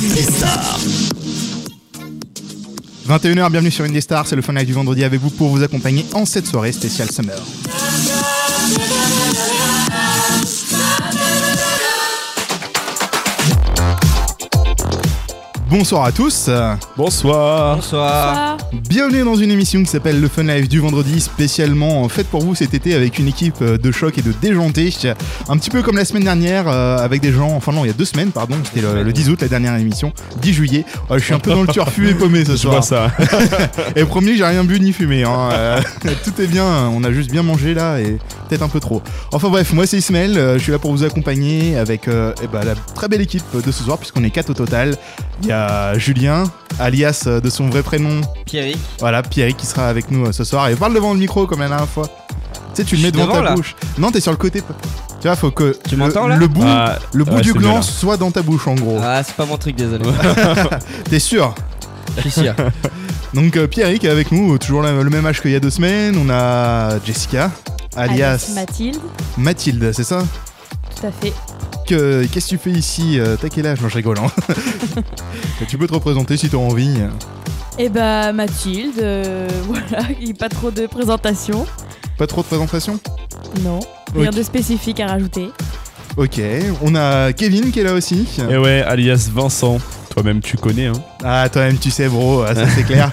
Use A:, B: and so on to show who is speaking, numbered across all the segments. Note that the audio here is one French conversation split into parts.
A: Indestar.
B: 21h, bienvenue sur Indestar, c'est le Fun Live du vendredi avec vous pour vous accompagner en cette soirée spéciale Summer. Bonsoir à tous,
C: Bonsoir.
D: Bonsoir.
B: bienvenue dans une émission qui s'appelle le Fun Live du vendredi, spécialement faite pour vous cet été avec une équipe euh, de choc et de déjanté, un petit peu comme la semaine dernière euh, avec des gens, enfin non il y a deux semaines pardon, c'était le, le 10 août la dernière émission, 10 juillet, Euh, je suis un peu dans le turfu et paumé ce
C: Je
B: soir.
C: vois ça.
B: Et promis, j'ai rien bu ni fumé. hein. Euh, tout est bien, on a juste bien mangé là et peut-être un peu trop. Enfin bref, moi c'est Ismaël, euh, je suis là pour vous accompagner avec euh, eh ben, la très belle équipe de ce soir puisqu'on est quatre au total. Il y a Julien, alias euh, de son vrai prénom,
D: Pierrick.
B: voilà, Pierre qui sera avec nous euh, ce soir. Et parle devant le micro comme la dernière fois. Tu sais, tu le
D: Je
B: mets
D: suis
B: devant,
D: devant,
B: ta
D: là.
B: bouche. Non, t'es sur le côté. Tu vois, faut que
D: Tu
B: le-
D: m'entends, là
B: le bout,
C: Ah,
B: le bout
C: ouais,
B: du
C: c'est mieux,
B: gland
C: là.
B: soit dans ta bouche en gros.
D: Ah, c'est pas mon truc, désolé.
B: T'es sûr
D: Je suis sûr.
B: Donc euh, Pierrick est avec nous, toujours la- le même âge qu'il y a deux semaines. On a Jessica, alias
E: Mathilde,
B: Mathilde, c'est ça
E: tout à fait.
B: Que- Qu'est-ce que tu fais ici euh, T'as quel âge Non, je rigole. hein. tu peux te représenter si t'as envie.
E: Et bah Mathilde, euh, voilà, il n'y a pas trop de présentation.
B: Pas trop de présentation
E: Non, rien de spécifique à rajouter.
B: Ok, on a Kevin qui est là aussi.
C: Et eh ouais, alias Vincent. Toi-même, tu connais, hein.
B: Ah, toi-même, tu sais, bro, ah, ça c'est clair.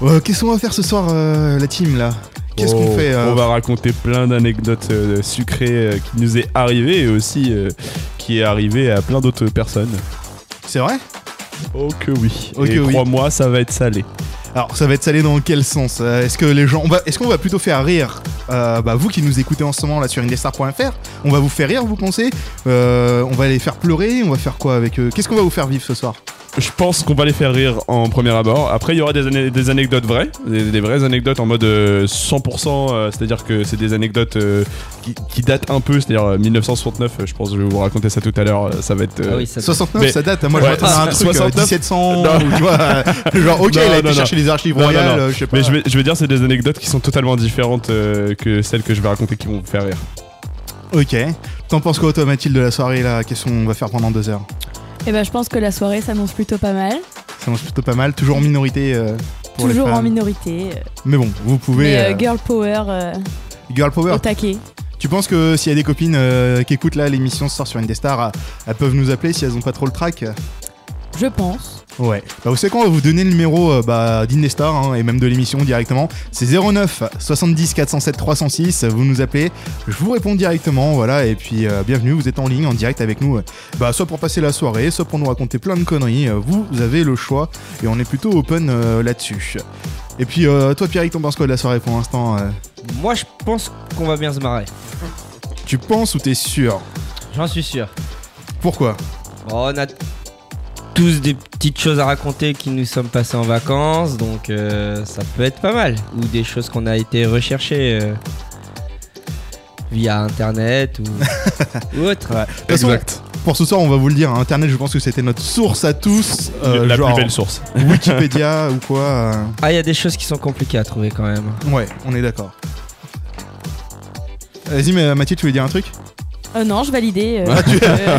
B: Euh, Qu'est-ce qu'on va faire ce soir, euh, la team, là Qu'est-ce qu'on
C: Oh,
B: fait euh,
C: On va raconter plein d'anecdotes euh, sucrées euh, qui nous est arrivées et aussi euh, qui est arrivé à plein d'autres personnes.
B: C'est vrai
C: Oh que oui.
B: Oh
C: et
B: que oui.
C: crois-moi, ça va être salé.
B: Alors ça va être salé dans quel sens Euh, Est-ce que les gens, on va, est-ce qu'on va plutôt faire rire euh, bah, vous qui nous écoutez en ce moment là sur indestar.fr On va vous faire rire, vous pensez Euh, On va les faire pleurer On va faire quoi avec eux Qu'est-ce qu'on va vous faire vivre ce soir
C: Je pense qu'on va les faire rire en premier abord. Après, il y aura des, ane- des anecdotes vraies, des, des vraies anecdotes en mode euh, 100%, euh, c'est-à-dire que c'est des anecdotes euh, qui, qui datent un peu, c'est-à-dire euh, 1969. euh, Je pense que je vais vous raconter ça tout à l'heure. euh, Ça va être. euh,
D: Ah oui, ça
B: 69,
C: Mais-
B: ça date. Moi, je
C: Ouais,
B: m'attendais à un truc euh,
C: 69.
B: 1700.
C: Non.
B: ou tu vois, euh, genre, ok,
C: Non,
B: il a
C: non,
B: été
C: non.
B: chercher les archives
C: Non, non,
B: royales.
C: non.
B: euh, je sais pas.
C: Mais je vais, je vais dire, c'est des anecdotes qui sont totalement différentes euh, que celles que je vais raconter qui vont vous faire rire.
B: Ok. T'en penses quoi, toi, Mathilde, de la soirée là Qu'est-ce qu'on va faire pendant deux heures
E: Et bah je pense que la soirée s'annonce plutôt pas mal,
B: Ça marche plutôt pas mal. Toujours en minorité. euh, pour les
E: toujours en
B: femmes.
E: minorité. euh,
B: Mais bon, vous pouvez.
E: mais euh,
B: euh,
E: girl power euh,
B: girl power.
E: au taquet.
B: Tu penses que s'il y a des copines euh, qui écoutent là l'émission ce soir sur Indestar, euh, elles peuvent nous appeler si elles ont pas trop le track
E: Je pense.
B: Ouais. Bah, vous savez quoi, on va vous donner le numéro euh, bah, d'Indestar hein, et même de l'émission directement. C'est 09 70 407 306. Vous nous appelez, je vous réponds directement. Voilà, et puis euh, bienvenue, vous êtes en ligne, en direct avec nous. euh, bah, soit pour passer la soirée, soit pour nous raconter plein de conneries. euh, vous, vous avez le choix et on est plutôt open euh, là-dessus. Et puis euh, toi, Pierrick, t'en penses quoi de la soirée pour l'instant euh
D: Moi, je pense qu'on va bien se marrer.
B: Tu penses ou t'es sûr
D: J'en suis sûr.
B: Pourquoi
D: Bon, on a tous des petites choses à raconter qui nous sommes passés en vacances, donc euh, ça peut être pas mal. Ou des choses qu'on a été rechercher euh, via internet ou, ou autre.
B: De toute façon, Pour ce soir, on va vous le dire, hein, Internet, je pense que c'était notre source à tous, euh,
C: la
B: genre
C: plus belle source.
B: Wikipédia ou quoi. euh,
D: Ah, il y a des choses qui sont compliquées à trouver quand même.
B: Ouais, on est d'accord. Vas-y, mais Mathieu, tu voulais dire un truc
E: Euh, non, je validais. euh,
B: Ah,
E: euh,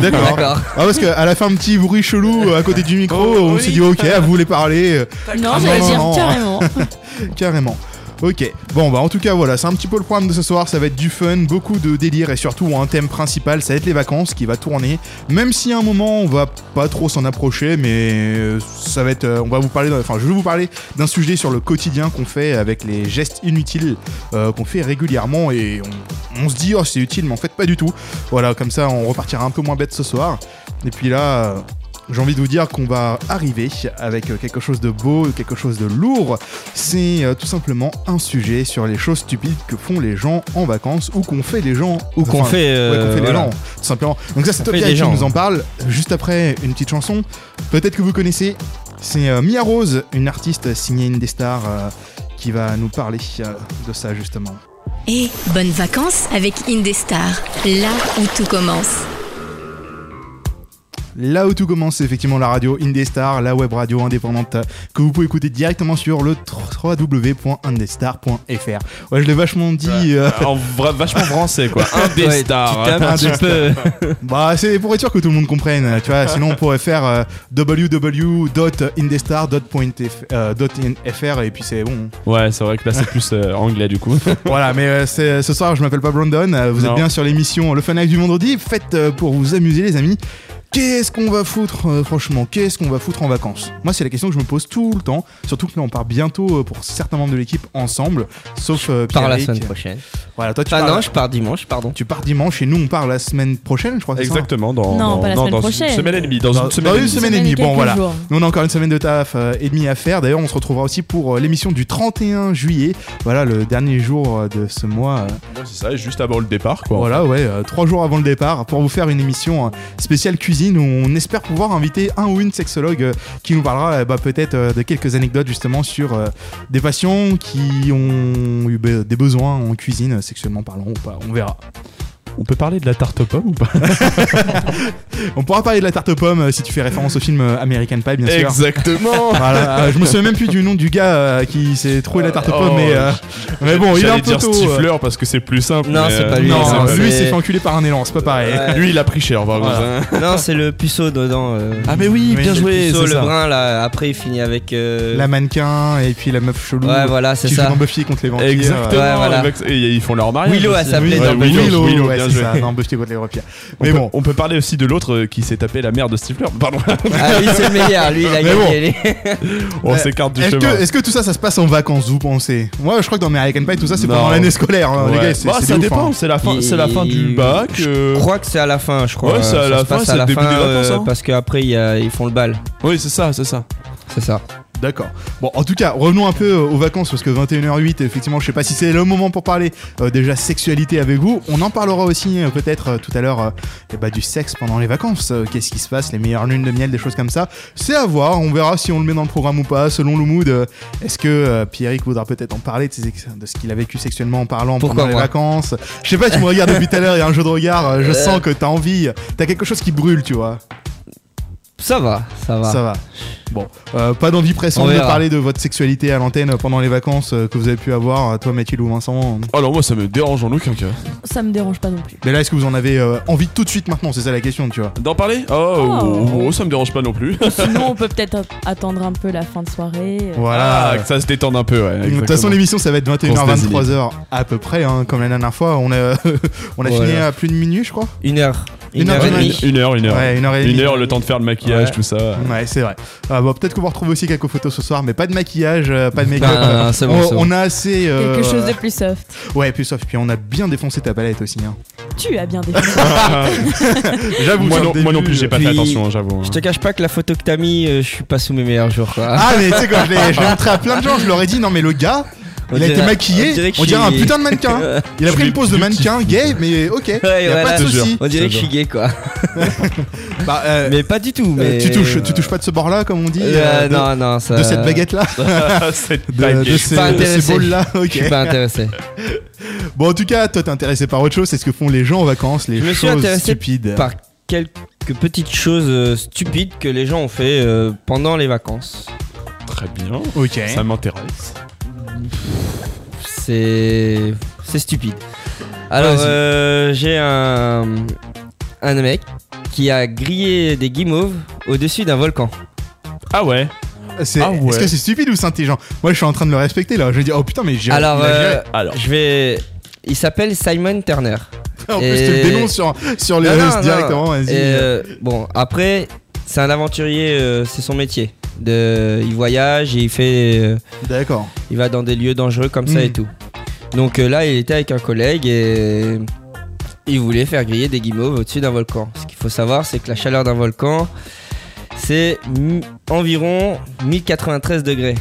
B: D'accord.
D: D'accord.
B: Ah, parce qu'elle a fait un petit bruit chelou euh, à côté du micro,
C: Oh,
B: on
C: oui.
B: s'est dit, ok, elle voulait parler, euh,
E: non,
B: Ah,
E: j'allais
B: non,
E: dire
B: non.
E: carrément.
B: carrément. Ok, bon bah en tout cas voilà, c'est un petit peu le programme de ce soir, ça va être du fun, beaucoup de délire et surtout un thème principal, ça va être les vacances qui va tourner, même si à un moment on va pas trop s'en approcher, mais euh, ça va être, euh, on va vous parler, d'un- enfin je vais vous parler d'un sujet sur le quotidien qu'on fait avec les gestes inutiles euh, qu'on fait régulièrement et on, on se dit oh c'est utile mais en fait pas du tout. Voilà comme ça on repartira un peu moins bête ce soir. Et puis là euh, j'ai envie de vous dire qu'on va arriver avec euh, quelque chose de beau, quelque chose de lourd. C'est euh, tout simplement un sujet sur les choses stupides que font les gens en vacances ou qu'on fait les gens
D: Ou qu'on
B: Enfin,
D: fait.
B: Ouais, qu'on
D: euh,
B: fait les
D: voilà.
B: gens, tout simplement. Donc ça, c'est
D: On
B: Top
D: fait
B: Guy
D: des
B: qui
D: gens.
B: nous en parle. Juste après, une petite chanson. Peut-être que vous connaissez. C'est euh, Mia Rose, une artiste signée Indestar, euh, qui va nous parler euh, de ça, justement.
F: Et bonnes vacances avec Indestar, là où tout commence.
B: là où tout commence, c'est effectivement la radio Indestar, la web radio indépendante euh, que vous pouvez écouter directement sur le www.indestar.fr. Ouais, je l'ai vachement dit. euh,
C: En vra- vachement français quoi. Un des
D: Ouais,
C: stars.
D: tu tapes un
B: Un des
D: petit peu.
B: bah, c'est pour être sûr que tout le monde comprenne, tu vois. Sinon, on pourrait faire euh, www.indestar.fr euh, dot .fr, et puis c'est bon. hein.
C: Ouais, c'est vrai que là c'est plus euh, anglais du coup.
B: voilà, mais euh, c'est- ce soir, je m'appelle pas Brandon. euh, Vous
C: Non.
B: êtes bien sur l'émission Le Fan Live du vendredi. Faites euh, pour vous amuser, les amis. Qu'est-ce qu'on va foutre, euh, franchement Qu'est-ce qu'on va foutre en vacances Moi, c'est la question que je me pose tout le temps. Surtout que là, on part bientôt euh, pour certains membres de l'équipe ensemble, sauf euh,
D: Par la
B: Pierrick.
D: semaine prochaine.
B: Voilà, toi, tu,
D: Ah
B: pars,
D: non, je pars dimanche, pardon.
B: tu pars dimanche et nous, on part la semaine prochaine, je crois. c'est ça hein?
C: Exactement, dans,
E: Non,
C: dans-
E: pas la semaine
C: dans
E: prochaine.
C: une semaine et demie. Dans,
B: Dans-
C: une semaine
B: dans
C: et
B: une
C: demie.
B: semaine et demie,
E: quelques
B: bon, voilà.
E: jours.
B: Nous, on a encore une semaine de taf euh, et demie à faire. D'ailleurs, on se retrouvera aussi pour euh, l'émission du 31 juillet. Voilà, le dernier jour euh, de ce mois. euh,
C: Ouais, c'est ça, juste avant le départ quoi.
B: Voilà, ouais, euh, trois jours avant le départ pour vous faire une émission euh, spéciale cuisine où on espère pouvoir inviter un ou une sexologue euh, qui nous parlera euh, bah, peut-être euh, de quelques anecdotes justement sur euh, des patients qui ont eu be- des besoins en cuisine, euh, sexuellement parlant ou pas, on verra.
C: On peut parler de la tarte aux pommes ou pas
B: On pourra parler de la tarte aux pommes euh, si tu fais référence au film euh, American Pie, bien sûr.
C: Exactement
B: Voilà, euh, je me souviens même plus du nom du gars euh, qui s'est trouvé la tarte aux pommes,
C: Oh,
B: mais, euh, mais bon, il est
C: J'allais
B: un peu
C: dire
B: tôt. euh.
C: Stifler parce que c'est plus simple.
D: Non,
C: mais,
D: c'est
C: euh,
D: pas lui,
B: Non,
D: c'est pas
B: lui il
D: c'est-
B: s'est fait enculer par un élan, c'est pas pareil.
D: Ouais.
C: Lui, il a pris cher, par
B: Voilà.
C: contre, hein.
D: non, c'est le puceau dedans. euh,
C: Ah, mais oui,
B: Oui,
C: bien
B: c'est
C: joué,
D: le puceau, le
C: c'est ça.
D: brun là. Après, il finit avec. euh,
B: La mannequin et puis la meuf chelou.
D: Ouais, voilà, c'est
B: qui joue
D: ça.
B: dans Buffy contre les vampires. euh,
C: Exactement,
D: Ouais, voilà.
C: le mec- et ils font leur mariage.
D: Willow, elle
C: aussi.
D: s'appelait
C: Ouais,
D: dans
B: Willow,
C: Willow,
B: Willow,
C: Willow,
B: ouais,
C: bien
B: c'est
C: joué.
B: ça. Non, Buffy contre les vampires.
C: On
B: Mais
C: peut-
B: bon.
C: On peut parler aussi de l'autre euh, qui s'est tapé la mère de Stifler. Pardon,
D: Ah, lui, c'est le meilleur. Lui, il a
B: Mais bon.
D: gagné. les-
C: on
B: Euh,
C: s'écarte du
B: Est-ce
C: chemin.
B: que, est-ce que tout ça, ça se passe en vacances, vous pensez Moi, je crois que dans American Pie, tout ça, c'est
C: Non.
B: pendant l'année scolaire, hein, les
C: Ouais.
B: gars. c'est-
C: Bah,
B: c'est
C: ça
B: des ouf,
C: dépend,
B: hein.
C: c'est la fin,
D: Il-
C: c'est la fin du bac. euh,
D: Je crois que c'est à la fin, je crois.
C: Ouais, c'est à
D: Ça
C: la
D: se
C: fin,
D: passe
C: c'est
D: à
C: le
D: la
C: début
D: fin,
C: des vacances,
D: euh,
C: hein.
D: Parce qu'après, il y a- ils font le bal.
C: Oui, c'est ça, c'est ça.
D: C'est ça.
B: D'accord. Bon, en tout cas, revenons un peu euh, aux vacances parce que 21h08, effectivement, je sais pas si c'est le moment pour parler euh, déjà sexualité avec vous. On en parlera aussi euh, peut-être euh, tout à l'heure euh, eh ben, du sexe pendant les vacances. Euh, Qu'est-ce qui se passe, les meilleures lunes de miel, des choses comme ça. C'est à voir, on verra si on le met dans le programme ou pas, selon le mood. Euh, Est-ce que euh, Pierrick voudra peut-être en parler de, ses ex- de ce qu'il a vécu sexuellement en parlant
D: Pourquoi
B: pendant les
D: moi
B: vacances Je sais pas, tu me regardes depuis tout à l'heure, il y a un jeu de regard, euh, je sens que t'as envie, t'as quelque chose qui brûle, tu vois.
D: Ça va, ça va.
B: Ça va. Bon, euh, pas d'envie pressante
D: On
B: de
D: verra.
B: parler de votre sexualité à l'antenne pendant les vacances euh, que vous avez pu avoir, euh, toi Mathilde ou Vincent.
C: Alors, moi, ça me dérange en aucun cas.
E: Ça me dérange pas non plus.
B: Mais là, est-ce que vous en avez euh, envie tout de suite maintenant C'est ça la question, tu vois.
C: D'en parler Oh,
E: Oh.
C: oh, oh, ça me dérange pas non plus.
E: Sinon, on peut peut-être at- attendre un peu la fin de soirée. euh.
B: Voilà.
C: Ah, que ça se détende un peu, ouais.
B: de toute façon,
C: exactement.
B: l'émission, ça va être
C: Qu'on se
B: 21h,
C: désinhibe.
B: 23h à peu près, hein, comme la dernière fois. On a, on a fini
D: Voilà.
B: à plus de minuit, je crois.
D: Une heure.
B: Une
D: Une heure et
B: heure
D: demie.
C: Une heure, une heure.
B: Ouais, une heure et demie.
C: Une heure, le temps de faire le maquillage,
D: Ouais.
C: tout ça.
B: Ouais, c'est vrai. Ah, bon, Peut-être qu'on va retrouver aussi quelques photos ce soir, mais pas de maquillage, euh, pas de make-up.
D: Non, non, non, Ah, c'est bon,
B: on,
D: c'est bon.
B: on a assez. euh,
E: Quelque chose de plus soft.
B: Ouais, puis sauf, puis on a bien défoncé ta palette aussi. Hein.
E: Tu as bien défini.
C: J'avoue, moi,
B: sur
C: non,
B: le
C: moi non
B: début,
C: plus, j'ai pas fait
D: puis-
C: attention, hein, j'avoue. hein.
D: Je te cache pas que la photo que t'as mis, euh, je suis pas sous mes meilleurs jours. Quoi.
B: Ah mais tu sais quand je l'ai je l'ai montré à plein de gens, je leur ai dit non mais le gars,
D: On
B: il a
D: dirait-
B: été maquillé, on dirait,
D: que je
B: un
D: suis-
B: putain de mannequin. Il a
C: Je
B: pris
C: l'ai
B: une pose de mannequin gay mais OK, il y a
D: voilà.
B: pas de
C: Je te
B: souci.
D: on dirait que je suis gay quoi.
B: Bah, euh,
D: Mais pas du tout.
B: euh,
D: Mais
B: tu touches tu touches pas de ce bord là comme on dit
D: Euh,
B: euh, de,
D: non, non, ça.
B: de cette baguette là,
C: Cette
B: de,
C: baguette.
B: de ces,
D: pas
B: de ces
D: intéressé.
B: balls là,
D: Je suis
B: OK.
D: pas intéressé.
B: Bon en tout cas, toi t'es intéressé par autre chose, c'est ce que font les gens en vacances, les
D: Je me suis
B: choses
D: intéressé
B: stupides.
D: Par quelques petites choses euh, stupides que les gens ont fait euh, pendant les vacances.
C: Très bien,
B: OK.
C: ça m'intéresse.
D: C'est. C'est stupide. Alors,
B: Vas-y.
D: euh, j'ai un. Un mec qui a grillé des guimauves au-dessus d'un volcan.
C: Ah ouais
B: C'est-
C: Ah ouais.
B: Est-ce que c'est stupide ou c'est intelligent Moi je suis en train de le respecter là, je vais dire oh putain mais j'ai
D: Alors,
B: il a géré.
D: euh,
C: Alors.
D: je vais. Il s'appelle Simon Turner.
B: en plus tu
D: et-
B: le dénonces sur sur les
D: Non, non, non.
B: directement, vas-y.
D: Et, euh, bon, après, c'est un aventurier, euh, c'est son métier. De, il voyage et il fait, euh,
B: D'accord.
D: il va dans des lieux dangereux comme
B: Mm.
D: ça et tout. Donc euh, là, il était avec un collègue et il voulait faire griller des guimauves au-dessus d'un volcan. Ce qu'il faut savoir, c'est que la chaleur d'un volcan, c'est mi- environ 1093 degrés.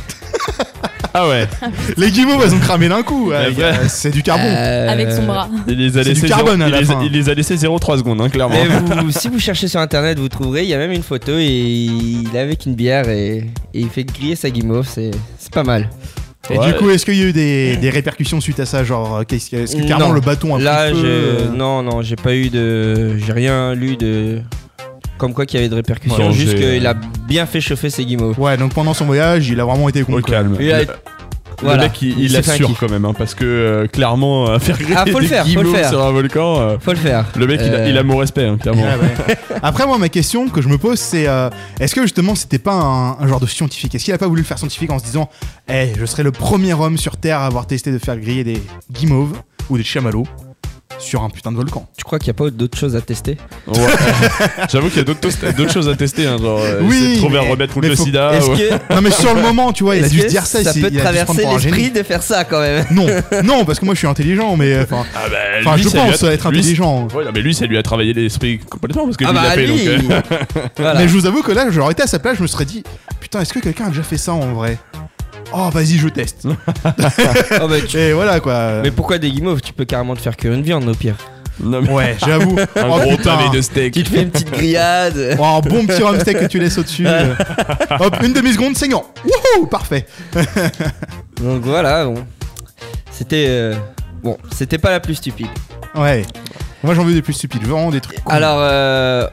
C: Ah ouais
B: Les guimauves, elles ont cramé d'un coup.
C: Ouais,
B: euh,
C: ouais.
B: euh, C'est du carbone.
D: Euh,
E: Avec son bras.
C: Il les
B: C'est
C: a
B: du
C: laissés
B: carbone, hein, à
C: il,
B: la
C: les a,
B: fin. Eh
C: il les a laissés 0,3 secondes, hein, clairement.
D: Mais vous- si vous cherchez sur internet, vous trouverez. Il y a même une photo et il est avec une bière et, et il fait griller sa guimauve. C'est c'est pas mal.
B: Et
C: Ouais.
B: du coup, est-ce qu'il y a eu des, des répercussions suite à ça Genre, euh, qu'est-ce que- est-ce que carrément
D: Non.
B: le bâton a pris
D: Là,
B: feu,
D: j'ai
B: euh,
D: non, non, j'ai pas eu de, j'ai rien lu de Comme quoi qu'il y avait de répercussions,
C: Ouais,
D: juste
C: j'ai-
D: qu'il a bien fait chauffer ses guimauves.
B: Ouais, donc pendant son voyage, il a vraiment été con.
C: Au
B: quoi.
C: calme.
D: Il a-
C: Le-
D: voilà.
C: Le mec, il,
D: Il
C: il
D: s'est fait un
C: assure
D: kiff.
C: quand même, hein, parce que euh, clairement, euh, faire griller
D: Ah, faut le
C: des
D: faire, faut le
C: guimauves
D: faire.
C: sur un volcan, euh,
D: Faut le faire.
C: le mec, il, a,
D: Euh,
C: il a mon respect, hein, clairement.
B: Ouais, ouais. Après, moi, ma question que je me pose, c'est euh, est-ce que justement c'était pas un, un genre de scientifique Est-ce qu'il a pas voulu le faire scientifique en se disant Eh, je serai le premier homme sur Terre à avoir testé de faire griller des guimauves ou des chamallows sur un putain de volcan
D: Tu crois qu'il n'y a pas d'autres choses à tester
C: Ouais. J'avoue qu'il y a d'autres toast- d'autres choses à tester, hein, genre euh,
B: Oui,
C: essayer de trouver
B: mais-
C: un remède contre
B: mais
C: le
B: faut-
C: sida.
D: Est-ce
C: ouais.
D: que,
B: Non, mais sur le moment, tu vois, il a
D: est-ce
B: dû se
D: que
B: dire ça.
D: ça
B: il s'est-
D: peut
B: il a dû se prendre
D: traverser
B: pour un génie.
D: l'esprit de faire ça quand même.
B: Non, non, parce que moi je suis intelligent, mais euh, enfin,
C: Ah bah,
B: enfin,
C: lui,
B: je
C: ça lui
B: pense
C: a-
B: être
C: lui,
B: intelligent.
C: Ouais, non, mais lui, ça lui a travaillé l'esprit complètement parce que
D: Ah
C: lui, il
D: bah
C: l'a fait.
D: lui
C: donc, euh,
D: Voilà.
B: Mais je vous avoue que là, j'aurais été à sa place, je me serais dit Putain, est-ce que quelqu'un a déjà fait ça en vrai Oh, vas-y, je teste.
D: Ah bah, tu-
B: Et voilà quoi.
D: Mais pourquoi des guimauves Tu peux carrément te faire cuire une viande au pire.
C: non, mais-
B: Ouais, j'avoue.
C: un
B: Oh,
C: gros
B: putain.
C: pavé de steak.
D: Tu te fais une petite grillade.
B: Oh, un bon petit rumsteak que tu laisses au-dessus. euh. Hop, une demi-seconde, saignant. Wouhou, parfait.
D: Donc voilà, bon. C'était. euh, Bon, c'était pas la plus stupide.
B: Ouais. Moi j'en veux des plus stupides, vraiment des trucs. cons.
D: Alors, euh,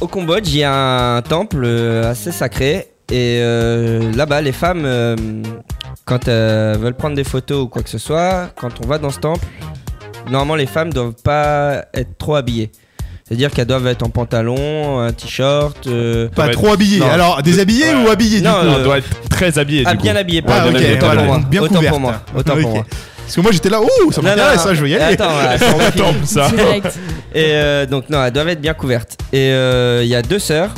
D: au Cambodge, il y a un temple euh, assez sacré. Et euh, là-bas, les femmes, euh, quand elles veulent prendre des photos ou quoi que ce soit, quand on va dans ce temple, normalement les femmes doivent pas être trop habillées. C'est-à-dire qu'elles doivent être en pantalon, un t-shirt, euh,
B: pas
C: Ouais,
B: trop habillés.
C: non.
B: Alors, déshabillés
C: Ouais.
B: ou habillés du
D: Non,
B: coup
C: On
D: euh,
C: doit être très habillé.
D: ah,
C: du coup.
D: bien habillé.
C: Ouais,
B: Ah,
D: pardon,
B: ok,
C: bien habillé,
D: autant
C: t'as
B: voilà,
D: pour moi.
C: raison.
B: donc bien
D: autant
B: couverte.
D: pour moi. Autant
B: Ok.
D: pour moi.
B: Parce que moi j'étais là, ouh, ça
D: Non,
B: m'intéresse,
D: non,
B: ça, je veux y
D: mais
B: aller.
D: Attends, voilà, c'est
C: On tombe ça.
E: Direct.
D: Et euh, donc non, elles doivent être bien couvertes. Et euh, il y a deux sœurs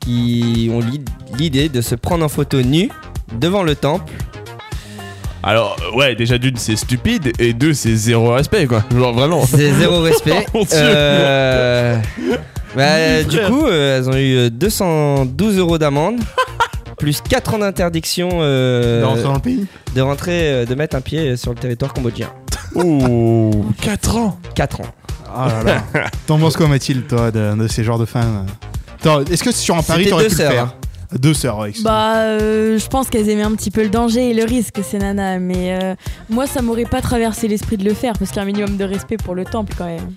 D: qui ont l'i- l'idée de se prendre en photo nue devant le temple.
C: Alors, euh, ouais, déjà d'une, c'est stupide, et deux, c'est zéro respect, quoi. Genre vraiment.
D: C'est zéro respect.
C: Oh. Mon Dieu.
D: Euh, bah, du coup, euh, elles ont eu euh, 212 euros d'amende. Plus 4 ans d'interdiction euh,
B: Dans, dans le pays.
D: de rentrer, euh, de mettre un pied sur le territoire cambodgien.
C: Oh, 4 ans.
D: 4 ans.
B: Oh là là. T'en penses quoi, Mathilde, toi, de, de ces genres de fans Attends, est-ce que sur un pari
D: C'était
B: t'aurais
D: deux
B: pu
D: sœurs,
B: le faire
D: hein.
B: Deux sœurs, ouais.
E: Bah, euh, je pense qu'elles aimaient un petit peu le danger et le risque, ces nanas. Mais euh, moi, ça m'aurait pas traversé l'esprit de le faire, parce qu'il y a un minimum de respect pour le temple quand même.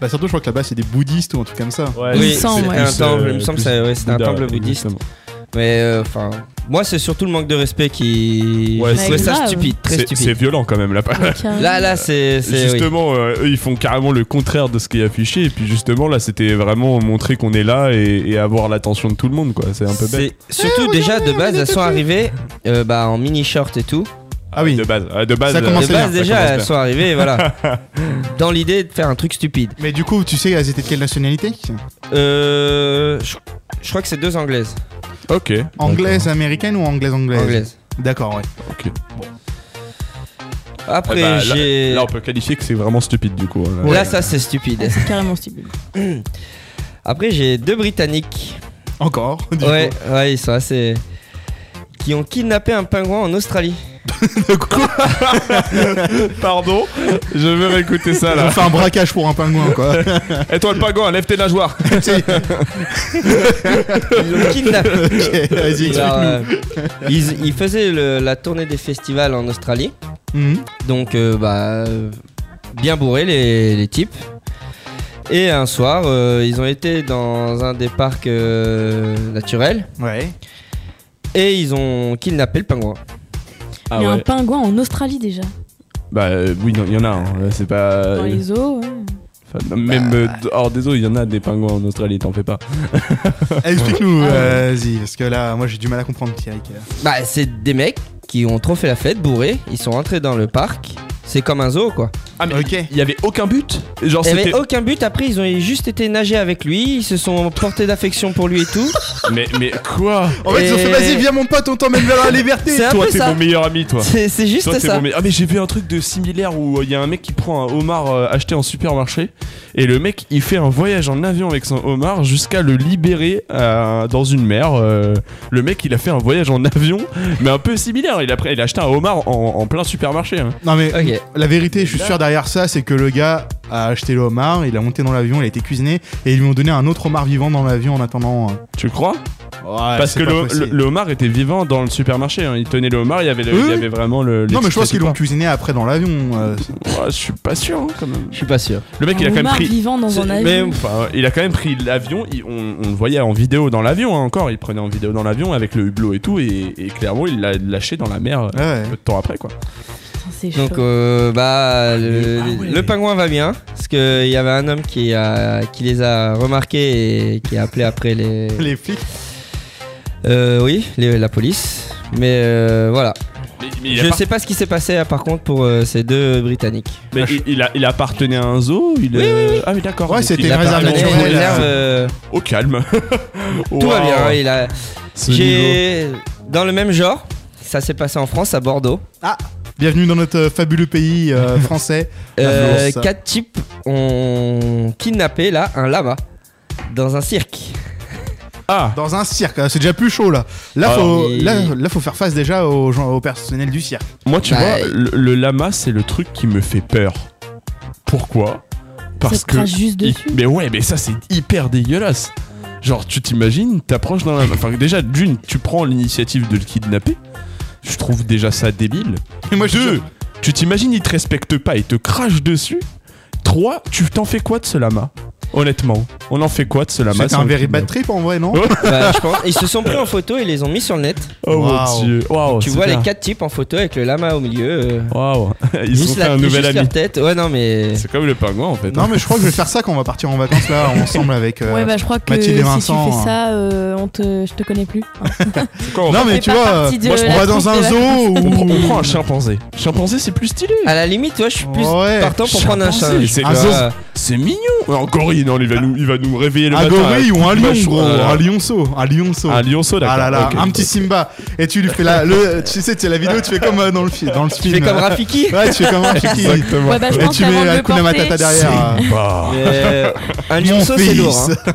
B: Bah, surtout, je crois que là-bas c'est des bouddhistes ou un truc comme ça.
C: Ouais,
E: Il me
D: Oui,
E: semble,
D: c'était
E: ouais.
D: un
C: plus,
D: temple,
C: euh,
D: il me semble que
C: plus
D: ça- ouais, c'était un
C: Bouddha,
D: temple bouddhiste.
C: exactement.
D: Mais euh, enfin, moi c'est surtout le manque de respect qui.
C: Ouais,
D: je
C: c'est-
D: trouvais ça
E: grave.
D: stupide, très
C: C'est c'est
D: stupide.
C: violent quand même là.
D: Là, là, c'est. c'est- oui.
C: Justement, euh, eux ils font carrément le contraire de ce qui est affiché. Et puis justement, là c'était vraiment montrer qu'on est là et, et avoir l'attention de tout le monde, quoi. C'est un peu bête.
D: C'est- Surtout déjà de base, elles sont arrivées euh, bah, en mini short et tout.
B: Ah oui.
C: De base, ah, de base.
B: Ça commence
D: De
C: euh,
B: bien,
D: base
C: ça
D: déjà,
C: commence
D: elles
C: bien.
D: sont arrivées, voilà. Dans l'idée de faire un truc stupide.
B: Mais du coup, tu sais, elles étaient de quelle nationalité
D: Euh, je, je crois que c'est deux anglaises.
C: Ok.
B: Anglaise, américaine ou anglaise, anglaise
D: Anglaises.
B: D'accord, ouais.
C: Ah
D: Après,
C: bah, là-
D: j'ai.
C: là, on peut qualifier que c'est vraiment stupide du coup. hein, là.
D: Là, ça c'est stupide.
E: Ah, C'est carrément stupide.
D: Après, j'ai deux Britanniques
B: Encore. du
D: Ouais,
B: coup.
D: ouais, ils sont assez. Qui ont kidnappé un pingouin en Australie.
C: Pardon, je veux réécouter ça
B: Ils ont
C: là.
B: fait un braquage pour un pingouin, quoi.
C: Et toi le pingouin, lève tes nageoires.
D: Ils l'ont kidnappé.
B: Ok, Vas-y,
D: Alors,
B: explique-nous.
D: euh, ils, ils faisaient le- la tournée des festivals en Australie.
B: Mhm.
D: Donc, euh, bah, euh, bien bourrés les, les types. Et un soir, euh, ils ont été dans un des parcs euh, naturels
B: Ouais.
D: et ils ont kidnappé le pingouin.
C: Ah
E: Il y a un pingouin en Australie déjà,
C: Bah euh, oui, non, il y en a. hein. C'est pas.
E: dans les eaux. ouais.
C: Enfin, non, même euh, d- hors des eaux, il y en a des pingouins en Australie, t'en fais pas.
B: Eh,
D: Ah.
B: Explique-nous, euh, vas-y, parce que là, moi j'ai du mal à comprendre, Thierry. que-
D: Bah, c'est des mecs qui ont trop fait la fête, bourrés. Ils sont rentrés dans le parc. C'est comme un zoo, quoi.
C: Ah mais
B: Ok.
C: il y avait aucun but. Genre
D: Il y avait
C: Oh, c'était.
D: aucun but, après ils ont juste été nager avec lui, ils se sont portés d'affection pour lui et tout.
C: Mais mais quoi
B: En fait, ils ont fait,
D: Et-
B: vas-y, viens mon pote, on t'emmène vers la liberté.
D: C'est un
C: Toi
D: peu
C: t'es
D: ça.
C: mon meilleur ami, toi.
D: C'est c'est juste
C: Toi, t'es
D: ça.
C: bon, mais- Ah mais j'ai vu un truc de similaire où il y a un mec qui prend un homard euh, acheté en supermarché et le mec il fait un voyage en avion avec son homard jusqu'à le libérer euh, dans une mer. euh, le mec il a fait un voyage en avion mais un peu similaire. Il a, pris- il a acheté un homard en, en plein supermarché. hein.
B: Non, mais
D: Ok.
B: la vérité, je suis sûr derrière ça, c'est que le gars a acheté le homard, il a monté dans l'avion, il a été cuisiné, et ils lui ont donné un autre homard vivant dans l'avion en attendant. euh.
C: Tu crois Parce que le, le- le homard était vivant dans le supermarché. hein. Ils tenaient le homard, il y avait, le-
B: Oui,
C: il y
B: oui.
C: avait vraiment le. les
B: Non, mais je
C: petits
B: pense qu'ils l'ont
C: étoiles.
B: cuisiné après dans l'avion. euh, c'est-
C: Ouais, Je suis pas sûr hein, quand même.
D: Je suis pas sûr.
C: Le mec, il a quand même
E: homard
C: pris.
E: vivant dans
C: C'est-
E: un
C: Mais
E: avion.
C: enfin, il a quand même pris l'avion. il- On, on le voyait en vidéo dans l'avion hein, encore. Il prenait en vidéo dans l'avion avec le hublot et tout. Et, et clairement, il l'a lâché dans la mer euh,
B: ouais.
C: peu de temps après, quoi.
E: Putain, C'est chaud.
D: Donc euh, bah le,
C: Ah ouais.
D: le pingouin va bien parce que il y avait un homme qui a qui les a remarqués et qui a appelé après les
B: Les flics.
D: Euh, oui les- la police. Mais euh, voilà. Je sais pas ce qui s'est passé euh, par contre pour euh, ces deux britanniques.
C: Mais il, il a- il appartenait à un zoo il,
D: Oui,
C: euh, Ah oui, d'accord.
B: Ouais,
C: Donc,
B: c'était
C: il
B: une réserve
C: appartenait
D: Appartenait à une
B: naturelle,
C: à un
D: réserve,
C: zoo.
D: euh,
C: Au calme.
D: Tout va
C: Wow.
D: bien. hein, il a
C: Ce niveau.
D: j'ai dans le même genre. Ça s'est passé en France à Bordeaux.
B: Bienvenue dans notre euh, fabuleux pays euh, français.
D: Euh,
B: Influence, ça.
D: quatre types ont kidnappé là un lama dans un cirque.
C: Ah,
B: Dans un cirque, euh, c'est déjà plus chaud là. Là,
C: Ah,
B: faut,
D: mais-
B: là, là, faut faire face déjà aux gens, au personnel du cirque.
C: moi, tu
D: Bah,
C: vois, le, le lama, c'est le truc qui me fait peur. Pourquoi
E: ça
C: Parce
E: te
C: que.
E: crache juste
C: il-
E: dessus.
C: Mais ouais, mais ça, c'est hyper dégueulasse. Genre, tu t'imagines, t'approches d'un lama. Enfin, déjà, d'une, tu prends l'initiative de le kidnapper. Je trouve déjà ça débile.
B: Et moi, je te
C: Deux,
B: jure,
C: tu t'imagines, il te respecte pas, il te crache dessus. Trois, tu t'en fais quoi de ce lama Honnêtement, on en fait quoi de ce lama
B: c'était
C: sans
B: un
C: hein, le
B: very
C: kidnapper
B: bad trip en vrai, non
C: Ouais.
D: Bah, je pense. Ils se sont pris en photo et les ont mis sur le net.
C: Oh
B: Waouh.
C: mon dieu. Waouh,
D: Tu
C: c'est
D: vois
C: bien.
D: les quatre types en photo avec le lama au milieu. euh,
C: Waouh, ils
D: juste
C: ont fait
D: la-
C: un nouvel
D: juste
C: ami.
D: leur tête. Ouais, non, mais.
C: C'est comme le pingouin en fait.
B: Non, mais je crois que je vais faire ça quand on va partir en vacances là, ensemble avec. euh,
E: ouais, bah je crois que
B: Mathilde et Vincent,
E: si tu
B: hein.
E: fais ça, euh, on te, je te connais plus.
B: Non, mais
E: fait
B: tu
E: pas
B: vois,
E: partie de
B: moi, je- on
E: la
B: va dans
E: troupe
B: un
E: des
B: zoo
C: on, prend, on
B: où.
C: prend un chimpanzé. Chimpanzé, c'est plus stylé.
B: Ah,
D: À la limite, toi, je suis plus
B: Ouais.
D: partant pour prendre un
C: Chimpanzé,
D: chat.
C: c'est
B: un
D: Euh,
C: C'est mignon. Un gorille, non, il va nous, il va nous réveiller le
B: Un
C: matin.
B: gorille Ah. ou un lion,
C: machou-
B: gros.
C: Ah,
B: Un lionceau. Un lionceau.
C: Un lionceau, d'accord.
B: Ah là là,
C: ok.
B: un petit Simba. Et tu lui fais la, le, tu sais, tu sais, la vidéo, tu fais comme euh, dans le, fi- dans le
D: tu
B: film.
D: fais comme Rafiki.
B: Ouais, tu fais comme Rafiki.
C: Exactement.
E: Ouais, bah je
B: Et
E: pense
B: tu
E: qu'avant
B: mets
E: de
B: la
E: le
B: Kuna Matata
E: porter,
B: derrière. euh,
C: Bah.
D: Mais, euh, un
B: Mon
D: lionceau, c'est
B: fils.
D: lourd. hein.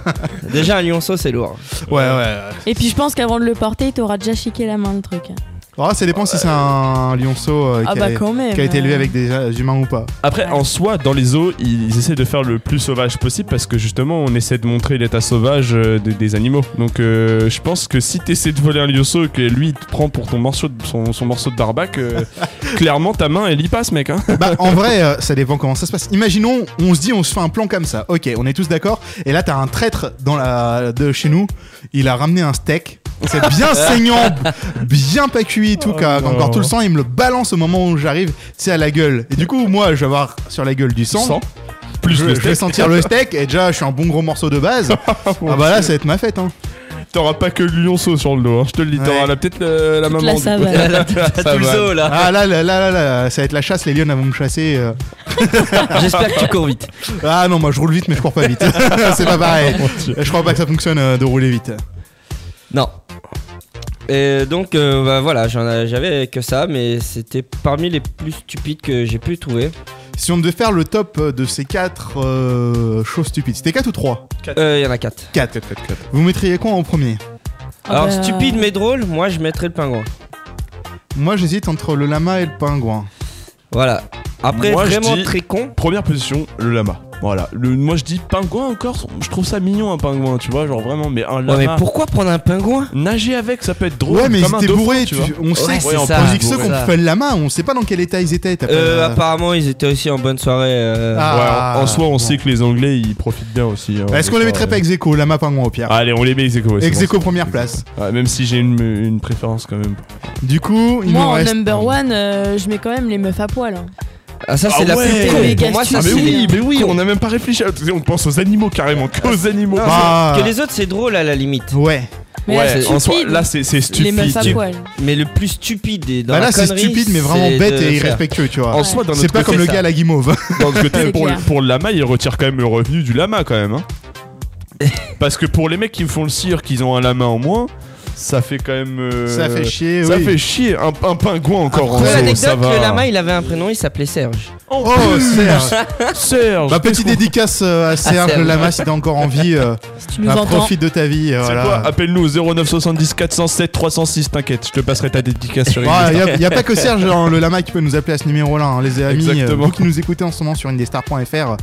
D: Déjà, un lionceau, c'est lourd.
B: Ouais, ouais.
E: et puis je pense qu'avant de le porter, il t'aura déjà chiqué la main le truc.
B: Alors, ça dépend si c'est un lionceau euh,
E: Ah
B: qui,
E: bah
B: a,
E: quand même.
B: qui a été élevé
E: euh.
B: avec des euh, humains ou pas.
C: Après, en soi, dans les zoos, ils essaient de faire le plus sauvage possible parce que justement, on essaie de montrer l'état sauvage euh, des, des animaux. Donc, euh, je pense que si t'essaies de voler un lionceau et que lui il te prend pour ton morceau de, son, son morceau de barbac, euh, clairement ta main elle y passe, mec. Hein.
B: Bah, en vrai, euh, ça dépend comment ça se passe. Imaginons, on se dit, on se fait un plan comme ça. Ok, on est tous d'accord. Et là, t'as un traître dans la, de chez nous. Il a ramené un steak. C'est bien saignant, bien pas cuit et tout,
C: Oh
B: qui a
C: non.
B: encore tout le sang. Il me le balance au moment où j'arrive, c'est à la gueule. Et du coup, moi, je vais avoir sur la gueule du sang.
C: Sang. Plus
B: je,
C: le
B: je vais
C: steak.
B: sentir le steak. Et déjà, je suis un bon gros morceau de base. ah bah là, ça va être ma fête. Hein.
C: T'auras pas que le lionceau sur le dos, hein, je te le dis.
B: Ouais.
C: T'auras la- peut-être euh, la
E: Toute
C: maman.
E: la
C: du coup.
E: savane.
D: Là, t'as tout le
C: va.
D: zoo, là.
B: Ah là, là, là, là, là, ça va être la chasse. Les lions vont me chasser. euh.
D: J'espère que tu cours vite.
B: Ah non, moi, je roule vite, mais je cours pas vite. c'est pas
C: Oh
B: pareil. Je crois pas que ça fonctionne euh, de rouler vite.
D: Non. Et donc euh, bah, voilà, j'en a- j'avais que ça, mais c'était parmi les plus stupides que j'ai pu trouver.
B: Si on devait faire le top de ces quatre euh, choses stupides, c'était 4 ou 3
D: Euh, Il y en a quatre.
B: 4. Vous mettriez quoi en premier
E: Ah
D: Alors
E: bah,
D: stupide mais drôle, moi je mettrais le pingouin.
B: Moi j'hésite entre le lama et le pingouin.
D: Voilà. Après
C: Moi, je
D: vraiment
C: dis-
D: très con.
C: Première position, le lama. Voilà. Le- moi je dis pingouin encore, je trouve ça mignon un pingouin, tu vois, genre vraiment, mais un
D: Ouais,
C: lama.
D: mais pourquoi prendre un pingouin
C: Nager avec, ça peut être drôle.
B: ouais mais ils
C: comme un
B: étaient
C: dauphin,
B: bourrés, tu-
C: tu vois.
B: on sait.
D: c'est
C: en
D: ça.
B: Tandis que ceux
D: bourré.
B: qui ont fait le lama, on sait pas dans quel état ils étaient. t'as pas-
D: Euh, Apparemment ils étaient aussi en bonne soirée. euh,
B: Ah.
C: Ouais, en- en soi, on
B: bon.
C: sait que les Anglais ils profitent bien aussi. hein,
B: euh, Est-ce qu'on
C: de
B: les
C: ça,
B: mettrait
C: ouais.
B: pas ex aequo, lama, pingouin au pire
C: Allez, on les met ex aequo, Ah, ouais, c'est
B: Ex aequo
C: bon, c'est-
B: première place.
C: Ouais, même si j'ai une, une préférence quand même.
B: Du coup, il
E: Moi
B: nous
E: en
B: reste.
E: number one, euh, je mets quand même les meufs à poil. hein.
D: Ah ça c'est
C: Ah
D: la
C: ouais.
D: plus
E: Les
D: con.
E: gars
D: Pour moi ça
E: Ah,
D: c'est
E: stupides.
D: les
E: oui,
D: plus cons.
C: n'a même pas réfléchi. à- On pense aux animaux carrément, qu'aux animaux.
D: Non,
B: Ah.
D: c'est- Que les autres c'est drôle à la limite.
B: Ouais.
E: Mais là,
C: ouais, en soi,
E: stupide,
C: là c'est c'est
E: les
C: stupide.
E: meufs à poil.
D: Mais le plus stupide et dans
B: Bah
D: la
B: là c'est
D: connerie,
B: stupide mais vraiment
D: c'est
B: bête
D: de
B: et
D: faire-
B: irrespectueux, tu vois.
C: En soi, dans
B: C'est
C: notre
B: pas
C: côté,
B: comme le
D: ça.
B: gars à la guimauve.
C: dans notre côté,
E: C'est
C: pour,
E: clair.
C: pour le lama, il retire quand même le revenu du lama quand même. hein. Parce que pour les mecs qui font le cirque, ils ont un lama en moins. ça fait quand même. euh,
B: Ça fait chier,
C: ça
B: oui.
C: fait chier. Un, un pingouin encore.
B: Après,
C: en
B: l'anecdote,
C: ça
D: Anecdote,
C: va.
D: le lama, il avait un prénom, il s'appelait Serge.
B: Oh, Serge
C: Serge.
B: Bah, petite dédicace euh,
D: Ah,
B: à Serge
D: Serge.
B: Lama si t'es encore en vie. euh,
E: Si tu nous
B: bah,
E: entends.
B: profite de ta vie. euh,
C: C'est
B: voilà.
C: quoi Appelle-nous au 09 70 407 306, t'inquiète, je te passerai ta dédicace sur
B: Bah,
C: Indestar.
B: y a, y a pas que Serge, hein, le lama qui peut nous appeler à ce numéro-là, hein, les amis.
C: Exactement.
B: Euh, vous qui nous écoutez en ce moment sur indestar.fr,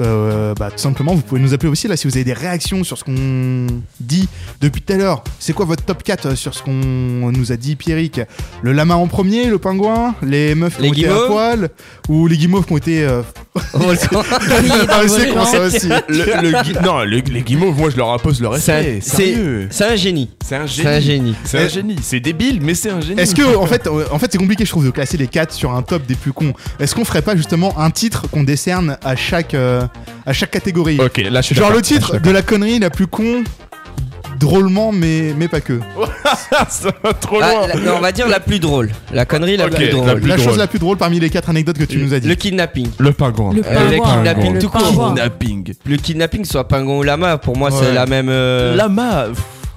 B: euh, bah, tout simplement, vous pouvez nous appeler aussi là si vous avez des réactions sur ce qu'on dit depuis tout à l'heure. C'est quoi votre top 4 euh, sur ce qu'on nous a dit, Pierrick Le lama en premier, le pingouin, les meufs qui
D: Les
B: ont été à
D: guimauves
B: poil, ou les guimauves qui ont été. euh, ah, c'est con ça aussi.
C: Le, le gui- non, le- les guimauves, moi je leur impose le respect.
D: C'est un- c'est-
C: Sérieux.
D: C'est un génie.
C: C'est un
D: C'est un
C: génie.
D: génie.
C: C'est un génie. C'est débile, mais c'est un génie.
B: Eh, Est-ce que, en fait, euh, en fait c'est compliqué, je trouve, de classer les 4 sur un top des plus cons. Est-ce qu'on ferait pas justement un titre qu'on décerne à chaque, euh, à chaque catégorie
C: Ok, là je suis
B: Genre
C: d'accord.
B: le titre de la connerie la plus con, drôlement, mais, mais pas que.
C: ça va trop
D: Ah,
C: loin.
D: la- non, on va dire la plus drôle. La connerie la
C: Ok,
D: plus
C: la
D: drôle.
C: plus-
B: Oh Euh, la chose
C: drôle.
B: la plus drôle parmi les quatre anecdotes que tu nous as dit.
D: Le kidnapping.
C: Le pingouin.
E: Le
D: Euh, le
E: pingouin.
D: kidnapping
E: Le
D: tout court.
E: pingouin.
C: Kidnapping.
D: Le kidnapping, soit pingouin ou lama, pour moi,
B: Ouais.
D: c'est la même. euh,
C: Lama.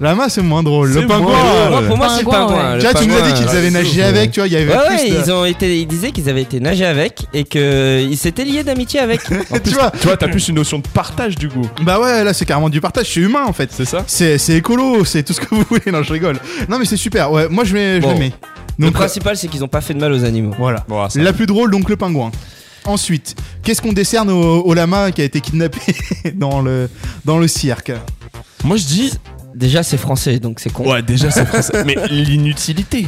B: Lama, c'est moins drôle.
C: C'est
B: Le pingouin.
C: moins
B: euh,
C: drôle.
D: Moi, pour moi, c'est le
E: Pingouin,
D: pingouin.
E: ouais.
D: le
B: Tu vois, tu nous as dit
D: pingouin.
B: qu'ils avaient nagé
C: ouais.
B: avec, tu vois, il y avait
D: Ouais,
B: plus
D: ouais,
B: de-
D: ils, ont été, ils disaient qu'ils avaient été nagés avec et qu'ils s'étaient liés d'amitié avec. En
B: Tu
D: plus,
B: vois,
C: Tu vois, t'as plus une notion de partage du coup.
B: bah ouais, là c'est carrément du partage, c'est humain en fait.
C: C'est ça
B: C'est c'est écolo, c'est tout ce que vous voulez, non je rigole. Non mais c'est super, ouais, moi je, mets, je
D: Bon.
B: le mets.
D: le
B: Donc
D: principal, c'est qu'ils n'ont pas fait de mal aux animaux.
B: voilà.
C: Bon, ah, ça-
B: La plus drôle, donc le pingouin. Ensuite, qu'est-ce qu'on décerne au, au lama qui a été kidnappé dans le, dans le cirque
C: Moi je dis.
D: Déjà, c'est français, donc c'est con.
C: Ouais, déjà c'est français. mais l'inutilité.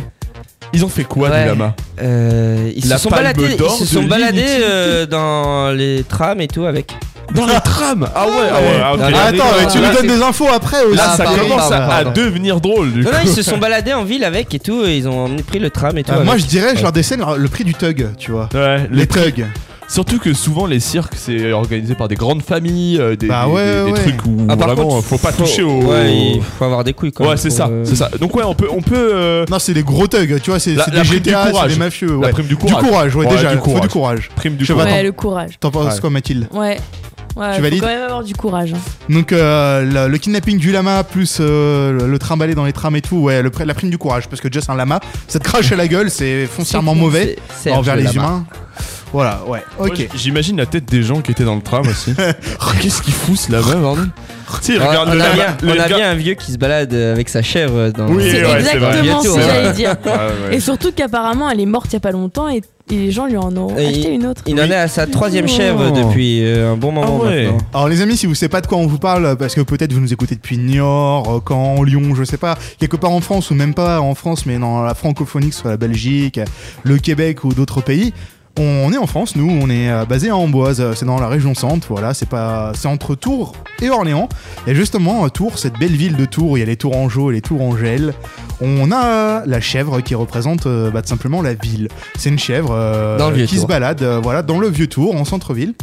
C: Ils ont fait quoi
D: Ouais.
C: du lama
D: Euh, ils,
C: La
D: se sont
C: palme
D: baladés, ils
C: d'or
D: se
C: de
D: sont baladés
C: l'inutilité.
D: euh, dans les trams et tout avec.
C: Dans la trame Ah ouais, ah ouais, ah, ok.
D: Dans la-
B: Ah, attends, mais tu
C: Là,
B: nous donnes
D: c'est-
B: des infos après aussi.
C: Là,
D: Ah,
C: ça
D: pardon,
C: commence
D: pardon,
C: à- à
D: pardon.
C: devenir drôle du
D: Non,
C: coup.
D: non, ils se sont baladés en ville avec et tout, et ils ont emmené- pris le tram et tout.
B: Ah, moi,
D: avec.
B: je dirais, je leur décèle le prix du thug, tu vois.
C: Ouais,
B: Les,
C: les prix-
B: thugs.
C: Surtout que souvent les cirques c'est organisé par des grandes familles, euh, des,
B: Bah
C: des-
B: ouais,
C: des- des
B: ouais.
C: trucs où
D: Ah, par
C: vraiment euh,
D: contre,
C: faut pas toucher au.
D: Ouais, il faut avoir des couilles quand
C: Ouais,
D: même
C: c'est
D: pour,
C: ça,
D: euh,
C: c'est ça. Donc ouais, on peut, on peut. euh,
B: Non, c'est des gros thugs, tu vois, c'est
C: La-
B: c'est
C: la
B: des
C: prime du
B: GTA, c'est
C: courage.
B: des mafieux.
C: La
B: Ouais.
C: prime du
B: Du
C: courage.
B: courage, ouais,
C: Ouais,
B: déjà,
C: du
B: faut du
C: courage.
B: courage.
C: Prime du
B: Je sais
C: courage.
B: attends.
E: Ouais, le courage.
B: T'en penses
C: Ouais.
B: quoi, Mathilde
E: Ouais. Ouais,
B: Tu valides
E: faut quand même avoir du courage. hein.
B: Donc, euh, la- le kidnapping du lama, plus euh, le, le trimballer dans les trams et tout, ouais, le, pr- la prime du courage, parce que déjà, c'est un lama, ça te crache à la gueule, c'est foncièrement
D: c'est-
B: mauvais
D: c'est- c'est
B: envers
D: un peu
B: les
D: la marque.
B: humains. Voilà, ouais,
C: Moi,
B: ok.
C: J'imagine la tête des gens qui étaient dans le tram aussi. Oh, Qu'est-ce qu'ils foutent là-bas, bordel Si,
D: On
C: regarde
D: on
C: le
D: a
C: lama-
D: bien-
C: le
D: on a
C: gars-
D: bien un vieux qui se balade avec sa chèvre dans. hein.
C: Oui,
E: C'est
C: ouais, c'est vrai.
E: exactement
D: Bientôt,
E: ce que
D: ouais.
E: j'allais dire.
C: Ah, ouais.
E: Et surtout qu'apparemment, elle est morte il y a pas longtemps et, et les gens lui en ont
D: Et
E: acheté une autre.
D: Il en est à sa troisième chèvre
C: Non.
D: depuis euh, un bon moment
C: Ah ouais.
D: maintenant.
B: Alors les amis, si vous savez pas de quoi on vous parle, parce que peut-être vous nous écoutez depuis Niort, euh, Caen, Lyon, je sais pas, quelque part en France ou même pas en France, mais dans la francophonie, que ce soit la Belgique, le Québec ou d'autres pays. On est en France, nous, on est euh, basé à Amboise, euh, c'est dans la région centre, voilà, c'est pas, c'est entre Tours et Orléans. Et justement, euh, Tours, cette belle ville de Tours, où il y a les Tourangeaux et les Tourangelles. On a euh, la chèvre qui représente euh, bah, tout simplement la ville. C'est une chèvre euh,
D: Dans le vieux
B: qui se
D: Tours.
B: balade, euh, voilà, dans le vieux Tours, en centre-ville.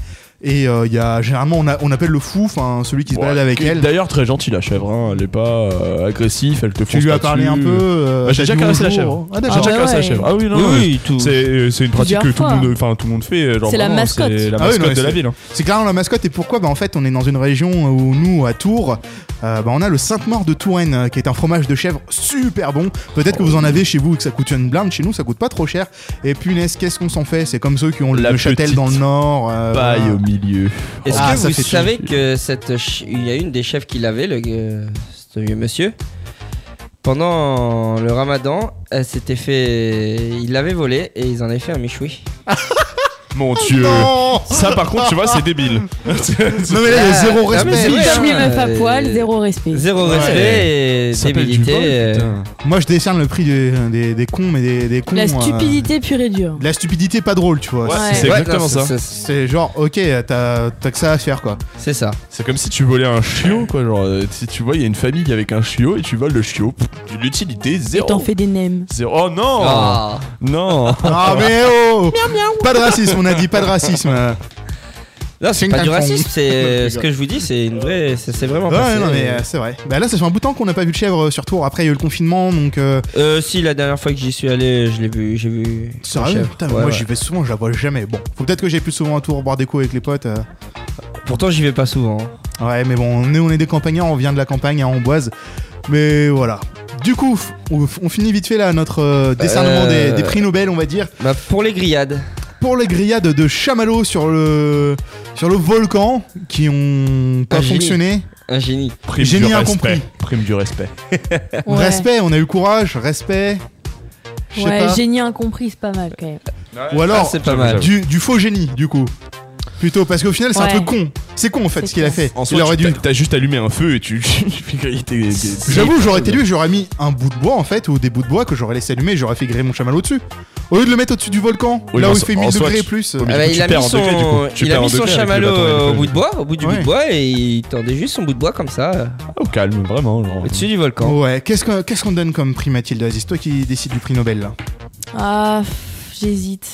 B: Et euh, il y a généralement on, a- on appelle le fou, enfin celui qui se
C: Ouais.
B: balade avec
C: Et
B: elle.
C: D'ailleurs, très gentille la chèvre, hein. elle est pas euh, agressive, elle te
B: Tu
C: fonce
B: lui
C: pas
B: as parlé
C: dessus.
B: un peu. euh,
C: Bah, J'ai
B: t'as
C: déjà
B: dit
C: caressé la
B: bonjour.
C: chèvre.
B: Ah
C: J'ai
B: d'accord.
E: Ah
C: déjà
E: ouais.
C: caressé la chèvre. Ah oui, non,
D: Oui,
C: non,
D: oui, tout.
C: C'est euh, c'est une pratique
E: Plusieurs
C: que tout le
E: fois.
C: monde, enfin tout le monde fait. genre,
E: C'est la
C: vraiment,
E: mascotte.
C: C'est la
B: Ah oui,
C: mascotte
B: non, mais
C: de la
B: c'est-
C: ville. hein.
B: C'est clairement la mascotte et pourquoi Bah en fait on est dans une région où nous à Tours, euh, bah, on a le Sainte-Maure de Touraine euh, qui est un fromage de chèvre super bon. Peut-être que vous en avez chez vous et que ça coûte une blinde, chez nous ça coûte pas trop cher. Et punaise qu'est-ce qu'on s'en fait C'est comme ceux qui ont
C: La
B: le châtel
C: petite
B: dans le nord. euh,
C: Paille
B: voilà.
C: au milieu.
D: Est-ce
B: Ah,
D: que
B: ça
D: vous
B: fait tout.
D: savez que cette ch- il y a une des chefs qui l'avait, le euh, ce vieux monsieur pendant le ramadan, elle s'était fait. Il l'avait volé et ils en avaient fait un michoui.
C: Mon dieu.
B: Non
C: Ça, par contre, tu vois, c'est débile.
B: Non mais là il y a
D: Ah,
B: zéro
D: ah, mais
B: respect.
D: c'est vrai.
E: Michoui
D: hein,
E: meuf à
D: euh,
E: poil, zéro respect.
D: Zéro
B: Ouais.
D: respect et
C: Ça s'appelle du
D: débilité.
C: vol,
D: euh,
C: putain.
B: Moi je décerne le prix des, des, des cons mais des, des cons.
E: La
B: euh,
E: stupidité pure et dure.
B: de la stupidité pas drôle tu vois.
E: Ouais.
C: C'est
D: ouais,
C: exactement
D: non,
C: ça.
D: c'est- c'est-
B: C'est genre, ok, t'as t'as que ça à faire quoi.
D: C'est ça.
C: C'est comme si tu volais un chiot, quoi. Genre, euh, si tu vois, il y a une famille avec un chiot et tu voles le chiot. Pff, L'utilité,
E: Et t'en
C: zéro.
E: fais des nems.
C: Zéro. Oh non
D: Ah.
C: Non
B: Ah mais oh Pas de racisme, on a dit pas de racisme. C'est
D: Non, c'est
B: une
D: pas du
B: plateforme.
D: racisme,
B: Je
D: c'est euh, ce
B: rigole.
D: que je vous dis, c'est une vraie, c'est c'est vraiment
B: Ouais,
D: passé.
B: non mais euh, c'est vrai. Bah là, ça fait un bout de temps qu'on n'a pas vu de chèvre euh, sur tour. Après, il y a eu le confinement, donc. Euh,
D: Euh, si la dernière fois que j'y suis allé, je l'ai vu, j'ai vu.
B: c'est
D: la
B: vrai,
D: chèvre.
B: putain,
D: Ouais,
B: moi
D: ouais.
B: j'y vais souvent, je la vois jamais. Bon, faut peut-être que j'aille plus souvent à tour boire des coups avec les potes. euh.
D: Pourtant, j'y vais pas souvent. hein.
B: Ouais, mais bon, on est, on est des campagnards, on vient de la campagne à Amboise. Mais voilà. Du coup, on, on finit vite fait là notre euh, décernement
D: Euh.
B: des, des prix Nobel, on va dire,
D: Bah, pour les grillades.
B: pour les grillades de chamallows sur le, sur le volcan qui ont pas
D: Un génie.
B: fonctionné.
D: Un génie.
C: Prime
B: J'ai
C: du
B: mis un
C: respect.
B: compris.
C: Prime du respect.
E: Ouais.
B: Respect, on a eu courage, respect. Je sais
E: Ouais,
B: pas.
E: génie incompris, c'est pas mal quand même.
B: Ou
D: Ah,
B: alors
D: c'est pas
C: j'avoue,
D: mal.
C: j'avoue.
B: du, du faux génie, du coup. Plutôt, parce qu'au final, c'est
E: Ouais.
B: un truc con. C'est con en fait
E: C'est
B: ce qu'il a
E: clair.
B: fait.
C: En
B: Il
C: soi,
B: aurait
C: tu-
B: dû.
C: t'as- t'as juste allumé un feu et tu, tu fais griller tes- tes- tes-
B: J'avoue, j'aurais été lui, j'aurais mis un bout de bois en fait, ou des bouts de bois que j'aurais laissé allumer et j'aurais fait griller mon chamallow dessus. Au lieu de le mettre au-dessus du volcan,
C: Oui,
B: là
C: mais
B: où
C: en
B: il
C: so-
B: fait
C: en
B: 1000
C: soi,
B: degrés et
C: tu-
B: plus. euh,
C: Oui, mais
D: Ah bah,
C: du coup,
D: il
C: tu
D: a
C: perds
D: mis
C: en degré, du coup.
D: son,
C: Tu
D: il
C: perds
D: a
C: en
D: mis son
C: degré avec le
D: chamallow
C: bâton et le
D: euh, au
C: feu.
D: bout de bois, au bout du bout
B: Ouais.
D: de bois, et il tendait juste son bout de bois comme ça, euh,
C: Au calme, vraiment. genre.
D: au-dessus du volcan.
B: Ouais, qu'est-ce qu'on qu'est-ce qu'on donne comme prix Mathilde Vas-y, C'est toi qui décides du prix Nobel là.
E: Ah, pff, j'hésite.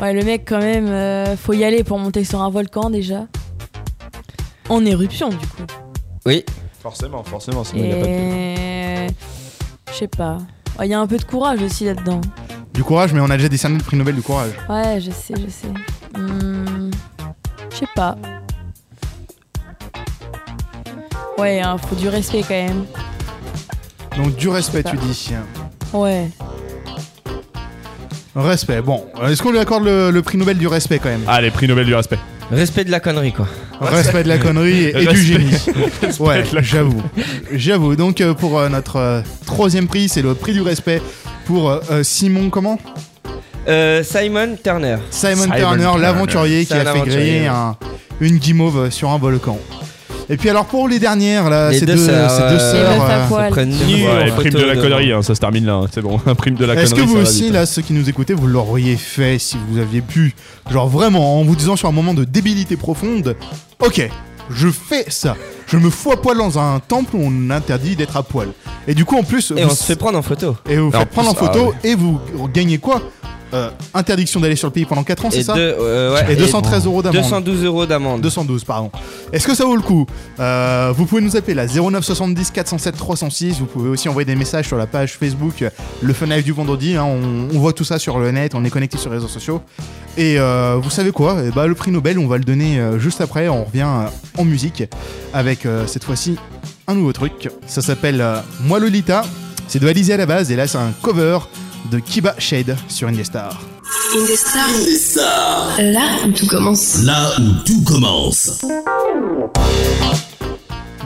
E: Ouais, le mec, quand même, euh, faut y aller pour monter sur un volcan déjà. En éruption, du coup.
D: Oui.
C: Forcément, forcément, sinon y a pas de-
E: Et. Je sais pas. Il y a un peu de courage aussi là-dedans.
B: Du courage, mais on a déjà décerné le prix Nobel du courage.
E: Ouais, je sais, je sais. Hmm, je sais pas. Ouais, hein, faut du respect quand même.
B: Donc du respect,
E: pas.
B: tu dis.
E: Ouais.
B: Respect, bon. Est-ce qu'on lui accorde le, le prix Nobel du respect quand même
C: Allez, prix Nobel du respect.
D: Respect de la connerie, quoi.
B: Respect de la connerie et, et du
C: Respect.
B: génie. ouais,
C: de la
B: j'avoue. J'avoue. Donc euh, pour euh, notre euh, troisième prix, c'est le prix du respect pour euh, euh, Simon, comment
D: Euh, Simon Turner.
B: Simon,
C: Simon
B: Turner,
C: Turner.
B: l'aventurier qui
D: C'est un
B: a fait
D: aventurier,
B: griller
D: ouais.
B: un- une guimauve sur un volcan. Et puis alors pour les dernières, là,
D: Les
B: ces
D: deux
B: deux,
D: sœurs,
B: ces deux
D: euh,
E: Les
B: sœurs.
E: meufs à
B: euh,
E: poil.
D: Prennent nu en
C: Ouais, et prime
D: photo
C: de la
D: devant.
C: connerie, hein, ça se termine là. hein, C'est bon, un prime de la connerie.
B: Est-ce que vous
C: ça va
B: aussi,
C: vite, hein.
B: là, ceux qui nous écoutez, vous l'auriez fait si vous aviez pu Genre vraiment, en vous disant sur un moment de débilité profonde, ok, je fais ça. Je me fous à poil dans un temple où on interdit d'être à poil. Et du coup, en plus,
D: Et
B: vous,
D: on se fait prendre en photo.
B: et vous
C: Ah, en
B: faites prendre en
C: plus, ah
B: photo et vous gagnez quoi Euh, Interdiction d'aller sur le pays pendant 4 ans, c'est
D: Et,
B: ça
D: deux- euh, ouais,
B: Et 213 euros d'amende.
D: 212 euros d'amende.
B: 212, pardon. Est-ce que ça vaut le coup Euh, Vous pouvez nous appeler la 0970 407 306. Vous pouvez aussi envoyer des messages sur la page Facebook euh, Le Fun Live du vendredi. hein. on, on voit tout ça sur le net, on est connecté sur les réseaux sociaux. Et euh, vous savez quoi Eh ben, Le prix Nobel, on va le donner euh, juste après. On revient euh, en musique avec euh, cette fois-ci un nouveau truc. Ça s'appelle euh, Moi Lolita. C'est de Alizé à la base et là c'est un cover de Kiba Shade sur Indestar.
A: Indestar. Là où tout commence.
F: Là où tout commence.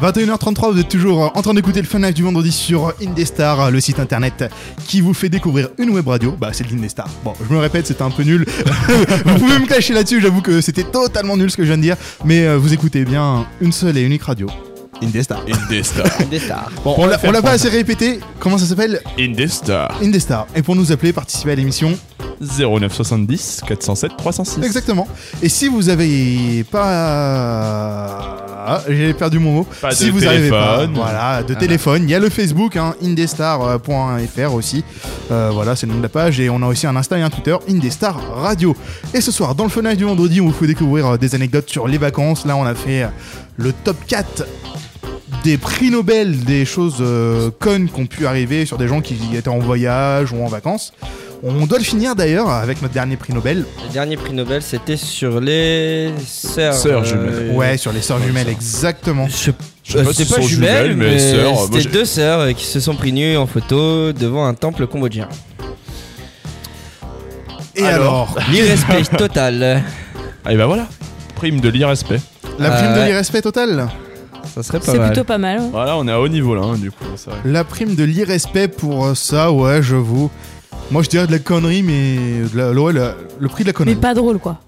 B: 21h33, vous êtes toujours en train d'écouter le Fun Live du vendredi sur Indestar, le site internet qui vous fait découvrir une web radio. Bah, c'est de l'Indestar. Bon, je me répète, c'était un peu nul. vous pouvez me clasher là-dessus, j'avoue que c'était totalement nul ce que je viens de dire. Mais euh, vous écoutez bien une seule et unique radio. Indestar.
C: Indestar.
D: Indestar.
B: Bon, on l'a- on l'a pas assez répété. Comment ça s'appelle
C: Indestar.
B: Indestar. Et pour nous appeler, participer à l'émission.
C: 0970 407 306.
B: Exactement. Et si vous avez pas. Ah, J'ai perdu mon mot.
C: Pas
B: si
C: de
B: vous arrivez pas,
C: téléphone. Ah.
B: voilà, de téléphone. Il y a le Facebook, hein, indestar.fr aussi. Euh, voilà, c'est le nom de la page. Et on a aussi un Insta et un Twitter, Indestar Radio. Et ce soir, dans le fenêtre du vendredi, on vous fait découvrir euh, des anecdotes sur les vacances. Là, on a fait euh, le top 4 des prix Nobel, des choses euh, connes qui ont pu arriver sur des gens qui étaient en voyage ou en vacances. On doit le finir d'ailleurs avec notre dernier prix Nobel.
D: Le dernier prix Nobel, c'était sur les sœurs. euh,
C: Sœurs jumelles.
B: Ouais, sur les sœurs
D: Ouais,
B: jumelles,
D: ça.
B: exactement.
D: Je sais
C: Je sais
D: pas, c'était
C: si
D: pas
C: ce sont
D: jumelles, mais,
C: sœurs. Moi,
D: c'était
C: j'ai-
D: deux sœurs euh, qui se sont pris nues en photo devant un temple cambodgien.
B: Et alors,
D: L'irrespect total.
C: Ah, et bah voilà. Prime de l'irrespect.
B: la
D: Ah
B: prime de
D: ouais.
B: l'irrespect total
D: Ça serait pas
E: C'est
D: mal.
E: plutôt pas mal. ouais.
C: Voilà, on est à haut niveau là, hein, du coup. c'est vrai.
B: La prime de l'irrespect pour euh, ça, ouais, je vous. Moi, je dirais de la connerie, mais. de la- ouais, la- le prix de la
E: Mais
B: connerie.
E: pas drôle, quoi.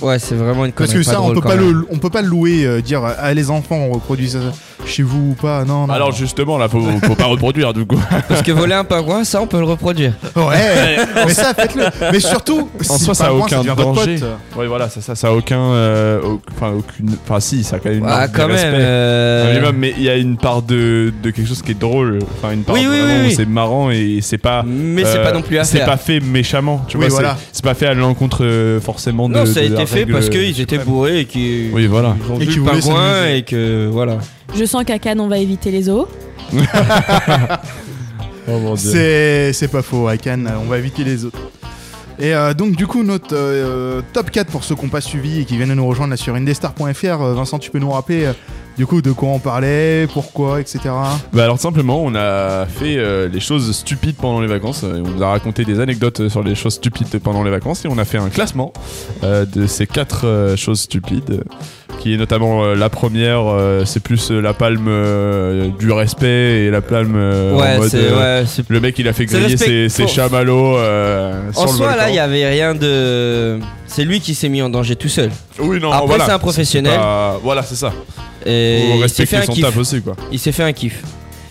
D: Ouais, c'est vraiment une
B: Parce
D: connerie.
B: que ça, on
D: drôle
B: peut
D: quand
B: pas,
D: même.
B: le, on peut pas le louer, euh, dire euh, ah, les enfants, on reproduit ça chez vous ou pas. Non, non.
C: Alors justement, là, faut, faut pas reproduire, du coup.
D: Parce que voler un pingouin, ça, on peut le reproduire.
B: Ouais, mais ça, faites-le. Mais surtout,
C: En
B: si
C: soi,
B: le
C: ça a
B: pingouin,
C: aucun
B: devient votre
C: danger.
B: pote, euh,
C: Ouais, voilà, ça, ça, ça a aucun. euh, au- Enfin, aucune. Enfin, si, ça a quand même une.
D: Ah,
C: marque de
D: quand même.
C: respect.
D: euh,
C: Un minimum, mais il y a une part de, de quelque chose qui est drôle. Enfin, une part
D: Oui, oui,
C: vraiment
D: oui,
C: où
D: oui.
C: c'est marrant et c'est pas.
D: Mais c'est
C: euh,
D: pas non plus à
C: C'est
D: faire.
C: pas fait méchamment, tu
B: Oui,
C: vois.
B: voilà.
C: C'est, c'est pas fait à l'encontre euh, forcément de.
D: Non, ça a
C: de la
D: été fait
C: règle
D: parce qu'ils étaient bourrés et qu'ils
C: Oui, voilà.
D: ils ont
B: Et
D: vu
B: qu'ils
D: le
B: voulaient
D: pingouin
B: s'amuser.
D: et que voilà.
E: Je sens qu'à Cannes, on va éviter les zoos.
D: Oh,
B: C'est, c'est pas faux, Ican, on va éviter les autres. Et euh, donc du coup notre euh, top 4 pour ceux qui n'ont pas suivi et qui viennent de nous rejoindre là sur indestar.fr, euh, Vincent tu peux nous rappeler euh, Du coup, de quoi on parlait, pourquoi, etc.
C: Bah alors tout simplement, on a fait euh, les choses stupides pendant les vacances. Euh, On nous a raconté des anecdotes sur les choses stupides pendant les vacances et on a fait un classement euh, de ces quatre euh, choses stupides. euh, Qui est notamment euh, la première, euh, c'est plus euh, la palme euh, du respect et la palme euh, en
D: ouais,
C: mode,
D: c'est.
C: euh,
D: ouais, c'est-
C: le mec il a fait
D: C'est
C: griller
D: respect-
C: ses, ses
D: faut-
C: chamallows euh, sur
D: En
C: le
D: soi,
C: volcan.
D: là, il n'y avait rien de. C'est lui qui s'est mis en danger tout seul.
C: Oui, non,
D: Après,
C: voilà.
D: c'est un professionnel.
C: Bah, voilà, c'est ça.
D: Et
C: Faut
D: il s'est fait
C: respecter
D: un
C: son
D: kiff.
C: taf aussi, quoi.
D: Il s'est fait un kiff.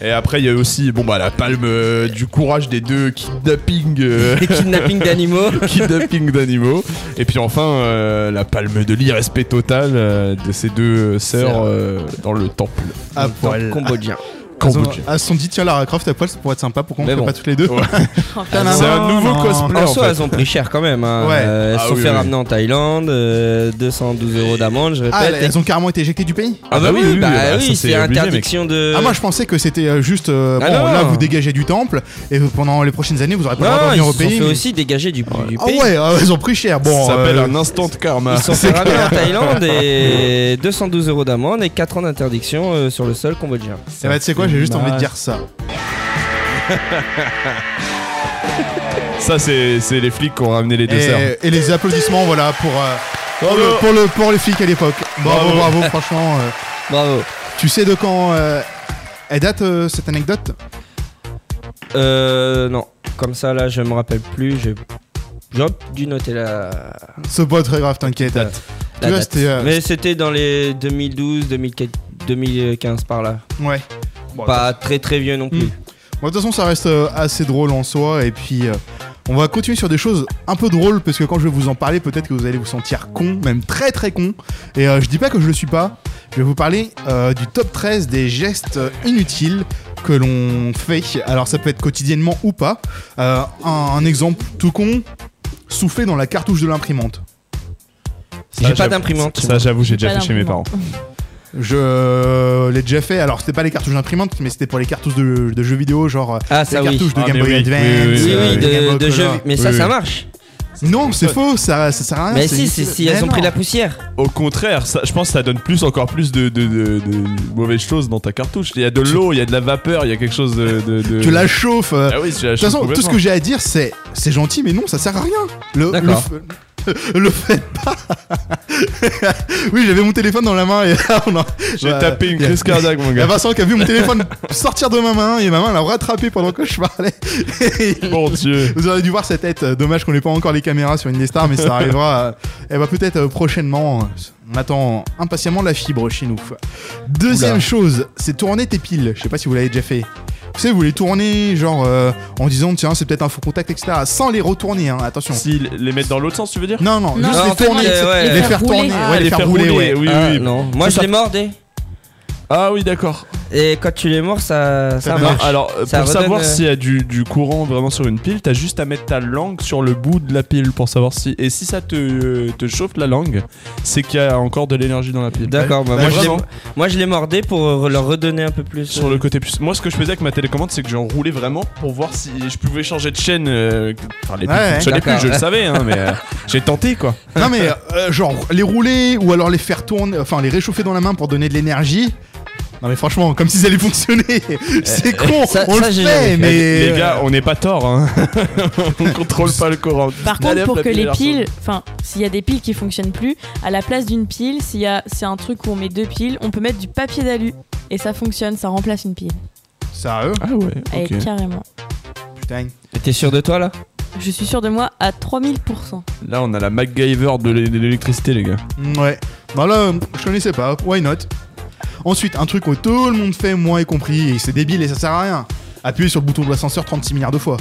C: Et après, il y a aussi, bon bah, la palme euh, du courage des deux kidnapping, euh,
D: Des kidnappings d'animaux.
C: kidnapping d'animaux. Et puis enfin, euh, la palme de l'irrespect total euh, de ces deux sœurs euh, dans le temple
B: À
D: dans le cambodgien.
C: cambodgien.
B: À son dit, tiens, Lara Croft à poil, ça pourrait être sympa, pourquoi on
D: Mais
B: fait
D: bon.
B: pas toutes les deux
C: Ouais.
E: Oh,
B: Ah, non.
E: putain.
C: C'est un nouveau
B: non.
C: cosplay.
D: En
C: en
D: soi,
C: fait.
D: elles ont pris cher quand même. Hein.
B: Ouais.
D: Euh, elles se
C: Ah
D: sont
C: oui,
D: fait
C: oui.
D: ramener en Thaïlande, euh, 212 euros d'amende, je répète.
B: Ah, elles ont carrément été éjectées du pays
C: Ah bah oui, oui,
D: bah
C: oui, bah, ça,
D: oui,
C: c'est
D: c'est
C: obligé,
D: interdiction de.
B: Ah moi je pensais que c'était euh, juste euh,
D: Ah
B: bon
D: non.
B: là vous dégagez du temple et euh, pendant les prochaines années vous aurez pas le droit de
D: non,
B: revenir
D: ils
B: au
D: se sont
B: pays.
D: fait
B: mais-
D: aussi dégager du, du
B: Ah
D: pays.
B: ouais, euh, ils ont pris cher. Bon,
C: ça s'appelle
B: euh,
C: un instant de karma.
D: Ils se sont fait ramener en Thaïlande et 212 euros d'amende et 4 ans d'interdiction euh, sur le sol cambodgien.
B: eh ben, tu sais quoi, j'ai juste envie de dire ça.
C: Ça, c'est c'est les flics qui ont ramené les deux sœurs.
B: Et, et les applaudissements voilà pour euh, pour,
C: Bravo.
B: le, pour le pour les flics à l'époque. Bravo,
C: Bravo.
B: bravo, franchement. euh,
D: Bravo.
B: tu sais de quand euh, elle date euh, cette anecdote
D: Euh, non, comme ça là, je me rappelle plus. J'ai j'ai dû noter la,
B: C'est pas très grave, t'inquiète.
D: Date.
B: Tu
D: la
B: vois,
D: date.
B: c'était, euh,
D: Mais c'était dans les 2012, 2004, 2015 par là.
B: Ouais. Bon,
D: Pas très très vieux non plus.
B: Mm. Bon, de toute façon, ça reste euh, assez drôle en soi. Et puis, euh, on va continuer sur des choses un peu drôles. Parce que quand je vais vous en parler, peut-être que vous allez vous sentir con, même très très con. Et euh, je dis pas que je le suis pas. Je vais vous parler euh, du top 13 des gestes euh, inutiles que l'on fait. Alors, ça peut être quotidiennement ou pas. Euh, un, un exemple tout con souffler dans la cartouche de l'imprimante.
C: Ça,
D: J'ai pas
C: j'avoue-
D: d'imprimante.
C: Ça, j'avoue, j'ai déjà
E: Pas
C: fait chez mes parents.
E: d'imprimante.
B: Je euh, l'ai déjà fait. Alors, c'était pas les cartouches d'imprimante, mais c'était pour les cartouches de, de jeux vidéo, genre euh,
D: Ah
B: les
D: ça oui.
B: cartouches de
C: Ah,
B: Game
C: mais
B: Boy
C: oui,
B: Advance.
C: oui,
D: Oui,
B: euh,
D: oui,
B: Game Boy
D: de, de jeux.
B: Color.
D: Mais ça,
C: Oui,
D: ça
C: oui.
D: marche.
B: Non, c'est faux, ça, ça sert à rien.
D: mais
B: Ah, c'est
D: si, si,
B: inutile.
D: si, elles
B: Mais
D: ont pris
B: non.
D: la poussière.
C: Au contraire, ça- je pense que ça donne plus, encore plus de, de- de- de mauvaises choses dans ta cartouche. Il y a de l'eau, il y a de la vapeur, il y a quelque chose de. de- de-
B: Tu la chauffes. euh.
C: Ah oui, tu la
B: De toute façon, tout ce que j'ai à dire, c'est c'est gentil, mais non, ça sert à rien. Le, le
D: D'accord.
B: f- le faites pas. oui, j'avais mon téléphone dans la main et là, on en-
C: J'ai
B: bah,
C: tapé une
B: y a-
C: crise cardiaque, mon
B: Il y a
C: gars.
B: Vincent qui a vu mon téléphone sortir de ma main et ma main l'a rattrapé pendant que je parlais.
C: Mon dieu.
B: Vous auriez dû voir sa tête. euh, Dommage qu'on n'ait pas encore les caméras sur une Star, mais ça arrivera. euh, Elle va peut-être euh, prochainement. On attend impatiemment la fibre chez nous. Deuxième
D: Oula.
B: chose, c'est tourner tes piles. Je sais pas si vous l'avez déjà fait. Vous savez, vous les tournez genre euh, en disant tiens, c'est peut-être un faux contact, etc. Sans les retourner, hein, attention.
C: Si les mettre dans l'autre sens, tu veux dire
B: Non, non,
E: Non,
B: juste
D: en
B: les
D: fait,
B: tourner,
D: les-
B: c'est-
D: ouais,
B: les,
E: les
B: faire
E: faire
B: tourner.
E: rouler.
B: ouais,
E: Ah,
B: les, faire rouler, ouais.
C: oui,
D: Ah,
C: oui.
D: non. Moi,
C: Ça,
D: je
C: ça-
D: l'ai mordé.
C: Ah oui, d'accord.
D: Et quand tu les mords, ça, ça
B: fait
C: Non,
D: marche.
C: alors, euh,
D: Ça
C: pour
D: redonne,
C: savoir
D: euh,
C: s'il y a du, du courant vraiment sur une pile, t'as juste à mettre ta langue sur le bout de la pile pour savoir si. Et si ça te, euh, te chauffe la langue, c'est qu'il y a encore de l'énergie dans la pile.
D: D'accord, bah,
B: Bah,
D: moi, je
C: Ah, vraiment.
D: l'ai- moi je l'ai mordé pour euh, leur redonner un peu plus. euh,
C: sur le côté plus. Moi, ce que je faisais avec ma télécommande, c'est que j'enroulais vraiment pour voir si je pouvais changer de chaîne. euh, Enfin, les
B: Ouais,
C: piles fonctionnaient plus,
D: d'accord.
C: je le savais, hein, mais euh, j'ai tenté quoi.
B: Non mais euh, genre les rouler ou alors les faire tourner, enfin les réchauffer dans la main pour donner de l'énergie. Non mais franchement, comme si ça allait fonctionner. C'est con,
D: Eh, ça-
B: on
D: ça,
B: le
D: j'ai
B: fait,
D: jamais fait.
B: mais
C: Les gars, on n'est pas tort, hein. on contrôle pas le courant.
E: Par
C: Allez,
E: contre,
C: hop,
E: pour
C: la
E: que
C: pile
E: les
C: est
E: piles, enfin, s'il y a des piles qui fonctionnent plus, à la place d'une pile, s'il y a, s'il y a un truc où on met deux piles, on peut mettre du papier d'alu et ça fonctionne, ça remplace une pile.
B: sérieux,
C: Ah ouais,
E: Et
C: ok.
E: carrément.
B: putain.
D: T'es sûr de toi là
E: Je suis sûre de moi à 3000%.
C: Là, on a la MacGyver de l'é- de l'électricité, les gars.
B: Ouais. Bah là, je connaissais pas. Why not Ensuite, un truc que tout le monde fait, moi y compris, et c'est débile et ça sert à rien. Appuyer sur le bouton de l'ascenseur 36 milliards de fois.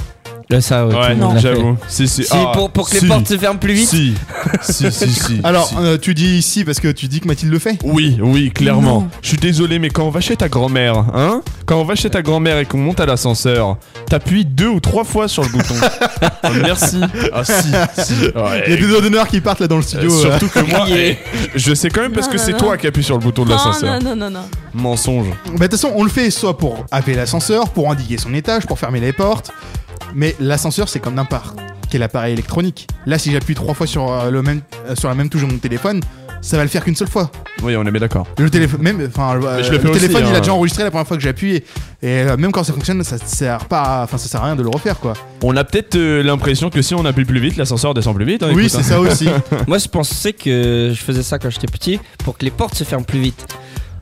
D: Là, ça, ouais. tout le monde l'a fait.
C: j'avoue. Si, si.
D: Si,
C: ah,
D: pour, pour que
C: si.
D: les portes se ferment plus vite.
C: Si, si, si, si.
B: Alors,
C: si.
B: euh, tu dis ici parce que tu dis que Mathilde le fait.
C: Oui, oui, clairement.
E: Non.
C: Je suis désolé, mais quand on va chez ta grand-mère, hein Quand on va chez ta grand-mère et qu'on monte à l'ascenseur, t'appuies deux ou trois fois sur le bouton. Oh, merci. Ah si, si. Ouais.
B: Il y a des ordinateurs qui partent là dans le
C: Eh. Euh,
B: studio. euh.
C: surtout que moi,
D: Crier.
C: eh, je sais quand même parce
E: Non,
C: que
E: non,
C: c'est
E: non.
C: toi qui appuies sur le bouton de
E: Non,
C: l'ascenseur.
E: non, Ah, non, non, non.
C: Mensonge.
B: Bah, de toute façon, on le fait soit pour appeler l'ascenseur, pour indiquer son étage, pour fermer les portes. Mais l'ascenseur, c'est comme l'impart. marqué l'appareil électronique. Là, si j'appuie trois fois sur, euh, le même, euh, sur la même touche de mon téléphone, ça va le faire qu'une seule fois.
C: Oui, on est bien d'accord.
B: Le téléphone, même, enfin, euh,
C: Mais je le
B: le,
C: fais aussi,
B: téléphone, il
C: hein.
B: a déjà enregistré la première fois que j'ai appuyé. Et euh, même quand ça fonctionne, ça sert pas, à- enfin, ça sert à rien de le refaire, quoi.
C: On a peut-être euh, l'impression que si on appuie plus vite, l'ascenseur descend plus vite. hein,
B: oui,
C: écoute,
B: c'est
C: hein.
B: ça aussi.
D: Moi, je pensais que je faisais ça quand j'étais petit pour que les portes se ferment plus vite.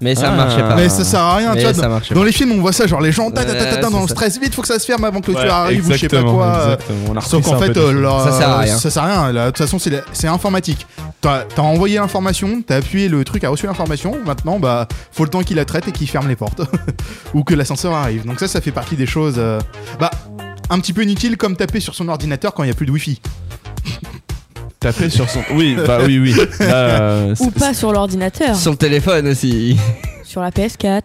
D: Mais ça
C: Ah.
D: marchait pas.
C: Ah.
B: Mais ça sert à rien,
D: Mais
B: tu vois.
D: ça
B: Dans,
D: marche
B: dans les films, on voit ça, genre les gens, ta, ta, ta, ta, ta,
D: Ouais,
B: dans
D: c'est
B: le
D: ça.
B: stress, vite, faut que ça se ferme avant que le tueur
C: Ouais,
B: arrive ou je sais pas
C: exactement,
B: quoi. euh,
C: exactement. On a repris
B: Sauf
C: ça
B: qu'en
C: un
B: fait,
C: peu
B: euh,
C: de-
B: leur-
D: Ça sert à rien.
B: ça sert à rien. là. De toute façon, c'est la- c'est informatique. T'as as envoyé l'information, t'as appuyé le truc, a reçu l'information. Maintenant, bah, faut le temps qu'il la traite et qu'il ferme les portes. Ou que l'ascenseur arrive. Donc, ça, ça fait partie des choses. euh, bah, un petit peu inutile comme taper sur son ordinateur quand il n'y a plus de wifi.
C: Taper sur son. Oui, bah oui, oui. Là, euh,
E: Ou
C: c'est-
E: pas sur l'ordinateur,
D: Sur le téléphone aussi.
E: sur la PS4.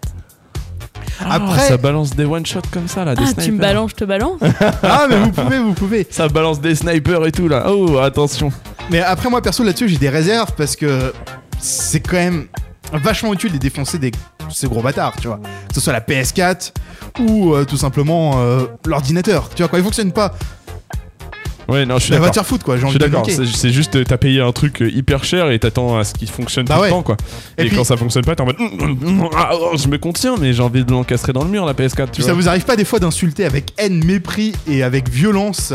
C: Ah,
B: Après-
C: ça balance des one shots comme ça là. Des
E: Ah,
C: snipers.
E: tu me balances, je te balance.
B: ah, mais vous pouvez, vous pouvez.
C: Ça balance des snipers et tout là. Oh, attention.
B: Mais après, moi, perso, là-dessus, j'ai des réserves parce que c'est quand même vachement utile de défoncer des... ces gros bâtards, tu vois. Que ce soit la PS4 ou euh, tout simplement euh, l'ordinateur. Tu vois, quand il fonctionne pas,
C: Ouais, non, je suis
B: ça va
C: d'accord.
B: te faire foutre, quoi. J'ai
C: Je
B: envie
C: suis
B: de
C: d'accord,
B: niquer.
C: c'est c'est juste euh, t'as payé un truc euh, hyper cher et t'attends à ce qu'il fonctionne
B: Bah
C: tout
B: ouais.
C: le temps quoi.
B: Et
C: Et,
B: puis-
C: quand ça fonctionne pas, t'es en mode Ah, oh, je me contiens mais j'ai envie de l'encastrer dans le mur la PS4 tu
B: Puis ça
C: vois.
B: vous arrive pas des fois d'insulter avec haine, mépris et avec violence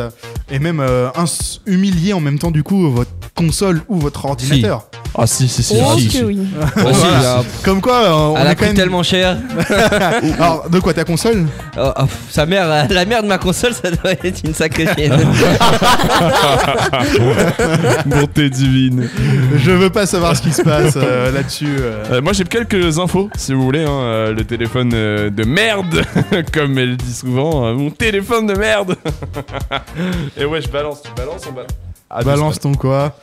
B: et même euh, ins- humilier en même temps du coup votre console ou votre ordinateur.
C: Ah si si si.
E: Oh,
C: si,
E: que
C: si.
E: oui.
D: Aussi,
B: Voilà.
D: là,
B: Comme quoi, euh, on
D: elle a
B: est quand
D: coûté
B: même.
D: tellement cher.
B: Alors de quoi ta console
D: Oh, oh, pff, sa mère, euh, la mère de ma console, ça doit être une sacrée chienne.
B: Ah,
C: Bonté divine.
B: Je veux pas savoir ce qui se passe euh, là-dessus. euh.
C: Euh, moi j'ai quelques infos si vous voulez. hein. Euh, le téléphone euh, de merde, comme elle dit souvent, euh, mon téléphone de merde. et ouais, je balance, tu balances, on ba- Ah,
B: Balance ton quoi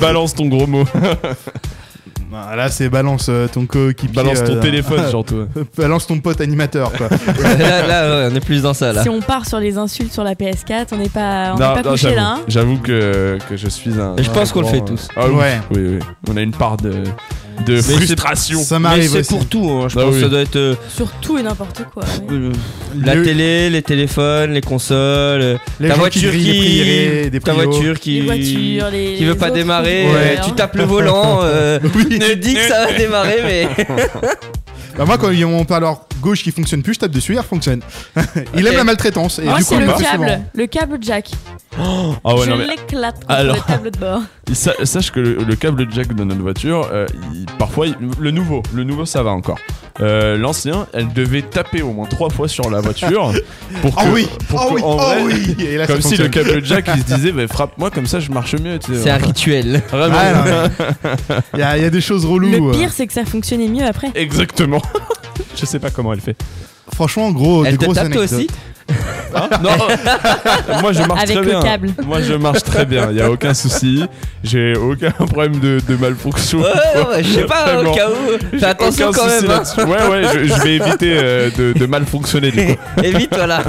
C: balance ton gros mot.
B: Bah, Là c'est balance euh, ton coéquipier.
C: Balance ton
B: euh,
C: téléphone, genre toi.
B: Balance ton pote animateur quoi.
D: là, là, ouais, on est plus dans ça là.
E: Si on part sur les insultes sur la PS4, on n'est pas, on
C: Non,
E: n'est pas
C: non,
E: couché
C: j'avoue.
E: là. hein.
C: J'avoue que, que je suis un.
D: Et je
C: un
D: pense qu'on le
C: grand,
D: fait
C: euh,
D: tous.
C: Ah oui,
B: Ouais.
C: oui, oui. On a une part de, de
D: c'est-
C: frustration.
B: Ça
D: Mais
B: m'arrive
D: c'est
B: aussi. Bah
D: pour tout, hein, je
C: Ah
D: pense
C: oui.
D: que ça doit être euh,
E: Sur tout et n'importe quoi. ouais.
D: euh, la
B: Le-
D: télé, les téléphones, les consoles, euh,
B: les
D: ta
B: gens qui
D: voiture
B: grillent, les prieurés, des
D: ta
B: prios.
D: voiture qui
E: Les voitures, les.
D: qui veut
E: les
D: pas
E: autres
D: démarrer,
E: conducteurs.
B: Ouais,
D: euh, tu tapes le volant, euh, ne dis que ça va démarrer mais
B: Bah, moi quand ils ont pas leur gauche qui fonctionne plus, je tape dessus, il fonctionne. Il
D: Ok.
B: aime la maltraitance et
E: Moi,
B: du coup bah,
E: Oh, Ah, c'est
B: il
E: le
B: part souvent.
E: câble, le câble jack.
C: Ah ouais,
E: je
C: non, mais
E: l'éclate contre
C: Alors-
E: le tableau de bord.
C: sa- sache que le, le câble jack de notre voiture, euh, il- parfois, il- le nouveau, le nouveau ça va encore. Euh, L'ancien, elle devait taper au moins trois fois sur la voiture pour que,
B: Oh oui,
C: pour
B: oh
C: que,
B: oui,
C: en vrai,
B: oh oui. Et là, ça
C: comme si le
B: fonctionne.
C: câble jack il se disait bah, frappe-moi comme ça je marche mieux. tu sais.
D: c'est un rituel.
C: Vraiment.
B: Ouais, Ah, non, mais Il y, a il y a des choses reloues.
E: Le
B: euh.
E: pire, c'est que ça fonctionnait mieux après.
C: Exactement. je sais pas comment elle fait.
B: Franchement, gros,
D: Elle
B: des
D: te
B: grosses
D: tape toi
B: anecdotes.
D: aussi
C: Hein non, euh, moi je marche
E: Avec
C: très
E: le
C: bien.
E: câble.
C: Moi je marche très bien, il y a aucun souci. J'ai aucun problème de, de malfonction.
D: Ouais, ouais, ouais, je sais pas
C: Vraiment.
D: au cas où. Fais
C: J'ai
D: attention
C: aucun
D: quand
C: souci
D: même. hein.
C: là-dessus. Ouais, ouais, je, je vais éviter euh, de, de mal fonctionner du coup.
D: Évite hein. voilà.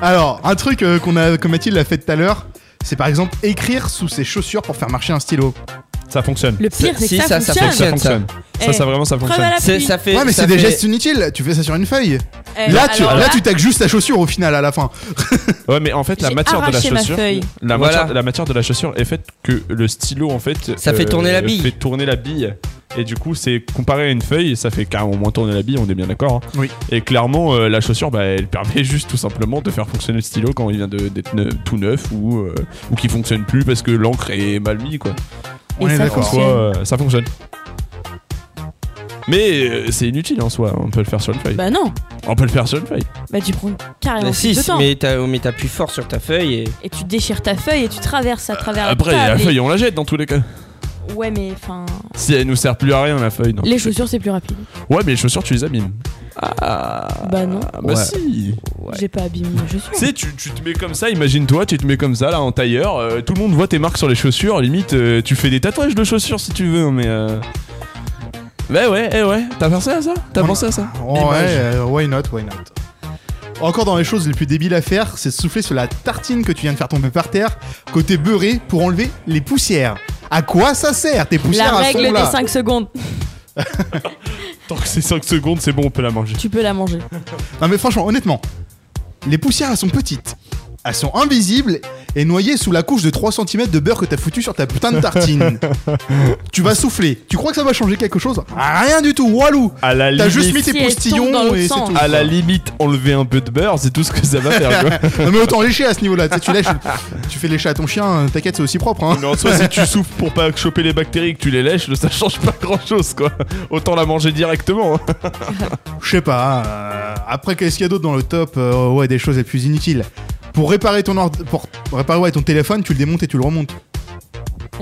B: Alors, un truc euh, qu'on a, que Mathilde a fait tout à l'heure, c'est par exemple écrire sous ses chaussures pour faire marcher un stylo.
C: Ça fonctionne.
E: Le pire, c'est
D: Si,
E: que ça,
D: ça, ça
E: fonctionne.
C: Ça
D: Fonctionne, ça.
C: fonctionne. Ça,
E: Eh,
C: ça vraiment, ça
E: Preuve
C: fonctionne.
E: à la
D: C'est- ça fait
B: ouais, mais
D: ça
B: c'est des
D: fait-
B: gestes inutiles. Tu fais ça sur une feuille.
E: Eh,
B: là, tu,
E: alors
B: là, tu taques juste la chaussure au final à la fin.
C: Ouais, mais en fait, la
E: J'ai
C: matière de la
E: arraché ma
C: chaussure.
E: feuille.
C: La,
D: Voilà.
C: matière, la matière de la chaussure est faite que le stylo, en fait. euh,
D: Ça fait tourner la bille.
C: fait tourner la bille. Et du coup, c'est comparé à une feuille, ça fait carrément moins tourner la bille, on est bien d'accord. hein.
B: Oui.
C: Et clairement, euh, la chaussure, bah, elle permet juste tout simplement de faire fonctionner le stylo quand il vient de- d'être ne- tout neuf ou, euh, ou qu'il fonctionne plus parce que l'encre est mal mise, quoi.
B: On
E: Et
B: est
E: ça
B: d'accord.
C: Soit,
E: fonctionne.
C: euh, ça fonctionne. Mais euh, c'est inutile en soi, on peut le faire sur une feuille.
E: Bah non,
C: On peut le faire sur une feuille.
E: bah tu prends carrément
D: Mais
E: plus
D: si,
E: de temps.
D: mais t'as- mais t'appuies fort sur ta feuille et
E: Et tu déchires ta feuille et tu traverses à travers
C: Après,
E: la
C: la
E: table. et-
C: feuille, on la jette dans tous les cas.
E: Ouais, mais enfin.
C: Si elle nous sert plus à rien, la feuille. non.
E: Les chaussures, c'est plus rapide.
C: Ouais, mais les chaussures, tu les abîmes. Ah,
E: Bah non,
C: bah
D: Ouais.
C: si.
D: Ouais.
E: j'ai pas abîmé ma chaussure.
C: Tu sais, tu, tu te mets comme ça, imagine-toi, tu te mets comme ça, là, en tailleur. euh, tout le monde voit tes marques sur les chaussures. Limite, euh, tu fais des tatouages de chaussures si tu veux, mais. euh, Bah ouais, eh ouais. T'as pensé à ça T'as
B: On-
C: pensé à ça
B: Ouais, euh, why not, why not. Encore dans les choses les plus débiles à faire, c'est de souffler sur la tartine que tu viens de faire tomber par terre, côté beurré, pour enlever les poussières. À quoi ça sert tes poussières
E: La
B: à ce
E: règle des
B: là
E: 5 secondes,
C: Tant que c'est 5 secondes, c'est bon, on peut la manger.
E: tu peux la manger.
B: Non mais franchement, honnêtement, les poussières elles sont petites. elles sont invisibles et noyées sous la couche de 3 cm de beurre que t'as foutu sur ta putain de tartine. tu vas souffler. Tu crois que ça va changer quelque chose Ah, Rien du tout, walou
C: À la
B: T'as
C: limite,
B: juste mis tes
E: Si elles tombent dans
B: postillons
E: l'autre
B: et c'est
E: sens.
B: tout.
C: à la limite, enlever un peu de beurre, c'est tout ce que ça va faire. quoi.
B: non mais autant lécher à ce niveau-là, tu sais, tu lèches, tu fais lécher à ton chien, t'inquiète c'est aussi propre hein.
C: Mais en soi, si tu souffles pour pas choper les bactéries et que tu les lèches, ça change pas grand chose quoi. Autant la manger directement. hein.
B: Je sais pas. euh, après, qu'est-ce qu'il y a d'autre dans le top Euh, Ouais, des choses les plus inutiles. Pour réparer ton ordi- pour réparer ouais, ton téléphone, tu le démontes et tu le remontes.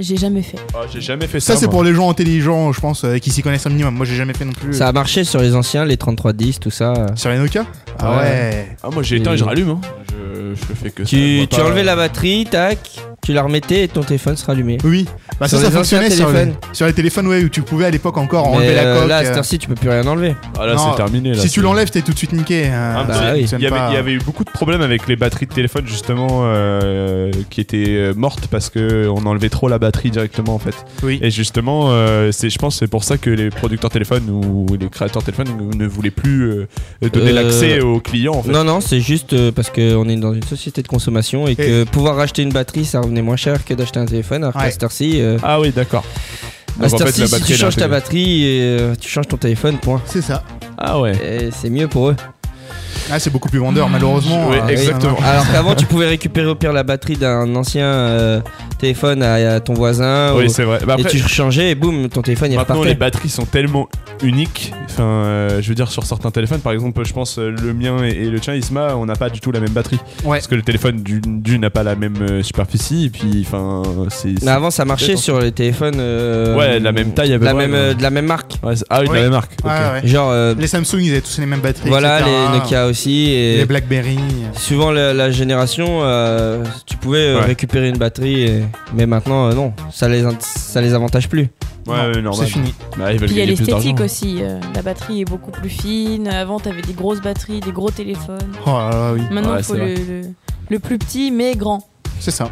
E: J'ai jamais fait.
C: Ah, j'ai jamais fait ça.
B: Ça, c'est
D: bah.
C: moi.
B: pour les gens intelligents, je pense, euh, qui s'y connaissent un minimum. Moi, j'ai jamais fait non plus. euh,
D: Ça a marché sur les anciens, les 3310, tout ça.
B: Sur les Nokia Ah
D: Ouais.
B: ouais.
C: Ah, moi j'ai éteint et
B: Mmh.
C: je rallume. hein. Je, je fais que ça. Je
D: Tu,
C: vois
D: tu
C: pas-
D: enlevais la batterie, tac, tu la remettais et ton téléphone se rallumait.
B: Oui. Bah
D: Sur
B: ça, ça
D: les anciens
B: fonctionnait sur, les,
D: téléphones.
B: sur les téléphones ouais, où tu pouvais à l'époque encore
D: Mais,
B: enlever la
D: euh,
B: coque.
D: là, à
B: euh,
D: cette heure-ci, tu peux plus rien enlever.
C: Ah là,
B: Non,
C: c'est terminé. là,
B: si tu
C: c'est-
B: l'enlèves, t'es tout de suite niqué. euh,
C: Ah,
D: bah
B: ça
D: oui.
B: fonctionne
C: Il y, avait,
B: pas.
C: il y avait eu beaucoup de problèmes avec les batteries de téléphone justement euh, qui étaient euh, mortes parce que on enlevait trop la batterie directement en fait.
B: Oui.
C: Et justement, euh, c'est, je pense que c'est pour ça que les producteurs téléphones ou les créateurs téléphones ne voulaient plus euh, donner
D: Euh,
C: l'accès aux clients en fait.
D: Non, non, c'est juste euh, parce qu'on est dans une société de consommation et que pouvoir racheter une batterie, ça revenait moins cher que d'acheter un téléphone. Alors
B: Ouais.
D: qu'à cette heure-ci, euh,
C: Ah oui, d'accord.
D: à
C: Donc, en
D: cette
C: fait,
D: heure-ci,
C: la
D: Ah, si
C: batterie,
D: tu
C: elle est
D: changes ta
C: intégrée.
D: batterie, euh, tu changes ton téléphone, point.
B: C'est ça.
C: Ah ouais.
D: Et Eh, c'est mieux pour eux.
B: Ah, c'est beaucoup plus vendeur, malheureusement.
C: Oui,
B: euh,
C: exactement.
D: Alors qu'avant, tu pouvais récupérer au pire la batterie d'un ancien euh, téléphone à, à ton voisin. ou-
C: Oui, c'est vrai. Bah,
D: Et
C: après,
D: tu rechangeais et boum, ton téléphone il
C: Maintenant, les
D: repartait.
C: batteries sont tellement uniques. Enfin, euh, je veux dire, sur certains téléphones, par exemple, je pense euh, le mien et, et le tien, Isma, on n'a pas du tout la même batterie.
B: Ouais.
C: Parce que le téléphone du, du n'a pas la même euh, superficie. Et puis, enfin, c'est. c'est-
D: Mais avant, ça marchait
C: Peut-être.
D: sur les téléphones. euh,
C: Ouais, de la même taille, à peu
D: la
C: près,
D: même,
C: ouais.
D: euh, de la même marque.
C: Ouais, c'est- ah oui, de
B: Oui.
C: la même marque.
B: Ouais,
C: ok.
B: ouais.
D: Genre, euh,
B: Les Samsung, ils avaient tous les mêmes batteries.
D: voilà,
B: etc.
D: les Nokia aussi. Et
B: Les Blackberry.
D: Suivant la, la génération, euh, tu pouvais euh,
C: Ouais.
D: récupérer une batterie, et- mais maintenant, euh, non, ça les, in- ça les avantage plus.
C: Ouais, ouais, normal.
B: C'est fini.
C: Bah, ils veulent
E: Puis il y a
C: gagner plus d'argent.
E: l'esthétique aussi. euh, la batterie est beaucoup plus fine. Avant, t'avais des grosses batteries, des gros téléphones.
B: Oh là là, oui.
E: Maintenant, il
C: Ouais,
E: faut
C: c'est
E: le, le- le plus petit mais grand.
B: C'est ça.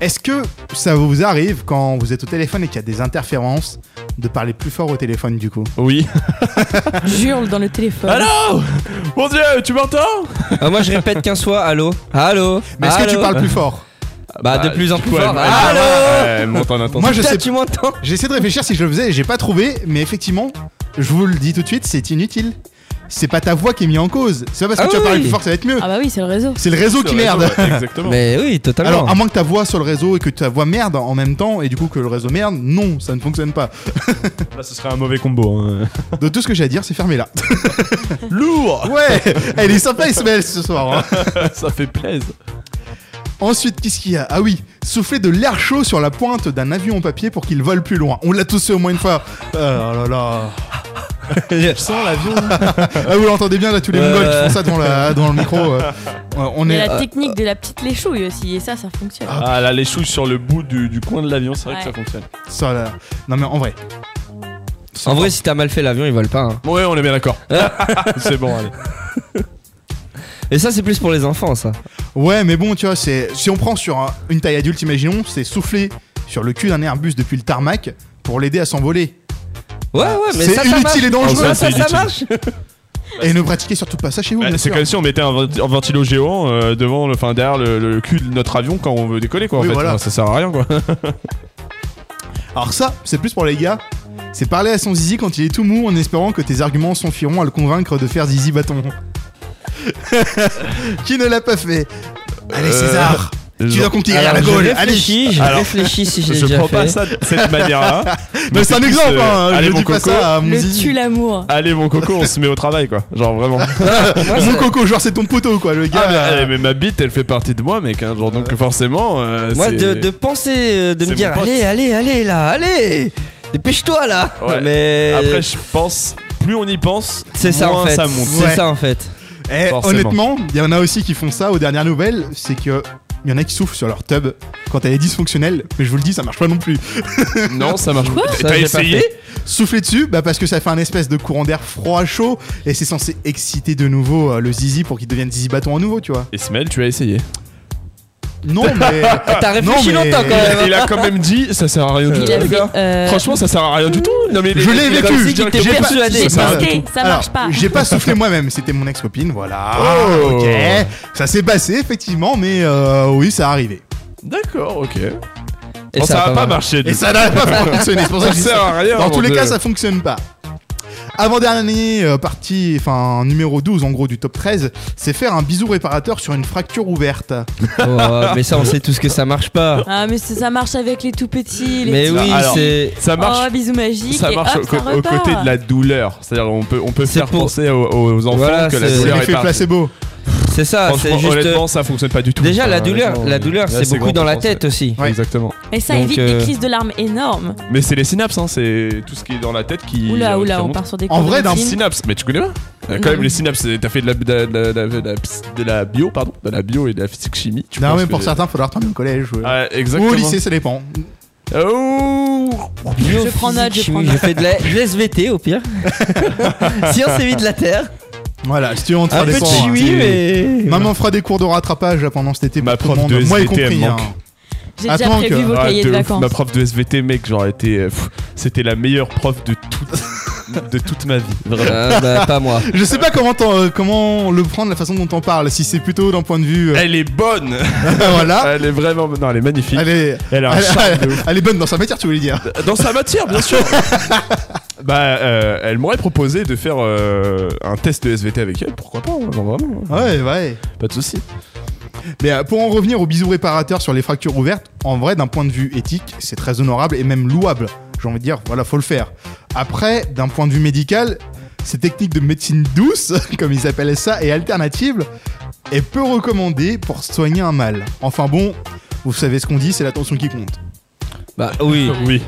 B: Est-ce que ça vous arrive quand vous êtes au téléphone et qu'il y a des interférences de parler plus fort au téléphone du coup
C: Oui.
E: J'hurle dans le téléphone.
C: Allô Mon dieu, tu m'entends
D: Ah, moi, je répète 15 fois allô, allô.
B: Mais est-ce que tu
D: allô.
B: parles plus fort
D: Bah,
C: Bah,
D: de plus en
C: du
D: plus
C: coup, elle-
D: fort. Ah,
C: elle-
D: Allô
C: Ouais, elle monte en intensité.
B: Moi je
D: Putain,
B: sais.
D: tu m'entends
B: J'ai essayé de réfléchir si je le faisais et j'ai pas trouvé, mais effectivement, je vous le dis tout de suite, c'est inutile. C'est pas ta voix qui est mise en cause. C'est pas parce que
D: Ah
B: tu vas
D: oui.
B: parler plus fort que ça va être mieux.
E: Ah bah oui, c'est le réseau.
B: C'est le réseau qui
C: Ouais,
B: merde.
C: Exactement.
D: Mais oui, totalement.
B: Alors, à moins que ta voix sur le réseau et que ta voix merde en même temps, et du coup que le réseau merde, non, ça ne fonctionne pas.
C: Là, ce serait un mauvais combo. hein.
B: De tout ce que j'ai à dire, c'est fermé là.
C: Lourd
B: Ouais, elle est sympa Ismaël ce soir. hein.
C: Ça fait plaisir.
B: Ensuite, qu'est-ce qu'il y a Ah oui, souffler de l'air chaud sur la pointe d'un avion en papier pour qu'il vole plus loin. On l'a tous fait au moins une fois. Oh là là.
C: Je sens l'avion.
B: Ah, vous l'entendez bien là, tous les
D: Ouais,
B: mongols qui
D: ouais.
B: font ça devant, la, devant le micro. euh. Ouais, on
E: Mais
B: est.
C: euh,
E: la technique de la petite léchouille aussi. Et ça, ça fonctionne.
C: Ah là, les chouilles sur le bout du, du coin de l'avion, c'est vrai que
E: Ouais.
C: ça fonctionne.
B: ça, là. Non mais en vrai.
D: en vrai, si t'as mal fait l'avion, ils volent pas. hein.
C: Ouais, on est bien d'accord. c'est bon, allez.
D: Et ça, c'est plus pour les enfants, ça.
B: Ouais, mais bon, tu vois, c'est si on prend sur un- une taille adulte, imaginons, c'est souffler sur le cul d'un Airbus depuis le tarmac pour l'aider à s'envoler.
D: Ouais, ouais, mais
B: Ah, C'est
D: ça, ça marche.
B: inutile et dangereux.
D: Ça,
C: Ouais,
D: ça,
C: c'est
D: ça
C: inutile.
D: marche.
B: Et ne pratiquez surtout pas ça chez vous.
C: Bah,
B: bien
C: c'est
B: sûr.
C: comme si on mettait un, venti- un ventilo géant euh, devant, le, enfin derrière le, le cul de notre avion quand on veut décoller, quoi. En
B: Oui,
C: fait,
B: voilà.
C: Enfin, ça sert à rien, quoi.
B: Alors ça, c'est plus pour les gars. C'est parler à son zizi quand il est tout mou en espérant que tes arguments suffiront à le convaincre de faire zizi bâton. Qui ne l'a pas fait Allez
C: Euh,
B: César, tu dois conquérir
D: Alors,
B: la
D: je
B: Gaule. Allez,
D: réfléchis, je
C: Alors,
D: réfléchis si j'ai
C: Je
D: déjà
C: prends
D: fait.
C: pas ça de cette manière-là.
B: mais c'est un
C: plus,
B: exemple.
C: euh,
B: Hein.
C: allez,
B: Je
C: mon
B: dis pas
C: coco.
B: ça à mon
E: Le tue
B: zizi.
E: l'amour.
C: Allez, mon coco, on se met au travail, quoi. Genre vraiment.
D: Moi,
B: Mon
D: ça-
B: coco, genre c'est ton poteau quoi, le gars.
C: Ah, mais,
B: euh,
C: allez, mais ma bite, elle fait partie de moi, mec. hein, genre, donc forcément. euh,
D: Moi,
C: c'est-
D: de, de penser, euh, de
C: c'est
D: me
C: mon
D: dire,
C: pote.
D: allez, allez, allez, là, allez, dépêche-toi là.
C: Ouais.
B: euh,
D: Mais
C: Après, je pense, plus on y pense,
D: c'est ça en
C: moins
D: fait.
C: ça monte.
D: C'est
B: Ouais.
D: ça en fait.
B: Eh,
C: Forcément.
B: honnêtement, il y en a aussi qui font ça aux dernières nouvelles, c'est que il y en a qui souffrent sur leur tub quand elle est dysfonctionnelle, mais je vous le dis, ça marche pas non plus.
C: Non, ça marche pas.
D: Ça,
C: T'as
D: j'ai pas
C: essayé
B: Souffler dessus, bah parce que ça fait un espèce de courant d'air froid chaud et c'est censé exciter de nouveau euh, le zizi pour qu'il devienne zizi bâton à nouveau, tu vois.
C: Ismaël, tu as essayé.
B: Non, mais.
D: T'as réfléchi
B: Ah, Non, mais-
D: longtemps quand même. hein.
C: Il a quand même dit ça sert à rien du
E: Il
C: tout,
E: avait,
C: les gars.
E: euh,
C: Franchement, ça sert à rien du tout. Non, mais
B: Je l'ai vécu,
D: je dirais que
C: j'ai
D: t'es
C: pas-
D: persuadé.
C: ça sert à rien.
E: testé, ça
B: Alors,
E: marche pas.
B: J'ai pas soufflé moi-même, c'était mon ex-copine, voilà.
C: Oh.
B: Ok. Ça s'est passé, effectivement, mais euh, oui, ça arrivé.
C: D'accord, ok.
D: Et
C: Bon, Oh, ça a pas
D: mal.
C: marché. du
B: Et
C: coup.
B: ça n'a pas fonctionné, c'est pour ça
C: Ça
B: que je dis
C: sert à rien.
B: Dans tous les
C: de-
B: cas, ça fonctionne pas. Avant-dernier euh, partie, enfin numéro 12 en gros du top 13, c'est faire un bisou réparateur sur une fracture ouverte.
D: Oh, mais ça, on sait tous que ça marche pas.
E: Ah, mais c'est- ça marche avec les tout petits, les
D: Mais
E: petits.
D: oui,
C: Alors,
D: c'est.
C: Ça marche
E: Oh, bisous magiques.
C: ça
E: et
C: marche
E: hop,
C: au,
E: ça
C: co- au
E: repart.
C: côté de la douleur. C'est-à-dire on peut, on peut
D: C'est
C: faire
D: pour-
C: penser aux, aux enfants
D: Voilà,
C: que la
D: c'est-
C: douleur est
B: L'effet
C: partie.
B: placebo.
D: C'est ça, c'est
C: Franchement,
D: juste.
C: honnêtement, ça fonctionne pas du tout.
D: Déjà, la
C: Enfin,
D: douleur,
C: honnêtement,
D: la douleur,
C: là,
D: c'est beaucoup
C: grand
D: dans la
C: pour penser.
D: tête aussi.
B: Ouais.
C: Exactement.
E: Et ça
D: Donc,
E: évite
D: euh,
E: des crises de larmes énormes.
C: Mais c'est les synapses, hein, c'est tout ce qui est dans la tête qui.
E: Oula,
C: qui
E: oula, on
C: remonte.
E: part sur des
B: En vrai,
E: cours de
B: d'un
E: médecine.
C: Synapses, mais tu connais pas Euh, Quand
E: Non.
C: même, les synapses, t'as fait de la, de, la- de la- de la ps- de la bio, pardon, de la bio et de la physique chimie. Tu
B: Non
C: penses
B: mais
C: que-
B: pour certains, faudra retourner au collège. ouais.
C: Ah,
B: Ou
C: exactement.
B: au lycée, ça dépend.
C: Oh
E: Je prends note, je prends
D: J'ai
E: note.
D: fait de la de SVT au pire. Science et vie de la Terre.
B: Voilà, si tu veux, on te fera
D: Un
C: Ah,
D: peu
B: des
D: de
B: cours, hein.
D: chimie, mais.
B: Maman fera des cours de rattrapage là, pendant cet été.
C: Ma
B: pour tout le
C: prof
B: monde,
C: de
B: Moi y
C: SVT, elle
B: compris.
C: manque.
B: hein.
E: J'ai déjà
B: Attends que-
E: prévu vos
C: Ah,
E: cahiers
C: de
E: de
C: ouf.
E: vacances.
C: Ma prof de SVT, mec, j'aurais été. euh, pff, C'était la meilleure prof de toute, de toute ma vie. Vraiment.
D: Ah, bah, pas moi.
B: Je sais pas comment, t'en- euh, comment le prendre, la façon dont on parle. Si c'est plutôt d'un point de vue. euh,
C: Elle est bonne
B: voilà.
C: Ah, Elle est vraiment. Non, elle est magnifique.
B: Elle est,
C: Elle a un
B: elle-
C: charme de ouf.
B: elle est bonne dans sa matière, tu voulais dire.
C: Dans sa matière, bien sûr Bah, euh, elle m'aurait proposé de faire euh, un test de SVT avec elle, pourquoi pas hein, genre vraiment, hein.
B: Ouais, ouais.
C: Pas de soucis.
B: Mais euh, pour en revenir au bisou réparateur sur les fractures ouvertes, en vrai, d'un point de vue éthique, c'est très honorable et même louable. J'ai envie de dire, voilà, faut le faire. Après, d'un point de vue médical, ces techniques de médecine douce, comme ils appellent ça, et alternative, est peu recommandée pour soigner un mal. Enfin bon, vous savez ce qu'on dit, c'est l'attention qui compte.
D: Bah oui.
C: Oui.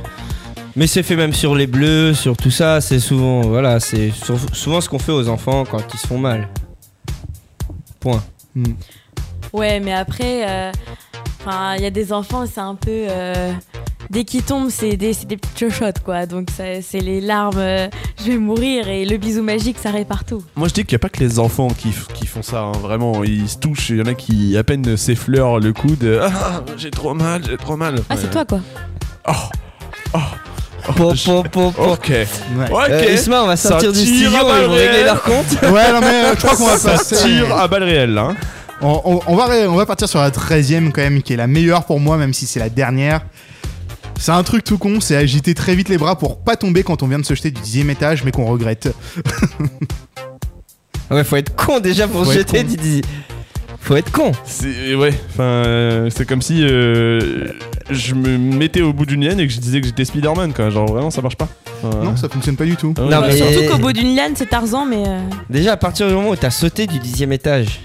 D: Mais c'est fait même sur les bleus, sur tout ça. C'est souvent, voilà, c'est sur- souvent ce qu'on fait aux enfants quand ils se font mal. Point.
E: Ouais, mais après, euh, 'fin, il y a des enfants, c'est un peu. euh, dès qu'ils tombent, c'est des, c'est des petites chochottes, quoi. Donc, ça- c'est les larmes, euh, je vais mourir, et le bisou magique, ça répare tout.
C: Moi je dis qu'il n'y a pas que les enfants qui, f- qui font ça, hein, vraiment, ils se touchent, il y en a qui à peine s'effleurent le coude. euh, Ah, j'ai trop mal, j'ai trop mal.
E: Ah, c'est toi, quoi.
C: Oh, oh, oh,
D: Po,
C: je-
D: po, po, po.
C: Ok.
B: Ouais,
C: Ok.
D: Euh, Isma, on va sortir
C: Ça
D: du
C: tire
D: studio
C: à
D: et
C: balles
D: ils vont régler
C: réelles.
D: leur compte.
B: Ouais, non mais euh, je crois qu'on va passer.
C: Tire à balles réelles, hein.
B: On, on- on va, ré- on va partir sur la 13ème quand même, qui est la meilleure pour moi, même si c'est la dernière. C'est un truc tout con, c'est agiter très vite les bras pour pas tomber quand on vient de se jeter du dixième étage mais qu'on regrette.
C: Hein
D: Ah Ouais, faut être con déjà pour
B: Faut
D: se
B: être
D: jeter,
B: con.
D: Didi. Faut être con.
C: C'est ouais, enfin euh, c'est comme si euh, je me mettais au bout d'une liane et que je disais que j'étais Spider-Man quoi, genre vraiment ça marche pas. Enfin,
B: Non, ça fonctionne pas du tout.
C: ah ouais,
D: Non,
C: bah,
D: mais-
C: ça-
E: Surtout qu'au bout d'une liane, c'est Tarzan, mais. euh,
D: Déjà, à partir du moment où t'as sauté du dixième étage,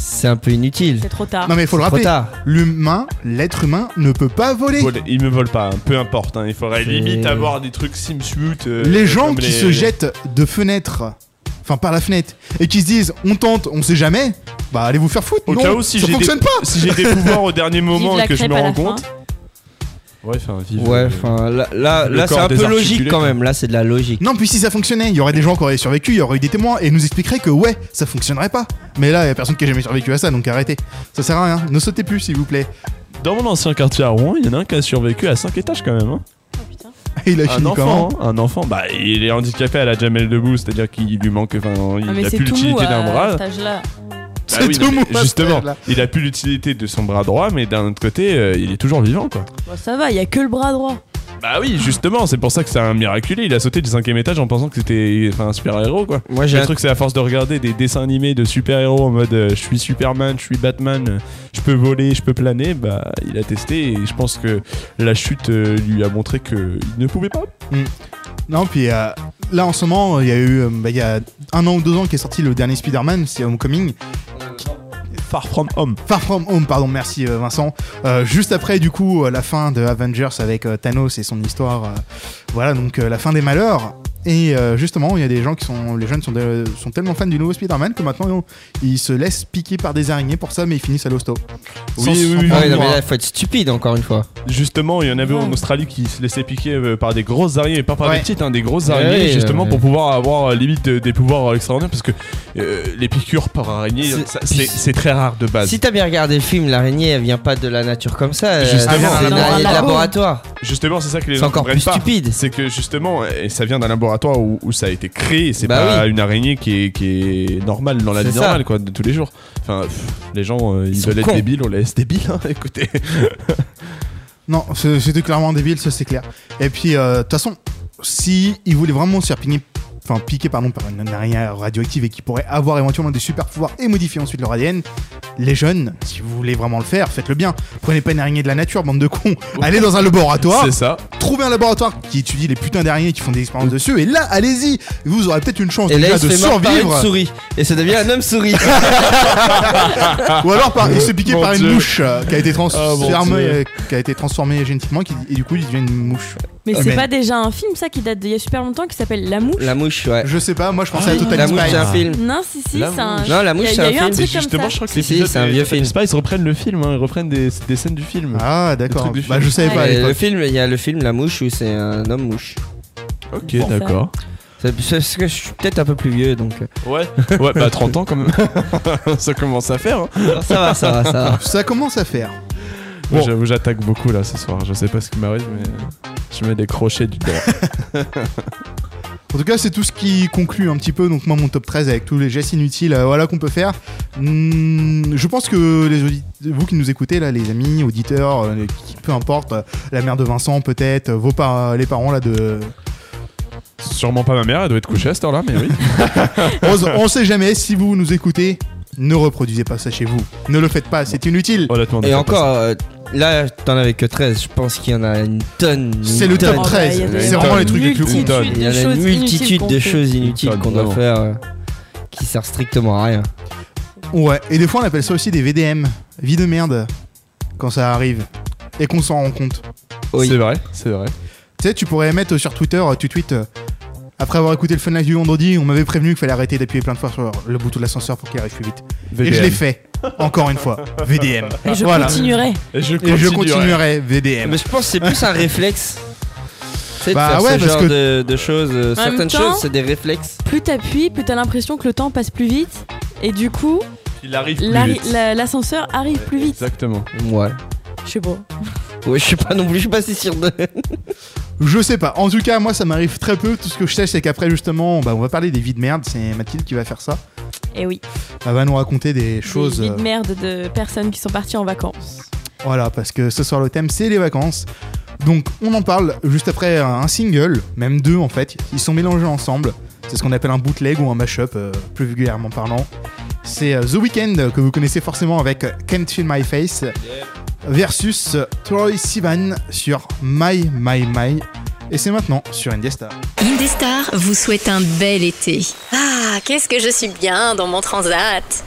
D: c'est un peu inutile.
E: c'est trop
C: Hein
E: tard.
B: Non mais il faut le
D: Trop
B: rappeler,
D: tard.
B: l'humain, l'être humain ne peut pas voler.
C: Bon, ils me volent pas, hein, peu importe, hein, il faudrait
D: C'est-
C: limite avoir des trucs Simsuit. euh,
B: les gens
C: comme
B: qui
C: les-
B: se jettent de fenêtre, enfin par la fenêtre, et qui se disent on tente, on sait jamais, bah allez vous faire foutre.
C: Au
B: non,
C: cas où, si
B: ça
C: j'ai
B: fonctionne
C: des,
B: pas.
C: si j'ai des pouvoirs au dernier moment
E: Vive la
C: et que je me
E: crêpe à
C: rends
E: la
C: compte. Ouais, enfin, vive,
D: Ouais,
C: euh,
D: enfin là, là,
C: Le
D: là, c'est
C: corps
D: un peu
C: désarticulé,
D: logique quand
C: quoi.
D: même. Là, c'est de la logique.
B: Non, puis si ça fonctionnait, il y aurait des gens qui auraient survécu, il y aurait eu des témoins et ils nous expliqueraient que ouais, ça fonctionnerait pas. Mais là, il y a personne qui a jamais survécu à ça, donc arrêtez. Ça sert à rien, ne sautez plus s'il vous plaît.
C: Dans mon ancien quartier à Rouen, il y en a un qui a survécu à 5 étages quand même. hein.
E: Oh, putain.
B: Il a
C: Un
B: fini
C: enfant,
B: comment
C: hein, un enfant, bah il est handicapé à la Jamel debout, c'est-à-dire qu'il lui manque, enfin, il
E: Ah, mais
C: a
E: c'est
C: plus
E: tout mou
C: l'utilité d'un
E: à
C: bras.
E: cet âge-là.
C: Bah
B: C'est
C: oui,
B: tout
C: non, mais
B: mou, ma
C: Justement,
B: frère, là.
C: il a plus l'utilité de son bras droit, mais d'un autre côté, euh, il est toujours vivant, quoi.
E: Bon, ça va, il y a que le bras droit.
C: Bah oui, justement, c'est pour ça que c'est un miraculé. Il a sauté du cinquième étage en pensant que c'était enfin, un super héros, quoi.
D: Moi, j'ai
C: Le
D: un
C: truc, c'est à force de regarder des dessins animés de super héros en mode euh, je suis Superman, je suis Batman, euh, je peux voler, je peux planer. Bah, il a testé et je pense que la chute euh, lui a montré que il ne pouvait pas.
B: Non, puis euh, là en ce moment, il y a eu, euh, bah, il y a un an ou deux ans qu'est sorti le dernier Spider-Man, c'est Homecoming.
C: Far from home.
B: Far From Home, pardon, merci euh, Vincent. Euh, juste après, du coup, euh, la fin de Avengers avec euh, Thanos et son histoire. euh, voilà, donc euh, la fin des malheurs. Et euh, justement, il y a des gens qui sont. Les jeunes sont, de- sont tellement fans du nouveau Spider-Man que maintenant ils se laissent piquer par des araignées pour ça, mais ils finissent à l'hosto.
C: Oui,
B: Sans-
C: oui,
B: sans
C: oui,
B: prendre
D: Ah ouais, non,
B: de
D: mais
B: bras.
D: là, faut être stupide encore une fois.
C: Justement, il y en avait en
E: Ouais.
C: Australie qui se laissaient piquer euh, par des grosses araignées, et pas par
B: Ouais.
C: des petites, hein, des grosses
D: Ouais,
C: araignées,
D: ouais,
C: justement
D: ouais.
C: pour pouvoir avoir euh, limite euh, des pouvoirs euh, extraordinaires, parce que euh, les piqûres par araignée,
D: C'est-
C: ça- c'est c'est très rare de base.
D: Si t'as bien regardé le film, l'araignée elle vient pas de la nature comme ça. euh,
C: Justement.
D: c'est
C: Ah non,
D: une
E: non,
D: araignée
E: non,
D: de
E: non.
D: laboratoire.
C: Justement, c'est ça que les
D: C'est
C: gens
D: encore plus
C: comprennent pas.
D: stupide.
C: C'est que justement, et ça vient d'un laboratoire où, où ça a été créé, c'est
D: Bah
C: pas une araignée qui est, qui est normale dans la
D: C'est
C: vie
D: ça.
C: normale quoi, de tous les jours. Enfin, pff, les gens, euh, ils
D: sont
C: veulent être
D: cons.
C: débiles, on les laisse débiles, hein, écoutez.
B: Non, c'est- c'était clairement débile, ça c'est clair. Et puis, euh, de toute façon, si ils voulaient vraiment se faire pigner, enfin piquer pardon, par une araignée radioactive et qui pourrait avoir éventuellement des super pouvoirs et modifier ensuite leur ADN, les jeunes, si vous voulez vraiment le faire, faites-le bien. Prenez pas une araignée de la nature, bande de cons. Allez dans un laboratoire,
C: C'est ça.
B: trouvez un laboratoire qui étudie les putains d'araignées qui font des expériences dessus, et là, allez-y, vous aurez peut-être une chance
D: Et là,
B: déjà
D: il se
B: de
D: fait mordre par une
B: survivre.
D: souris. Et ça devient un homme souris.
B: Ou alors par, il se piquer
C: Mon
B: par une
C: Dieu.
B: mouche euh, qui a été transformée,
C: Ah, mon Dieu.
B: euh, qui a été transformée génétiquement, et qui- et du coup, il devient une mouche.
E: Mais
B: Ah,
E: c'est
B: mais-
E: pas déjà un film, ça, qui date d'il y a super longtemps, qui s'appelle La Mouche
D: la mouche, ouais.
B: Je sais pas, moi je pensais à
D: La
B: Total
D: mouche,
B: Spies.
D: c'est un film.
E: Non, si, si, c'est
C: La
E: un.
D: Non, la mouche,
E: il y
D: c'est
E: a-
D: un
E: il y a eu un
D: film.
E: truc comme
C: Justement,
E: ça.
C: je crois que
D: Si, si,
C: l'épisode
D: c'est un
C: des-
D: vieux film.
C: Je sais pas, ils reprennent le film, hein, ils reprennent des, des scènes du film.
B: Ah
C: Le
B: d'accord.
C: truc du
B: Bah
C: film.
B: je savais pas. à
E: Ouais,
D: Et
B: l'époque.
D: le film, il y a le film La mouche où c'est un homme mouche.
C: ok,
E: ça.
C: d'accord.
D: C'est c'est parce que je suis peut-être un peu plus vieux donc. euh,
C: Ouais. ouais, bah 30 ans quand même. ça commence à faire. hein.
D: Ça va, ça va, ça va.
B: Ça commence à faire.
C: Moi,
B: Bon.
C: J'avoue, j'attaque beaucoup là ce soir. Je sais pas ce qui m'arrive, mais euh, je mets des crochets du doigt.
B: En tout cas, c'est tout ce qui conclut un petit peu donc moi mon top 13 avec tous les gestes inutiles euh, voilà qu'on peut faire. Hmm, je pense que les audi- vous qui nous écoutez là les amis, auditeurs, euh, les- qui- peu importe, euh, la mère de Vincent peut-être, euh, vos par- les parents là de
C: Sûrement pas ma mère, elle doit être couchée à cette heure-là, mais oui.
B: on, on sait jamais si vous nous écoutez, ne reproduisez pas ça chez vous. Ne le faites pas, c'est inutile.
C: Honnêtement, ne
D: Et
C: faites pas ça.
D: encore, euh, là, t'en avais que 13. Je pense qu'il y en a une tonne. une
B: C'est le
E: Oh,
B: top
D: tonne.
E: bah,
B: 13,
E: il y a des-
B: c'est vraiment les trucs les plus
E: multitudes
B: cons.
C: cons.
E: de
D: Il y en a
E: choses
D: une
E: inutiles
D: multitude
E: qu'on
D: de
E: fait.
D: choses inutiles
C: Une tonne,
D: qu'on doit
C: vraiment.
D: faire euh, qui servent strictement à rien.
B: Ouais, et des fois on appelle ça aussi des VDM, vie de merde, quand ça arrive et qu'on s'en rend compte.
D: Oui.
C: C'est vrai, c'est vrai.
B: Tu sais, tu pourrais mettre sur Twitter, euh, tu tweets. euh, Après avoir écouté le fun live du vendredi, on m'avait prévenu qu'il fallait arrêter d'appuyer plein de fois sur le bouton de l'ascenseur pour qu'il arrive plus vite. Et je l'ai fait, encore une fois. VDM.
E: Et je
B: Voilà.
E: continuerai.
C: Et je
B: Et je
C: continuerai.
B: continuerai VDM.
D: Eh, Mais je pense que c'est plus un réflexe. C'est
B: Bah
D: de faire
B: ouais,
D: ce
B: parce
D: genre
B: que-
D: de, de choses. euh,
E: même
D: Certaines
E: temps-
D: choses, c'est des réflexes.
E: Plus t'appuies, plus t'as l'impression que le temps passe plus vite. Et du coup,
C: Il arrive plus
E: l'arri-
C: vite.
E: la- l'ascenseur arrive plus vite.
C: Exactement.
D: Ouais.
E: Je sais pas.
D: Ouais, je suis pas non plus, je suis pas si sûr de.
B: Je sais pas. En tout cas, moi, ça m'arrive très peu. Tout ce que je sais, c'est qu'après, justement, bah, on va parler des vies de merde. C'est Mathilde qui va faire ça.
E: Et Eh oui.
B: Elle va nous raconter des choses.
E: Des vies
B: euh,
E: de merde de personnes qui sont parties en vacances.
B: Voilà, parce que ce soir le thème c'est les vacances. Donc on en parle juste après un single, même deux en fait. Ils sont mélangés ensemble. C'est ce qu'on appelle un bootleg ou un mashup, euh, plus vulgairement parlant. C'est euh, The Weeknd que vous connaissez forcément avec euh, Can't Feel My Face versus euh, Troy Sivan sur My My My. Et c'est maintenant sur Indiesta.
G: Indestar vous souhaite un bel été. Ah, qu'est-ce que je suis bien dans mon transat.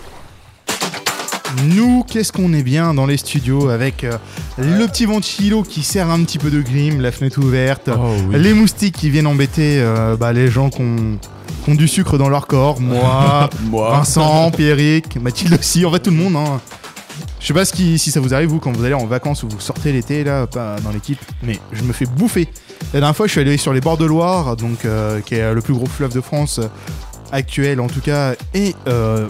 B: Nous, qu'est-ce qu'on est bien dans les studios avec euh, le petit ventilo qui sert un petit peu de glim, la fenêtre ouverte,
C: Oh oui.
B: Les moustiques qui viennent embêter euh, bah, les gens qui ont, qui ont du sucre dans leur corps, moi,
C: Moi.
B: Vincent, Pierrick, Mathilde aussi, en fait tout le monde. hein. Je sais pas ce qui- si ça vous arrive vous quand vous allez en vacances ou vous sortez l'été là, pas dans l'équipe, mais je me fais bouffer. La dernière fois je suis allé sur les bords de Loire, donc euh, qui est le plus gros fleuve de France euh, actuel en tout cas, et euh,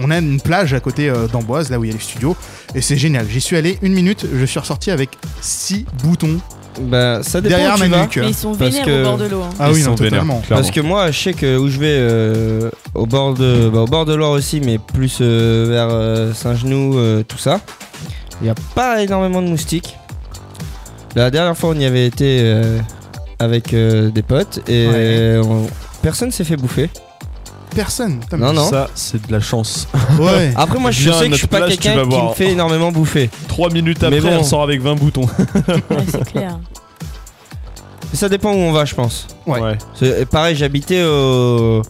B: on a une plage à côté euh, d'Amboise là où il y a les studios, et c'est génial. J'y suis allé une minute, je suis ressorti avec six boutons
D: Bah, ça dépend.
B: derrière
D: où
B: ma
D: tu vas.
B: nuque.
E: Mais ils sont
D: Parce
E: vénères
D: que-
E: au bord de l'eau. hein.
B: Ah
C: Ils
B: oui,
C: sont
B: non,
C: vénères,
B: totalement.
C: clairement.
D: Parce que moi, je sais que où je vais, euh, au bord de, bah, au bord de Loire aussi, mais plus euh, vers euh, Saint-Genoux, euh, tout ça. Il n'y a pas énormément de moustiques. La dernière fois, on y avait été euh, avec euh, des potes et
B: Ouais.
D: on- personne s'est fait bouffer.
B: Personne. Putain, mais
D: ah, Non, Ah. non.
C: Ça, c'est de la chance.
B: Ouais.
D: Après, moi, je
C: Viens à
D: sais que je suis
C: notre
D: pas
C: plage, tu
D: quelqu'un
C: vas
D: qui
C: voir.
D: me fait énormément bouffer.
C: 3 minutes
D: Mais
C: après,
D: bon.
C: on sort avec 20 boutons.
E: Ouais, c'est clair.
D: Mais ça dépend où on va, je pense.
B: Ouais.
D: C'est- Pareil, j'habitais au.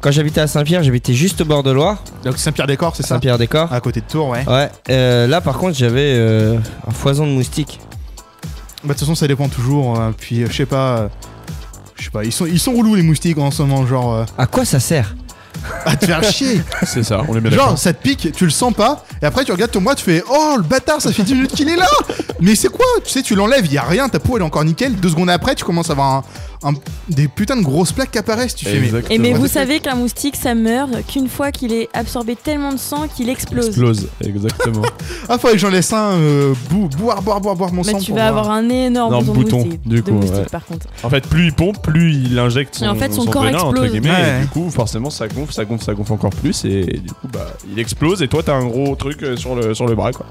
D: Quand j'habitais à Saint-Pierre, j'habitais juste au bord de Loire,
B: Donc Saint-Pierre-des-Corps, c'est ça
D: Saint-Pierre-des-Corps.
B: À côté de Tours, ouais.
D: Ouais, euh, là par contre j'avais euh, un foison de moustiques.
B: Bah, de toute façon, ça dépend toujours. euh, puis, euh, je sais pas. euh, Je sais pas, ils sont, ils sont relous les moustiques en ce moment, genre euh,
D: À quoi ça sert
B: à te faire chier.
C: C'est ça, on est bien
B: Genre,
C: d'accord.
B: ça te pique, tu le sens pas, et après tu regardes ton bras, tu fais Oh le bâtard, ça fait 10 minutes qu'il est là Mais c'est quoi Tu sais, tu l'enlèves, il y a rien, ta peau elle est encore nickel. Deux secondes après, tu commences à avoir un- un- des putains de grosses plaques qui apparaissent. Tu fais mais.
C: Exactement.
E: Et mais vous
B: Ouais.
E: savez qu'un moustique, ça meurt qu'une fois qu'il est absorbé tellement de sang qu'il explose.
C: Explose, exactement.
B: Ah, faudrait que j'en laisse un euh, bou- boire, boire, boire, boire mon
E: Mais
B: sang.
E: tu
B: pour
E: vas
B: voir.
E: avoir un énorme
C: Énorme
E: bouton, de
C: bouton,
E: moustique,
C: du
E: de
C: coup,
E: moustique,
C: ouais.
E: par contre.
C: En fait, plus il pompe, plus il injecte son,
E: Et en fait, son corps
C: venin, entre
E: explose.
C: guillemets,
B: Ouais.
C: et du coup, forcément, ça gonfle, ça gonfle, ça gonfle encore plus, et du coup, bah, il explose, et toi, t'as un gros truc euh, sur le, sur le bras, quoi.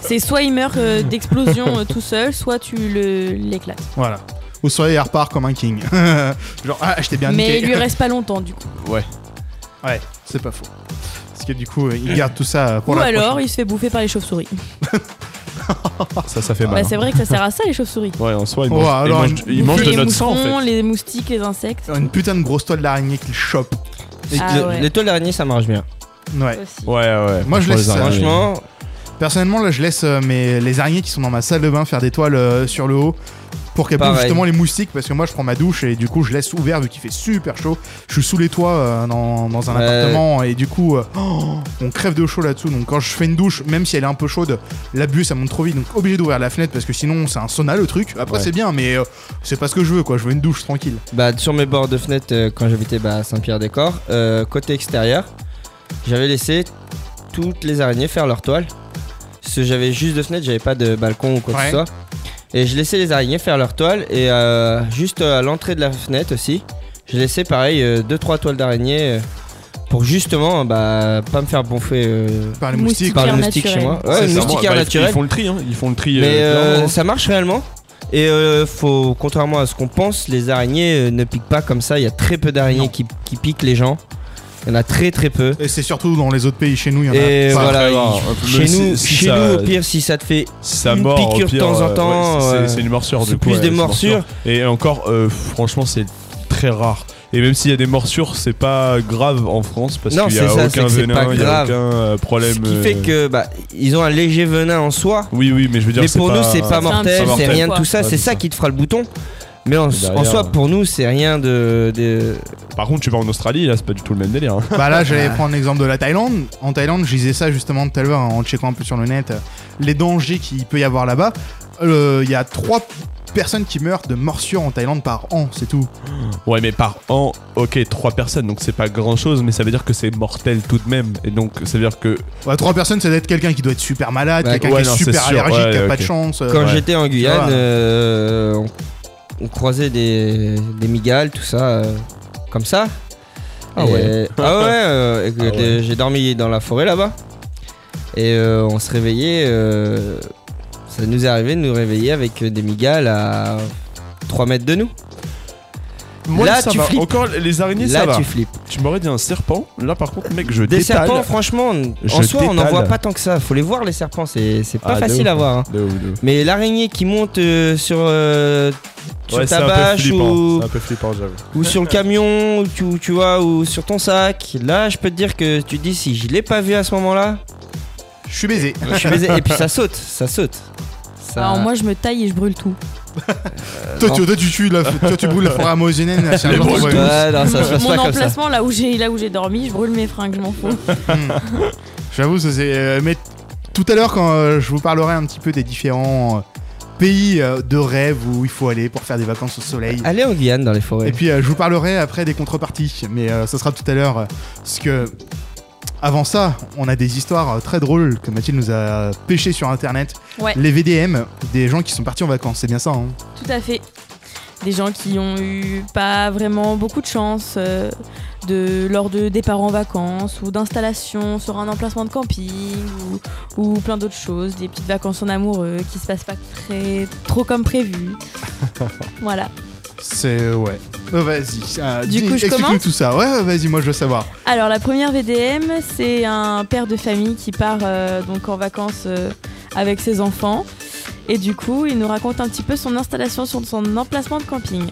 E: C'est soit il meurt euh, d'explosion euh, tout seul, soit tu le l'éclates.
B: Voilà. Ou soit il repart comme un king. Genre, ah, je t'ai bien
E: Mais
B: niqué.
E: il lui reste pas longtemps du coup.
B: Ouais, c'est pas faux. Parce que du coup, euh, il garde tout ça euh, pour
E: Ou
B: la
E: alors
B: prochaine.
E: il se fait bouffer par les chauves-souris.
C: Ça, ça fait
B: Ah
E: Bah,
C: mal.
B: hein.
E: c'est vrai que ça sert à ça les chauves-souris.
C: ouais, en soi, il
B: Ouais,
C: mange, il
B: alors,
C: mange- il mange
E: Bouffer
C: de
E: les
C: notre sang, en
E: moustons,
C: fait.
E: les moustiques, les insectes
B: Une putain de grosse toile d'araignée qu'il chope.
D: Les-
E: Ah
D: le-
E: ouais.
D: Les toiles d'araignée, ça marche bien.
B: Ouais.
E: aussi.
C: Ouais, ouais.
B: Moi, je
C: Pour
B: laisse
C: les
B: ça.
C: araignées.
D: Franchement,
B: Personnellement, là, je laisse euh, mes, les araignées qui sont dans ma salle de bain faire des toiles euh, sur le haut pour qu'elles bouffent
D: Pareil.
B: justement les moustiques parce que moi je prends ma douche et du coup je laisse ouvert vu qu'il fait super chaud. Je suis sous les toits euh, dans, dans un
D: Ouais.
B: appartement et du coup euh, oh, on crève de chaud là-dessous. Donc quand je fais une douche, même si elle est un peu chaude, la buée ça monte trop vite donc obligé d'ouvrir la fenêtre parce que sinon c'est un sauna le truc. Après
C: Ouais.
B: c'est bien mais euh, c'est pas ce que je veux quoi. Je veux une douche tranquille.
D: Bah, sur mes bords de fenêtre, euh, quand j'habitais bah, à Saint-Pierre-des-Corps, euh, côté extérieur, j'avais laissé toutes les araignées faire leur toile. Parce que j'avais juste de fenêtre, j'avais pas de balcon ou quoi que
B: Ouais.
D: ce soit. Et je laissais les araignées faire leur toile. Et euh, juste à l'entrée de la fenêtre aussi, je laissais pareil 2-3 toiles d'araignées euh, pour justement bah, pas me faire bonfer euh,
B: Par les moustiques.
E: Moustiques.
D: par le moustique
E: Moustiquaire
D: chez moi.
E: naturel.
D: Ouais,
C: C'est ça,
D: moustiquaire
C: bah, ils-
D: naturel.
C: Ils font le tri, hein. Ils font le tri.
D: Mais
C: euh,
D: euh,
C: clairement, hein.
D: ça marche réellement. Et euh, faut, contrairement à ce qu'on pense, les araignées euh, ne piquent pas comme ça. Il y a très peu d'araignées qui, qui piquent les gens. Il y en a très très peu.
B: Et c'est surtout dans les autres pays chez nous il y en a.
D: Et
B: pas.
D: voilà,
C: très rare.
D: il-
C: Mais
D: chez, nous,
C: si- si
D: chez
C: ça-
D: nous, au pire, si ça te fait.
C: Si ça
D: Une
C: mord, au
D: piqûre de
C: pire,
D: temps en
C: euh,
D: temps,
C: ouais, c'est-
D: euh,
C: c'est c'est une morsure
D: c'est
C: du coup,
D: plus
C: ouais,
D: des
C: c'est une morsure.
D: morsures.
C: Et encore, euh, franchement, c'est très rare. Et même s'il y a des morsures, c'est pas grave en France parce
D: Non,
C: qu'il y a
D: c'est ça, c'est
C: aucun
D: que c'est pas
C: venin, il y a
D: grave.
C: aucun euh, problème.
D: Ce qui
C: euh,
D: fait que bah, ils ont un léger venin en soi.
C: Oui, oui, mais je veux dire,
D: mais pour nous, c'est pas
E: C'est un
D: mortel,
E: petit
D: c'est
E: peu,
D: rien de
E: quoi.
D: tout ça.
C: Ouais,
D: c'est
C: c'est
D: ça
C: ça.
D: qui te fera le bouton. Mais en,
C: Et derrière,
D: en soi,
C: ouais.
D: pour nous, c'est rien de. de-
C: Par contre, tu vas en Australie, là, c'est pas du tout le même délire. hein.
B: Bah là, j'allais prendre l'exemple de la Thaïlande. En Thaïlande, je disais ça justement tout à l'heure hein, en checkant un peu sur le net, euh, les dangers qu'il peut y avoir là-bas. Euh, Il y a trois personnes qui meurent de morsures en Thaïlande par an, c'est tout.
C: Ouais, mais par an, ok, trois personnes, donc c'est pas grand chose, mais ça veut dire que c'est mortel tout de même. Et donc, ça veut dire que.
B: Ouais, trois personnes, ça doit être quelqu'un qui doit être super malade,
D: Ouais,
B: quelqu'un
C: ouais,
B: qui est
C: non, c'est
B: super
C: sûr,
B: allergique,
C: ouais,
B: qui a
C: ouais,
B: pas
C: ok.
B: de chance. euh,
D: Quand
C: Ouais.
D: j'étais en Guyane,
B: Ouais.
D: euh, on, on croisait des, des migales, tout ça, euh, comme ça.
C: Ah
D: Et-
C: ouais.
D: ah ouais, euh, et que
C: Ah ouais.
D: des- j'ai dormi dans la forêt là-bas. Et euh, on se réveillait, euh, ça nous est arrivé de nous réveiller avec euh, des migales à 3 mètres de nous.
C: Moi,
D: Là,
C: ça
D: tu
C: va.
D: flippes.
C: Encore, les araignées, ça
D: là,
C: va.
D: tu flippes.
C: Tu m'aurais dit un serpent. Là, par contre, mec, je
D: Des
C: détale.
D: serpents, franchement, on- en
C: Je
D: soi, on n'en
C: détale.
D: voit pas tant que ça. Faut les voir, les serpents, c'est c'est pas
C: Ah, de
D: facile
C: ouf.
D: à voir. hein.
C: De ouf, de ouf.
D: Mais l'araignée qui monte euh, sur, euh, sur
C: Ouais, c'est
D: ta
C: un peu
D: bâche
C: flippant,
D: ou,
C: c'est un peu flippant, j'avoue.
D: ou sur le camion, ou tu, ou tu vois, ou sur ton sac, là je peux te dire que tu te dis si je l'ai pas vu à ce moment-là,
B: Je suis baisé.
D: je suis baisé. Et puis ça saute, ça saute. Ça-
E: Alors moi je me taille et je brûle tout.
B: Toi, tu, toi, tu tues la, toi, tu brûles la forêt amazonienne. c'est un
C: Euh, Les
B: genre de
C: brûles
B: truc.
D: Ouais,
C: Ah,
D: non, ça se
E: Mon,
D: passe
E: mon
D: pas comme ça.
E: emplacement là où j'ai là où j'ai dormi, je brûle mes fringues, je m'en fous.
B: Hmm. J'avoue, ça c'est. euh, mais tout à l'heure, quand euh, je vous parlerai un petit peu des différents euh, pays euh, de rêve où il faut aller pour faire des vacances au soleil.
D: Allez en Guyane dans les forêts.
B: Et puis euh, je vous parlerai après des contreparties, mais euh, ça sera tout à l'heure. euh, parce que avant ça, on a des histoires euh, très drôles que Mathilde nous a pêchées sur internet.
E: Ouais.
B: Les VDM, des gens qui sont partis en vacances, c'est bien ça. hein
E: Tout à fait. Des gens qui ont eu pas vraiment beaucoup de chance euh, de, lors de départs en vacances ou d'installation sur un emplacement de camping ou, ou plein d'autres choses, des petites vacances en amoureux qui se passent pas très, trop comme prévu. voilà.
B: c'est euh, ouais. Euh, vas-y. euh,
E: Du
B: dis-
E: coup, je
B: explique-nous
E: commence
B: tout ça. Ouais, ouais, vas-y, moi je veux savoir.
E: Alors la première VDM, c'est un père de famille qui part euh, donc en vacances euh, avec ses enfants et du coup il nous raconte un petit peu son installation sur son emplacement de camping.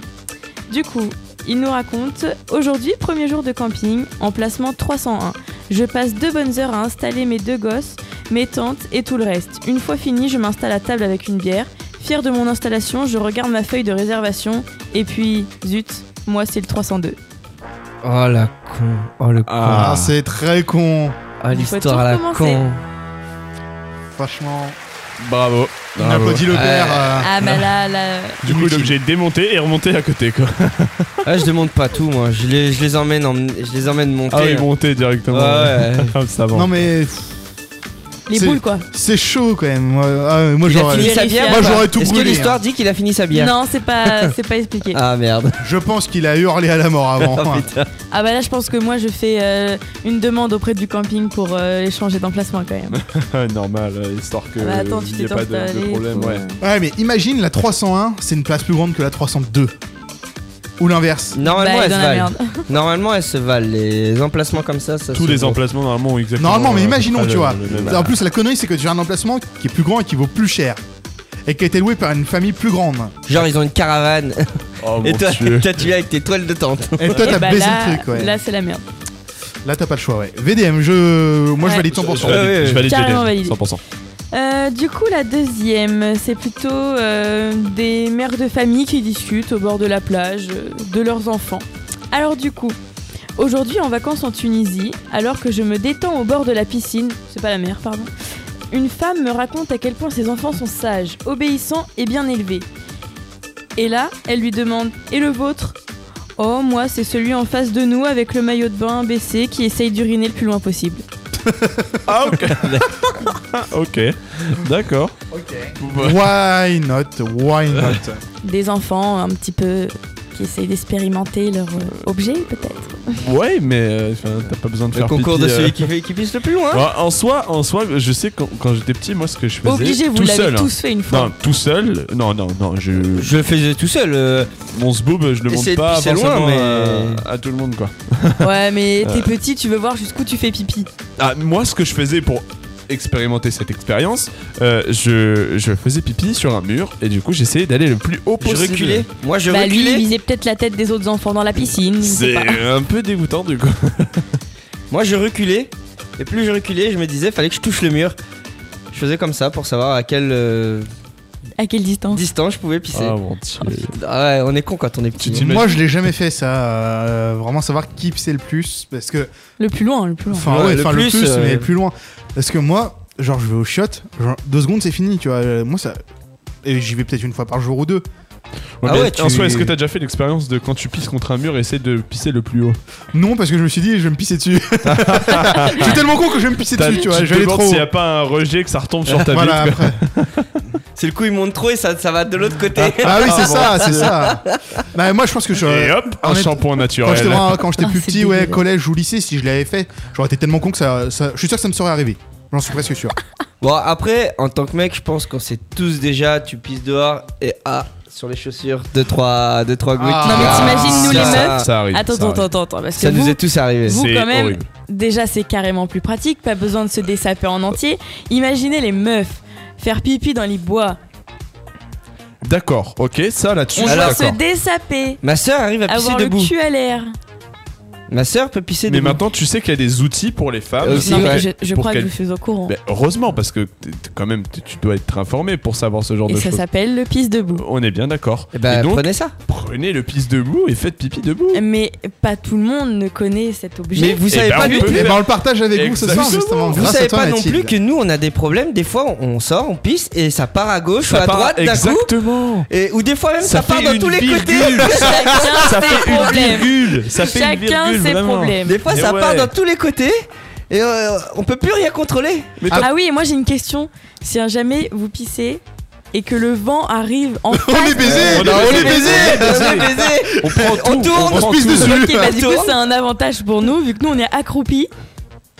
E: Du coup, il nous raconte aujourd'hui premier jour de camping, emplacement 301. Je passe deux bonnes heures à installer mes deux gosses, mes tentes et tout le reste. Une fois fini, je m'installe à table avec une bière. Fier de mon installation, je regarde ma feuille de réservation Et puis, zut, moi c'est le 302.
D: Oh la con. Oh le con.
B: Ah,
C: Ah.
B: c'est très con.
D: Ah, l'histoire à la
H: Faut tout
D: con.
B: Franchement,
C: Bravo.
B: on
C: Bravo.
B: applaudit le
D: Ouais.
B: père. euh,
E: Ah bah là, là.
C: Du coup, l'objet est démonté et remonté à côté, quoi.
D: Ah, je demande pas tout, moi. Je les, je les emmène, en- je les emmène monter.
C: Ah oui, monté directement.
D: Ouais, ouais.
C: Ça va.
B: Non mais pff,
E: Les
B: C'est-
E: boules quoi.
B: c'est chaud quand même. Moi, ah, moi,
D: Il a
B: j'aurais-
D: fini sa bière.
B: moi,
D: ou pas
C: hein.
B: j'aurais tout
D: Est-ce que
B: brûlé,
D: l'histoire dit qu'il a fini sa bière
E: Non, c'est pas, c'est pas expliqué. Ah.
D: Ah merde.
B: je pense qu'il a hurlé à la mort avant. hein.
D: Oh, putain.
E: bah là, je pense que moi je fais euh, une demande auprès du camping pour euh, échanger d'emplacement quand même.
C: Normal, euh, histoire que.
E: Ah bah attends, tu
C: il
E: t'es
C: n'y a pas de- de,
E: installé,
C: problème,
E: faut-
C: ouais.
B: ouais, mais imagine la 301, c'est une place plus grande que la 302. Ou l'inverse.
D: Normalement,
E: Bah,
D: elles
E: dans
D: se
E: la
D: valent.
E: merde.
D: Normalement, elles se valent. Les emplacements comme ça, ça
C: Tous
D: se
C: les
D: vaut.
C: emplacements, normalement, ont exactement.
B: Normalement, mais
C: euh,
B: imaginons,
C: pas
B: tu
C: le-
B: vois.
C: le même-
B: En plus, la connerie, c'est que tu as un emplacement qui est plus grand et qui vaut plus cher. Et qui a été loué par une famille plus grande.
D: Genre, ils ont une caravane.
C: Oh mon
D: Et toi,
C: dieu.
D: toi, tu viens avec tes toiles de tente.
B: Et toi,
E: Et
B: t'as
E: bah,
B: baisé
E: là,
B: le truc, ouais. Là,
E: Là, c'est la merde.
B: t'as pas le choix, ouais. VDM, je. Moi, je
E: Ouais.
B: valide
C: Je
B: 100%.
D: Ouais, ouais,
C: valide, je valide Jaden,
E: carrément validé.
C: 100%.
E: Euh, du coup, la deuxième, c'est plutôt euh, des mères de famille qui discutent au bord de la plage euh, de leurs enfants. Alors du coup, aujourd'hui en vacances en Tunisie, alors que je me détends au bord de la piscine, c'est pas la mer, pardon, une femme me raconte à quel point ses enfants sont sages, obéissants et bien élevés. Et là, elle lui demande Et le vôtre Oh, moi, c'est celui en face de nous avec le maillot de bain baissé qui essaye d'uriner le plus loin possible.
C: Ah, ok. Ah, ok. D'accord. Ouais.
B: Why not? Why not?
E: des enfants un petit peu qui essayent d'expérimenter leur euh, objet peut-être.
C: Ouais, mais euh, enfin, t'as pas besoin de
D: Le
C: faire
D: concours
C: pipi,
D: de
C: euh.
D: celui qui, fait- qui pisse le plus loin.
C: Ouais, en soi, en soi, je sais quand, quand j'étais petit, moi, ce que je faisais.
E: Obligé, vous
C: tout seul.
E: l'avez
C: hein.
E: tous fait une
C: Non,
E: fois.
C: tout seul. Non, non, non. Je,
D: Je le faisais tout seul. euh,
C: mon zboob, je le montre
D: Essayez de
C: pas
D: pisser loin,
C: forcément
D: mais-
C: euh, à tout le monde, quoi.
E: Ouais, mais
C: Euh.
E: t'es petit, tu veux voir jusqu'où tu fais pipi.
C: Ah, moi, ce que je faisais pour expérimenter cette expérience, euh, je, je faisais pipi sur un mur et du coup, j'essayais d'aller le plus haut
D: je
C: possible.
D: reculais. Moi, je
E: bah lui, il
D: reculais.
E: visait peut-être la tête des autres enfants dans la piscine. je
C: C'est
E: sais pas.
C: un peu dégoûtant, du coup.
D: Moi, je reculais. Et plus je reculais, je me disais, fallait que je touche le mur. Je faisais comme ça pour savoir à quelle euh,
E: À quelle distance
D: distance je pouvais pisser.
C: Ah, mon dieu.
D: Ah ouais, on est con quand on est petit.
C: Tu t'imagines-
B: Moi, je l'ai jamais fait ça. euh, vraiment savoir qui c'est le plus. Parce que.
E: Le plus loin, le plus loin.
B: Enfin,
D: Ouais,
B: ouais,
D: le
B: enfin, le
D: plus,
B: plus,
D: euh,
B: mais plus loin. Parce que moi, genre, je vais au shot. Genre, deux secondes, c'est fini, tu vois. Euh, Moi, ça. Et j'y vais peut-être une fois par jour ou deux.
C: Ouais,
D: Ah
C: mais
D: ouais, tu-
C: En soi, est-ce que t'as déjà fait l'expérience de quand tu pisses contre un mur, essayer de pisser le plus haut
B: Non, parce que je me suis dit, je vais me pisser dessus. je suis tellement con que je vais me pisser
C: T'as-
B: dessus, tu vois.
C: te
B: Je vais aller
C: demandes
B: trop.
C: s'il n'y a pas un rejet que ça retombe sur ta
B: Voilà,
C: bite.
B: après.
D: C'est le coup, il monte trop et ça, ça va de l'autre côté.
B: Ah oui, c'est ça, c'est ça. Bah, moi, je pense que je.
C: quoi. Et hop, un
B: honnête-
C: shampoing
B: Quand j'étais
C: naturel.
B: vraiment- quand j'étais
E: Ah,
B: plus
E: c'est
B: petit, ouais,
E: dégueu.
B: collège ou lycée, si je l'avais fait, j'aurais été tellement con que ça, ça- Je suis sûr que ça me serait arrivé. J'en suis presque sûr.
D: Bon, après, en tant que mec, je pense qu'on sait tous déjà, tu pisses dehors et ah, sur les chaussures, 2 trois, deux, trois gouttes.
B: Ah.
E: Non, mais
D: Ah,
E: t'imagines, nous, les
D: ça-
E: meufs,
C: Ça arrive. ça
E: Attends, attends,
C: arrive.
E: attends, attends, parce que
D: Ça nous
E: vous,
D: est tous arrivé.
E: vous,
C: C'est
E: quand même,
C: horrible.
E: déjà c'est carrément plus pratique, pas besoin de se dessaper en entier. Imaginez les meufs faire pipi dans les bois.
C: D'accord, ok, ça là-dessus.
E: On
C: je suis
E: doit se
C: d'accord.
E: dessaper,
D: Ma soeur arrive à pisser
E: avoir le
D: debout.
E: cul à l'air.
D: Ma soeur peut pisser
C: Mais
D: debout.
C: maintenant, tu sais qu'il y a des outils pour les femmes.
D: Euh, Aussi,
E: Non, mais
D: ouais.
E: je, je
C: Pour
E: crois que
C: quel-
E: je suis au courant.
C: Ben, heureusement, parce que t'es- t'es- quand même, t'es- tu dois être informé pour savoir ce genre
E: Et
C: de
E: ça
C: choses.
E: s'appelle le pisse debout.
C: On est bien d'accord.
D: Eh ben,
C: Et donc,
D: prenez ça.
C: prenez le pisse debout et faites pipi debout.
E: Mais pas tout le monde ne connaît cet objet.
D: Mais vous
C: Eh
D: savez
C: ben,
D: pas
C: on
D: du
C: peut
D: tout.
B: Et ben, on le partage avec vous ce soir,
C: Exactement.
B: justement.
D: Vous
B: grâce à
D: savez
B: toi,
D: pas non
B: Mathilde.
D: plus que nous on a des problèmes, des fois on sort, on pisse et ça part à gauche ou à
C: part-
D: droite d'un coup
C: Exactement.
D: et, ou des fois même ça,
C: Ça
D: part
C: fait
D: dans
C: une
D: tous les
C: virgule.
D: côtés.
E: Chacun
C: Ça
E: ses
C: fait une
E: problèmes.
C: virgule. Ça fait une
E: Chacun
C: virgule,
E: ses
C: vraiment.
E: problèmes.
D: Des fois
C: Mais
D: ça
C: ouais.
D: part dans tous les côtés et euh, on peut plus rien contrôler.
E: Ah, oui, et moi j'ai une question. Si un jamais vous pissez et que le vent arrive en face. euh,
B: On est baisé,
D: Ah,
C: On est
B: on est
C: baisé,
B: baisé.
D: On est baisé.
C: On prend tout.
D: On tourne,
B: On
C: prend
B: se pisse
C: tout.
B: dessus.
E: Ok, bah du coup
D: Tourne.
E: c'est un avantage pour nous vu que nous on est accroupis.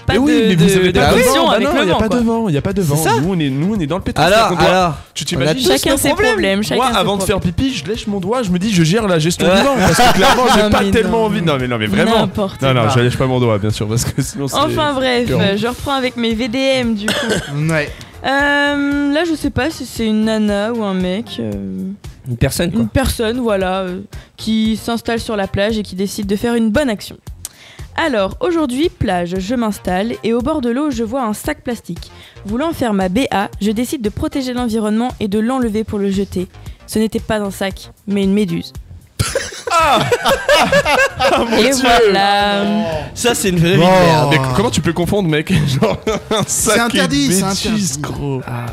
E: Pas
C: Mais
E: de,
C: Eh oui, mais
E: de-
C: vous avez
E: de
C: pas de
E: pression
C: vent. Bah
E: avec
C: non, y
E: le
C: a
E: vent.
C: pas
E: quoi.
C: de vent, y a pas de
D: C'est ça
C: vent. Nous, on est, nous, on est dans le pétrole.
D: Alors,
C: c'est-à-dire qu'on doit-
D: alors, on
C: tu
D: a
C: t'imagines
D: tous nos
E: Chacun ses
D: problèmes.
E: problèmes. Chacun
C: Moi,
E: ses
C: avant de faire
E: problèmes. Euh.
C: pipi, je lèche mon doigt, je me dis, je gère la gestion
D: Ouais.
C: du vent. Parce que clairement,
E: Non,
C: j'ai pas
E: mais
C: tellement
E: non.
C: envie. Non, mais non, mais vraiment.
E: N'importe
C: Non, non,
E: quoi.
C: je lèche pas mon doigt, bien sûr, parce que sinon c'est.
E: Enfin bref,
C: Cœur.
E: euh, je reprends avec mes VDM du coup.
B: Ouais.
E: Euh, là je sais pas si c'est une nana ou un mec. euh,
D: Une personne
E: une personne, voilà, euh, qui s'installe sur la plage et qui décide de faire une bonne action. Alors, aujourd'hui, plage, je m'installe et au bord de l'eau, je vois un sac plastique. Voulant faire ma BA, je décide de protéger l'environnement et de l'enlever pour le jeter. Ce n'était pas un sac, mais une méduse.
C: Ah,
E: Et voilà.
D: Ça, c'est une vraie vie de
B: Oh.
D: merde.
C: Mais comment tu peux confondre, mec Genre, un sac
B: C'est interdit,
C: de
B: c'est
C: bêtises,
B: interdit.
C: gros.
D: Ah,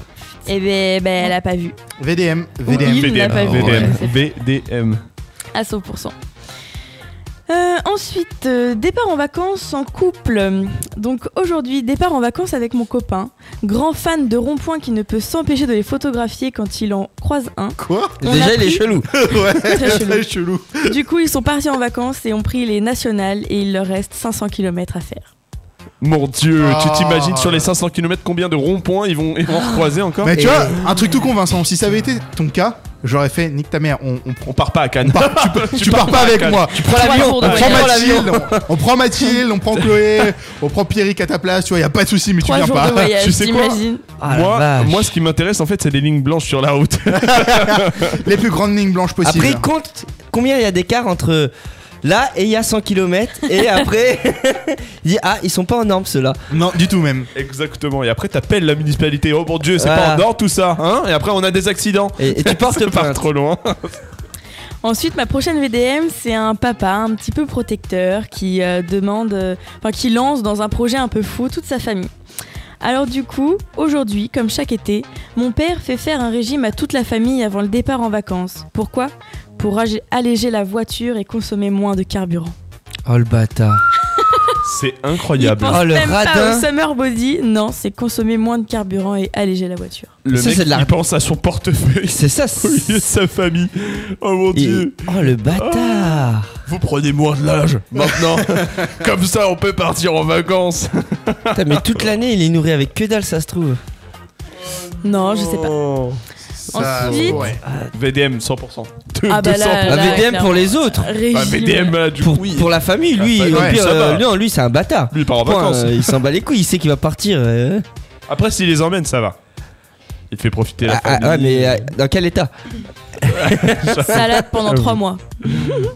E: Eh
I: Et ben, ben, elle a pas vu.
B: VDM, VDM.
E: Oui. Il l'a pas vu.
C: VDM.
E: Ouais.
C: VDM.
I: À 100%.
E: Euh, ensuite, euh, départ en vacances en couple. Donc aujourd'hui, départ en vacances avec mon copain, grand fan de ronds-points qui ne peut s'empêcher de les photographier quand il en croise un.
B: Quoi
E: On
D: Déjà, il
E: a
D: est
E: pris-
D: chelou.
E: Très chelou.
B: chelou.
E: Du coup, ils sont partis en vacances et ont pris les nationales et il leur reste 500 km à faire.
C: Mon dieu, tu
B: Ah.
C: t'imagines sur les 500 km combien de ronds-points ils vont, ils vont recroiser encore
B: Mais tu
D: Et-
B: vois, un truc tout con, Vincent, si ça avait été ton cas, j'aurais fait nique ta mère, on, on,
C: On part pas à Cannes.
B: part- tu pars pas avec
C: à
B: moi.
C: Tu prends l'avion.
B: On prend Mathilde, on, on prend Mathilde, on prend Chloé, on prend Pierrick à ta place, tu vois, y a pas de souci, mais tu
E: Trois
B: viens
E: jours
B: pas.
E: de voyage,
C: Tu sais quoi
E: t'imagines
D: Ah, la
C: Moi,
D: vache.
C: moi, ce qui m'intéresse en fait, c'est les lignes blanches sur la route.
B: Les plus grandes lignes blanches possibles.
D: Après, compte combien il y a d'écart entre là et il y a 100 km. Et après, il dit Ah, ils sont pas en norme ceux-là.
B: non, du tout même.
C: Exactement. Et après, t'appelles la municipalité. Oh mon dieu, c'est
D: Voilà.
C: pas en or tout ça, hein Et après, on a des accidents.
D: Et, et tu portes
C: C'est pas
D: plainte.
C: trop loin.
E: Ensuite, ma prochaine VDM, c'est un papa un petit peu protecteur qui euh, demande, euh, enfin qui lance dans un projet un peu fou toute sa famille. Alors du coup, aujourd'hui, comme chaque été, mon père fait faire un régime à toute la famille avant le départ en vacances. Pourquoi Pour ag- alléger la voiture et consommer moins de carburant.
D: Oh le bâtard.
C: C'est
E: Il
C: incroyable.
E: pense
D: Oh, le
E: même pas
D: radin.
E: au summer body, non, c'est consommer moins de carburant et alléger la voiture.
C: Le
D: Ça,
C: mec,
D: c'est de la-
C: il pense à son portefeuille.
D: C'est ça.
C: Au
D: c'est-
C: lieu de sa famille. Oh mon
D: il-
C: dieu.
D: Oh le bâtard.
C: Vous prenez moins de l'âge maintenant. Comme ça, on peut partir en vacances.
D: Putain, mais toute l'année, il est nourri avec que dalle, ça se trouve.
E: Non, je sais pas.
C: Oh.
B: Oh, Ça,
E: Ensuite-
B: ouais.
C: VDM 100%. De-
E: Ah bah là,
C: 200%.
D: La
E: là,
D: VDM pour
E: clairement.
D: les autres.
E: Régime.
C: Ah, VDM, euh, du
D: Pour,
C: coup, il-
D: pour la famille, lui,
B: Ah,
D: au
B: ouais,
D: pire,
C: ça
D: euh,
C: va.
D: non, lui, c'est un bâtard.
C: lui, il part en
D: Point,
C: vacances.
D: euh, il s'en bat les couilles, il sait qu'il va partir. euh.
C: Après, s'il les emmène, ça va. Il fait profiter la
D: Ah, ah,
C: famille.
D: ouais, mais euh, dans quel état
E: Salade pendant trois mois.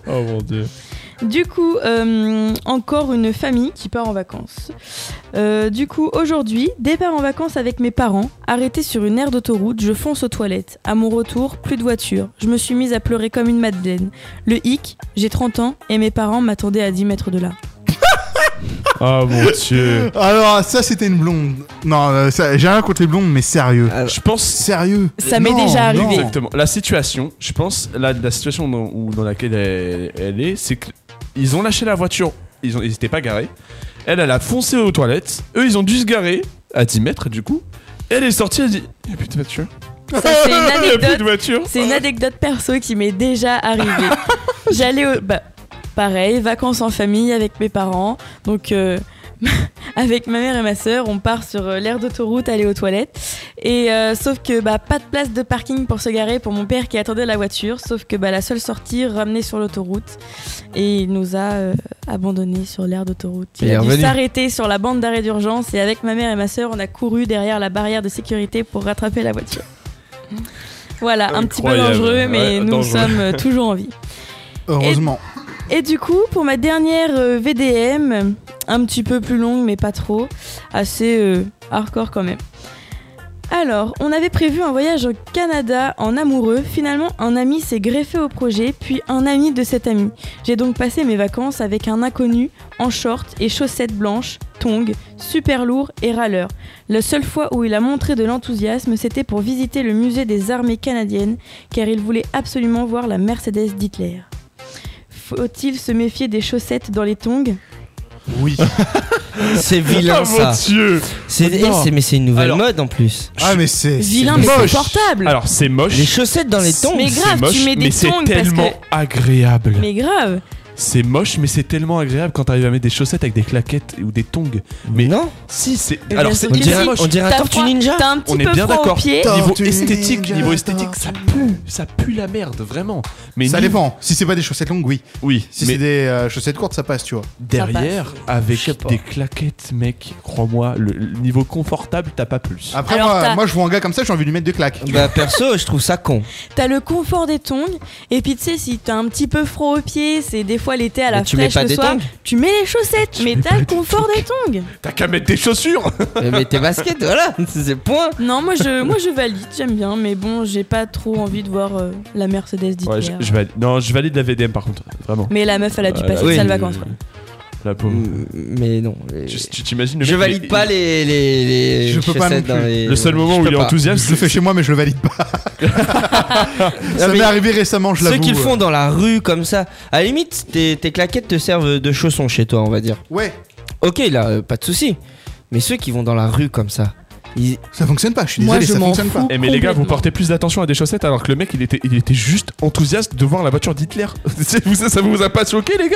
C: Oh mon dieu.
E: Du coup, euh, encore une famille qui part en vacances. Euh, du coup, aujourd'hui, départ en vacances avec mes parents, arrêté sur une aire d'autoroute, je fonce aux toilettes. À mon retour, plus de voiture. Je me suis mise à pleurer comme une madeleine. Le hic, j'ai 30 ans et mes parents m'attendaient à 10 mètres de là.
C: Oh mon dieu.
B: Alors, ça, c'était une blonde. Non, euh, ça- j'ai rien contre les blondes, mais sérieux.
D: Ah,
C: Je pense
B: Sérieux.
E: Ça m'est
B: Non,
E: déjà
B: non.
E: arrivé.
C: Exactement. La situation, je pense, la, la situation dans, où- dans laquelle elle, elle est, c'est qu'ils ont lâché la voiture. Ils n'étaient pas garés. Elle, elle a foncé aux toilettes. Eux, ils ont dû se garer à 10 mètres, du coup. Elle est sortie, elle dit Il n'y a plus de voiture.
E: Ça, c'est une
C: Il n'y a plus de
E: anecdote.
C: voiture.
E: C'est une anecdote perso qui m'est déjà arrivée. J'allais au. Bah, pareil, vacances en famille avec mes parents. Donc, euh, avec ma mère et ma sœur, on part sur euh, l'aire d'autoroute, aller aux toilettes. Et euh, sauf que, bah, pas de place de parking pour se garer pour mon père qui attendait la voiture. Sauf que, bah, la seule sortie ramenée sur l'autoroute. Et il nous a euh, abandonnés sur l'aire d'autoroute. Il,
D: Il est
E: a dû
D: revenu.
E: s'arrêter sur la bande d'arrêt d'urgence. Et avec ma mère et ma sœur, on a couru derrière la barrière de sécurité pour rattraper la voiture. Voilà, un petit peu
C: Incroyable.
E: dangereux, mais
C: Ouais,
E: nous
C: dangereux.
E: sommes euh, toujours en vie.
B: Heureusement.
E: Et du coup, pour ma dernière euh, VDM, un petit peu plus longue, mais pas trop, assez euh, hardcore quand même. Alors, on avait prévu un voyage au Canada en amoureux. Finalement, un ami s'est greffé au projet, puis un ami de cet ami. J'ai donc passé mes vacances avec un inconnu en short et chaussettes blanches, tongs, super lourd et râleur. La seule fois où il a montré de l'enthousiasme, c'était pour visiter le musée des armées canadiennes, car il voulait absolument voir la Mercedes d'Hitler. Faut-il se méfier des chaussettes dans les tongs
B: Oui.
D: C'est vilain
C: Oh Ah, mon
D: ça.
C: dieu.
D: C'est, eh, c'est- mais c'est une nouvelle
C: Alors-
D: mode en plus.
B: Ah, mais c'est.
E: Vilain
B: c'est
E: mais
B: moche.
E: confortable
C: Alors, c'est moche.
D: Les chaussettes dans les tongs.
E: Mais
C: c'est
E: grave,
C: moche,
E: tu mets des
C: mais c'est
E: tongs parce
C: tellement
E: que-
C: agréable.
E: Mais grave
C: C'est moche, mais c'est tellement agréable quand t'arrives à mettre des chaussettes avec des claquettes ou des tongs. Mais
D: non
C: Si, c'est.
E: Eh ben,
C: Alors, c'est
D: On dirait,
C: moche.
D: on dirait un
E: T'as
D: tortue
E: froid,
D: ninja.
E: T'as un petit
C: On est
E: peu
C: bien
E: froid aux
C: d'accord.
E: pieds
B: Tortue
C: Niveau
B: ninja,
C: esthétique, niveau esthétique,
B: tortue
C: ça pue, ça pue la merde, vraiment. Mais
B: Ça
C: nous-
B: dépend. Si c'est pas des chaussettes longues, oui.
C: Oui,
B: Si c'est
C: mais
B: des euh, chaussettes courtes, ça passe, tu vois.
C: derrière,
D: Je
C: avec
D: sais pas.
C: des claquettes, mec, crois-moi, le, le niveau confortable, t'as pas plus.
B: Après,
E: Alors,
B: moi,
E: t'as-
B: moi, je vois un gars comme ça, j'ai envie de lui mettre des claques.
D: Bah perso, je trouve ça con.
E: T'as le confort des tongs Et puis tu sais si t'as un petit peu froid aux pieds C'est des fois l'été à la
D: Mais tu mets
E: fraîche
D: pas
E: le
D: des
E: soir,
D: tongs
E: tu mets les chaussettes, mais t'as le confort des tongs.
C: T'as qu'à mettre des chaussures
D: Mais mets tes baskets, voilà, c'est point.
J: Non, moi je, moi je valide, j'aime bien, mais bon, j'ai pas trop envie de voir euh, la Mercedes d'Ikea.
C: Ouais, je, je valide, non, je valide la VDM par contre, vraiment.
J: Mais la meuf, elle a dû
C: Ah,
J: passer
C: la-
J: de sales
D: oui.
J: vacances.
C: Euh, La pauvre.
D: Mais non. les-
C: Tu tu t'imagines le
D: Mm. Je
C: mec,
D: valide
C: il-
D: pas les, les, les
B: Je peux pas
D: chaussettes
B: non
D: dans
B: plus.
D: les-
C: Le seul moment
D: Je
C: où
D: peux
C: il est
D: pas.
B: Je
C: enthousiaste,
B: le fais chez moi, mais je le valide pas. ça
D: Non, mais
B: m'est arrivé récemment, je
D: Ceux
B: l'avoue. euh.
D: qui le
C: euh.
D: font dans la rue comme ça. À la limite, tes, tes claquettes te servent de chaussons chez toi, on va dire.
B: Ouais,
D: Ok, là, euh, pas de souci. Mais ceux qui vont dans la rue comme ça, ils-
B: ça fonctionne pas. Je suis
J: Moi,
B: désolé,
J: je
B: ça
J: m'en
B: fonctionne pas.
J: fous.
C: Eh mais les gars, vous
J: Complètement.
C: portez plus d'attention à des chaussettes alors que le mec il était, il était juste enthousiaste de voir la voiture d'Hitler. C'est- vous- ça, ça vous a pas choqué les gars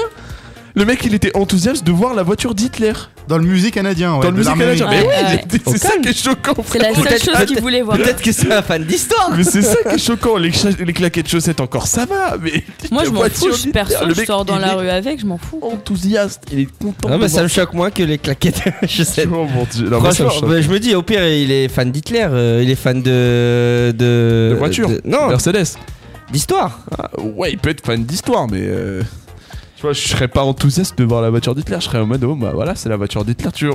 C: Le mec il était enthousiaste de voir la voiture d'Hitler
B: Dans le musée canadien, ouais.
C: dans le
B: de
C: musée
B: l'armée.
C: canadien. Mais
J: Ouais,
C: ouais,
J: Ah ouais.
C: il était-
D: Au
C: c'est ça qui est choquant.
J: C'est la seule
D: Peut-être-
J: chose qu'ils
D: peut-être-
J: voulaient voir.
D: peut-être que c'est un fan d'histoire.
C: Mais c'est ça qui est choquant. Les, cha- les claquettes chaussettes encore ça va. Mais
J: Moi
C: la
J: je m'en
C: voiture
J: fous, je-
C: d'Hitler,
J: perso,
C: le
J: je
C: mec,
J: sors dans
C: il
J: la
C: est
J: rue avec, je m'en fous.
C: Enthousiaste, il est content.
D: Non,
C: de
D: mais ça
C: voir
D: me choque moins que les claquettes chaussettes.
C: Oh mon Dieu. Non, moi, ça me
D: Franchement,
C: choque.
D: bah, je me dis, au pire, il est fan d'Hitler, euh, il est fan de. De,
C: De voiture.
D: de- non,
C: Mercedes.
D: d'histoire.
C: Ah, ouais, il peut être fan d'histoire, mais. euh, Tu vois, je serais pas enthousiaste de voir la voiture d'Hitler. Je serais en mode, oh bah voilà, c'est la voiture d'Hitler. Tu...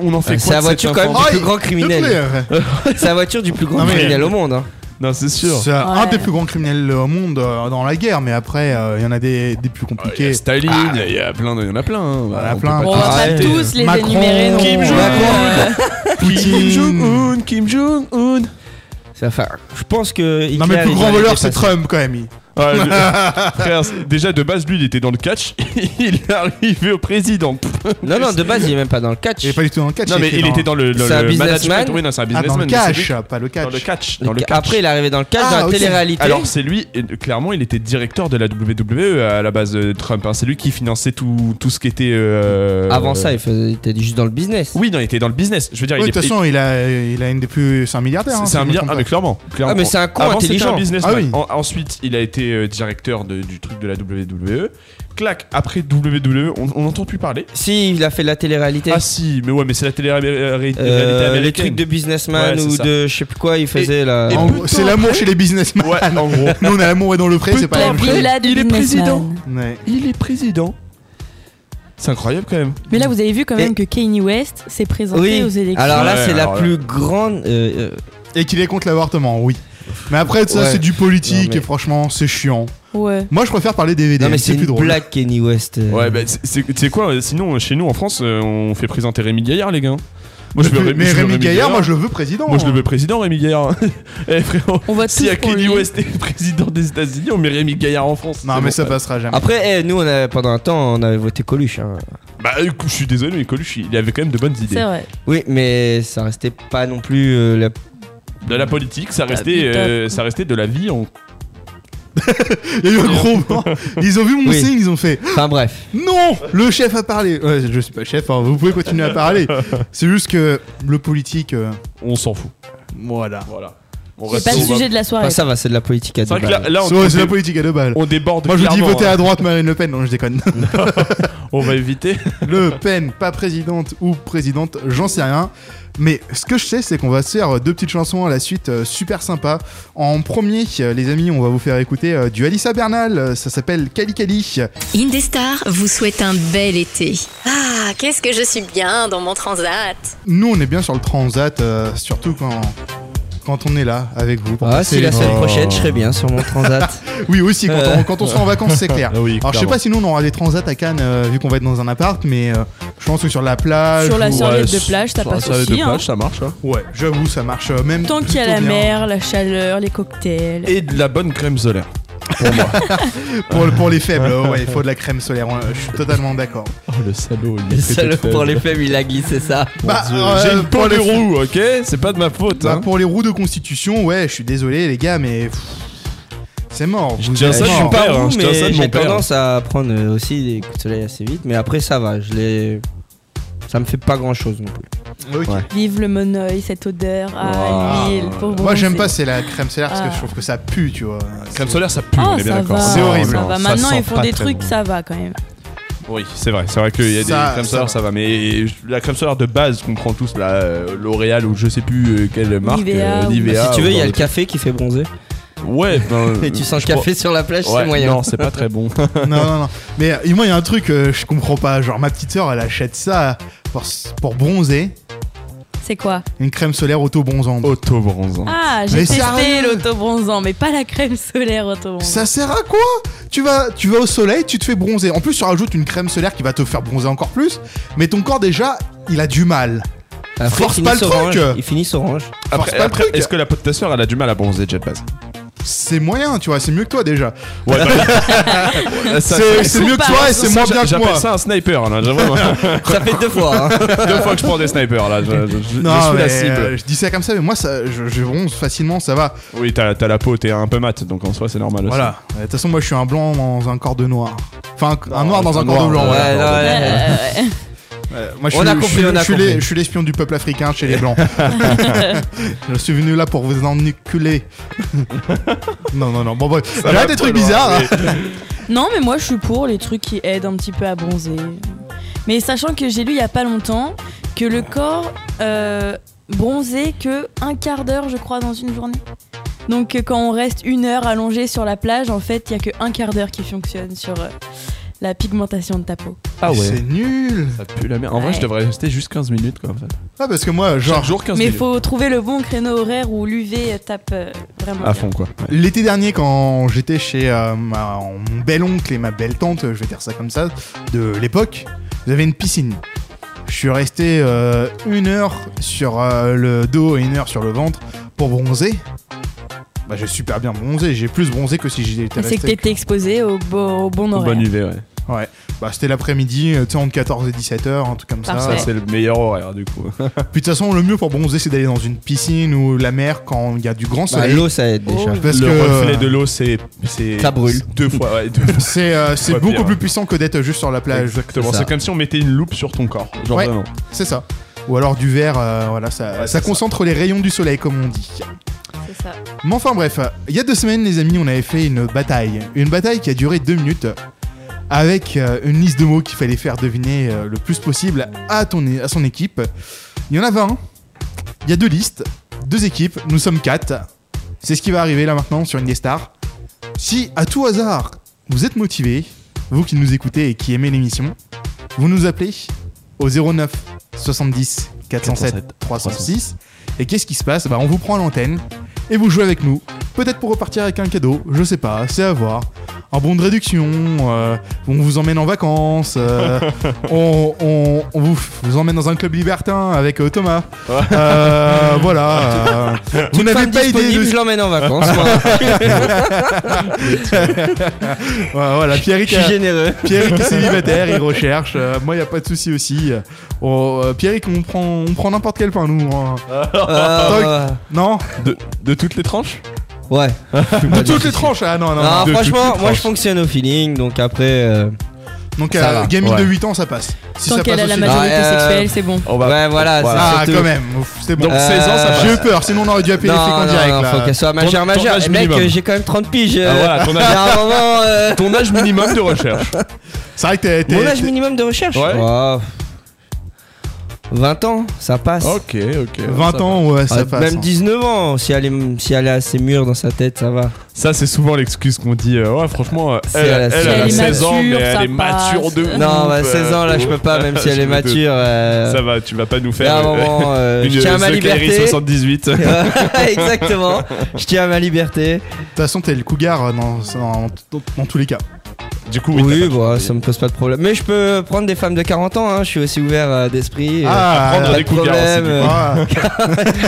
C: On en fait
D: Euh, C'est la
C: quoi de cette Ah,
D: voiture quand même
C: info
D: du
B: enfant
D: plus
B: Oh,
D: grand criminel.
B: Hitler.
D: C'est la voiture du plus grand
B: Non, mais-
D: criminel au monde. hein.
C: Non, c'est sûr.
B: C'est un
J: Ouais.
B: des plus grands criminels au monde euh, dans la guerre, mais après, euh, il y en a des, des plus
C: Ah, Il y
B: compliqués.
C: a Staline, il y a plein, de- il y en a plein. hein.
B: y en a
C: Bah, on peut
B: plein. Oh.
C: pas
J: Bon, on
C: tout
J: va
D: Ah,
J: pas
D: ouais.
J: tous les
B: Macron,
J: énumérer, non.
B: Kim
J: Euh,
D: Jong-un.
C: Kim
B: Poutine.
C: Jong-un, Kim Jong-un.
D: Ça fait- je pense que. Hitler,
B: Non, mais le plus
D: il
B: grand
D: va les
B: voleur, c'est
D: dépasser.
B: Trump quand même. il.
C: Ouais, le- frère, c'est- déjà de base, lui, il était dans le catch. Il est arrivé au président.
D: Non, non, de base, il est même pas dans le catch.
B: Il est pas du tout dans le catch.
C: Non, mais il était dans le, dans
D: C'est un
C: le
D: businessman.
C: management. Oui, non, c'est un
B: ah,
C: businessman.
B: dans le
C: mais c'est lui-
B: cash, pas le catch.
C: Dans le catch.
D: Le
C: Dans le
D: ca-
C: catch.
D: Après, il est arrivé dans le catch,
B: Ah,
D: dans la
B: ok.
D: télé-réalité.
C: Alors c'est lui, et, euh, clairement il était directeur de la WWE euh, à la base de Trump, hein. c'est lui qui finançait tout, tout ce qui était... euh,
D: Avant ça, il, faisait- il était juste dans le business.
C: Oui non il était dans le business, je veux dire
B: Ouais,
C: il
B: de
C: est...
B: toute façon, il a, il a une des plus. C'est un
C: c'est-
B: milliardaire. hein, si
C: C'est un
B: je me
C: milliard,
B: trompe
C: ah, mais clairement, clairement.
D: Ah, mais c'est un con
C: Avant, c'était
D: intelligent.
C: un businessman.
B: Ah oui.
C: En- ensuite, il a été euh, directeur de- du truc de la WWE. Clac, après WWE, on on n'entend plus parler.
D: Si, il a fait de la télé-réalité.
C: Ah si, mais ouais, mais c'est la télé-réalité
D: Euh, les
C: américaine.
D: trucs de businessman
C: Ouais, c'est
D: ou
C: ça.
D: de je sais plus quoi, il faisait là.
B: pas. En gros, C'est l'amour chez les businessmen.
C: Ouais, en gros.
B: Nous, on a l'amour et dans le pré, c'est pas la
J: La
B: même chose.
J: villa du
C: Il est président.
J: businessman.
B: Ouais.
C: Il est président. C'est incroyable quand même.
J: Mais là, vous avez vu quand même
D: Et-
J: que Kanye West s'est présenté
D: Oui.
J: aux élections.
D: Alors là,
C: Ouais,
D: c'est la
C: alors là.
D: plus grande. euh, euh,
B: Et qu'il est contre l'avortement, oui. Mais après, ça,
D: Ouais.
B: c'est du politique
D: Non, mais-
B: et franchement, c'est chiant.
J: Ouais.
B: Moi, je préfère parler des VD.
D: Non mais
B: c'est
D: c'est
B: plus
D: une
B: drôle.
D: blague Kenny West. euh.
C: Ouais, bah, c'est- c'est c'est quoi euh, Sinon, euh, chez nous en France, euh, on fait présenter Rémi Gaillard, les gars. Moi,
B: Mais- mais
C: je veux
B: Rémi Gaillard, moi, je le veux président.
C: Moi, je le veux président, Rémi Gaillard. Eh frérot,
J: On voit
C: si
J: tous
C: à
J: pour
C: Kenny
J: lui.
C: West est président des États-Unis, on met Rémi Gaillard en France.
B: Non,
C: C'est
B: mais
C: bon.
B: ça passera jamais.
D: Après, eh, nous, on a, pendant un temps, on avait voté Coluche. hein.
C: Bah, écoute, je suis désolé, mais Coluche, il avait quand même de bonnes
J: C'est
C: idées.
J: vrai.
D: Oui, mais ça restait pas non plus euh, la
C: De la politique,
J: Bah,
C: ça restait,
J: putain.
C: euh, ça restait de la vie en
B: Il y a eu un gros moment. Ils ont vu mon
D: Oui.
B: signe, ils ont fait
D: Enfin bref.
B: Non Le chef a parlé Ouais, je suis pas chef, hein, vous pouvez continuer à parler. C'est juste que le politique. euh,
C: On s'en fout.
B: voilà.
C: Voilà. On
J: C'est
C: reste-
J: pas le
C: on va-
J: sujet de la
D: Enfin,
J: soirée.
D: ça va, c'est de la politique à
C: C'est vrai
D: deux
C: que
D: balles.
C: là, là, on,
B: C'est ouais, c'est la
C: on dé-
B: politique à deux balles.
C: on déborde.
B: Moi je vous dis
C: clairement,
B: voter
C: hein.
B: à droite Marine Le Pen, non je déconne.
C: On va éviter.
B: le Pen, pas présidente ou présidente, j'en sais rien. Mais ce que je sais, c'est qu'on va se faire euh, deux petites chansons à la suite, euh, super sympa. En premier, euh, les amis, on va vous faire écouter euh, du Alissa Bernal, euh, ça s'appelle Cali Cali.
G: Indestar vous souhaite un bel été. Ah, qu'est-ce que je suis bien dans mon transat.
B: Nous, on est bien sur le transat, euh, surtout quand, quand on est là avec vous. pour
D: Ah,
B: passer-
D: si la semaine
C: Oh.
D: prochaine, je serai bien sur mon transat.
B: Oui, aussi, quand
D: Euh.
B: on, quand on sera en vacances, c'est clair.
C: Ah oui,
B: Alors, je sais
C: clairement.
B: pas si nous, on aura des transats à Cannes, euh, vu qu'on va être dans un appart, mais euh, je pense que sur la plage.
J: Sur la
B: ou-
J: soirée. serviette de plage, ça
C: sur la
J: passe
C: serviette
J: aussi,
C: de
J: hein.
C: plage, ça marche. hein.
B: Ouais, j'avoue, ça marche euh, même.
J: Tant qu'il y a
B: plutôt
J: la
B: bien.
J: mer, la chaleur, les cocktails.
C: Et de la bonne crème solaire.
B: Pour, pour les faibles, euh, ouais, il faut de la crème solaire, on- je suis totalement d'accord.
C: Oh le salaud. il a
D: Le
C: pété de
D: salaud pour
C: faible.
D: les faibles, il a glissé ça.
C: Mon
B: Bah,
C: Dieu.
B: euh,
C: J'ai une
B: pour
C: peau de
B: les-
C: roue, ok C'est pas de ma faute.
B: Bah,
C: hein.
B: pour les roues de constitution, ouais, je suis désolé, les gars, mais. pff, C'est mort.
C: Je
B: vous
C: tiens
B: êtes
C: ça, je suis
B: morts.
C: pas- père, hein,
D: Ouh,
C: je tiens ça de
D: mais
C: mon
D: j'ai
C: père.
D: tendance à prendre euh, aussi des coups de soleil assez vite, mais après ça va, je les... Ça me fait pas grand chose non plus.
B: Ok.
D: Ouais.
J: Vive le monoeil, cette odeur à
B: Wow.
J: l'huile pour
B: Moi, j'aime
J: bronzer.
B: pas, c'est la crème solaire, parce que
J: Ah.
B: je trouve que ça pue, tu vois.
C: Crème solaire, ça pue,
J: Ah,
C: on est bien
J: ça
C: d'accord.
J: va.
B: C'est horrible.
J: Ça
B: Non,
J: va.
B: ça
J: Maintenant,
B: sent
J: ils font
B: pas
J: des
B: très
J: trucs,
B: bon.
J: ça va quand même.
C: Oui, c'est vrai. C'est vrai qu'il y a des
B: Ça-
C: crèmes
B: ça
C: solaires,
B: va.
C: ça va. Mais euh, la crème solaire de base qu'on prend tous, là, euh, L'Oréal ou je sais plus euh, quelle marque,
J: Nivea
C: euh,
J: ou-
C: Nivea.
D: si
B: Bah,
D: tu
C: ou
D: veux, il y
C: genre
D: a
C: de
D: le café qui fait bronzer.
C: Ouais, ben,
D: Et tu sens
C: je
D: le café sur la plage,
C: crois- Ouais,
D: c'est moyen.
C: Non, c'est pas très bon.
B: non, non, non. Mais euh, moi, il y a un truc, euh, je comprends pas. Genre, ma petite sœur, elle achète ça pour, pour bronzer,
E: C'est quoi
B: une crème solaire auto-bronzante.
C: Oh. Auto-bronzant.
E: Ah,
B: Mais
E: j'ai testé
B: sérieux
E: l'autobronzant, mais pas la crème solaire autobronzant.
B: Ça sert à quoi tu vas, tu vas au soleil, tu te fais bronzer. En plus, tu rajoutes une crème solaire qui va te faire bronzer encore plus. Mais ton corps, déjà, il a du mal.
D: Après,
B: Force
D: ils
B: pas le
D: finissent orange.
B: truc.
D: Ils finissent orange.
B: Force
C: Après,
B: pas le
C: après,
B: truc.
C: est-ce que la pote de ta sœur, elle a du mal à bronzer déjà de base
B: C'est moyen, tu vois, c'est mieux que toi déjà.
C: Ouais,
B: C'est
C: bah, ça- ça-
B: c'est mieux que toi et c'est moins
C: ça,
B: bien que
C: J'appelle
B: moi.
C: ça un sniper. Là, j'avoue.
D: Ça fait deux fois. hein.
C: Deux fois que je prends des snipers là. Je, je- je- je
B: Non,
C: suis
B: mais,
C: la cible.
B: euh, je dis ça comme ça, mais moi, ça, je, je bronze facilement, ça va.
C: Oui, t'as t'as la peau, t'es un peu mat, donc en soi, c'est normal. aussi.
B: Voilà. De toute façon, moi, je suis un blanc dans un corps de noir. Enfin, un, un
C: Non,
B: noir dans un,
C: un
B: corps de
C: noir,
B: blanc.
C: ouais.
B: voilà.
D: Ouais, non, ouais, ouais.
J: euh,
B: Euh, Moi, je
D: On
B: suis,
D: a
B: je
D: compris,
B: suis-
D: on a
B: je suis
D: compris.
B: les- je suis l'espion du peuple africain chez les blancs. je suis venu là pour vous enculer. non, non, non. Bon, bref.
C: Ça
B: Là,
C: va
B: des
C: pas
B: trucs
C: loin,
B: bizarres. hein.
C: mais-
E: Non, mais moi je suis pour les trucs qui aident un petit peu à bronzer. Mais sachant que j'ai lu il y a pas longtemps que le corps euh, bronzait que un quart d'heure, je crois, dans une journée. Donc euh, quand on reste une heure allongé sur la plage, en fait, il y a que un quart d'heure qui fonctionne sur euh, la pigmentation de ta peau.
C: Ah ouais.
B: C'est nul.
C: Ça pue la merde. En vrai,
E: Ouais.
C: je devrais rester juste 15 minutes quoi. En fait.
B: Ah, parce que moi,
C: Chaque
B: genre,
C: jour 15
E: Mais il
C: minutes.
E: faut trouver le bon créneau horaire où l'UV tape euh, vraiment.
C: À
E: bien.
C: fond quoi.
D: Bah,
C: Ouais.
B: l'été dernier, quand j'étais chez euh, ma- mon bel-oncle et ma belle-tante, je vais dire ça comme ça, de l'époque, vous avez une piscine. Je suis resté euh, une heure sur euh, le dos et une heure sur le ventre pour bronzer. Bah, j'ai super bien bronzé. J'ai plus bronzé que si j'étais
E: Mais Ah, C'est que
B: resté
E: t'étais exposé au, bo- au bon
C: Au
E: horaire.
C: Bon UV, ouais.
B: Bah, c'était l'après-midi, euh, tu sais, entre 14 et 17 heures, un truc comme ça.
E: Parfait.
C: Ça,
E: Ouais.
C: c'est le meilleur horaire du coup.
B: Puis de toute façon, le mieux pour bronzer, c'est d'aller dans une piscine ou la mer quand il y a du grand
D: Bah,
B: soleil.
D: L'eau, ça aide déjà.
E: Oh.
B: parce
C: le reflet
B: que
C: de l'eau, c'est. c'est-
D: Ça brûle.
C: Deux fois, ouais. Deux fois.
B: c'est euh, c'est
C: Ouais,
B: beaucoup
C: pire.
B: plus puissant que d'être juste sur la plage.
C: Exactement.
D: C'est
C: C'est
D: ça.
C: comme si on mettait une loupe sur ton corps. Genre
B: Ouais.
C: vraiment.
B: C'est ça. Ou alors du verre, euh, voilà, ça,
C: Ouais,
B: ça
C: c'est
B: concentre les rayons du soleil, comme on dit.
E: C'est ça.
B: Mais enfin bref, il y a deux semaines, les amis, on avait fait une bataille. Une bataille qui a duré deux minutes. Avec euh, une liste de mots qu'il fallait faire deviner euh, le plus possible à, ton, é- à son équipe. Il y en a 20. Il y a deux listes, deux équipes. Nous sommes quatre. C'est ce qui va arriver là maintenant sur une stars. Si à tout hasard, vous êtes motivé, vous qui nous écoutez et qui aimez l'émission, vous nous appelez au 09 70 407 306. Et qu'est-ce qui se passe bah, On vous prend à l'antenne et vous jouez avec nous. Peut-être pour repartir avec un cadeau, je sais pas, c'est à voir. Un bon de réduction, euh, on vous emmène en vacances, euh, on, on- on vous, vous emmène dans un club libertin avec euh, Thomas. Euh, voilà. euh, vous n'avez
D: Femme
B: pas idée
D: disponible,
B: de
D: Je l'emmène en vacances. moi.
B: Ouais, voilà, Pierrick, euh,
D: Je suis généreux.
B: Pierrick est célibataire, il recherche. Euh, moi, il a pas de souci aussi. Oh, euh, Pierrick, on prend, on prend n'importe quel pain, nous. hein.
D: Euh,
B: Non
C: De, de toutes les tranches
D: ouais.
B: De toutes les tranches Ah non, non,
D: Non,
B: non.
C: de
D: franchement,
C: toutes les
D: moi je
C: tranches.
D: fonctionne au feeling, donc après. euh,
B: Donc,
D: Ça
B: euh,
D: va,
B: gaming
C: ouais.
B: de 8 ans, ça passe. Si
E: Tant
B: ça
E: qu'elle
B: passe
E: a la
B: aussi-
E: majorité
D: Ouais, euh,
E: sexuelle, c'est bon.
D: ouais, voilà.
C: voilà.
D: c'est
B: Ah,
D: surtout-
B: quand même, ouf, c'est bon.
C: Donc 16 ans, ça
D: Euh,
B: J'ai eu
C: passe.
B: peur, sinon on aurait dû appeler les flics en
D: Non,
B: direct.
D: non,
B: là.
D: faut qu'elle soit majeure,
C: Ton- ton
D: majeure.
C: âge
D: Eh, Mec,
C: minimum.
D: euh, j'ai quand même 30 piges. euh,
C: Ah, voilà, ton
D: Il y
C: âge,
D: a un moment. euh,
C: ton âge minimum de recherche.
B: C'est vrai que t'es. t'es-
D: Mon âge
B: t'es-
D: minimum de recherche
C: Ouais.
D: Oh. 20 ans, ça passe.
C: ok, ok.
B: 20 ans, ouais, ça
D: Ah,
B: passe.
D: même
B: hein.
D: 19 ans, si elle, est, si elle est assez mûre dans sa tête, ça va.
C: Ça, c'est souvent l'excuse qu'on dit. euh, ouais, franchement, euh,
D: C'est
C: elle,
D: à la-
C: elle,
D: c'est-
C: elle
D: Elle
C: a
D: est
C: 16 ans, mais
E: mature,
C: elle
E: ça
C: est mature
E: passe.
C: de ouf,
D: Non, bah,
C: euh,
D: 16 ans, là, je peux pas, même si elle
C: Je
D: est
C: me doute.
D: mature. euh,
C: Ça va, tu vas pas nous
D: il y a
C: faire
D: un
C: euh,
D: moment, euh,
C: une
D: je tiens à ma
C: The Carey
D: liberté.
C: 78.
D: Exactement. Je tiens à ma liberté.
B: De toute façon, t'es le cougar euh, dans, dans, dans- dans tous les cas.
C: Du coup,
D: Oui,
C: t'as pas-
D: bah, ça me pose pas de problème. Mais je peux prendre des femmes de 40 ans, hein, je suis aussi ouvert euh, d'esprit. euh,
B: Ah,
C: prendre
D: pas
C: des
D: de
C: cougars aussi,
D: problème,
C: du
D: euh,
B: Ah.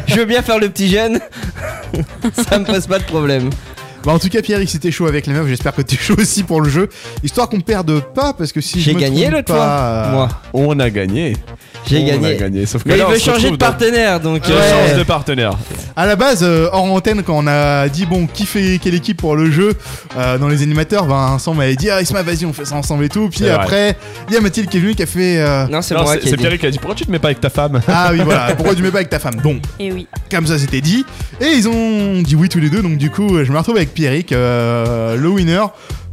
D: je veux bien faire le petit jeune. ça me pose pas de problème.
B: Bah en tout cas Pierre, si t'es chaud avec les meufs, j'espère que t'es chaud aussi pour le jeu, histoire qu'on perde pas parce que si je
D: J'ai
B: me
D: gagné
B: trompe
D: l'autre
B: pas,
D: fois.
B: euh,
D: Moi,
C: On a gagné.
D: j'ai
C: Oh, On a
D: gagné.
C: gagné. Sauf que
D: Mais
C: là,
D: il
C: on
D: veut
C: se
D: changer
C: retrouve
D: de
C: dans-
D: partenaire, donc.
C: On
D: euh,
C: change de partenaire.
B: À la base, euh, hors antenne, quand on a dit bon qui fait quelle équipe pour le jeu, euh, dans les animateurs, Vincent m'avait dit ah Isma vas-y on fait ça ensemble et tout. Puis
C: C'est vrai.
B: après, il y a Mathilde qui est venue qui a fait euh,
D: Non, c'est
C: Non,
D: moi
C: C'est
D: qui ai
C: c'est
D: dit.
C: Pierre qui a dit Pourquoi tu te mets pas avec ta femme
B: ah oui voilà pourquoi tu mets pas avec ta femme. Bon
E: Et Eh oui.
B: comme ça c'était dit et ils ont dit oui tous les deux donc du coup je me retrouve avec Pierrick euh, le winner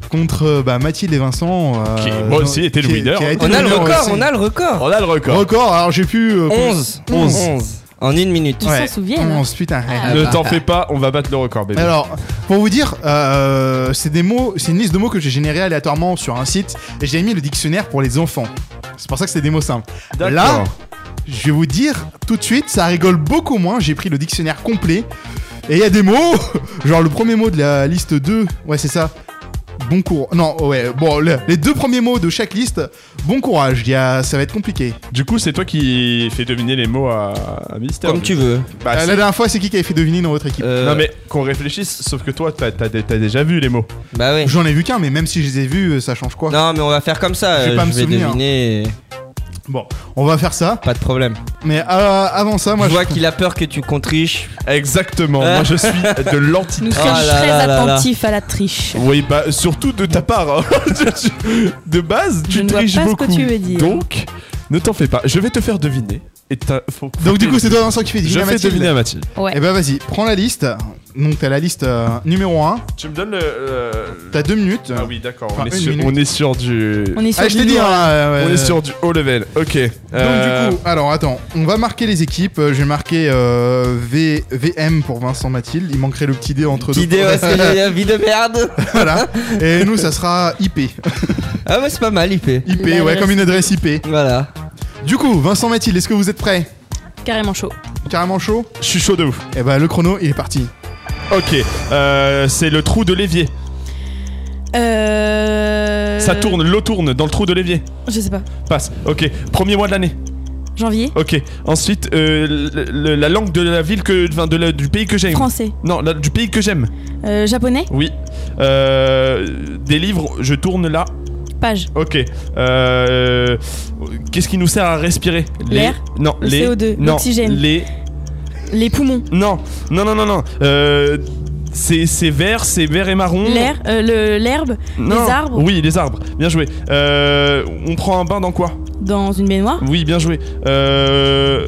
B: contre euh, bah, Mathilde et Vincent. euh,
C: Qui, moi aussi, était le
B: qui-
C: winner.
B: qui été
D: On a le
B: winner
D: record,
B: aussi.
D: on a le record.
C: On a le record.
B: Record, alors j'ai pu. euh,
D: 11.
B: 11.
D: 11. En une minute.
E: Ils s'en souviennent. hein.
B: Ensuite, un-
E: Ah.
D: bah.
C: Ne t'en fais pas, on va battre le record, bébé.
B: Alors, pour vous dire, euh, c'est des mots, c'est une liste de mots que j'ai générée aléatoirement sur un site et j'ai mis le dictionnaire pour les enfants. C'est pour ça que c'est des mots simples.
C: D'accord.
B: Là, je vais vous dire tout de suite, ça rigole beaucoup moins. J'ai pris le dictionnaire complet et il y a des mots, genre le premier mot de la liste 2, ouais, c'est ça. Bon courage. Non, ouais, bon, le- les deux premiers mots de chaque liste, bon courage, il y a, ça va être compliqué.
C: Du coup, c'est toi qui fais deviner les mots à, à Mystère.
D: Comme tu veux.
C: Bah,
B: Euh,
C: si.
B: la dernière fois, c'est qui qui avait fait deviner dans votre équipe
D: Euh,
C: Non, mais qu'on réfléchisse, sauf que toi, t'as t'as- t'as déjà vu les mots.
D: Bah oui.
B: J'en ai vu qu'un, mais même si je les ai vus, euh, ça change quoi
D: Non, mais on va faire comme ça.
B: Je vais
D: euh,
B: pas
D: Je
B: me
D: vais
B: souvenir.
D: deviner.
B: Bon, on va faire ça.
D: Pas de problème.
B: Mais euh, avant ça, moi,
D: je vois
B: je...
D: qu'il a peur que tu contriches.
C: Exactement,
D: Ah.
C: moi je suis de l'anti.
E: Nous
D: Ah
E: sommes
D: là
E: très
D: là là là.
E: attentifs à la triche.
C: Oui, bah surtout de ta part. hein. Tu- tu- de base, tu
J: Je ne vois
C: triches
J: pas ce que
C: beaucoup.
J: tu veux dire.
C: Donc, ne t'en fais pas. Je vais te faire deviner. Et t'as- faut- faut
B: Donc du
C: que-
B: coup, c'est toi Vincent qui fait
C: Je
B: deviner à
C: fais
B: Mathilde.
C: deviner à Mathilde.
B: Eh ben vas-y, prends la liste. Donc t'as la liste euh, numéro 1,
C: Tu me donnes le.
B: t'as deux minutes.
C: Ah oui, d'accord.
B: Enfin,
C: on, est
B: une
C: sur-
B: minute.
C: on est sur du.
J: On est sur
B: Ah, je
J: du
B: t'ai dit,
J: lourd.
B: hein, euh,
C: On
B: ouais.
C: est sur Euh. du haut level. Ok.
B: Donc du coup, alors attends, on va marquer les équipes. Euh, Je vais marquer euh, v, VM pour Vincent Mathilde. Il manquerait le petit dé entre deux.
D: Petite idée, parce que j'ai une vie de merde.
B: voilà. Et nous, ça sera IP.
D: Ah, mais c'est pas mal, IP.
B: IP,
E: L'adresse.
B: ouais, comme une adresse IP.
D: Voilà.
B: Du coup, Vincent Mathilde, est-ce que vous êtes prêts
E: Carrément chaud.
B: Carrément chaud
C: je suis chaud de ouf.
B: Eh ben le chrono, il est parti.
C: Ok. euh, c'est le trou de l'évier.
E: Euh...
C: Ça tourne, l'eau tourne dans le trou de l'évier.
E: Je sais pas.
C: Passe. Ok. Premier mois de l'année.
E: Janvier
C: Ok. Ensuite, euh, le- le- la langue de la ville que. Enfin, de la- du pays que j'aime.
E: Français.
C: Non, la- du pays que j'aime.
E: Euh, japonais
C: Oui. Euh, des livres, je tourne là.
E: Page.
C: Ok. Euh, Qu'est-ce qui nous sert à respirer Les-
E: L'air
C: Non,
E: Le
C: les.
E: CO2,
C: non,
E: l'oxygène.
C: Les.
E: Les poumons.
C: Non, non, non, non, non. Euh, c'est c'est vert, c'est vert et marron.
E: L'air euh, le- L'herbe
C: Non.
E: les arbres.
C: Oui, les arbres. Bien joué. Euh, on prend un bain dans quoi
E: dans une baignoire.
C: Oui, bien joué. Euh,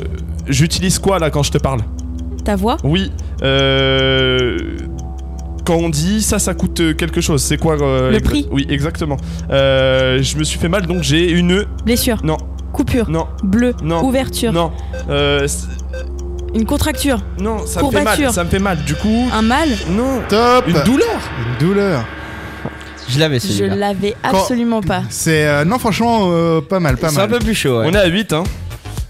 C: J'utilise quoi là quand je te parle
E: Ta voix
C: Oui. Euh, quand on dit ça, ça coûte quelque chose. C'est quoi euh,
E: Le
C: exa-
E: prix
C: Oui, exactement. Euh, je me suis fait mal, donc j'ai une.
E: Blessure.
C: Non.
E: Coupure.
C: Non,
E: Bleu.
C: Non.
E: Ouverture.
C: non. Euh, c'est-
E: Une contracture.
C: non, ça me fait mal.
E: Courbature.
C: Ça me fait mal. Du coup,
E: Un mal.
C: non.
B: Top
C: Une douleur.
B: Une douleur.
D: Je l'avais
E: Je
D: celui-là.
E: l'avais absolument pas.
B: C'est euh, non franchement euh, pas mal, pas
D: C'est un
B: mal.
D: peu plus chaud, ouais.
C: On est à 8, hein.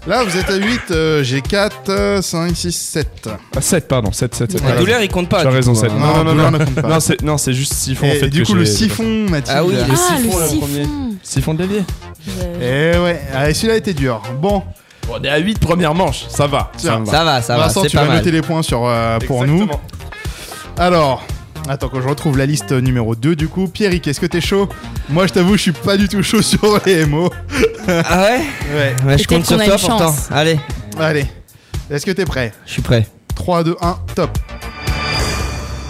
B: Là vous êtes à 8, euh, j'ai 4, 5, 6, 7.
C: À 7, Ah, pardon. 7, 7, 7.
B: Ouais.
D: La douleur, il compte pas.
C: Tu as
D: du
C: raison,
D: coup,
C: Seb.
D: hein.
C: Non, non, non,
B: douleur ne compte pas.
C: Non, c'est non, c'est juste siphon
B: Et
C: en fait.
B: du
C: que
B: coup, le
C: j'ai-
B: siphon, Mathilde.
D: Ah oui, le
E: ah,
D: siphon,
E: le
D: là,
E: siphon.
D: premier.
C: Siphon de l'évier.
E: Je-
B: Eh ouais, allez, celui-là était dur. Bon,
C: on est à 8 première manche, ça va.
B: Tiens.
C: ça va.
D: hein. Ça va, ça va,
B: Vincent,
D: c'est
B: tu
D: pas
B: vas
D: mal.
B: noter les points sur, euh, pour nous.
C: Exactement.
B: Alors, attends que je retrouve la liste numéro 2 du coup. Pierrick, est-ce que t'es chaud Moi, je t'avoue, je suis pas du tout chaud sur les mots.
D: Ah
B: Ouais,
D: ouais Ouais, Je
E: Peut-être
D: compte sur
E: qu'on a
D: toi
E: une
D: pourtant.
E: chance.
D: Allez,
B: allez. Est-ce que t'es prêt
D: je suis prêt.
B: 3, 2, 1, top.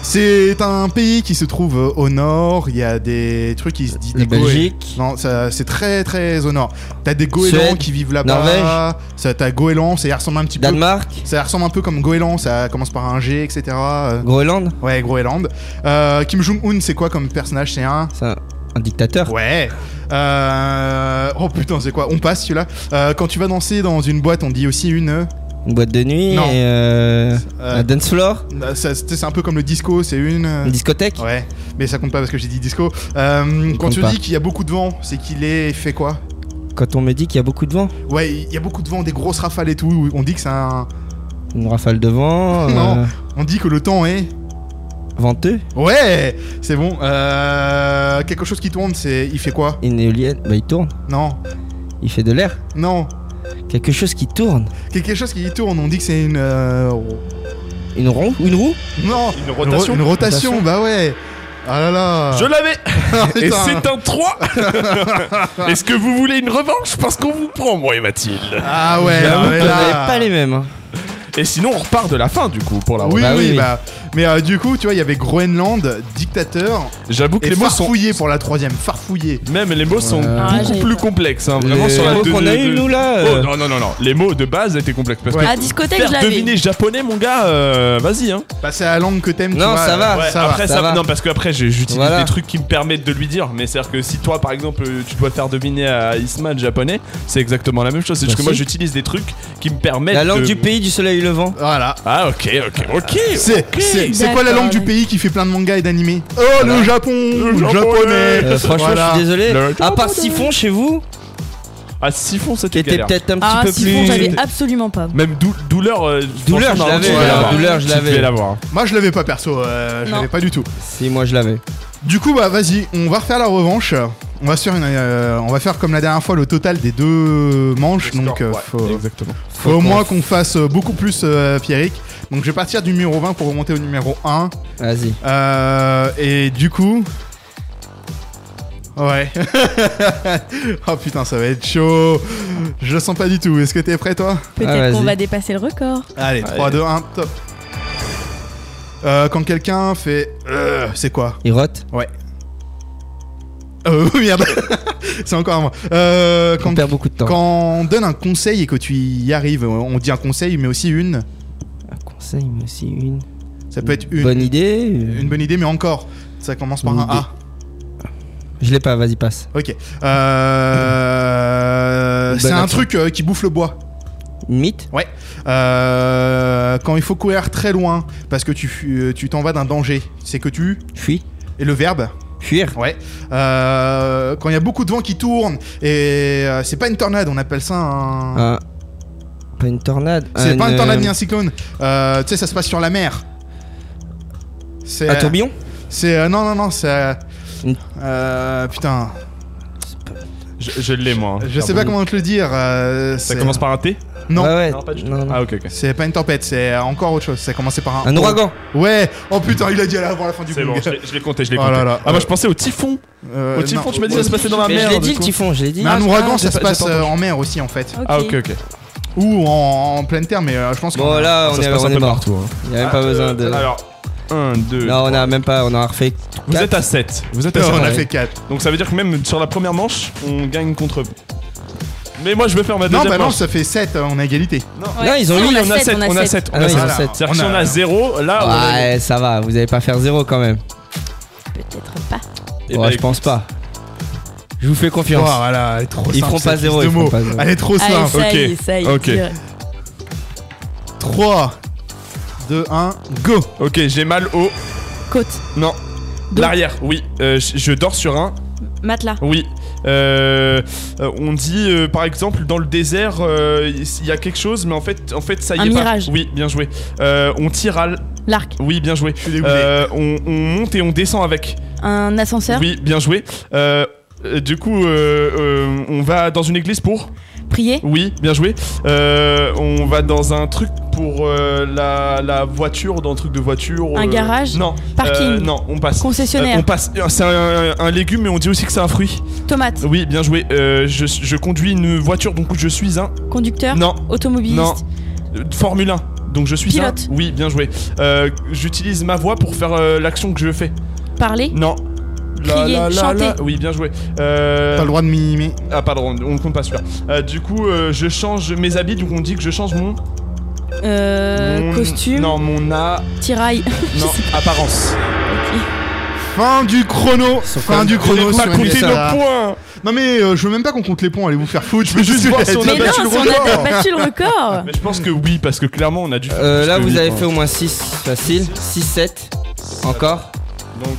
B: C'est un pays qui se trouve euh, au nord. Il y a des trucs qui se disent.
D: La
B: des goé-
D: Belgique.
B: Non, ça- c'est très très au nord. T'as des goélands
D: Suède,
B: qui vivent là-bas. Ça, T'as goélands, ça y ressemble un petit peu.
D: Danemark,
B: Ça ressemble un peu comme Goéland, ça commence par un G, etc. Euh,
D: Groenland,
B: ouais, Groenland. Euh, Kim Jong-un, c'est quoi comme personnage C'est un.
D: c'est un, un dictateur.
B: Ouais. Euh, Oh putain, c'est quoi On passe celui-là. Euh, quand tu vas danser dans une boîte, on dit aussi une. euh,
D: Une boîte de nuit
B: Non.
D: et euh, un
B: Euh,
D: dance floor,
B: ça- C'est c'est un peu comme le disco, c'est une. euh,
D: une discothèque.
B: Ouais, mais ça compte pas parce que j'ai dit disco. Euh, quand
D: compte
B: tu
D: pas.
B: dis qu'il y a beaucoup de vent, c'est qu'il est fait quoi
D: Quand on me dit qu'il y a beaucoup de vent,
B: Ouais, il y a beaucoup de vent, des grosses rafales et tout. On dit que c'est un.
D: une rafale de vent,
B: Non.
D: euh,
B: On dit que le temps est.
D: venteux,
B: Ouais, c'est bon. Euh, quelque chose qui tourne, c'est. Il fait quoi
D: une éolienne, bah il tourne,
B: Non,
D: il fait de l'air.
B: non.
D: Quelque chose qui tourne,
B: Quelque chose qui tourne, on dit que c'est une. euh,
D: une roue, une roue.
B: Non
C: Une
B: Une,
C: rotation.
B: ro- une rotation, bah ouais Ah là là
C: Je l'avais
B: Ah,
C: Et
B: putain.
C: c'est un 3 Est-ce que vous voulez une revanche Parce qu'on vous prend, moi et Mathilde.
B: Ah ouais,
D: J'avoue
B: non, mais
D: qu'on
B: là-
D: avait pas les mêmes. hein.
C: Et sinon, on repart de la fin du coup pour la
B: Oui,
C: revanche.
D: Bah
B: Ah oui,
D: oui, oui.
B: bah. Mais euh, du coup, tu vois, il y avait Groenland, dictateur,
C: J'avoue que
B: et
C: les mots sont.
B: farfouillé pour la troisième. Farfouillé.
C: Même les mots sont
E: Ah,
C: beaucoup
E: j'avais
C: plus
E: pas.
C: complexes. hein, Vraiment
D: Les
C: sur la
D: mots
C: de-
D: qu'on a
C: de-
D: eu,
C: de-
D: nous, là,
C: Oh,
D: euh,
C: non, non, non, non. Les mots de base étaient complexes. Parce
B: Ouais.
E: À discothèque,
C: que
E: je
C: faire
E: l'avais.
C: deviner japonais, mon gars, euh, vas-y. Hein.
B: Bah, c'est la langue que t'aimes, tu
D: Non,
B: vois,
D: Ah, ça va.
B: euh,
C: Ouais,
B: ça
C: après,
D: ça
C: ça,
D: va.
C: Non, parce qu'après, j'ai- j'utilise
D: Voilà.
C: des trucs qui me permettent de lui dire. Mais c'est-à-dire que si toi, par exemple, euh, tu dois faire deviner à Isma le japonais, c'est exactement la même chose. C'est juste
D: Bah,
C: que moi,
D: si.
C: j'utilise des trucs qui me permettent.
D: La langue
C: de-
D: du pays du soleil levant.
B: Voilà.
C: Ah, ok, ok, ok.
B: C'est
C: ok.
B: c'est- c'est quoi la
E: D'accord,
B: langue du
E: oui.
B: pays qui fait plein de mangas et d'animés Oh, le Japon Le
C: Japonais.
B: japonais
D: Euh, franchement,
B: Voilà.
D: je suis désolé. Ah,
C: Le-
D: À part Siphon chez vous,
C: Ah, siphon,
D: qui
C: c'était
D: était
C: galère.
D: peut-être un petit
E: Ah,
D: peu
E: siphon,
D: plus.
E: j'avais absolument pas.
C: Même dou- douleur. euh,
D: Douleur,
C: franchement,
D: je l'avais,
C: tu devais
B: ouais,
C: l'avoir.
D: douleur, je
C: Tu devais
D: l'avais.
C: l'avoir. hein.
B: Moi, je l'avais pas perso, euh, je
E: Non.
B: l'avais pas du tout.
D: Si, moi je l'avais.
B: Du coup, bah vas-y, on va refaire la revanche. On va, se faire une, euh, on va faire comme la dernière fois le total des deux manches.
C: Le
B: donc,
C: score,
B: euh,
C: ouais,
B: faut,
C: Exactement.
B: faut au moins qu'on fasse euh, beaucoup plus, euh, Pierrick. Donc, je vais partir du numéro 20 pour remonter au numéro 1.
D: Vas-y.
B: Euh, et du coup. Ouais. oh putain, ça va être chaud. Je le sens pas du tout. Est-ce que t'es prêt, toi
E: Peut-être
D: Ah, vas-y.
E: qu'on va dépasser le record.
B: Allez, 3, 2, 1, top. Euh, quand quelqu'un fait. Euh, c'est quoi
D: Il rote.
B: Euh, merde. c'est encore à moi. Euh, quand,
D: On perd beaucoup de temps.
B: quand on donne un conseil et que tu y arrives, on dit un conseil, mais aussi une.
D: Un conseil, mais aussi une.
B: Ça peut être une.
D: Bonne idée. euh,
B: Une bonne idée, mais encore. Ça commence par
D: Une
B: un
D: idée.
B: A.
D: Je l'ai pas, vas-y, passe.
B: Ok. Euh,
D: Bonne
B: C'est un
D: action.
B: truc euh, qui bouffe le bois.
D: Une mythe
B: Euh, quand il faut courir très loin parce que tu fu- tu t'en vas d'un danger, c'est que tu
D: Fuis.
B: et le verbe.
D: Fuir.
B: Ouais. Euh, quand il y a beaucoup de vent qui tourne et euh, c'est pas une tornade, on appelle ça un.
D: Un- Pas une tornade.
B: Ah. c'est pas une tornade
D: Ah, euh,
B: ni un cyclone. Euh, tu sais, ça se passe sur la mer. C'est
D: Un tourbillon
B: C'est euh, non non non c'est. euh,
D: Une-
B: euh, putain,
C: Je, je l'ai, moi. hein.
B: je sais pas comment te le dire. euh,
C: Ça
B: c'est-
C: commence par un T
B: Non.
D: Ouais, ouais.
C: Non, pas du tout.
D: Non, non.
C: Ah, ok, ok.
B: C'est pas une tempête, c'est encore autre chose. Ça commençait par un.
D: Un ouragan.
B: Ouais. Oh putain, il a dit à la- avant la fin du
C: C'est
B: book.
C: bon, je l'ai- je l'ai compté, je l'ai
B: Oh
C: compté.
B: là là.
C: Ah, moi je pensais au typhon.
B: Euh,
C: au typhon,
B: non.
C: tu m'as dit ça se passait dans la
D: Mais je
C: mer.
D: l'ai
C: Ah, du
D: dit, le
C: coup.
D: typhon, je l'ai dit.
B: Mais un ouragan,
C: ah,
B: ça
C: j'ai
B: se
C: pas- j'ai
B: passe
C: pas
B: euh,
C: entendu.
B: en mer aussi en fait,
E: Ok.
C: Ah, ok, ok.
B: ou en, en pleine terre, mais euh, je pense qu'on
D: Bon, là,
C: Ça
D: on
C: se
D: est,
C: passe
D: on
C: un
D: est
C: peu
D: mort.
C: partout. hein.
D: Il y a même pas besoin de.
C: Alors, 1, 2.
D: Non, on a même pas, on a refait.
C: Vous
D: quatre.
C: êtes à 7. Vous êtes à
B: Euh,
C: sept.
B: on a
D: ouais.
B: fait 4.
C: Donc ça veut dire que même sur la première manche, on gagne contre vous. Mais moi je vais faire ma
B: Non,
C: deuxième
B: bah non,
C: manche.
B: ça fait 7, on a égalité.
E: Ouais.
D: Non, ils ont
E: Ah,
D: mis,
E: on a
C: on a
E: sept,
C: 7, on a
E: sept.
C: 7.
D: Ah oui,
B: on a
D: ils ont
B: sept.
D: sept.
C: C'est-à-dire que si on a 0, là on est-
D: Ouais, ça va, vous allez pas faire zéro quand même.
E: Peut-être pas.
C: Eh
D: ouais,
C: ben,
D: je pense pas. Je vous fais
B: Oh,
D: confiance.
B: voilà, elle est trop
D: Ils
B: simple,
D: feront
B: cette
D: pas
B: liste
D: zéro,
B: de
D: ils feront
B: mots.
D: pas zéro.
B: Elle est trop
E: Allez,
B: simple.
E: ça
C: ok,
E: y est, ça y est.
C: ok.
E: direct.
B: 3, 2, 1, go.
C: Ok, j'ai mal au.
E: Côte,
C: Non.
E: Dos.
C: L'arrière, oui. Euh, je je dors sur un.
E: matelas,
C: Oui. Euh, euh, on dit euh, par exemple dans le désert, euh, il y a quelque chose, mais en fait, en fait ça y
E: Un
C: est pas.
E: mirage.
C: Oui, bien joué. Euh, on tire à l-
E: l'arc,
C: Oui, bien joué.
B: Je suis dégoûté.
C: Euh, on, on monte et on descend avec.
E: un ascenseur,
C: Oui, bien joué. Euh, euh, du coup, euh, euh, on va dans une église pour.
E: prier,
C: Oui, bien joué. Euh, on va dans un truc pour euh, la, la voiture, dans un truc de voiture. euh,
E: Un garage
C: Non.
E: Parking.
C: Euh, non, on passe. Euh,
E: concessionnaire,
C: on passe. C'est un, un légume, mais on dit aussi que c'est un fruit.
E: tomate,
C: Oui, bien joué. Euh, je, je conduis une voiture, donc je suis un.
E: conducteur,
C: Non,
E: automobiliste,
C: non. Euh, Formule 1. Donc je suis
E: Pilote.
C: un. Oui, bien joué. Euh, J'utilise ma voix pour faire euh, l'action que je fais.
E: parler,
C: Non.
E: Crier, chanter.
C: Oui, bien joué. Euh,
B: T'as le droit de minimer.
C: Ah, pardon, on ne compte pas celui-là. Euh, du coup, euh, je change mes habits, donc on dit que je change mon.
E: euh,
C: mon-
E: costume,
C: Non, mon a.
E: tirail,
C: Non, apparence.
B: Fin du chrono.
D: Sauf
B: Fin
D: quand
B: du
D: même-
C: Je
B: chrono.
C: n'ai pas
B: sur une
C: compté
B: liste.
C: nos points.
B: Non, mais euh, je veux même pas qu'on compte les points. Allez vous faire foutre. bah, Je veux juste
C: voir si on a
E: mais non,
C: battu
E: si
C: le
E: on a battu le record
C: Mais je pense que oui, parce que clairement, on a dû. faire
D: Euh,
C: plus
D: là,
C: que
D: vous
C: huit,
D: avez
C: hein.
D: fait au moins 6 facile. 6, 7. Encore.
C: Donc,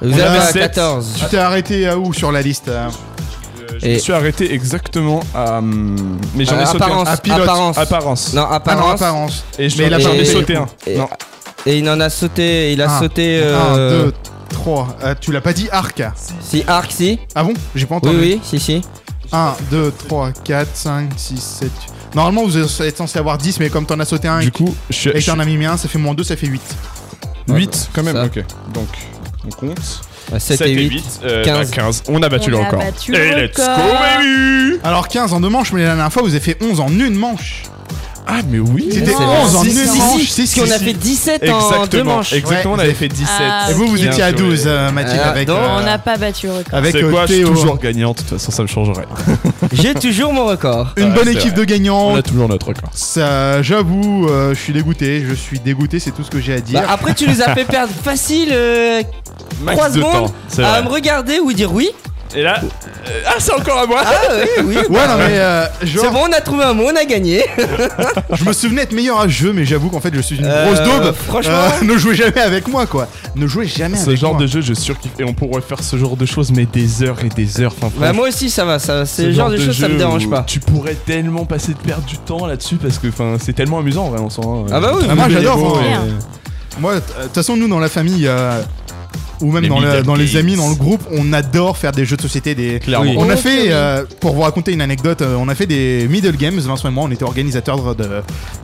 D: Vous
B: On
D: avez
B: a
D: à
C: sept. Ah.
D: 14.
B: Tu t'es arrêté à où sur la liste euh
C: euh, je
D: Et-
C: me suis arrêté exactement à. hum, Mais j'en ai
D: Euh,
C: sauté un.
D: apparence,
B: un pilote.
D: apparence.
C: Apparence.
D: Non,
B: Ah non,
D: apparence.
B: apparence.
C: Et je
B: Mais
C: mais
B: il a
C: j'en ai
B: parlé.
C: sauté un.
D: Et-
C: Non. Ah.
D: Et il en a sauté. Il a
B: Un.
D: sauté.
B: 1,
D: euh,
B: 2, 3. Tu l'as pas dit arc.
D: Si, arc, si.
B: Ah bon J'ai pas
D: Oui,
B: entendu.
D: oui, si, si.
B: 1, 2, 3, 4, 5, 6, 7. Normalement, vous êtes censé avoir 10, mais comme t'en as sauté un
C: Du coup, je suis.
B: et que t'en as mis un, ça fait moins 2, ça fait 8.
C: 8 quand même.
D: Ça.
C: Ok. Donc, on compte.
D: 7 et 8.
C: 15.
D: Quinze.
C: 15. euh, bah, On a battu
E: On
C: le
E: a
C: record.
E: battu le
C: Et let's go,
E: record.
C: baby!
B: Alors 15 en deux manches, mais la dernière fois, vous avez fait 11 en une manche.
C: Ah, mais oui
B: C'était
J: Non,
B: 11 en
J: si,
B: une
J: si,
B: manche, si,
D: si,
B: si,
D: on a
B: si.
D: fait 17 en deux
C: Exactement,
D: manches.
C: exactement, on
B: Ouais.
C: avait fait 17.
E: Ah,
B: Et vous, vous
E: Bien
B: étiez à
C: sûr,
B: 12,
C: ouais.
B: euh, Mathilde,
D: Ah,
B: avec,
D: donc,
B: euh,
E: On n'a pas battu le record.
B: avec
C: C'est
B: euh,
C: quoi, je suis
B: Théo.
C: toujours gagnante, de toute façon ça me changerait.
D: J'ai toujours mon record.
B: Une
C: Ouais,
B: bonne
C: Ah, c'est
B: équipe
C: vrai.
B: de gagnants.
C: On a toujours notre record.
B: Ça, j'avoue, euh, je suis dégoûté. Je suis dégoûté, c'est tout ce que j'ai à dire.
D: Bah, après, tu nous as fait perdre facile euh,
C: Max
D: Trois
C: de
D: secondes Ah,
C: temps, c'est
D: à me
C: vrai.
D: regarder ou dire oui.
C: Et là, euh, ah c'est encore à moi
D: Ah oui,
C: Bah,
D: oui.
B: ouais, non, mais euh, genre,
D: C'est bon, on a trouvé un mot, on a gagné.
B: je me souvenais être meilleur à ce jeu, mais j'avoue qu'en fait, je suis une
D: Euh,
B: grosse daube.
D: franchement.
B: Euh, ne jouez jamais avec moi, quoi. Ne jouez jamais
C: Ce
B: avec
C: genre
B: moi.
C: de jeu, je surkiffe. Et on pourrait faire ce genre de choses, mais des heures et des heures. Enfin,
D: Bah
C: franchement,
D: moi aussi ça va, ça, c'est
C: ce
D: le genre de choses ça
C: jeu
D: me dérange
C: où
D: pas.
C: Tu pourrais tellement passer de perdre du temps là-dessus parce que enfin, c'est tellement amusant en vrai, on sent. hein.
D: Ah bah oui,
B: Ah, moi,
C: Les
B: j'adore,
C: mots
B: moi.
C: et-
B: Moi, de toute façon, nous, dans la famille, euh, ou même
C: Les
B: dans, le-
C: middle
B: dans les
C: games.
B: amis, dans le groupe, on adore faire des jeux de société. Des...
C: Clairement.
B: On a
J: Oh,
B: fait,
J: oui.
B: euh, pour vous raconter une anecdote, euh, on a fait des middle games. Vincent et moi, on était organisateurs de,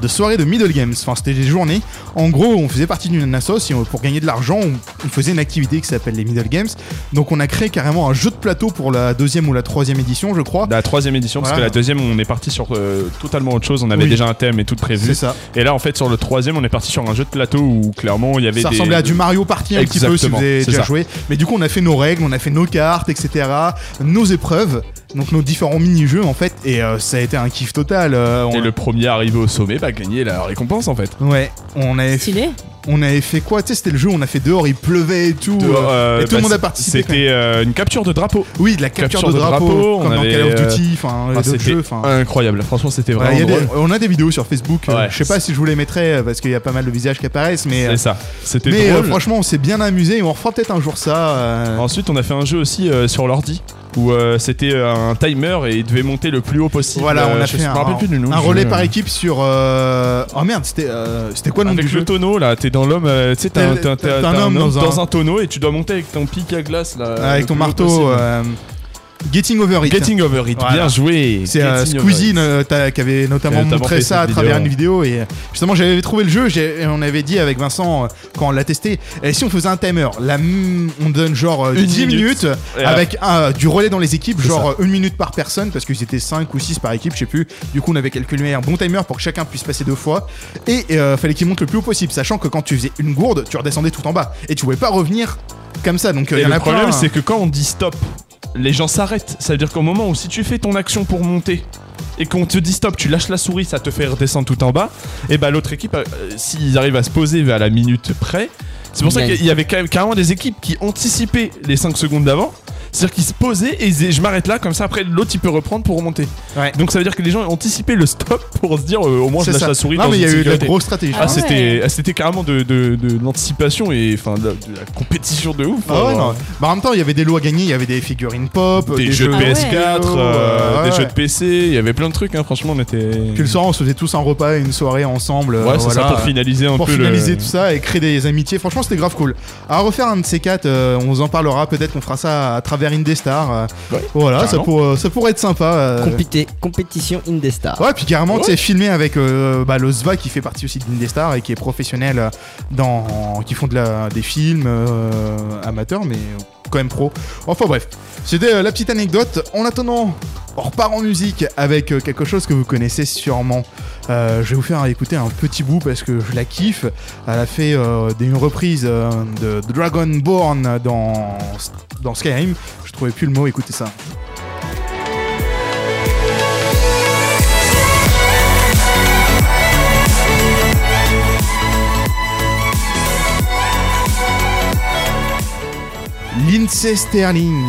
B: de soirées de middle games. Enfin, c'était des journées. En gros, on faisait partie d'une assoce et on- pour gagner de l'argent, on, on faisait une activité qui s'appelle les middle games. Donc, on a créé carrément un jeu de plateau pour la deuxième ou la troisième édition, je crois.
C: La troisième édition, parce
B: Voilà.
C: que la deuxième, on est parti sur euh, totalement autre chose. On avait
B: Oui.
C: déjà un thème et tout
B: C'est
C: prévu.
B: ça.
C: Et là, en fait, sur le troisième, on est parti sur un jeu de plateau où clairement il y avait
B: Ça
C: des-
B: ressemblait à du Mario Party un petit peu si vous
C: Exactement,
B: avez
C: c'est
B: déjà
C: ça.
B: joué. Mais du coup, on a fait nos règles, on a fait nos cartes, etc. Nos épreuves, donc nos différents mini-jeux en fait. Et euh, ça a été un kiff total. euh, on...
C: Et le premier arrivé au sommet va gagner la récompense en fait.
B: Ouais, on avait,
E: Stylé.
B: on avait fait quoi Tu sais, c'était le jeu où on a fait dehors, il pleuvait et tout.
C: Dehors,
B: euh,
C: euh,
B: et tout le
C: bah,
B: monde a
C: c-
B: participé, quand
C: C'était euh, une capture de drapeau.
B: oui, de la capture,
C: capture
B: de
C: de
B: drapeau,
C: drapeau,
B: comme
C: on
B: dans
C: avait,
B: Call of
C: euh,
B: Duty, enfin, les
C: Ah,
B: autres
C: c'était
B: jeux. Enfin,
C: Incroyable. Franchement, c'était
B: voilà, il y
C: vraiment
B: a des-
C: drôle.
B: on a des vidéos sur Facebook. euh,
C: Ouais.
B: je sais pas si je vous les mettrai euh, parce qu'il y a pas mal de visages qui apparaissent, mais. euh,
C: C'est ça. C'était
B: Mais euh,
C: drôle.
B: franchement, on s'est bien amusé et on refera peut-être un jour ça. euh,
C: Ensuite, on a fait un jeu aussi euh, sur l'ordi où euh, c'était euh, un timer et il devait monter le plus haut possible.
B: Voilà,
C: Euh,
B: on a
C: je
B: fait
C: me
B: un,
C: rappelle plus du nom
B: un
C: du jeu.
B: relais par équipe sur. euh, Oh merde, c'était euh, c'était quoi le nom
C: Avec
B: du
C: le
B: jeu
C: tonneau là, t'es dans l'homme, euh, tu sais, t'as
B: T'as-
C: un- t'as-
B: t'as
C: t'as- t'as un homme dans un... tonneau et tu dois monter avec ton pic à glace là.
B: Ah, Avec
C: le
B: ton
C: plus haut possible.
B: marteau. euh, Getting Over It.
C: Getting Over It,
B: Voilà.
C: bien joué.
B: C'est euh,
C: Getting Over
B: Squeezie
C: It.
B: euh, t'as- qui avait
C: Qui
B: notamment
C: avait notamment
B: montré
C: fait
B: ça à
C: cette
B: travers une
C: vidéo.
B: vidéo et euh, justement j'avais trouvé le jeu j'ai- et on avait dit avec Vincent euh, quand on l'a testé et si on faisait un timer la m- on donne genre euh,
C: Une
B: 10
C: minute.
B: minutes
C: Et
B: avec euh, du relais dans les équipes
C: C'est
B: genre euh, une minute par personne parce qu'ils étaient 5 ou 6 par équipe je sais plus du coup on avait calculé un bon timer pour que chacun puisse passer deux fois et euh, fallait qu'il monte le plus haut possible sachant que quand tu faisais une gourde tu redescendais tout en bas et tu pouvais pas revenir comme ça donc euh, il
C: Et
B: y en
C: le
B: a
C: problème,
B: plein,
C: c'est que quand on dit stop, les gens s'arrêtent. Ça veut dire qu'au moment où si tu fais ton action pour monter et qu'on te dit stop, tu lâches la souris, ça te fait redescendre tout en bas. Et bah l'autre équipe, euh, s'ils arrivent à se poser à la minute près, c'est pour ça
D: Gagne.
C: qu'il y avait ca- carrément des équipes qui anticipaient les 5 secondes d'avant. C'est-à-dire qu'ils se posaient et ils disaient, je m'arrête là, comme ça après l'autre il peut reprendre pour remonter.
B: Ouais.
C: Donc ça veut dire que les gens ont anticipé le stop pour se dire euh, au moins je
B: c'est
C: lâche
B: ça
C: la souris.
B: non
C: dans
B: mais il y
C: une
B: a eu de la
C: sécurité.
B: grosse stratégie
C: Ah,
E: Ah ouais.
C: c'était ah, c'était carrément de, de- de l'anticipation et enfin de, la- de la compétition de ouf.
B: Ah ouais,
C: Enfin,
B: non. Bah, en même temps, il y avait des lots à gagner, il y avait des figurines pop,
C: des, jeux de
E: jeux
C: PS4,
B: vidéo,
C: euh,
B: ouais,
C: des
B: ouais.
C: jeux de PC, il y avait plein de trucs, hein, franchement on était...
B: Puis le soir, on se faisait tous un repas et une soirée ensemble. euh,
C: ouais, c'est
B: voilà,
C: ça pour
B: euh,
C: finaliser un
B: pour
C: peu le-
B: finaliser tout ça et créer des amitiés. Franchement, c'était grave cool. À refaire un de ces quatre, euh, on vous en parlera. Peut-être qu'on fera ça à travers Indestar. euh,
C: Ouais,
B: voilà, ça,
C: carrément.
B: pour- euh, ça pourrait être sympa. euh.
D: Compité- compétition Indestar.
B: Ouais, puis carrément,
C: Ouais.
B: tu sais, filmé avec euh, bah, le SVA qui fait partie aussi d'Indestar et qui est professionnel euh, dans. qui font de la, des films euh, amateurs, mais quand même pro. Enfin bref, c'était euh, la petite anecdote. En attendant, on repart en musique avec euh, quelque chose que vous connaissez sûrement. Euh, je vais vous faire écouter un petit bout parce que je la kiffe. Elle a fait euh, des- une reprise euh, de Dragonborn dans, dans Skyrim. Je trouvais plus le mot, écoutez ça. Lindsay Sterling,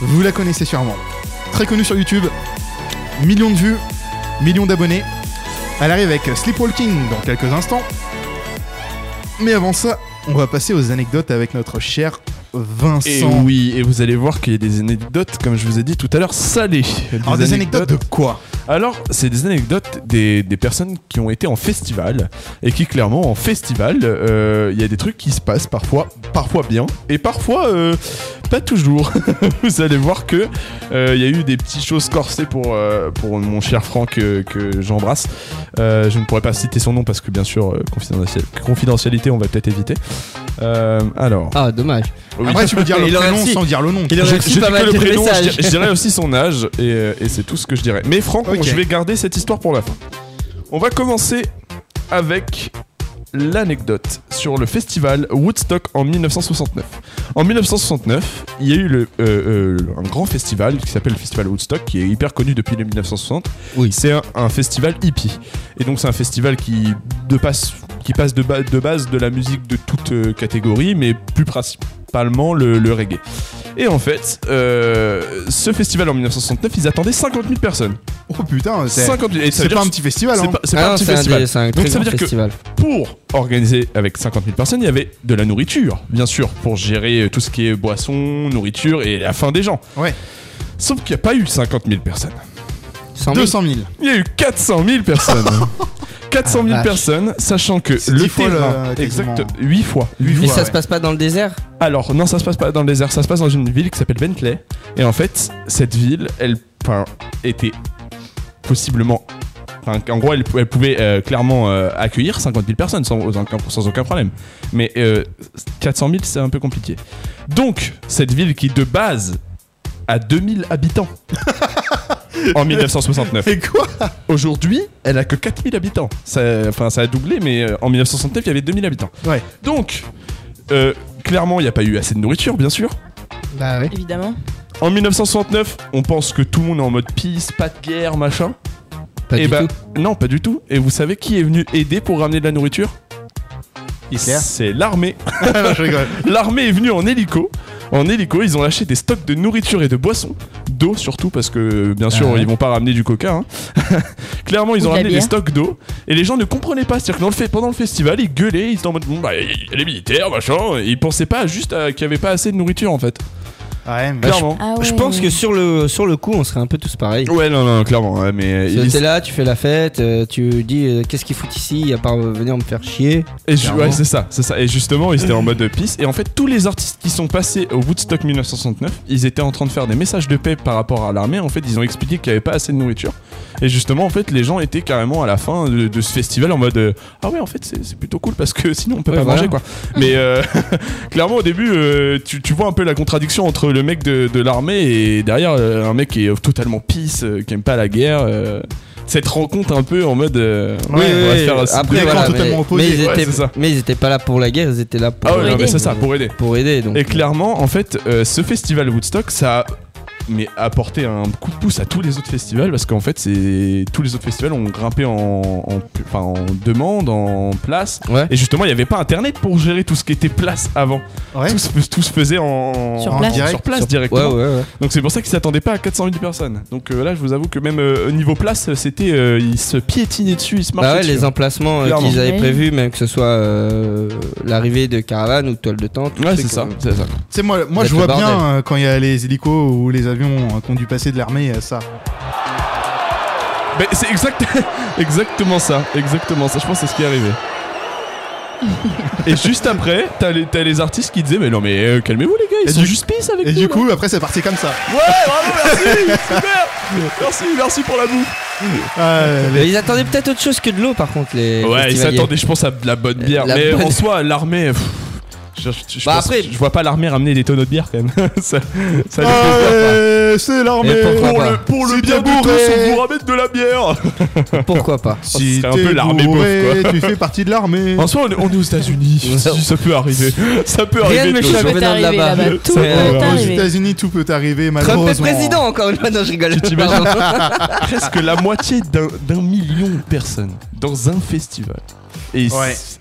B: vous la connaissez sûrement. Très connue sur YouTube, millions de vues, millions d'abonnés. Elle arrive avec Sleepwalking dans quelques instants. Mais avant ça, on va passer aux anecdotes avec notre cher Vincent.
C: Et Eh oui, et vous allez voir qu'il y a des anecdotes, comme je vous ai dit tout à l'heure, salées.
B: Alors des anecdotes de quoi
C: Alors, c'est des anecdotes des, des personnes qui ont été en festival et qui, clairement, en festival, euh, il y a des trucs qui se passent parfois, parfois bien et parfois euh, pas toujours. Vous allez voir que euh, il y a eu des petites choses corsées pour, euh, pour mon cher Franck euh, que j'embrasse. Euh, je ne pourrais pas citer son nom parce que, bien sûr, euh, confidentiel- confidentialité, on va peut-être éviter. Euh, alors,
D: Ah dommage.
C: oui.
B: Après, tu peux dire le
D: Il aurait
B: prénom
D: si-
B: sans dire le nom.
D: Il
C: Je-
D: aurait
C: je
D: aussi
C: dis
D: pas
C: que
D: mal
C: le
D: dit le
C: prénom,
D: message.
C: je, dir- je dirais aussi son âge et, euh, et c'est tout ce que je dirais. Mais Franck,
B: Ok.
C: je vais garder cette histoire pour la fin. On va commencer avec l'anecdote sur le festival Woodstock en 1969. En 1969, il y a eu le, euh, euh, un grand festival qui s'appelle le Festival Woodstock, qui est hyper connu depuis les 1960.
D: Oui.
C: C'est un, un festival hippie. Et donc c'est un festival qui, de passe, qui passe de, ba- de base de la musique de toute euh, catégorie, mais plus principalement le, le reggae. Et en fait, euh, ce festival en 1969, ils attendaient 50 000 personnes.
B: Oh putain, c'est
C: 50 000. Et ça
B: c'est
C: veut dire
B: pas un
C: que
B: petit festival.
C: c'est
B: Hein.
C: pas, c'est
D: Ah
C: pas
D: non,
C: un petit
D: c'est un
C: festival.
D: des- c'est un
C: Donc
D: très
C: ça
D: grand
C: veut dire que-
D: festival.
C: Pour organiser avec 50 000 personnes, il y avait de la nourriture, bien sûr, pour gérer euh, tout ce qui est boisson, nourriture et la faim des gens.
B: Ouais.
C: Sauf qu'il n'y a pas eu 50 000 personnes.
D: 100 000.
B: 200 000.
C: Il y a eu 400 000 personnes. 400 000
D: Ah, vache.
C: personnes, sachant que
B: C'est
C: le
B: dix fois le-
C: terrain,
B: quasiment.
C: exact, 8 fois, huit
D: Et
B: Ouais,
D: ça
B: ouais.
D: se passe pas dans le désert
C: Alors non, ça se passe pas dans le désert, ça se passe dans une ville qui s'appelle Bentley. Et en fait, cette ville, elle enfin, était possiblement... Enfin, en gros, elle, elle pouvait euh, clairement euh, accueillir 50 000 personnes sans, sans aucun- sans aucun problème. Mais euh, 400 000, c'est un peu compliqué. Donc, cette ville qui, de base, a 2000 habitants en 1969.
B: Et quoi
C: Aujourd'hui, elle a que 4000 habitants. Ça, enfin, ça a doublé, mais euh, en 1969, il y avait 2000 habitants.
B: Ouais.
C: Donc, euh, clairement, il n'y a pas eu assez de nourriture, bien sûr.
B: Bah ouais.
J: évidemment.
C: En 1969, on pense que tout le monde est en mode peace, pas de guerre, machin.
D: Pas
C: Et
D: du
C: bah,
D: tout.
C: non, pas du tout. Et vous savez qui est venu aider pour ramener de la nourriture
B: Hitler.
C: C'est l'armée.
B: Je rigole.
C: L'armée est venue en hélico. En hélico, ils ont lâché des stocks de nourriture et de boissons. D'eau surtout, parce que bien sûr,
D: Ah ouais.
C: ils vont pas ramener du coca. hein. Clairement,
J: Ou
C: ils
J: de
C: ont
J: la
C: ramené des
J: bière.
C: stocks d'eau. Et les gens ne comprenaient pas. C'est-à-dire que dans le fait, pendant le festival, ils gueulaient. Ils étaient en mode, bon, bah, il y a les militaires, machin. Ils pensaient pas juste à- qu'il y avait pas assez de nourriture, en fait.
B: Ouais, mais-
C: Clairement.
E: Ah
D: Je
E: ouais.
D: pense que sur le, sur le coup, on serait un peu tous pareils.
C: Ouais, non, non, clairement. ouais, mais euh,
D: T'es
C: ils-
D: là, tu fais la fête, euh, tu dis euh, qu'est-ce qu'ils foutent ici, à part euh, venir me faire chier.
C: Et ju-
D: Clairement.
C: ouais, c'est ça, c'est ça. Et justement, ils étaient en mode peace. Et en fait, tous les artistes qui sont passés au Woodstock 1969, ils étaient en train de faire des messages de paix par rapport à l'armée. En fait, ils ont expliqué qu'il n'y avait pas assez de nourriture. Et justement, en fait, les gens étaient carrément à la fin de, de ce festival en mode euh, ah ouais, en fait, c'est c'est plutôt cool parce que sinon on peut
D: Ouais,
C: pas
D: voilà.
C: manger quoi. Mais euh, clairement, au début, euh, tu, tu vois un peu la contradiction entre le mec de, de l'armée et derrière euh, un mec qui est totalement peace, euh, qui aime pas la guerre. euh, cette rencontre un peu en mode euh,
B: Oui,
C: on va
B: oui,
C: se faire, euh,
D: Après,
C: des
D: voilà,
C: camps
D: mais,
B: totalement opposés,
D: mais ils
C: ouais,
D: étaient,
C: c'est ça.
D: mais ils étaient pas là pour la guerre, ils étaient là pour,
C: Ah ouais,
D: euh,
C: non, mais
E: aider.
C: c'est ça, pour aider.
D: pour aider. Donc.
C: Et clairement, en fait, euh, ce festival Woodstock, ça a mais apporté un coup de pouce à tous les autres festivals parce qu'en fait, c'est tous les autres festivals ont grimpé en, en- enfin, en demande, en place.
D: Ouais.
C: Et justement, il n'y avait pas Internet pour gérer tout ce qui était place avant.
B: ouais.
C: Tout, se, tout se faisait en,
J: Sur
C: en-
J: place.
C: sur place
D: Ouais,
C: directement.
D: ouais, ouais.
C: Donc c'est pour ça qu'ils s'attendaient pas à 400 000 personnes. Donc euh, là, je vous avoue que même euh, au niveau place, c'était euh, ils se piétinaient dessus, ils se marchaient
D: Bah ouais,
C: dessus. hein.
D: les emplacements euh,
C: Clairement.
D: qu'ils avaient
J: Ouais.
D: prévus, même que ce soit euh, l'arrivée de caravane ou de toile de tente.
C: Ouais,
D: tu
C: c'est
D: sais
C: ça,
D: que-
C: c'est ça.
B: Tu sais, moi, moi je
D: Mettre
B: vois
D: le bordel.
B: bien euh, quand il y a les hélicos ou les avions euh, qui ont dû passer de l'armée, euh, ça.
C: Mais c'est exact... exactement ça, exactement ça. Je pense que c'est ce qui est arrivé. et juste après, t'as les, t'as les artistes qui disaient mais non mais euh, calmez-vous les gars, ils
B: Et
C: sont
B: du-
C: juste peace avec
B: Et
C: nous,
B: du
C: là.
B: coup, après, c'est parti comme ça.
C: ouais bravo merci super merci merci pour la bouffe.
B: Ah, les-
D: Mais ils attendaient peut-être autre chose que de l'eau, par contre, les.
C: Ouais ils
D: festivaliers.
C: s'attendaient je pense à de la bonne bière,
D: Euh, La
C: mais
D: bonne-
C: en soi l'armée. pff, je, je- je
D: Bah
C: pense-
D: après-
C: je vois pas l'armée ramener des tonneaux de bière quand même. ça, ça les fait peur, quoi.
B: Ah, ouais, c'est l'armée
D: Et pourquoi
C: pour
D: pas.
C: le, pour le
B: Si
C: bien
B: t'es
C: de tous,
B: bourré.
C: on vous ramène de la bière.
D: Pourquoi pas
C: c'est un
B: t'es
C: peu l'armée
B: bourré,
C: bouffe,
B: Tu fais partie de l'armée.
C: En soi, on est, on est aux États-Unis.
D: Ouais.
C: ça peut arriver. Ça peut
D: Rien ne
C: arriver.
D: me
C: de nos
D: choque.
J: Tout
D: venant
C: jours.
D: de
J: peut arriver
D: là-bas.
J: là-bas. Tout
D: Ça,
J: peut
D: euh,
B: Aux
J: arriver.
B: États-Unis, tout peut arriver, malheureusement.
D: Trump est président, encore une fois. Non, je rigole.
C: Tu t'imagines presque la moitié d'un d'un million de personnes dans un festival.
B: Ouais.
C: Et c'est-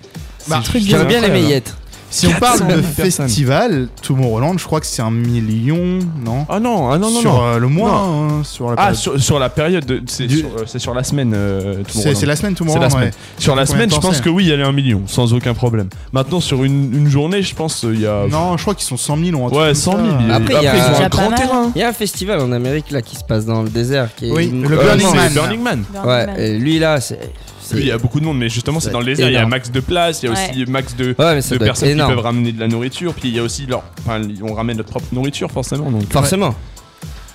B: Bah,
C: c'est juste
D: J'aurais bien aimé y
C: incroyable. hein.
D: être.
B: Si on parle
C: 400
B: de
C: 000 personnes.
B: festival, tout Tomorrowland, je crois que c'est un million, non
C: Ah non, ah non, non,
B: Sur
C: non.
B: euh, le mois, hein, sur la
C: Ah,
B: période.
C: sur, sur la période, de- c'est
B: Du-
C: sur, euh, c'est sur la semaine. euh, tout le
B: C'est
C: monde,
B: c'est
C: hein.
B: la semaine,
C: C'est la
B: Tomorrowland,
C: semaine.
B: ouais.
C: Sur
B: Combien
C: la
B: de
C: semaine, je
B: temps
C: pense
B: c'est
C: que oui, il y allait un million, sans aucun problème. Maintenant, sur une, une journée, je pense euh, il y a.
B: Non, je crois qu'ils sont 100 000 ou un truc
C: Ouais,
B: comme
C: 100
B: ça.
C: 000. il y a-
D: Après, il y a-
C: ils ont un
E: Déjà pas
C: grand
E: mal.
C: terrain.
D: Il y a un festival en Amérique là qui se passe dans le désert. Qui est
B: Oui,
D: une-
B: le
D: Euh,
B: Burning
D: non,
B: Man.
C: C'est Burning Man.
D: Ouais, et lui là, c'est. c'est-
C: Lui, il y a beaucoup de monde, mais justement, c'est
D: Ça
C: dans le
D: doit être
C: désert. Il y a
D: énorme.
C: max de place, il y a
E: Ouais.
C: aussi max de,
D: Ouais, mais ça
C: de
D: doit être
C: personnes qui
D: énorme.
C: peuvent ramener de la nourriture. Puis il y a aussi leur. Enfin, on ramène notre propre nourriture, forcément. Donc.
D: Forcément.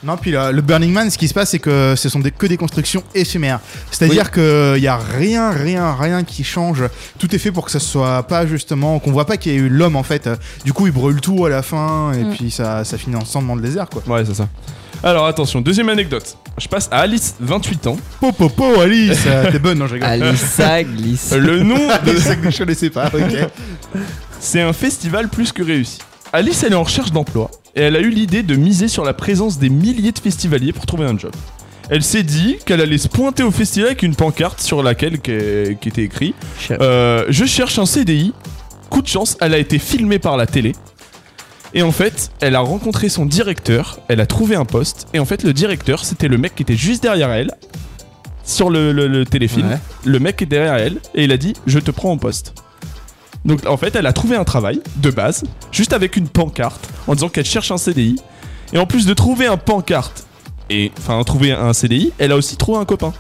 B: Non, puis là, le Burning Man, ce qui se passe, c'est que ce sont des, que des constructions éphémères. C'est-à-dire que qu'il y a rien, rien, rien qui change. Tout est fait pour que ça soit pas justement, qu'on voit pas qu'il y a eu l'homme en fait. Du coup, ils brûlent tout à la fin et
E: Mm.
B: puis ça, ça finit ensemble dans le désert quoi.
C: Ouais, c'est ça. Alors attention, deuxième anecdote. Je passe à Alice, 28 ans.
B: Popo, po, Alice euh, T'es bonne, non, je rigole.
D: Alissa glisse.
C: Le nom de...
B: Alice, je connaissais pas,
D: Ah,
B: ok. Ah,
C: C'est un festival plus que réussi. Alice, elle est en recherche d'emploi et elle a eu l'idée de miser sur la présence des milliers de festivaliers pour trouver un job. Elle s'est dit qu'elle allait se pointer au festival avec une pancarte sur laquelle qu'est- qui était écrit
D: Chef.
C: euh, Je cherche un CDI. Coup de chance, elle a été filmée par la télé. Et en fait, elle a rencontré son directeur, elle a trouvé un poste, et en fait, le directeur, c'était le mec qui était juste derrière elle, sur le, le- le téléfilm.
D: Ouais.
C: Le mec est derrière elle, et il a dit Je te prends en poste. Donc en fait, elle a trouvé un travail, de base, juste avec une pancarte, en disant qu'elle cherche un CDI. Et en plus de trouver un pancarte, et enfin trouver un CDI, elle a aussi trouvé un copain,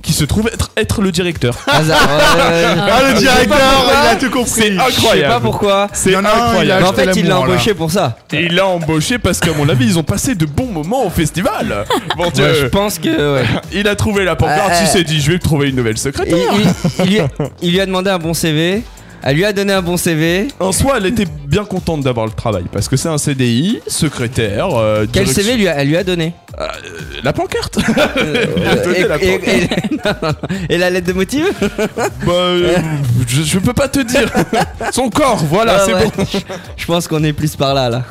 C: qui se trouve être, être le directeur.
D: Hasard.
B: Ah, le directeur, il a tout
C: C'est
B: compris
D: Je sais pas
C: incroyable.
D: pourquoi.
C: C'est
B: Non, non, il a
C: incroyable.
D: Mais en
B: acheté
D: fait, il l'a
B: l'amour, là.
D: embauché pour ça.
C: Et il l'a embauché parce qu'à mon avis, ils ont passé de bons moments au festival. Bon, tu-
D: Ouais, je pense que. ouais.
C: Il a trouvé la pancarte,
D: Euh,
C: il
D: euh,
C: s'est dit je vais trouver une nouvelle
D: Il,
C: secrétaire.
D: il- il lui a, il lui a demandé un bon CV. Elle lui a donné un bon CV.
C: En soi, elle était bien contente d'avoir le travail parce que c'est un CDI, secrétaire. euh,
D: Quel
C: direction-
D: CV lui a- elle lui a donné
C: La pancarte
D: Euh,
C: donné la
D: et, et- et- non, non, non. Et la lettre de motive
C: Bah, euh, je, je peux pas te dire. Son corps, voilà,
D: Ah,
C: c'est
D: ouais.
C: bon.
D: Je pense qu'on est plus par là là.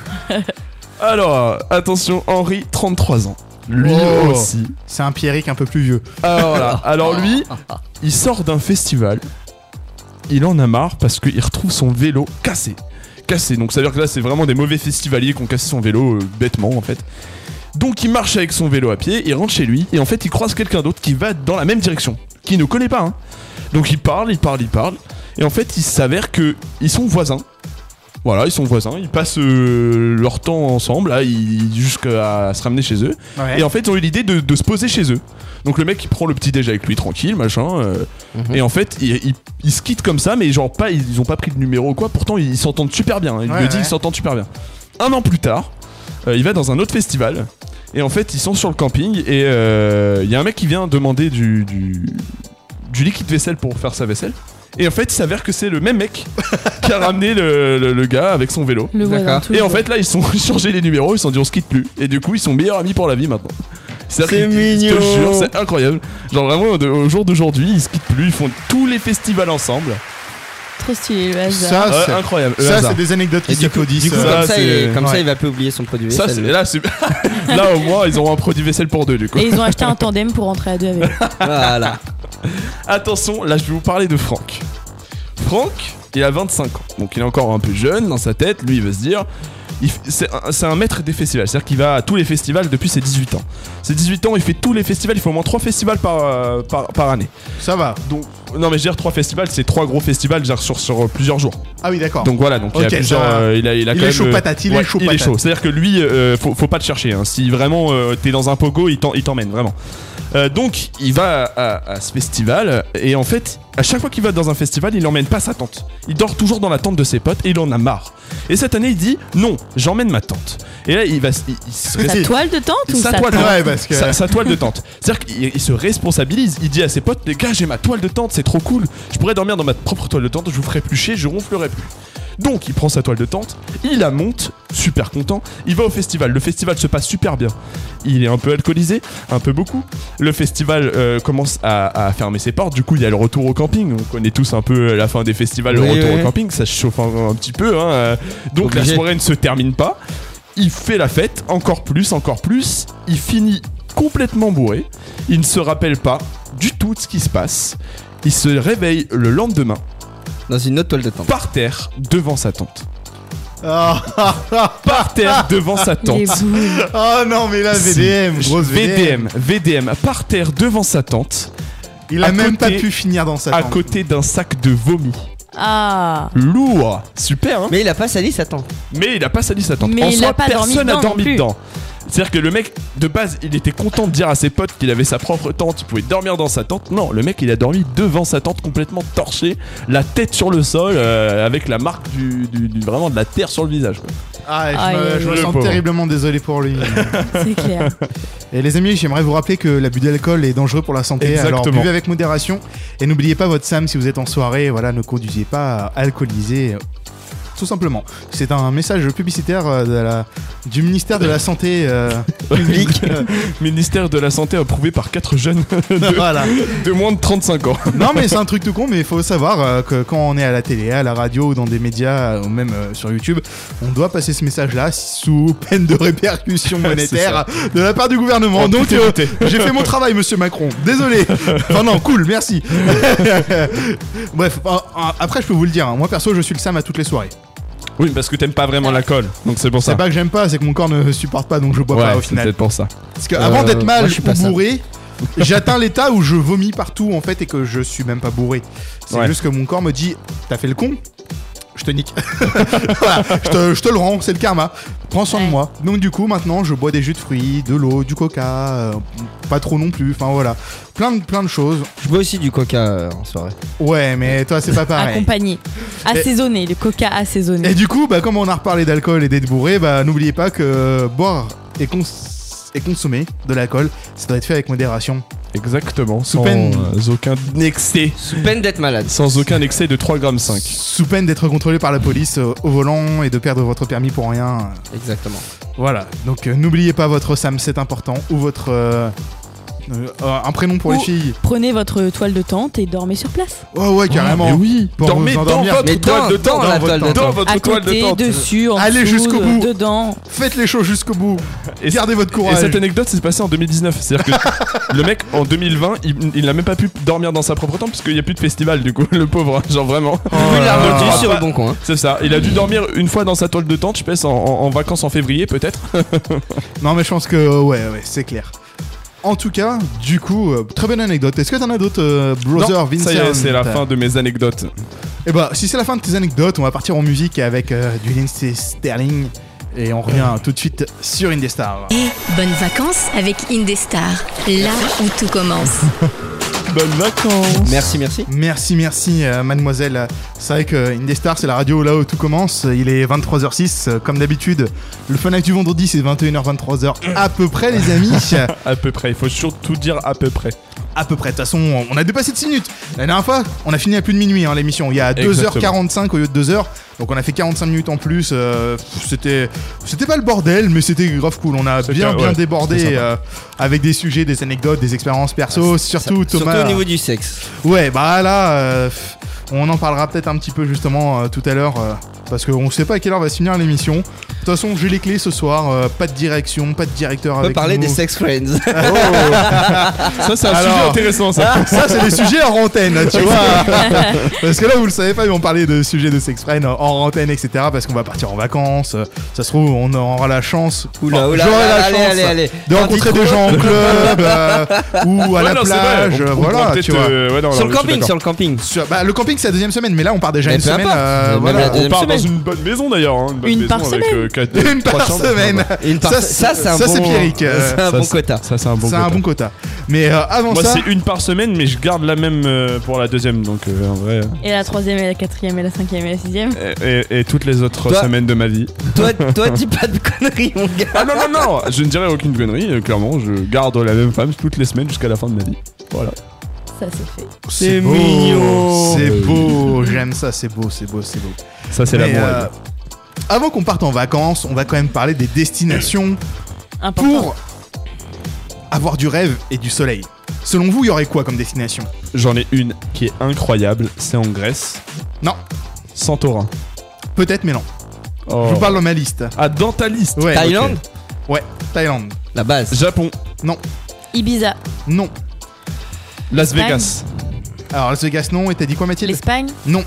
C: Alors, attention, Henri, 33 ans. Lui
B: Oh.
C: aussi.
B: C'est un Pierrick un peu plus vieux.
C: Alors, Ah, voilà. Alors lui, il sort d'un festival. Il en a marre parce qu'il retrouve son vélo cassé. Cassé. Donc ça veut dire que là, c'est vraiment des mauvais festivaliers qui ont cassé son vélo euh, bêtement en fait. Donc il marche avec son vélo à pied, il rentre chez lui et en fait il croise quelqu'un d'autre qui va dans la même direction, qu'il ne connaît pas. hein. Donc il parle, il parle, il parle et en fait il s'avère que ils sont voisins. Voilà, ils sont voisins, ils passent euh, leur temps ensemble, là, ils- jusqu'à se ramener chez eux.
B: Ouais.
C: Et en fait, ils ont eu l'idée de, de se poser chez eux. Donc le mec, il prend le petit déj avec lui, tranquille, machin. euh,
D: Mhm.
C: Et en fait, ils il, il se quittent comme ça, mais genre pas, ils ont pas pris de numéro ou quoi. Pourtant, ils s'entendent super bien. hein. Il
B: Ouais,
C: le dit,
B: ouais.
C: ils s'entendent super bien. Un an plus tard, euh, il va dans un autre festival. Et en fait, ils sont sur le camping et euh, il y a un mec qui vient demander du, du, du liquide vaisselle pour faire sa vaisselle. Et en fait, il s'avère que c'est le même mec qui a ramené le- le- le gars avec son vélo.
J: Le voisin,
D: D'accord.
J: toujours.
C: Et en fait, là, ils sont changés les numéros, ils se sont dit on se quitte plus. Et du coup, ils sont meilleurs amis pour la vie maintenant.
D: C'est
C: Je te
D: mignon.
C: jure, c'est incroyable. Genre vraiment, de- au jour d'aujourd'hui, ils se quittent plus, ils font tous les festivals ensemble.
E: Trop stylé le hasard.
B: Ça,
C: Euh,
B: Ah, c'est-
C: incroyable. le
B: ça,
C: hasard.
B: c'est des anecdotes qui
D: Et du coup,
B: s'applaudissent.
D: du coup,
C: Ça,
D: comme, ça, il,
C: c'est-
D: comme ça,
B: euh, ouais.
D: il va pas oublier son produit
C: Ça, c'est-
D: vaisselle.
C: là, c'est- là, au moins, ils auront un produit vaisselle pour deux, du coup.
E: Et ils ont acheté un tandem pour rentrer à deux avec.
D: Voilà.
C: Attention, là je vais vous parler de Franck. Franck, il a 25 ans, donc il est encore un peu jeune dans sa tête, lui il veut se dire. il f- C'est un, c'est un maître des festivals, c'est-à-dire qu'il va à tous les festivals depuis ses 18 ans. Ses 18 ans, il fait tous les festivals, il fait au moins 3 festivals par, euh, par, par année.
B: Ça va.
C: Donc, non mais je veux dire 3 festivals, c'est 3 gros festivals genre, sur, sur euh, plusieurs jours.
B: Ah oui, d'accord.
C: Donc voilà, donc
B: Ok,
C: il a plusieurs.
B: ça-
C: euh, il a, a
B: il
C: quand
B: est
C: même,
B: chaud
C: euh,
B: patate, il est chaud
C: Il est
B: patate.
C: chaud, c'est-à-dire que lui, euh, faut, faut pas te chercher. hein. Si vraiment euh, t'es dans un pogo, il t'en- il t'emmène vraiment. Euh, donc il va à, à- à ce festival et en fait à chaque fois qu'il va dans un festival il n'emmène pas sa tente. Il dort toujours dans la tente de ses potes et il en a marre. Et cette année il dit non j'emmène ma tente. Et là il va s- il- il se
E: Sa
C: responsabilise.
E: toile de tente ou
C: Sa
E: sa
C: toile de
E: tente
B: Ouais, parce que.
C: Sa, sa toile de tente. C'est-à-dire qu'il il se responsabilise. Il dit à ses potes, les gars, j'ai ma toile de tente, c'est trop cool. Je pourrais dormir dans ma propre toile de tente, je vous ferai plus chier, je ronflerai plus. Donc, il prend sa toile de tente, il la monte, super content. Il va au festival. Le festival se passe super bien. Il est un peu alcoolisé, un peu beaucoup. Le festival euh, commence à, à fermer ses portes. Du coup, il y a le retour au camping. On connaît tous un peu la fin des festivals, le
D: Oui,
C: retour
D: oui.
C: au camping. Ça se chauffe un, un petit peu. hein, euh. Donc, la
D: Obligé.
C: soirée ne se termine pas il fait la fête, encore plus, encore plus, il finit complètement bourré, il ne se rappelle pas du tout de ce qui se passe, il se réveille le lendemain,
D: Dans une autre toile de tente.
C: par terre, devant sa tante.
B: Ah, ah, ah,
C: Par terre, devant sa tante.
E: Les boules.
B: ah, non, mais là, VDM,
C: Si.
B: grosse VDM.
C: VDM, VDM, par terre, devant sa tente,
B: Il a
C: À
B: même
C: côté-
B: pas pu finir dans sa
C: à
B: tente.
C: côté d'un sac de vomi.
E: Ah.
C: Lourd, super, hein
D: Mais il a pas sali sa tente.
C: Mais il a pas sali sa tente.
E: Mais
C: en
E: il
C: soi,
E: a pas dormi
C: personne n'a
E: dedans non
C: dormi
E: plus.
C: dedans. C'est-à-dire que le mec, de base, il était content de dire à ses potes qu'il avait sa propre tente, il pouvait dormir dans sa tente. Non, le mec, il a dormi devant sa tente, complètement torché, la tête sur le sol, euh, avec la marque du, du- du- vraiment de la terre sur le visage. quoi.
B: Ah, je,
E: Aïe,
B: me-
E: aïe,
B: je me
C: aïe.
B: sens
C: Le
B: terriblement désolé pour lui.
E: C'est clair.
B: Et les amis, j'aimerais vous rappeler que l'abus d'alcool est dangereux pour la santé, alors
C: Exactement.
B: buvez avec modération. Et n'oubliez pas votre SAM si vous êtes en soirée, voilà, ne conduisez pas alcoolisé. tout simplement. C'est un message publicitaire euh, de la- du ministère de la Santé euh, publique.
C: Ministère de la Santé approuvé par 4 jeunes de,
B: voilà.
C: de moins de 35 ans.
B: Non mais c'est un truc tout con, mais il faut savoir euh, que quand on est à la télé, à la radio, ou dans des médias, euh, ou même euh, sur YouTube, on doit passer ce message-là sous peine de répercussions monétaires de la part du gouvernement.
C: En toute
B: Donc euh, j'ai fait mon travail, monsieur Macron. Désolé. Enfin non, cool, merci. Bref, euh, euh, après je peux vous le dire, hein, moi perso je suis le Sam à toutes les soirées.
C: Oui, parce que t'aimes pas vraiment la colle, donc c'est pour ça.
B: C'est pas que j'aime pas, c'est que mon corps ne supporte pas, donc je bois
C: ouais,
B: pas au
C: c'est
B: final.
C: peut-être pour ça.
B: Parce que avant
D: Euh,
B: d'être mal
D: moi, je suis pas
B: ou
D: ça.
B: bourré, j'atteins l'état où je vomis partout en fait et que je suis même pas bourré. C'est
C: Ouais.
B: juste que mon corps me dit T'as fait le con Je te nique. voilà, je te, je te le rends, c'est le karma. Prends soin de
E: Ouais.
B: moi. Donc du coup, maintenant, je bois des jus de fruits, de l'eau, du coca, euh, pas trop non plus. Enfin voilà, plein de, plein de choses.
D: Je bois aussi du coca euh, en soirée.
B: Ouais, mais toi, c'est pas pareil.
E: Accompagné. Assaisonné, le coca assaisonné.
B: Et du coup, bah, comme on a reparlé d'alcool et d'être bourré, bah, n'oubliez pas que euh, boire et, cons- et consommer de l'alcool, ça doit être fait avec modération.
C: Exactement,
B: Sous
C: sans
B: peine.
C: euh, aucun excès.
D: Sous peine d'être malade.
C: Sans aucun excès de 3,5 g.
B: Sous peine d'être contrôlé par la police euh, au volant et de perdre votre permis pour rien.
D: Exactement.
B: Voilà. Donc euh, n'oubliez pas votre Sam, c'est important, ou votre. euh, euh, euh, un prénom pour les
C: Oh.
E: Ou-
B: filles.
E: Prenez votre toile de tente et dormez sur place.
B: Oh ouais, carrément.
C: Mais oui,
B: Pour
C: dormez
B: vous
C: dans
B: endormir.
C: votre
D: Mais
C: toile
D: dans-
C: de
D: dans
C: tente.
D: la toile de
C: Dans
D: tente.
C: votre
E: À
C: toile de
E: côté,
C: tente.
E: dessus, en
B: Allez
E: dessous,
B: jusqu'au
E: de-
B: bout.
E: dedans.
B: Faites les choses jusqu'au bout.
C: Et-
B: Gardez votre courage.
C: Et cette anecdote, c'est passé en 2019. C'est-à-dire que le mec, en 2020, il il n'a même pas pu dormir dans sa propre tente parce qu'il n'y a plus de festival, du coup, le pauvre, hein, genre vraiment.
B: Oh
D: Plus
C: là là.
D: l'arbre
C: Ah,
D: sur
C: bah.
D: le bon coin.
C: C'est ça. Il a dû dormir une fois dans sa toile de tente, je pense, en, en- en vacances en février, peut-être.
B: Non, mais je pense que euh, ouais, ouais, c'est clair. En tout cas, du coup, euh, très bonne anecdote. Est-ce que t'en as d'autres, euh, Brother
C: Non,
B: Vincent
C: Ça y est, c'est la fin de mes anecdotes.
B: Et bah, si c'est la fin de tes anecdotes, on va partir en musique avec euh, du Lindsay Sterling. Et on revient
C: Euh.
B: tout de suite sur Indestar.
G: Et bonnes vacances avec Indestar, là où tout commence.
C: Bonnes vacances.
D: Merci, merci.
B: Merci, merci, euh, mademoiselle. C'est vrai que Indestar, c'est la radio là où tout commence. Il est 23h06, euh, comme d'habitude. Le fun act du vendredi, c'est 21h-23h à peu près, les amis.
C: À peu près. Il faut surtout dire à peu près.
B: à peu près. De toute façon, on a dépassé de 6 minutes. La dernière fois, on a fini à plus de minuit hein, l'émission. Il y a
C: Exactement.
B: 2h45 au lieu de 2h. Donc on a fait 45 minutes en plus. euh, pff, c'était, c'était pas le bordel, mais c'était grave cool. On a
C: C'était-
B: bien, bien
C: ouais,
B: débordé
C: c'était
B: euh, avec des sujets, des anecdotes, des expériences perso. surtout
D: Ça-
B: Thomas.
D: Surtout au niveau du sexe.
B: Ouais, bah là, euh, pff, on en parlera peut-être un petit peu justement euh, tout à l'heure, euh, parce qu'on sait pas à quelle heure va se finir l'émission. De toute façon, j'ai les clés ce soir, euh, pas de direction, pas de directeur
D: On
B: avec
D: peut parler
B: nous.
D: des sex friends.
C: Ça, c'est un
B: Alors- ah,
C: sujet intéressant, ça.
B: Ça, c'est des sujets hors antenne, tu vois. parce que là, vous le savez pas, mais on parlait de sujets de sex friend hors antenne, etc. Parce qu'on va partir en vacances. euh, Ça se trouve, on aura la chance.
D: Oula,
B: Enfin,
D: oula,
B: j'aurai
D: oula,
B: la
D: allez,
B: chance
D: allez, allez.
B: De rencontrer des gens en club euh, ou à
C: Ouais,
B: la
C: non, c'est vrai.
B: plage,
C: On-
B: euh,
C: on prend
B: voilà,
C: peut-être,
B: tu vois.
C: euh, ouais,
D: Sur le
C: non, alors, je suis
D: camping,
C: d'accord.
D: sur le camping.
B: Sur- bah, le camping, c'est la deuxième semaine, mais là, on part déjà
D: Mais
B: une
D: peu
B: semaine.
D: importe.
B: euh,
D: Même
B: voilà.
D: la deuxième
C: On part dans
D: semaine.
C: une bonne maison d'ailleurs. hein, une bonne
E: Une
C: maison
E: par
C: avec,
E: semaine.
C: euh, quatre-
B: Une
C: trois
B: par
C: chambres. bah.
B: semaine.
D: Une par-
B: Ça,
D: ça, c'est un
B: ça,
D: bon.
B: c'est Pierrick, euh,
D: C'est un
C: ça,
D: bon
C: c'est-
D: quota.
C: Ça, c'est un bon hein.
B: C'est un
C: quota.
B: bon quota. Mais euh, avant
C: Moi,
B: ça,
C: c'est une par semaine, mais je garde la même euh, pour la deuxième, donc euh, en vrai.
E: Et la troisième, et la quatrième, et la cinquième, et la sixième.
C: euh, Et, et- et toutes les autres
D: Toi-
C: semaines de ma vie.
D: Toi, toi, dis pas de conneries, mon gars.
C: Ah non, non, non Je ne dirai aucune connerie, euh, clairement, je garde la même femme toutes les semaines jusqu'à la fin de ma vie. Voilà.
E: Ça, c'est fait.
B: c'est beau. C'est beau. J'aime ça, c'est beau, c'est beau, c'est beau.
C: Ça, c'est
B: Mais,
C: l'amour.
B: euh, avant qu'on parte en vacances, on va quand même parler des destinations
E: Important.
B: pour avoir du rêve et du soleil. Selon vous, il y aurait quoi comme destination
C: J'en ai une qui est incroyable, c'est en Grèce.
B: Non.
C: Santorin.
B: Peut-être, mais non.
C: Oh.
B: Je vous parle dans ma liste.
C: Ah, dans ta liste
B: Ouais,
D: Thaïlande
B: Ouais, Thaïlande.
D: La base.
C: Japon,
E: Ibiza,
B: Non.
C: Las
E: Espagne.
C: Vegas,
B: Alors, Las Vegas, non. Et t'as dit quoi, Mathilde
E: l'Espagne,
B: Non.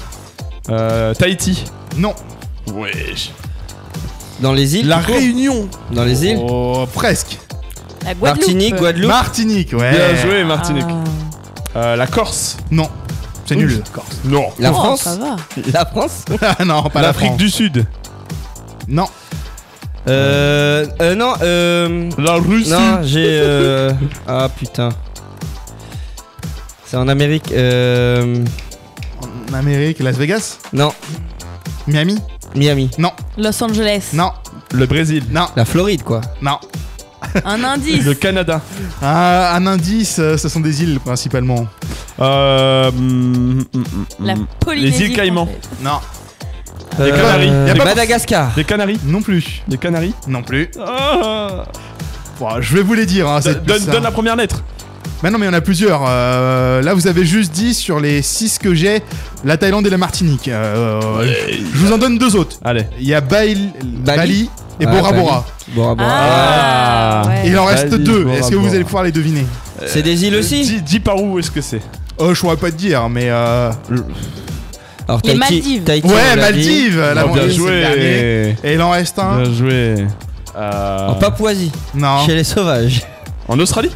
C: euh, Tahiti.
B: Non.
C: Wesh.
D: Dans les îles
B: La
D: du coup
B: Réunion.
D: Dans les îles
B: Oh, presque.
E: la Guadeloupe.
D: Martinique, Guadeloupe.
B: Martinique, ouais.
C: Bien joué, Martinique.
E: Ah.
C: Euh, la Corse.
B: Non. C'est
C: Ouh.
B: nul.
C: Non.
D: La
E: Oh,
D: France
E: Ça va.
D: La France
B: Ah non, pas
C: L'Afrique
B: la
C: du Sud.
B: France. Non.
D: Euh. Euh, non, euh.
C: La Russie.
D: Non, j'ai. Euh... Ah putain. C'est en Amérique. Euh.
B: En Amérique, Las Vegas
D: Non,
B: Miami
D: Miami.
E: Los Angeles.
B: Non.
C: Le Brésil.
B: Non.
D: La Floride, quoi.
B: Non.
E: Un indice.
C: Le Canada.
B: Ah, un indice, euh, ce sont des îles principalement.
C: Euh, mm, mm, mm,
E: La
C: mm.
E: Polynésie.
C: Les îles Caïmans.
E: française.
B: Non.
D: Euh,
C: mm. Des Canaries. Y a
D: de
C: pas-
D: Madagascar.
C: Des Canaries
B: Non plus.
C: Des Canaries
B: Non plus.
C: Ah.
B: Bon, je vais vous les dire. Hein, c'est
C: Donne
B: plus
C: donne
B: ça.
C: la première lettre.
B: Bah non, mais il y en a plusieurs. Euh, là, vous avez juste dit sur les 6 que j'ai, la Thaïlande et la Martinique. Euh, Je vous en donne deux autres.
C: Allez.
B: Il y a Bail- Bali,
D: Bali.
B: et
D: Ah,
B: Bora
D: Bali.
B: Bora.
D: Bora Bora.
E: Ah,
C: Ah.
E: ouais.
B: Il en reste
C: Bali,
B: deux.
C: Bora
B: Est-ce que vous
C: Bora.
B: allez pouvoir les deviner
D: ah, C'est des îles aussi.
C: Dis, dis par où est-ce que c'est
B: Oh, je pourrais pas te dire, mais. euh,
C: Euh,
D: Alors,
E: Les
D: Tahiti-
E: Maldives.
D: Tahiti, on
B: Ouais,
D: l'a dit.
B: Maldives la
C: Bien
B: Maldives, c'est le dernier.
C: joué
B: Et il en reste un.
C: Bien joué Euh,
D: En Papouasie,
C: Ah.
B: Non.
D: chez les sauvages.
C: En Australie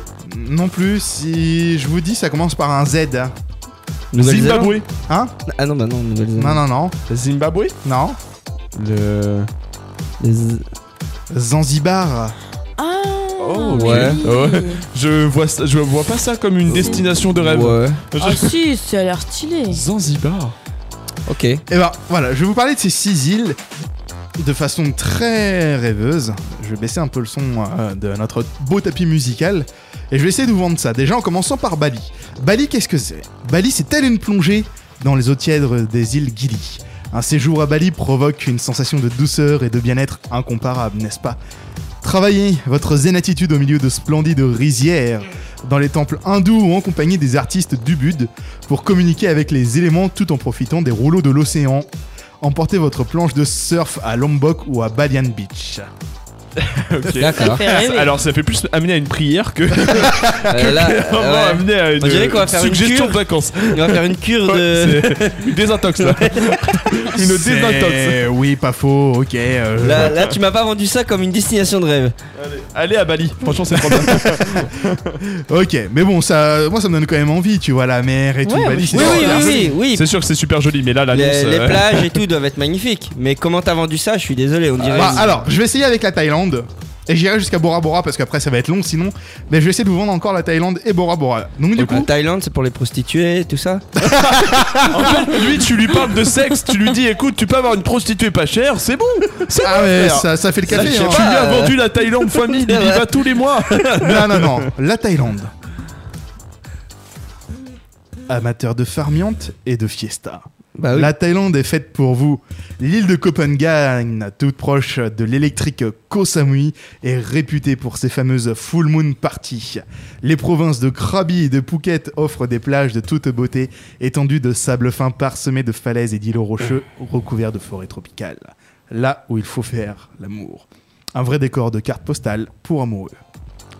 B: Non plus. Si je vous dis, ça commence par un Z.
D: Nouvelle-Zélande.
C: Zimbabwe
D: Ah non, bah non,
B: Non,
D: Nouvelle-Zélande.
B: non, non.
C: Zimbabwe
B: Non.
C: Le...
D: Les-
B: Zanzibar.
E: Ah,
C: Oh,
E: mais
D: ouais.
E: oui.
C: Ouais. Je vois, ça- je vois pas ça comme une destination de rêve.
D: Ouais.
C: Je-
E: Ah si, ça a l'air stylé.
C: Zanzibar
D: Ok.
B: Et ben voilà, je vais vous parler de ces six îles de façon très rêveuse. Je vais baisser un peu le son euh, de notre beau tapis musical. Et je vais essayer de vous vendre ça. Déjà en commençant par Bali. Bali, qu'est-ce que c'est Bali, c'est telle une plongée dans les eaux tièdes des îles Gili. Un séjour à Bali provoque une sensation de douceur et de bien-être incomparable, n'est-ce pas Travaillez votre zénatitude au milieu de splendides rizières, dans les temples hindous ou en compagnie des artistes du Bud, pour communiquer avec les éléments tout en profitant des rouleaux de l'océan. Emportez votre planche de surf à Lombok ou à Balian Beach.
C: Ok.
D: D'accord.
E: Fait rêver.
C: Alors ça fait plus amener à une prière que
D: Euh, là,
C: vraiment
D: ouais.
C: amener à une
D: On dirait qu'on va faire une
C: suggestion
D: cure.
C: de vacances.
D: On va faire une cure de.
C: Ouais, c'est une désintox là. une désintox.
B: C'est- Oui, pas faux, ok. euh,
D: Là, là, tu m'as pas vendu ça comme une destination de rêve.
C: Allez à Bali. Franchement, c'est trop bien.
B: Ok, mais bon, ça, moi ça me donne quand même envie, tu vois, la mer et tout.
E: Ouais,
B: Bali,
E: oui,
B: c'est
D: Oui,
B: trop
D: oui,
B: bien.
D: oui, oui.
C: C'est sûr que c'est super joli, mais là l'annonce.
D: Les, les
C: euh,
D: plages et tout doivent être magnifiques. Mais comment t'as vendu ça Je suis désolé, on dirait.
B: Bah, alors, je vais essayer avec la Thaïlande. Et j'irai jusqu'à Bora Bora parce qu'après ça va être long sinon. Mais je vais essayer de vous vendre encore la Thaïlande et Bora Bora. Donc du
D: Donc, la
B: coup,
D: Thaïlande, c'est pour les prostituées, tout ça.
C: Lui, tu lui parles de sexe, tu lui dis, écoute, tu peux avoir une prostituée pas chère, c'est bon. C'est
B: ah
C: bon,
B: ouais,
C: frère.
B: ça, ça fait le café.
D: je sais
B: hein.
C: Tu lui as
D: euh,
C: vendu la Thaïlande famille, il y
D: Ouais.
C: va tous les mois.
B: Non, non, non. La Thaïlande. Amateur de farmiante et de fiesta.
D: Bah oui.
B: La Thaïlande est faite pour vous. L'île de Copenhague, toute proche de l'électrique Koh Samui, est réputée pour ses fameuses full moon parties. Les provinces de Krabi et de Phuket offrent des plages de toute beauté, étendues de sable fin parsemées de falaises et d'îlots rocheux recouverts de forêts tropicales. Là où il faut faire l'amour. Un vrai décor de carte postale pour amoureux.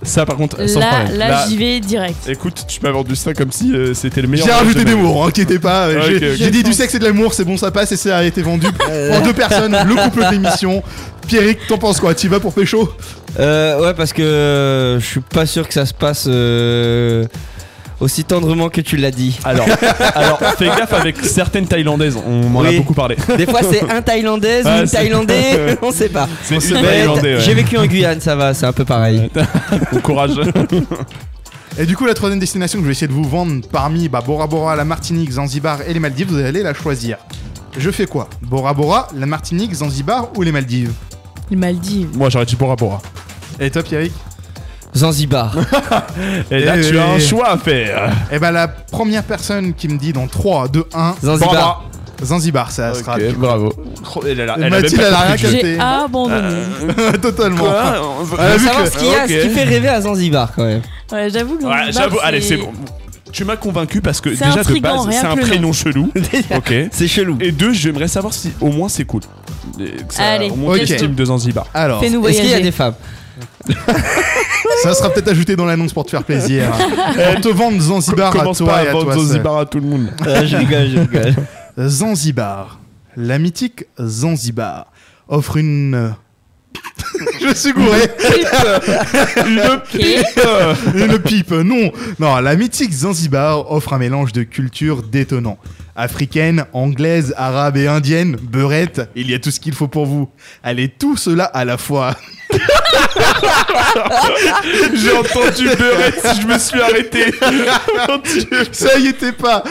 C: Ça, par contre, sans
E: Là,
C: problème.
E: là,
C: Là,
E: j'y vais direct.
C: Écoute, tu m'as vendu ça comme si euh, c'était le meilleur.
B: J'ai rajouté
C: jamais.
B: des mots, hein, inquiétez pas. euh,
C: Ok,
B: j'ai
C: ok.
B: j'ai dit du sexe et de l'amour, c'est bon, ça passe et ça a été vendu en deux personnes, le couple de l'émission. Pierrick, t'en penses quoi Tu vas pour Pécho
D: Euh, ouais, parce que euh, je suis pas sûr que ça se passe euh, aussi tendrement que tu l'as dit.
C: Alors, alors, fais gaffe avec certaines Thaïlandaises, on m'en a
D: Oui.
C: beaucoup parlé.
D: Des fois, c'est un Thaïlandaise ou
C: Ah,
D: une
C: c'est-
D: Thaïlandais, on sait pas.
C: C'est une
D: Mais
C: Thaïlandais, ouais.
D: J'ai vécu en Guyane, ça va, c'est un peu pareil.
C: Bon courage.
B: Et du coup, la troisième destination que je vais essayer de vous vendre parmi bah, Bora Bora, la Martinique, Zanzibar et les Maldives, vous allez la choisir. Je fais quoi Bora Bora, la Martinique, Zanzibar ou les Maldives
E: Les Maldives.
C: Moi, j'arrête pour rapport.
B: Et toi, Pierrick
D: Zanzibar.
C: Et là,
B: Eh,
C: tu
B: eh,
C: as un
B: eh.
C: choix à faire.
B: Eh bah, la première personne qui me dit dans 3, 2, 1,
D: Zanzibar.
B: Zanzibar, ça sera.
C: Ok, bravo. Oh, Elle, a- elle a
B: Mathilde,
C: même pas
B: elle a rien
C: compris le jeu.
E: J'ai
B: Capté.
E: abandonné.
B: Totalement.
C: Quoi
B: Elle a
D: Faut
B: vu
D: savoir
B: que-
D: ce qu'il y a, ce qui fait rêver à Zanzibar quand même.
E: Ouais, j'avoue que
C: Ouais,
E: Zanzibar,
C: j'avoue, allez, c'est bon. Tu m'as convaincu parce que
E: C'est
C: déjà de
E: intriguant,
C: base,
E: rien
C: c'est un
E: que le
C: prénom chelou. ok.
D: C'est chelou.
C: Et deux, j'aimerais savoir si au moins c'est cool. Et que ça
E: Allez,
C: remonte
B: Ok.
C: l'estime de Zanzibar.
B: Alors,
E: Fais-nous
D: Est-ce qu'il y a
E: voyager.
D: des femmes
B: ça sera peut-être ajouté dans l'annonce pour te faire plaisir. On Eh, te vend Zanzibar à
C: Commence
B: toi
C: pas
B: et
C: à
B: à
C: vendre
B: toi seul.
C: Zanzibar à tout le monde.
D: Ah, Je rigole, je rigole.
B: Zanzibar. La mythique Zanzibar offre une. Je suis gouré. Une pipe, non. Non, la mythique Zanzibar offre un mélange de cultures détonnant. Africaine, anglaise, arabe et indienne, beurette, il y a tout ce qu'il faut pour vous. Allez, tout cela à la fois.
C: J'ai entendu beurette si je me suis arrêté. Mon Dieu.
B: Ça y était pas.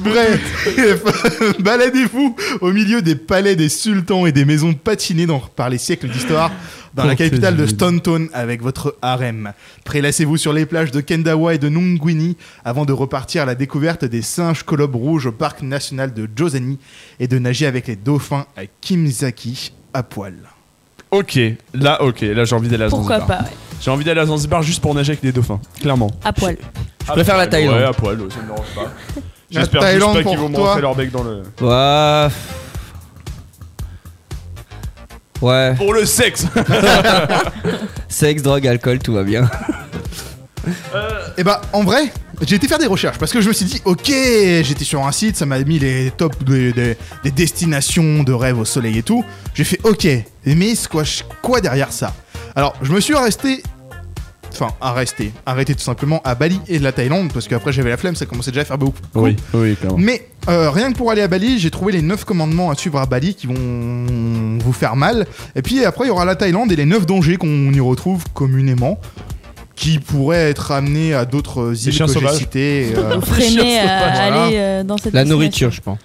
B: Bref, baladez-vous au milieu des palais des sultans et des maisons patinées dans- par les siècles d'histoire dans la
C: Oh,
B: capitale de
C: Dieu.
B: Staunton avec votre harem. Prélassez-vous sur les plages de Kendawa et de Nungwini avant de repartir à la découverte des singes colobes rouges au parc national de Josani et de nager avec les dauphins à Kimzaki à poil.
C: Ok, là, ok, là j'ai envie d'aller à
J: Pourquoi
C: Zanzibar.
J: pas ouais.
C: J'ai envie d'aller à Zanzibar juste pour nager avec des dauphins, clairement.
E: à poil.
C: Je
D: préfère la Thaïlande.
C: Ouais, à poil, ça me dérange pas.
B: La
C: J'espère juste
B: Thaïlande
C: pas qu'ils
B: pour
C: vont
B: toi.
C: montrer leur bec dans le.
D: Ouais. Ouais.
C: Pour le sexe
D: Sexe, drogue, alcool, tout va bien.
B: Et bah en vrai, j'ai été faire des recherches parce que je me suis dit ok, j'étais sur un site, ça m'a mis les tops des, des- des destinations de rêve au soleil et tout. J'ai fait ok, mais c'est quoi, quoi derrière ça Alors je me suis resté, enfin arrêté, arrêté tout simplement à Bali et la Thaïlande parce qu'après j'avais la flemme, ça commençait déjà à faire beaucoup.
C: oui, clairement.
B: Mais euh, rien que pour aller à Bali, j'ai trouvé les 9 commandements à suivre à Bali qui vont vous faire mal. Et puis après, il y aura la Thaïlande et les 9 dangers qu'on y retrouve communément, qui pourraient être amenés à d'autres îles
C: chiens
B: que j'ai
C: sauvages.
B: citées. euh.
E: Freiner à
B: Voilà.
E: aller euh, dans cette
D: La
E: destination.
D: nourriture, je pense.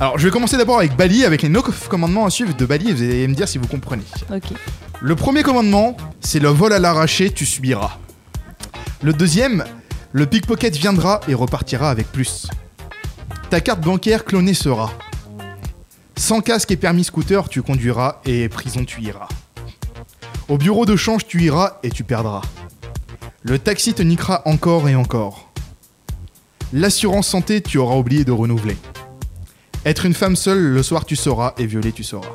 B: Alors, je vais commencer d'abord avec Bali, avec les 9 commandements à suivre de Bali, et vous allez me dire si vous comprenez.
E: Ok.
B: Le premier commandement, c'est le vol à l'arraché, tu subiras. Le deuxième, le pickpocket viendra et repartira avec plus. Ta carte bancaire clonée sera. Sans casque et permis scooter, tu conduiras et prison tu iras. Au bureau de change, tu iras et tu perdras. Le taxi te niquera encore et encore. L'assurance santé, tu auras oublié de renouveler. Être une femme seule, le soir tu sauras et violer tu sauras.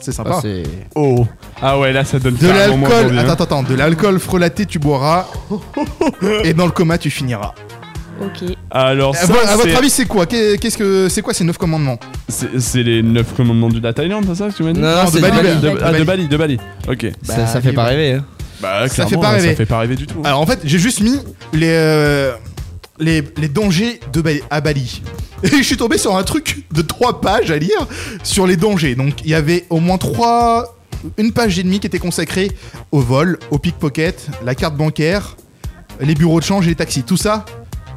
B: C'est sympa.
D: Ah, c'est-
C: Oh Ah ouais, là ça donne
B: De
C: carrément moins
B: l'alcool,
C: envie, hein.
B: attends, attends, attends, de l'alcool frelaté tu boiras et dans le coma tu finiras.
E: Ok.
C: Alors,
B: À,
C: ça,
B: vo- à votre
C: c'est-
B: avis, c'est quoi Qu'est- Qu'est-ce que c'est quoi ces 9 commandements
C: c'est c'est les 9 commandements de la Thaïlande, c'est ça que tu m'as dit
D: Non, non,
B: Non, de
D: c'est
B: Bali,
D: du Bali.
B: Bali.
C: De-
B: de
C: ah, de Bali, de Bali. Ok.
D: Ça, ça fait
B: Bali,
D: pas
B: ouais.
D: rêver. hein.
C: Bah,
B: Ça fait
C: clairement,
B: pas
C: là,
B: rêver.
C: Ça fait pas rêver du tout.
B: Alors en fait, j'ai juste mis les euh, les, les dangers de Bali- à Bali. Et je suis tombé sur un truc de 3 pages à lire sur les dangers. Donc il y avait au moins 3 une page et demie qui était consacrée au vol, au pickpocket, la carte bancaire, les bureaux de change et les taxis. Tout ça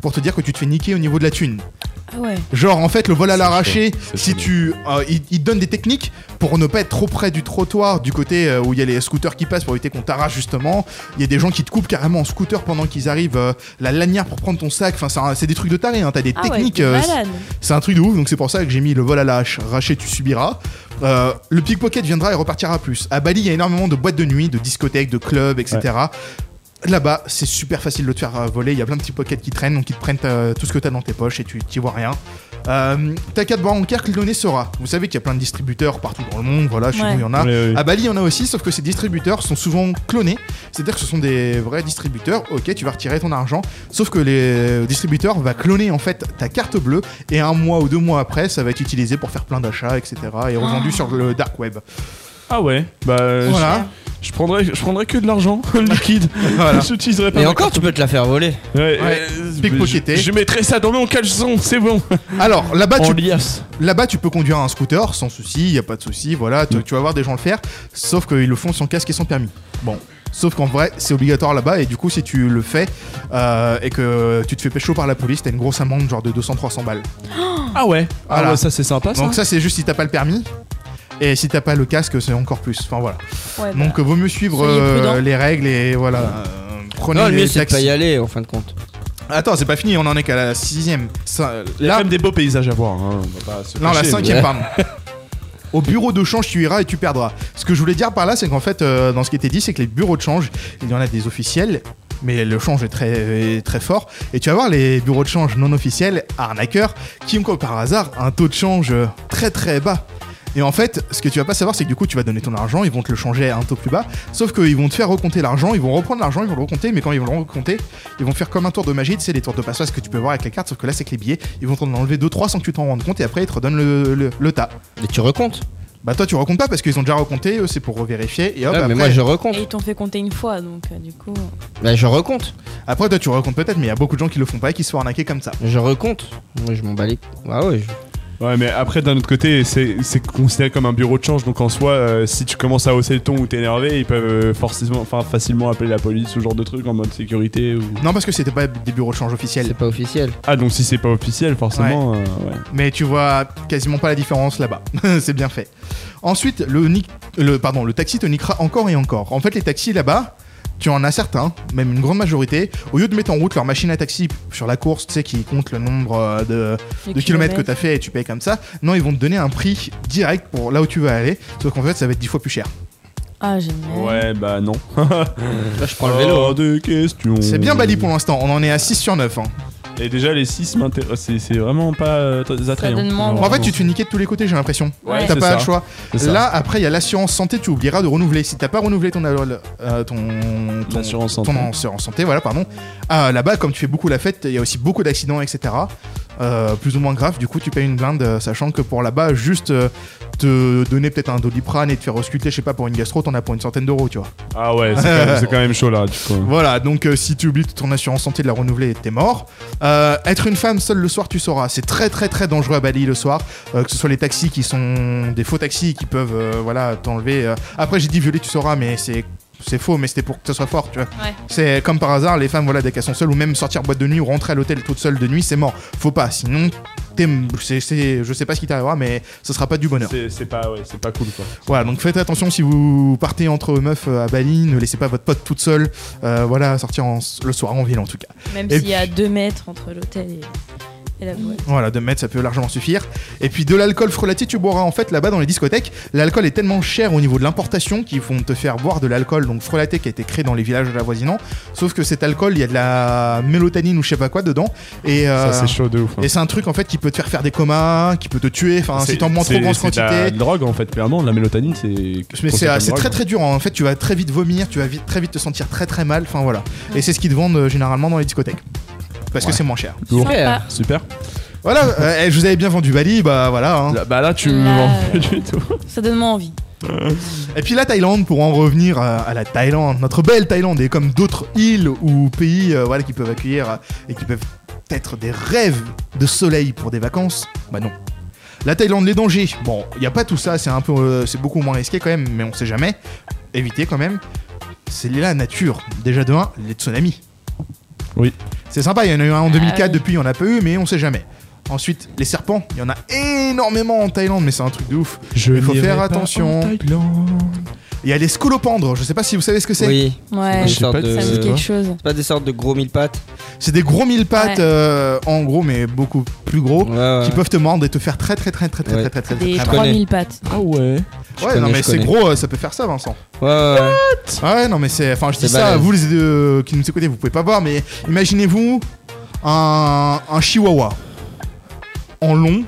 B: pour te dire que tu te fais niquer au niveau de la thune.
E: Ah ouais.
B: Genre en fait le vol à l'arraché,
C: C'est
B: si
C: chaud.
B: tu, euh, il, il te donne des techniques pour ne pas être trop près du trottoir, du côté euh, où il y a les scooters qui passent pour éviter qu'on t'arrache justement. Il y a des gens qui te coupent carrément en scooter pendant qu'ils arrivent, euh, la lanière pour prendre ton sac. Enfin c'est un- c'est des trucs de taré, hein. t'as des
E: Ah
B: techniques.
E: ouais,
B: euh,
E: t'es malade.
B: c'est un truc de ouf, donc c'est pour ça que j'ai mis le vol à l'arraché, tu subiras. Euh, le pickpocket viendra et repartira plus. À Bali, il y a énormément de boîtes de nuit, de discothèques, de clubs, etc. Là-bas, c'est super facile de te faire euh, voler. Il y a plein de petits pockets qui traînent, donc ils te prennent euh, tout ce que t'as dans tes poches et tu t'y vois rien. Euh, ta carte bancaire clonée sera. Vous savez qu'il y a plein de distributeurs partout dans le monde, voilà, chez
E: Ouais.
B: nous il y en a.
C: Oui, oui.
B: À Bali, il y en a aussi, sauf que ces distributeurs sont souvent clonés. C'est-à-dire que ce sont des vrais distributeurs. Ok, tu vas retirer ton argent. Sauf que les distributeurs va cloner en fait ta carte bleue et un mois ou deux mois après, ça va être utilisé pour faire plein d'achats, etc. et revendu sur le dark web.
C: Ah ouais, bah euh,
B: voilà.
C: je, je prendrais, je prendrais que de l'argent liquide.
B: Voilà.
C: Je n'utiliserais pas.
D: Et
C: ma
D: encore, tu peux te la faire voler.
C: carte. Ouais,
B: Ouais,
C: euh,
B: pickpocketé.
C: Je, je mettrai ça dans mon caleçon, c'est bon.
B: Alors là-bas,
C: en
B: Bah, tu,
C: liasse.
B: là-bas, tu peux conduire un scooter sans souci, y a pas de souci. Voilà,
D: Mm.
B: tu, tu vas voir des gens le faire, sauf qu'ils le font sans casque et sans permis. Bon. Sauf qu'en vrai, c'est obligatoire là-bas, et du coup, si tu le fais euh, et que tu te fais pécho par la police, t'as une grosse amende, genre de 200-300 balles.
C: Ah ouais.
B: Voilà.
C: Ah ouais, ça c'est sympa. Ça.
B: Donc ça c'est juste si t'as pas le permis. Et si t'as pas le casque, c'est encore plus. Enfin voilà.
E: Ouais, bah,
B: Donc vaut mieux suivre
E: Soyez
B: euh,
E: prudent.
B: les règles et voilà. Euh, prenez
D: Non, le
B: les
D: mieux, c'est de
B: taxis.
D: pas y aller, en fin de compte.
B: Attends, c'est pas fini, on en est qu'à la sixième. Ça, euh,
C: Il y a quand
B: là,
C: même des beaux paysages à voir. hein, on va pas se
B: non, la
C: cacher, mais-
B: cinquième, pardon. Au bureau de change, tu iras et tu perdras. Ce que je voulais dire par là, c'est qu'en fait, euh, dans ce qui était dit, c'est que les bureaux de change, il y en a des officiels, mais le change est très, est très fort. Et tu vas voir les bureaux de change non officiels, arnaqueurs, qui ont comme par hasard un taux de change euh, très très bas. Et en fait, ce que tu vas pas savoir, c'est que du coup, tu vas donner ton argent, ils vont te le changer à un taux plus bas. Sauf qu'ils vont te faire recompter l'argent, ils vont reprendre l'argent, ils vont le recompter, mais quand ils vont le recompter, ils vont faire comme un tour de magie, tu sais, les tours de passe-passe que tu peux voir avec la carte, sauf que là, c'est que les billets, ils vont t'en enlever 2-3 sans que tu t'en rendes compte, et après, ils te redonnent le, le, le tas.
D: Mais tu recomptes.
B: Bah, toi, tu recomptes pas parce qu'ils ont déjà recompté, eux, c'est pour revérifier, et hop, Ah,
D: Ouais,
B: bah après,
D: mais moi, je
E: Et
D: recompte.
E: ils t'ont fait compter une fois, donc euh, du coup.
D: Bah, je recompte.
B: après, toi, tu recomptes peut-être, mais il y a beaucoup de gens qui le font pas et qui se font arnaquer comme ça.
D: Je recompte. Moi, je m'en bats les- Ah ouais. je-
C: Ouais, mais après, d'un autre côté, c'est c'est considéré comme un bureau de change. Donc en soi, euh, si tu commences à hausser le ton ou t'énerver, ils peuvent euh, forcément, enfin, facilement appeler la police ou ce genre de truc en mode sécurité. Ou...
B: Non, parce que c'était pas des bureaux de change
D: C'est
B: officiels.
D: pas officiel.
C: Ah, donc si c'est pas officiel, forcément. euh, ouais.
B: Mais tu vois quasiment pas la différence là-bas. c'est bien fait. Ensuite, le, ni- le, pardon, le taxi te niquera encore et encore. En fait, les taxis là-bas, tu en as certains, même une grande majorité, au lieu de mettre en route leur machine à taxi sur la course, tu sais, qui compte le nombre euh, de, de kilomètres que t'as fait et tu payes comme ça, non, ils vont te donner un prix direct pour là où tu vas aller, sauf qu'en fait, ça va être 10 fois plus cher.
E: Ah, génial.
C: Ouais, bah non.
D: Là, je prends le vélo.
C: Hors de question.
B: hein. C'est bien bali pour l'instant, on en est à 6 sur 9. hein.
C: Et déjà, les 6 m'intéressent. C'est- C'est vraiment pas euh, très attrayant.
J: donne moins
B: Bon, en fait, tu te fais niquer de tous les côtés, j'ai l'impression.
C: Ouais,
B: t'as
C: c'est
B: pas
C: ça.
B: le choix.
C: C'est ça.
B: Là, après, il y a l'assurance santé, tu oublieras de renouveler. Si t'as pas renouvelé ton, euh, ton, ton,
C: L'assurance
B: ton
C: santé.
B: assurance santé, voilà, pardon. Ah, Là-bas, comme tu fais beaucoup la fête, il y a aussi beaucoup d'accidents, etc. Euh, plus ou moins grave, du coup, tu payes une blinde, euh, sachant que pour là-bas, juste euh, te donner peut-être un doliprane et te faire ausculter, je sais pas, pour une gastro, t'en as pour une centaine d'euros, tu vois.
C: Ah ouais, c'est quand, même- c'est quand même chaud là, du coup.
B: Voilà, donc euh, si tu oublies ton assurance santé de la renouveler, t'es mort. Euh, être une femme seule le soir, tu sauras. C'est très très très dangereux à Bali le soir. Euh, que ce soit les taxis qui sont des faux taxis qui peuvent euh, voilà t'enlever. euh. Après j'ai dit violer, tu sauras, mais c'est c'est faux, mais c'était pour que ça soit fort, tu vois.
J: Ouais.
B: C'est comme par hasard, les femmes, voilà, dès qu'elles sont seules, ou même sortir boîte de nuit ou rentrer à l'hôtel toute seule de nuit, c'est mort. Faut pas, sinon, t'es- c'est- c'est- je sais pas ce qui t'arrivera, mais ce sera pas du bonheur.
C: C'est- C'est pas, ouais, c'est pas cool quoi.
B: Voilà, donc faites attention si vous partez entre meufs à Bali, ne laissez pas votre pote toute seule, euh, voilà, sortir en- le soir en ville en tout cas.
E: Même
B: Et
E: s'il y a 2 mètres entre l'hôtel et, et la boîte.
B: Voilà, 2 mètres, ça peut largement suffire. Et puis de l'alcool frelaté, tu boiras en fait là-bas dans les discothèques. L'alcool est tellement cher au niveau de l'importation qu'ils vont te faire boire de l'alcool donc frelaté qui a été créé dans les villages avoisinants. Sauf que cet alcool, il y a de la mélatonine ou je sais pas quoi dedans. Et, euh,
C: Ça, c'est chaud de ouf. hein.
B: et c'est un truc en fait qui peut te faire faire des comas, qui peut te tuer. Enfin, Hein,
C: C'est-
B: si t'en prends trop
C: c'est-
B: grosse
C: c'est de
B: quantité.
C: la drogue en fait, clairement. La mélatonine, c'est.
B: Mais
C: considéré
B: c'est euh,
C: comme
B: c'est
C: drogue.
B: très très dur. hein. En fait, tu vas très vite vomir, tu vas vite, très vite te sentir très très mal. Enfin voilà. Et c'est ce qu'ils te vendent euh, généralement dans les discothèques. Parce que c'est moins cher.
C: Lourd.
D: Super.
C: Super.
B: Voilà, euh, eh, je vous avais bien vendu Bali, bah voilà. hein.
C: Là- bah là, tu me
E: Là,
C: vends pas
E: euh,
C: du tout.
E: Ça donne moins envie.
B: Et puis la Thaïlande, pour en revenir euh, à la Thaïlande, notre belle Thaïlande, et comme d'autres îles ou pays euh, voilà, qui peuvent accueillir euh, et qui peuvent être des rêves de soleil pour des vacances, bah non. La Thaïlande, les dangers, bon, il n'y a pas tout ça, c'est un peu, euh, c'est beaucoup moins risqué quand même, mais on sait jamais. Évitez quand même. C'est la nature. Déjà de 1, les tsunamis.
C: Oui.
B: C'est sympa, il y en a eu un en 2004,
E: oui.
B: depuis il n'y en a pas eu, mais on sait jamais. Ensuite, les serpents, il y en a énormément en Thaïlande, mais c'est un truc de ouf.
C: Je
B: Il faut
C: n'irai
B: faire
C: pas
B: attention.
C: en Thaïlande.
B: Il y a les scolopendres, je sais pas si vous savez ce que c'est.
D: Oui.
E: Ouais,
D: Des
C: Je sais
D: sortes
C: pas,
D: de-
E: ça me dit quelque chose.
D: C'est pas des sortes de gros mille pattes.
B: C'est des gros mille pattes,
E: Ouais.
B: euh, en gros, mais beaucoup plus gros,
D: Ouais, ouais.
B: qui peuvent te mordre et te faire très très très très très
D: Ouais.
B: très très très
E: Des
B: très mal.
E: 3000 pattes.
C: Ah ouais.
D: Je
B: Ouais,
D: connais,
B: non mais
D: je
B: c'est
D: connais.
B: gros, euh, ça peut faire ça, Vincent. Ah
D: Ouais, ouais, ouais.
B: Ouais, non mais c'est, enfin, je dis
D: C'est
B: ça,
D: balèze.
B: vous les deux qui nous écoutez, vous pouvez pas voir, mais imaginez-vous un, un chihuahua en long,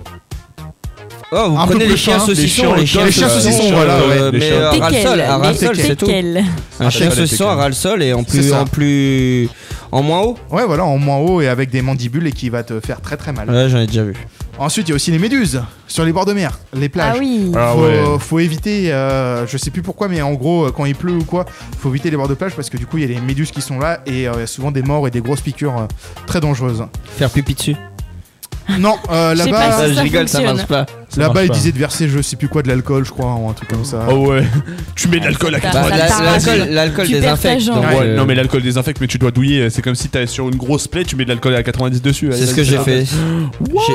D: Oh, vous
B: Un peu
D: prenez
B: plus
D: les chiens
B: fin, les
D: saucissons,
B: chiens- les chiens saucissons, voilà,
D: euh,
C: ouais, les
D: Mais
C: chiens-
D: euh, ras le sol, à ras le sol, c'est tout.
E: Teckel.
D: Un chien
C: Ras le sol,
D: saucisson,
C: les
D: ras le sol et en
B: C'est
D: plus,
B: ça.
D: en plus, en moins haut.
B: ouais, voilà, en moins haut et avec des mandibules et qui va te faire très très mal.
D: Ouais, j'en ai déjà vu.
B: Ensuite, il y a aussi les méduses sur les bords de mer, les plages.
E: Ah oui.
C: Ah
B: faut,
C: ouais.
B: faut éviter, euh, je sais plus pourquoi, mais en gros, euh, quand il pleut ou quoi, faut éviter les bords de plage parce que du coup, il y a les méduses qui sont là et euh, il y a souvent des morts et des grosses piqûres euh, très dangereuses.
D: Faire pipi dessus.
B: Non, euh,
E: Je sais pas
B: là-bas,
E: si-
D: Ça, je
E: Oh, ça
D: rigole, ça
E: fonctionne. Bah,
D: marche pas.
C: Ça
B: là-bas,
C: marche
B: ils
C: pas.
B: disaient de verser, je sais plus quoi, de l'alcool, je crois, ou un truc comme ça.
C: Ah ouais. tu mets de l'alcool à
E: Ça-
D: Bah,
E: ça
D: la-
E: parle.
D: l'alcool- L'alcool
E: Tu perds ta
D: désinfecte.
E: jambe.
D: donc,
C: Ouais,
D: euh,
C: non mais l'alcool désinfecte mais tu dois douiller, c'est comme si t'es sur une grosse plaie, tu mets de l'alcool à 90 dessus.
D: C'est ce que j'ai fait. J'ai-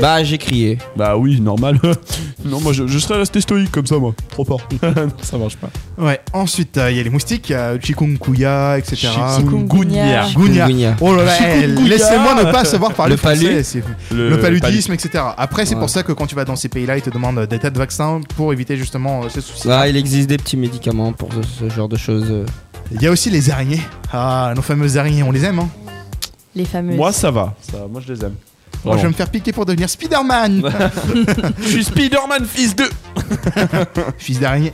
D: Bah, j'ai crié.
C: Bah oui, normal. non moi je, je serais resté stoïque comme ça moi, trop fort. Non, ça marche pas.
B: Ouais. Ensuite, euh, il y a les moustiques, euh, chikungunya, etc.
E: Chikungunya.
B: Chikungunya.
D: Chikungunya.
B: Oh là là, eh,
C: Chikungunya.
B: laissez-moi ne pas savoir parler
D: Le palu.
B: français, c'est- Le, paludisme, etc. Après, c'est
D: Ouais.
B: pour ça que quand tu vas dans ces pays-là, ils te demandent euh, des tas de vaccins pour éviter justement euh, ces soucis.
D: Ah, il existe des petits médicaments pour ce, ce genre de choses. euh.
B: Il y a aussi les araignées. Ah, nos fameuses araignées, on les aime, hein.
E: Les fameuses.
C: Moi ça va. Ça, moi je les aime.
B: Moi, Oh, je vais
C: Vraiment.
B: me faire piquer pour devenir Spider-Man
C: je suis Spider-Man fils de
B: Fils d'araignée.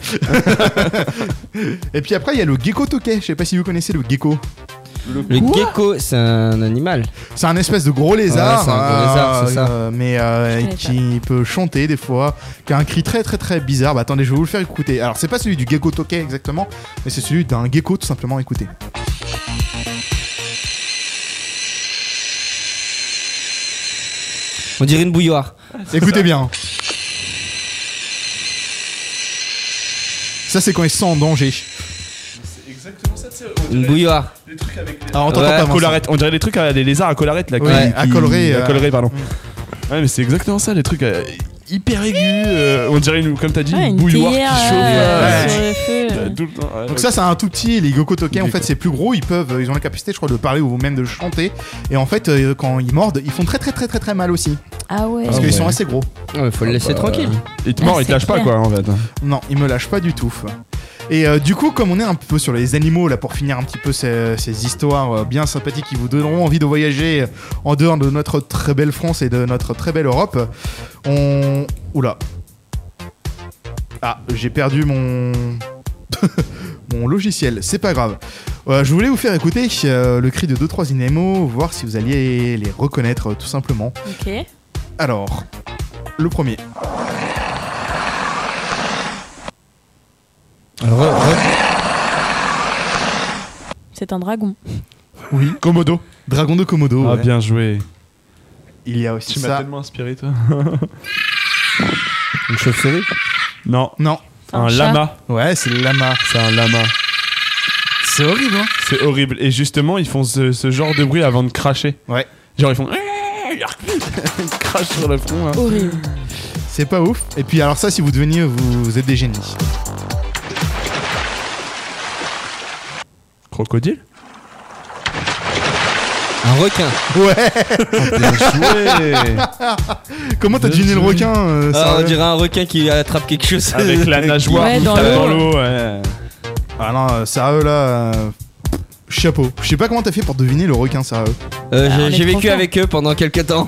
B: Et puis après, il y a le gecko toquet. Je sais pas si vous connaissez le gecko.
D: Le gecko, c'est un animal.
B: C'est un espèce de gros lézard.
D: Ouais, c'est un gros
B: euh,
D: lézard, c'est ça.
B: euh, mais euh,
E: Je connais
B: qui peut chanter des fois, qui a un cri très très très bizarre. Bah attendez, je vais vous le faire écouter. Alors, c'est pas celui du gecko toquet exactement, mais c'est celui d'un gecko tout simplement. Écoutez.
D: On dirait une bouilloire.
B: Écoutez bien. Ça, c'est quand ils sont en danger.
C: C'est exactement ça, tu sais. on
D: Une
C: dirait
D: bouilloire.
C: des trucs avec des-
B: Alors, on t'entend
D: Ouais,
B: pas,
D: Vincent.
C: collarette. On dirait les trucs à des lézards à collerette là.
B: Oui, à collerée,
C: À mm.
B: euh,
C: collerée, pardon. Ouais, mais c'est exactement ça, les trucs euh, hyper aigus. euh, on dirait, une- comme t'as dit,
E: Ouais,
C: une
E: une
C: bouilloire
E: théière
C: qui chauffe.
E: euh,
C: euh,
E: sur le feu.
C: euh, tout le temps, ouais,
B: Donc
C: ouais.
B: ça c'est un tout petit, les Goku Tokai en
C: Des
B: fait c'est plus gros, ils peuvent, euh, ils ont la capacité je crois de parler ou même de chanter et en fait euh, quand ils mordent ils font très très très très très mal aussi
E: Ah ouais.
B: parce
D: Ah
B: qu'ils
D: ouais.
B: sont assez gros.
D: Ouais, faut le laisser tranquille.
C: Il te mord,
E: Ah,
C: il te
E: c'est
C: lâche pas
E: clair.
C: quoi en fait.
B: Non, ils me lâchent pas du tout. Et euh, du coup comme on est un peu sur les animaux là pour finir un petit peu ces, ces histoires euh, bien sympathiques qui vous donneront envie de voyager euh, en dehors de notre très belle France et de notre très belle Europe, on... Oula. Ah j'ai perdu mon... mon logiciel, c'est pas grave. Euh, je voulais vous faire écouter euh, le cri de 2-3 animaux, voir si vous alliez les reconnaître euh, tout simplement.
E: Ok.
B: Alors, le premier.
E: C'est un dragon.
B: Oui. Komodo. Dragon de Komodo.
C: Ah
B: ouais.
C: bien joué.
B: Il y a aussi
C: Tu m'as
B: ça.
C: tellement inspiré toi.
D: Une chauve-souris.
C: Non,
B: Non.
E: Un
C: un
E: chat.
C: lama.
B: Ouais, c'est le lama.
C: C'est un lama.
B: C'est horrible, hein
C: C'est horrible. Et justement, ils font ce, ce genre de bruit avant de cracher.
B: Ouais.
C: Genre ils font. Ils crachent sur le front. hein. là.
E: Horrible.
B: C'est pas ouf. Et puis alors ça, si vous deveniez, vous, vous êtes des génies.
C: Crocodile.
D: Un requin.
B: Ouais
C: Bien joué.
B: Comment t'as deviné le requin euh,
D: Ah,
B: ça-
D: on dirait un requin qui attrape quelque chose. Euh,
C: Avec la nageoire
E: Ouais,
C: qui
E: dans
C: tape
E: l'eau.
C: dans l'eau. ouais.
B: Ah non, euh, sérieux là... euh, Chapeau. Je sais pas comment t'as fait pour deviner le requin, sérieux.
D: Euh,
E: Ah, on
D: j'ai-
E: est
D: j'ai
E: trop
D: vécu
E: fort.
D: avec eux pendant quelques temps.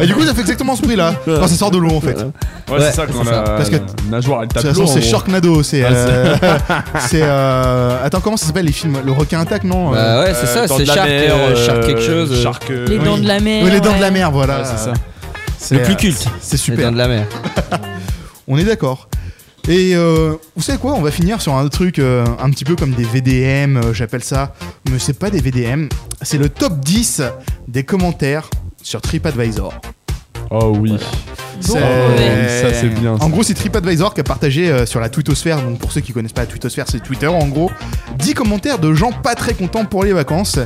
B: Et du coup, ça fait exactement ce prix là. Quand ça sort de l'eau en fait.
C: Ouais,
D: Ouais,
C: c'est ça qu'on
D: c'est
C: a.
D: ça.
B: Parce que-
C: la nageoire elle
B: De
C: tape
B: toute façon,
C: l'eau, en
B: c'est
C: gros.
B: Sharknado, c'est.
C: Ah,
B: euh, c'est. euh, Attends, comment ça s'appelle les films Le requin attaque, non
D: Bah ouais, c'est
C: Euh,
D: ça,
C: dents de
D: c'est
C: la
D: shark,
C: mer,
D: euh,
C: euh,
D: shark quelque chose. euh,
C: Shark. euh,
E: Les
C: oui.
E: dents de la mer.
B: Ouais, les dents de la
E: ouais.
B: mer, voilà.
C: Ouais, c'est ça.
B: C'est,
D: Le
B: euh,
D: plus culte.
B: C'est
D: Les
B: super.
D: dents de la mer.
B: On est d'accord. Et euh, vous savez quoi On va finir sur un truc euh, un petit peu comme des VDM, euh, j'appelle ça. Mais c'est pas des VDM, c'est le top 10 des commentaires sur TripAdvisor.
C: Oh oui.
E: Bon,
B: C'est-
E: mauvais.
C: Ça, c'est bien, ça.
B: En gros, c'est TripAdvisor qui a partagé euh, sur la Twittosphère. Donc, pour ceux qui connaissent pas la Twittosphère, c'est Twitter en gros. 10 commentaires de gens pas très contents pour les vacances.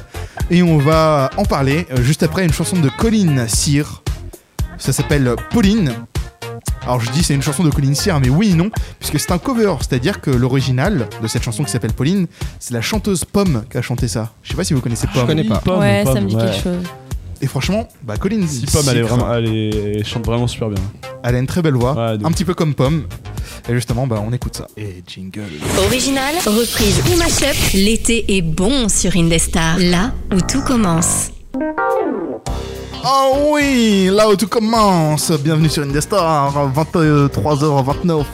B: Et on va en parler euh, juste après une chanson de Colin Cyr. Ça s'appelle euh, Pauline. Alors, je dis c'est une chanson de Colin Cyr, mais oui et non, puisque c'est un cover. C'est-à-dire que l'original de cette chanson qui s'appelle Pauline, c'est la chanteuse Pomme qui a chanté ça. Je sais pas si vous connaissez Pomme.
D: Ah, Je connais pas.
E: Ouais, ça me dit
C: ouais.
E: quelque chose.
B: Et franchement, bah, Colin
C: Si Pomme, elle, est
B: Cyr,
C: vraiment, elle, est- elle chante vraiment super bien.
B: elle a une très belle voix.
C: Ouais, de
B: un
C: ouf.
B: petit peu comme Pomme. Et justement, bah, on écoute ça. Et jingle.
G: Original, reprise ou mashup, l'été est bon sur Indestar, là où tout commence.
B: Oh oui, là où tout commence. Bienvenue sur Indestar, 23h29.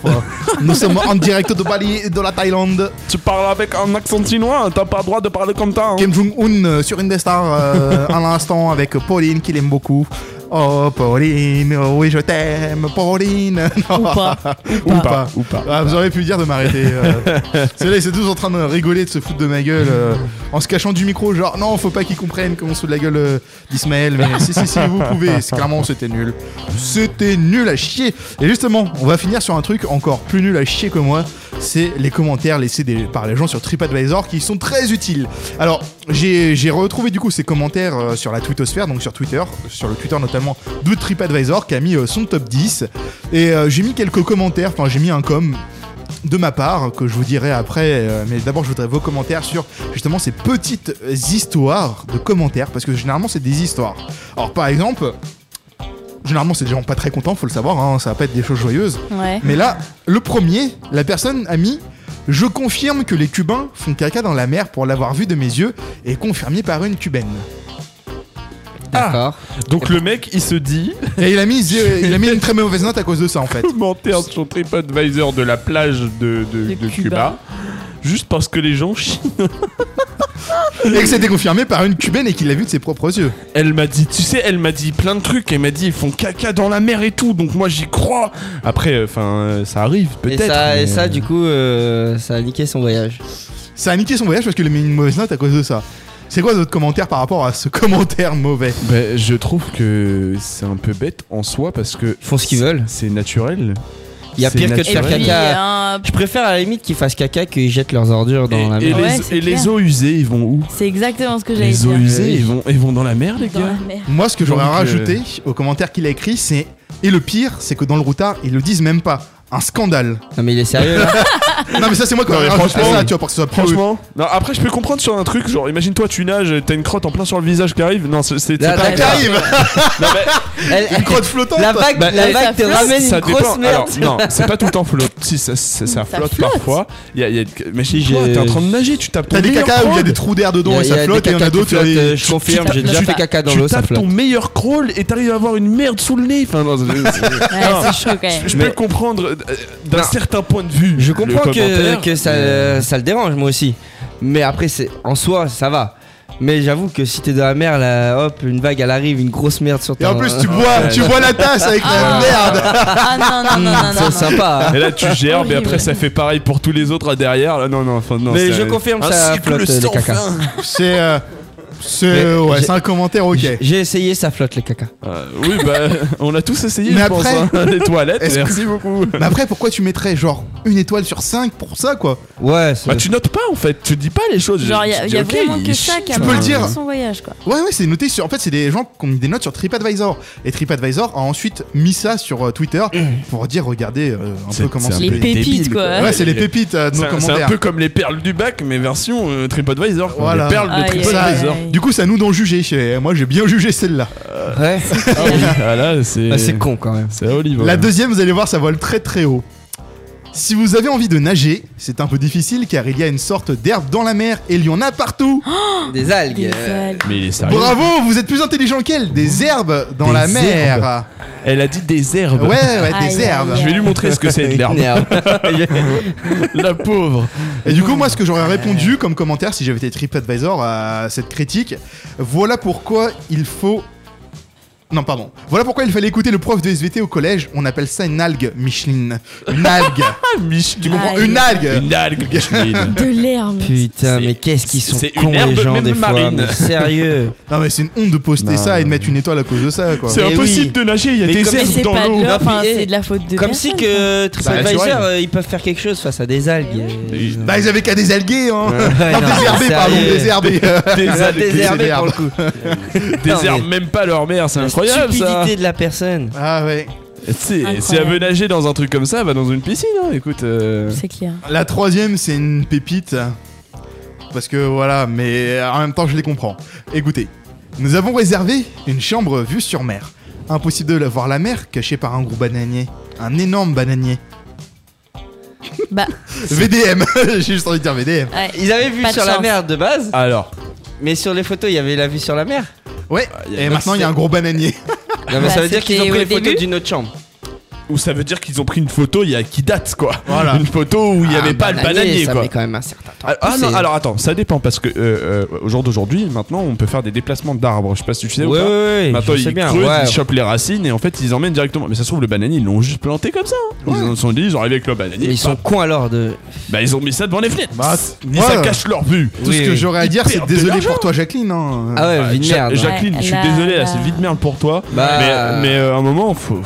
B: Nous sommes en direct de Bali et de la Thaïlande.
C: Tu parles avec un accent chinois, hein. t'as pas le droit de parler comme ça. hein.
B: Kim Jong-un euh, sur Indestar euh, à l'instant avec Pauline qui l'aime beaucoup. Oh Pauline, oh oui je t'aime, Pauline.
E: Ou pas.
B: Ou
E: pas.
B: pas.
C: Ou pas.
B: Ah, vous auriez pu dire de m'arrêter. euh. C'est là, ils sont tous en train de rigoler, de se foutre de ma gueule euh, en se cachant du micro. Genre, non, faut pas qu'ils comprennent comment se fout de la gueule euh, d'Ismaël. Mais si, si, si, vous pouvez. C'est Clairement, c'était nul. C'était nul à chier. Et justement, on va finir sur un truc encore plus nul à chier que moi. C'est les commentaires laissés des- par les gens sur TripAdvisor qui sont très utiles. Alors, j'ai j'ai retrouvé du coup ces commentaires euh, sur la Twittosphère, donc sur Twitter, sur le Twitter notamment de TripAdvisor qui a mis euh, son top 10. Et euh, j'ai mis quelques commentaires, enfin j'ai mis un com de ma part que je vous dirai après euh, mais d'abord je voudrais vos commentaires sur justement ces petites euh, histoires de commentaires parce que généralement c'est des histoires alors par exemple généralement c'est des gens pas très contents faut le savoir hein, ça va pas être des choses joyeuses
E: Ouais.
B: mais là le premier la personne a mis je confirme que les cubains font caca dans la mer pour l'avoir vu de mes yeux et confirmé par une cubaine Ah,
C: Ah,
D: D'accord.
C: Donc le mec, il se dit,
B: et il a mis zé- il a mis une très mauvaise note à cause de ça en fait
C: commentaire sur TripAdvisor de la plage de, de,
E: De
C: de Cuba.
E: Cuba.
C: juste parce que les gens chient.
B: et que c'était confirmé par une cubaine et qu'il l'a vu de ses propres yeux
C: Elle m'a dit, tu sais, elle m'a dit plein de trucs. Elle m'a dit, ils font caca dans la mer et tout. Donc moi, j'y crois. Après, euh, enfin, ça arrive
D: Et
C: peut-être.
D: ça, et
C: mais- euh,
D: ça, du coup, euh, ça a niqué son voyage.
B: Ça a niqué son voyage parce qu'il a mis une mauvaise note à cause de ça. C'est quoi votre commentaire par rapport à ce commentaire mauvais
C: Bah, je trouve que c'est un peu bête en soi parce que.
D: Ils font ce qu'ils veulent.
C: C'est naturel.
D: Il y a
C: C'est
D: pire que de faire
C: naturel.
E: Puis,
D: caca.
E: hein,
D: Je préfère à la limite qu'ils fassent caca qu'ils jettent leurs ordures dans
C: Et,
D: la
C: et
D: mer.
E: Ouais,
C: les,
E: c'est
C: et les
E: clair.
C: eaux usées, ils vont où
E: c'est exactement ce que j'allais
C: Les eaux
E: dire.
C: usées, ils vont, ils vont dans la mer, les
E: Dans la
C: gars
E: mer.
B: Moi, ce que j'aurais
C: Donc, euh,
B: rajouté au commentaire qu'il a écrit, c'est Et le pire, c'est que dans le routard, ils le disent même pas. Un scandale.
D: Non mais il est sérieux hein. là
B: non, mais ça, c'est moi qui
C: Non,
B: aurais
C: mais
B: rajouté
C: franchement,
B: ça, tu vois, pour que ce soit plus-
C: Franchement, non, après je peux comprendre sur un truc, genre imagine-toi tu nages, t'as une crotte en plein sur le visage qui arrive. Non, c'est c'est- c'est
D: Là, là,
C: pas
B: Ah, Qui arrive
C: Non, mais-
D: Elle-
B: Une crotte flottante
D: La vague,
C: Bah,
D: la
E: ça
D: vague te
E: flotte.
D: ramène une
C: ça
D: grosse
C: dépend.
D: merde.
C: Alors, non, c'est pas tout le temps flotte. Si, ça, ça- ça
E: Ça
C: flotte,
E: flotte.
C: parfois. Il y a, il y a- mais
D: Si,
C: si, toi,
D: j'ai-
C: t'es en train de nager, tu tapes ton
B: T'as des
C: meilleur
B: cacas où il y a
C: crawl.
B: des trous d'air dedans et
D: Il y a- il y
B: ça
D: a
B: flotte,
D: des
B: et il y en a
D: cacas qui
B: d'autres.
D: flottent,
B: et-
D: euh, Je confirme, j'ai déjà fait caca dans
C: tu
D: l'eau, ça
C: tapes
D: flotte.
C: ton meilleur crawl et t'arrives à avoir une merde sous le nez. Enfin, non, c'est- c'est-
E: Ouais,
C: non,
E: c'est chaud quand même.
C: je peux
D: Mais-
C: le comprendre euh, d'un
D: Non.
C: certain point de vue.
D: Je
C: le
D: comprends que,
C: commentaire,
D: que ça,
C: mais- euh,
D: ça le dérange, moi aussi. Mais après, c'est en soi, ça va. Mais j'avoue que si t'es dans la mer, là, hop, une vague, elle arrive, une grosse merde sur
B: Et
D: toi.
B: en plus, tu bois, tu bois la tasse avec la
E: Ah.
B: merde.
E: Ah non, non, non, non, non.
D: C'est
E: non.
D: sympa. hein.
C: Et là, tu gerbes et
E: Horrible.
C: après, ça fait pareil pour tous les autres derrière. Là, non, non, enfin, non.
D: Mais
C: c'est-
D: je confirme,
C: Un
D: ça
C: cycle
D: flotte les
C: sans
D: caca.
C: fin.
B: C'est. euh, C'est
D: Mais
B: euh, ouais,
D: j'ai-
B: c'est un commentaire ok.
D: J- J'ai essayé, ça flotte les caca.
C: Euh, oui, bah, on a tous essayé,
B: Mais
C: je
B: après-
C: pense. hein, les toilettes,
B: Est-ce que-
C: merci beaucoup.
B: Mais après pourquoi tu mettrais genre une étoile sur 5 pour ça quoi
D: Ouais, c'est-
C: Bah, tu notes pas en fait, tu dis pas les choses.
E: Genre, il y a,
C: Tu
E: y a
C: dis, ok,
E: vraiment que
C: il
E: ça
C: chie.
E: qui a
B: Tu peux le
E: marqué
B: dire.
E: son voyage, quoi.
B: Ouais ouais c'est noté sur en fait c'est des gens qui ont mis des notes sur TripAdvisor et TripAdvisor a ensuite mis ça sur euh, Twitter pour dire regardez euh, un
C: C'est-
B: peu comment
C: c'est un
B: c'est.
E: Les
C: peu
B: Ouais,
E: pépites, hein.
C: débile,
E: quoi.
C: Ouais,
B: c'est les pépites euh, de
C: C'est
B: nos
C: un- c'est un,
B: commentaires.
C: peu comme les perles du bac, mais version euh, TripAdvisor. quoi.
B: Voilà.
C: Les perles de
E: Aïe,
C: TripAdvisor.
E: aïe, aïe.
B: Du coup c'est à nous d'en juger. Et Moi j'ai bien jugé celle-là.
D: ouais.
C: Ah oui, ah là, c'est.
D: Ouais, Bah, c'est con quand même.
C: C'est à Olive.
B: La deuxième vous allez voir ça vole très très haut. Si vous avez envie de nager, c'est un peu difficile car il y a une sorte d'herbe dans la mer et il y en a partout.
D: Des algues.
E: Des
D: euh,
E: algues.
C: Mais il est sérieux.
B: Bravo, vous êtes plus intelligent qu'elle. Des herbes dans
C: Des
B: la mer.
C: Elle a dit des herbes.
B: Ouais, ouais, des
E: Aïe,
B: herbes.
E: aïe,
C: Je vais lui montrer ce que c'est de l'herbe. La pauvre.
B: Et du coup, moi, ce que j'aurais répondu comme commentaire si j'avais été TripAdvisor à cette critique, voilà pourquoi il faut. Non, pardon. Voilà pourquoi il fallait écouter le prof de SVT au collège. On appelle ça une algue, Micheline. Une algue.
C: Ah,
B: tu comprends
E: Aïe.
B: Une algue.
C: Une algue, Micheline.
E: De l'herbe.
D: oh, Putain,
C: C'est-
D: mais qu'est-ce qu'ils sont
C: c'est une
D: cons les
C: herbe
D: gens
C: même
D: des fois.
C: marine.
D: mais sérieux.
B: Non, mais c'est une honte de poster
C: Non.
B: ça et de mettre une étoile à cause de ça, quoi.
C: C'est
D: Mais
C: impossible
D: oui.
C: de nager, il y a
D: Mais
C: des
D: comme-
E: Mais
C: herbes
E: c'est
C: dans
E: pas
C: l'eau.
E: de l'eau, enfin,
D: Puis, eh,
E: c'est de la faute de
D: Comme si
E: personne.
D: que
B: naturel.
C: Bah,
D: TripAdvisor, euh, ils peuvent faire quelque chose face à des algues. euh,
C: Et-
B: Bah, ils avaient qu'à des algués, hein.
D: Ouais,
B: Non,
D: non,
B: des herbés,
D: sérieux.
B: pardon, des herbés.
C: Des
D: Des
C: algues.
B: des
D: herbés,
B: herbes.
D: pour le coup.
C: Des
D: Non, mais-
C: herbes, même pas leur mère, c'est
D: La
C: incroyable ça.
D: stupidité de la personne.
B: Ah ouais.
C: C'est- Si elle
E: Incroyable.
C: veut nager dans un truc comme ça, va dans une piscine, hein, écoute. euh.
E: C'est clair.
B: La troisième, c'est une pépite. Parce que voilà, mais en même temps, je les comprends. Écoutez, nous avons réservé une chambre vue sur mer. Impossible de la voir la mer cachée par un gros bananier. Un énorme bananier.
E: Bah,
B: VDM J'ai juste envie de dire VDM.
E: ouais.
D: Ils avaient vu
E: Pas de
D: sur la
E: chance.
D: mer de base,
C: Alors,
D: mais sur les photos, il y avait la vue sur la mer.
B: Ouais,
C: il y a-
B: et maintenant il y a un gros bananier.
D: Non, mais
E: Bah,
D: ça veut dire
E: c'était
D: qu'ils ont pris
E: au
D: les photos
E: début.
D: d'une autre chambre.
C: ou ça veut dire qu'ils ont pris une photo il y a, qui date quoi.
B: Voilà.
C: Une photo où il n'y avait pas le bananier
D: Ah, bah, ça
C: quoi.
D: met quand même un certain temps.
C: Ah, ah
D: C'est-
C: non, alors attends, ça dépend parce que euh, euh, au jour d'aujourd'hui, maintenant on peut faire des déplacements d'arbres. Je sais pas si tu sais
D: Ouais,
C: ou
D: ouais,
C: pas.
D: ouais.
C: Maintenant
D: je sais
C: ils
D: bien,
C: creusent,
D: ouais.
C: ils chopent les racines et en fait ils emmènent directement. Mais ça se trouve, le bananier ils l'ont juste planté comme ça. hein. Ils en sont dit, ils ont arrivé avec le bananier.
D: Mais ils sont
C: paf.
D: cons alors de.
C: Bah ils ont mis ça devant les fenêtres.
B: Bah,
C: et
B: ouais.
C: ça cache leur vue.
B: Tout
D: Oui,
B: ce que
D: oui.
B: j'aurais à
C: Ils
B: dire, c'est
C: perdent de
B: désolé
C: l'argent.
B: pour toi, Jacqueline. hein.
D: Ah ouais, vie de
C: Ja-
D: merde.
C: Jacqueline, je suis
E: Ouais,
C: désolé, là,
E: là.
C: c'est vite merde pour toi.
D: Bah.
C: Mais, euh, mais euh, à un moment, faut,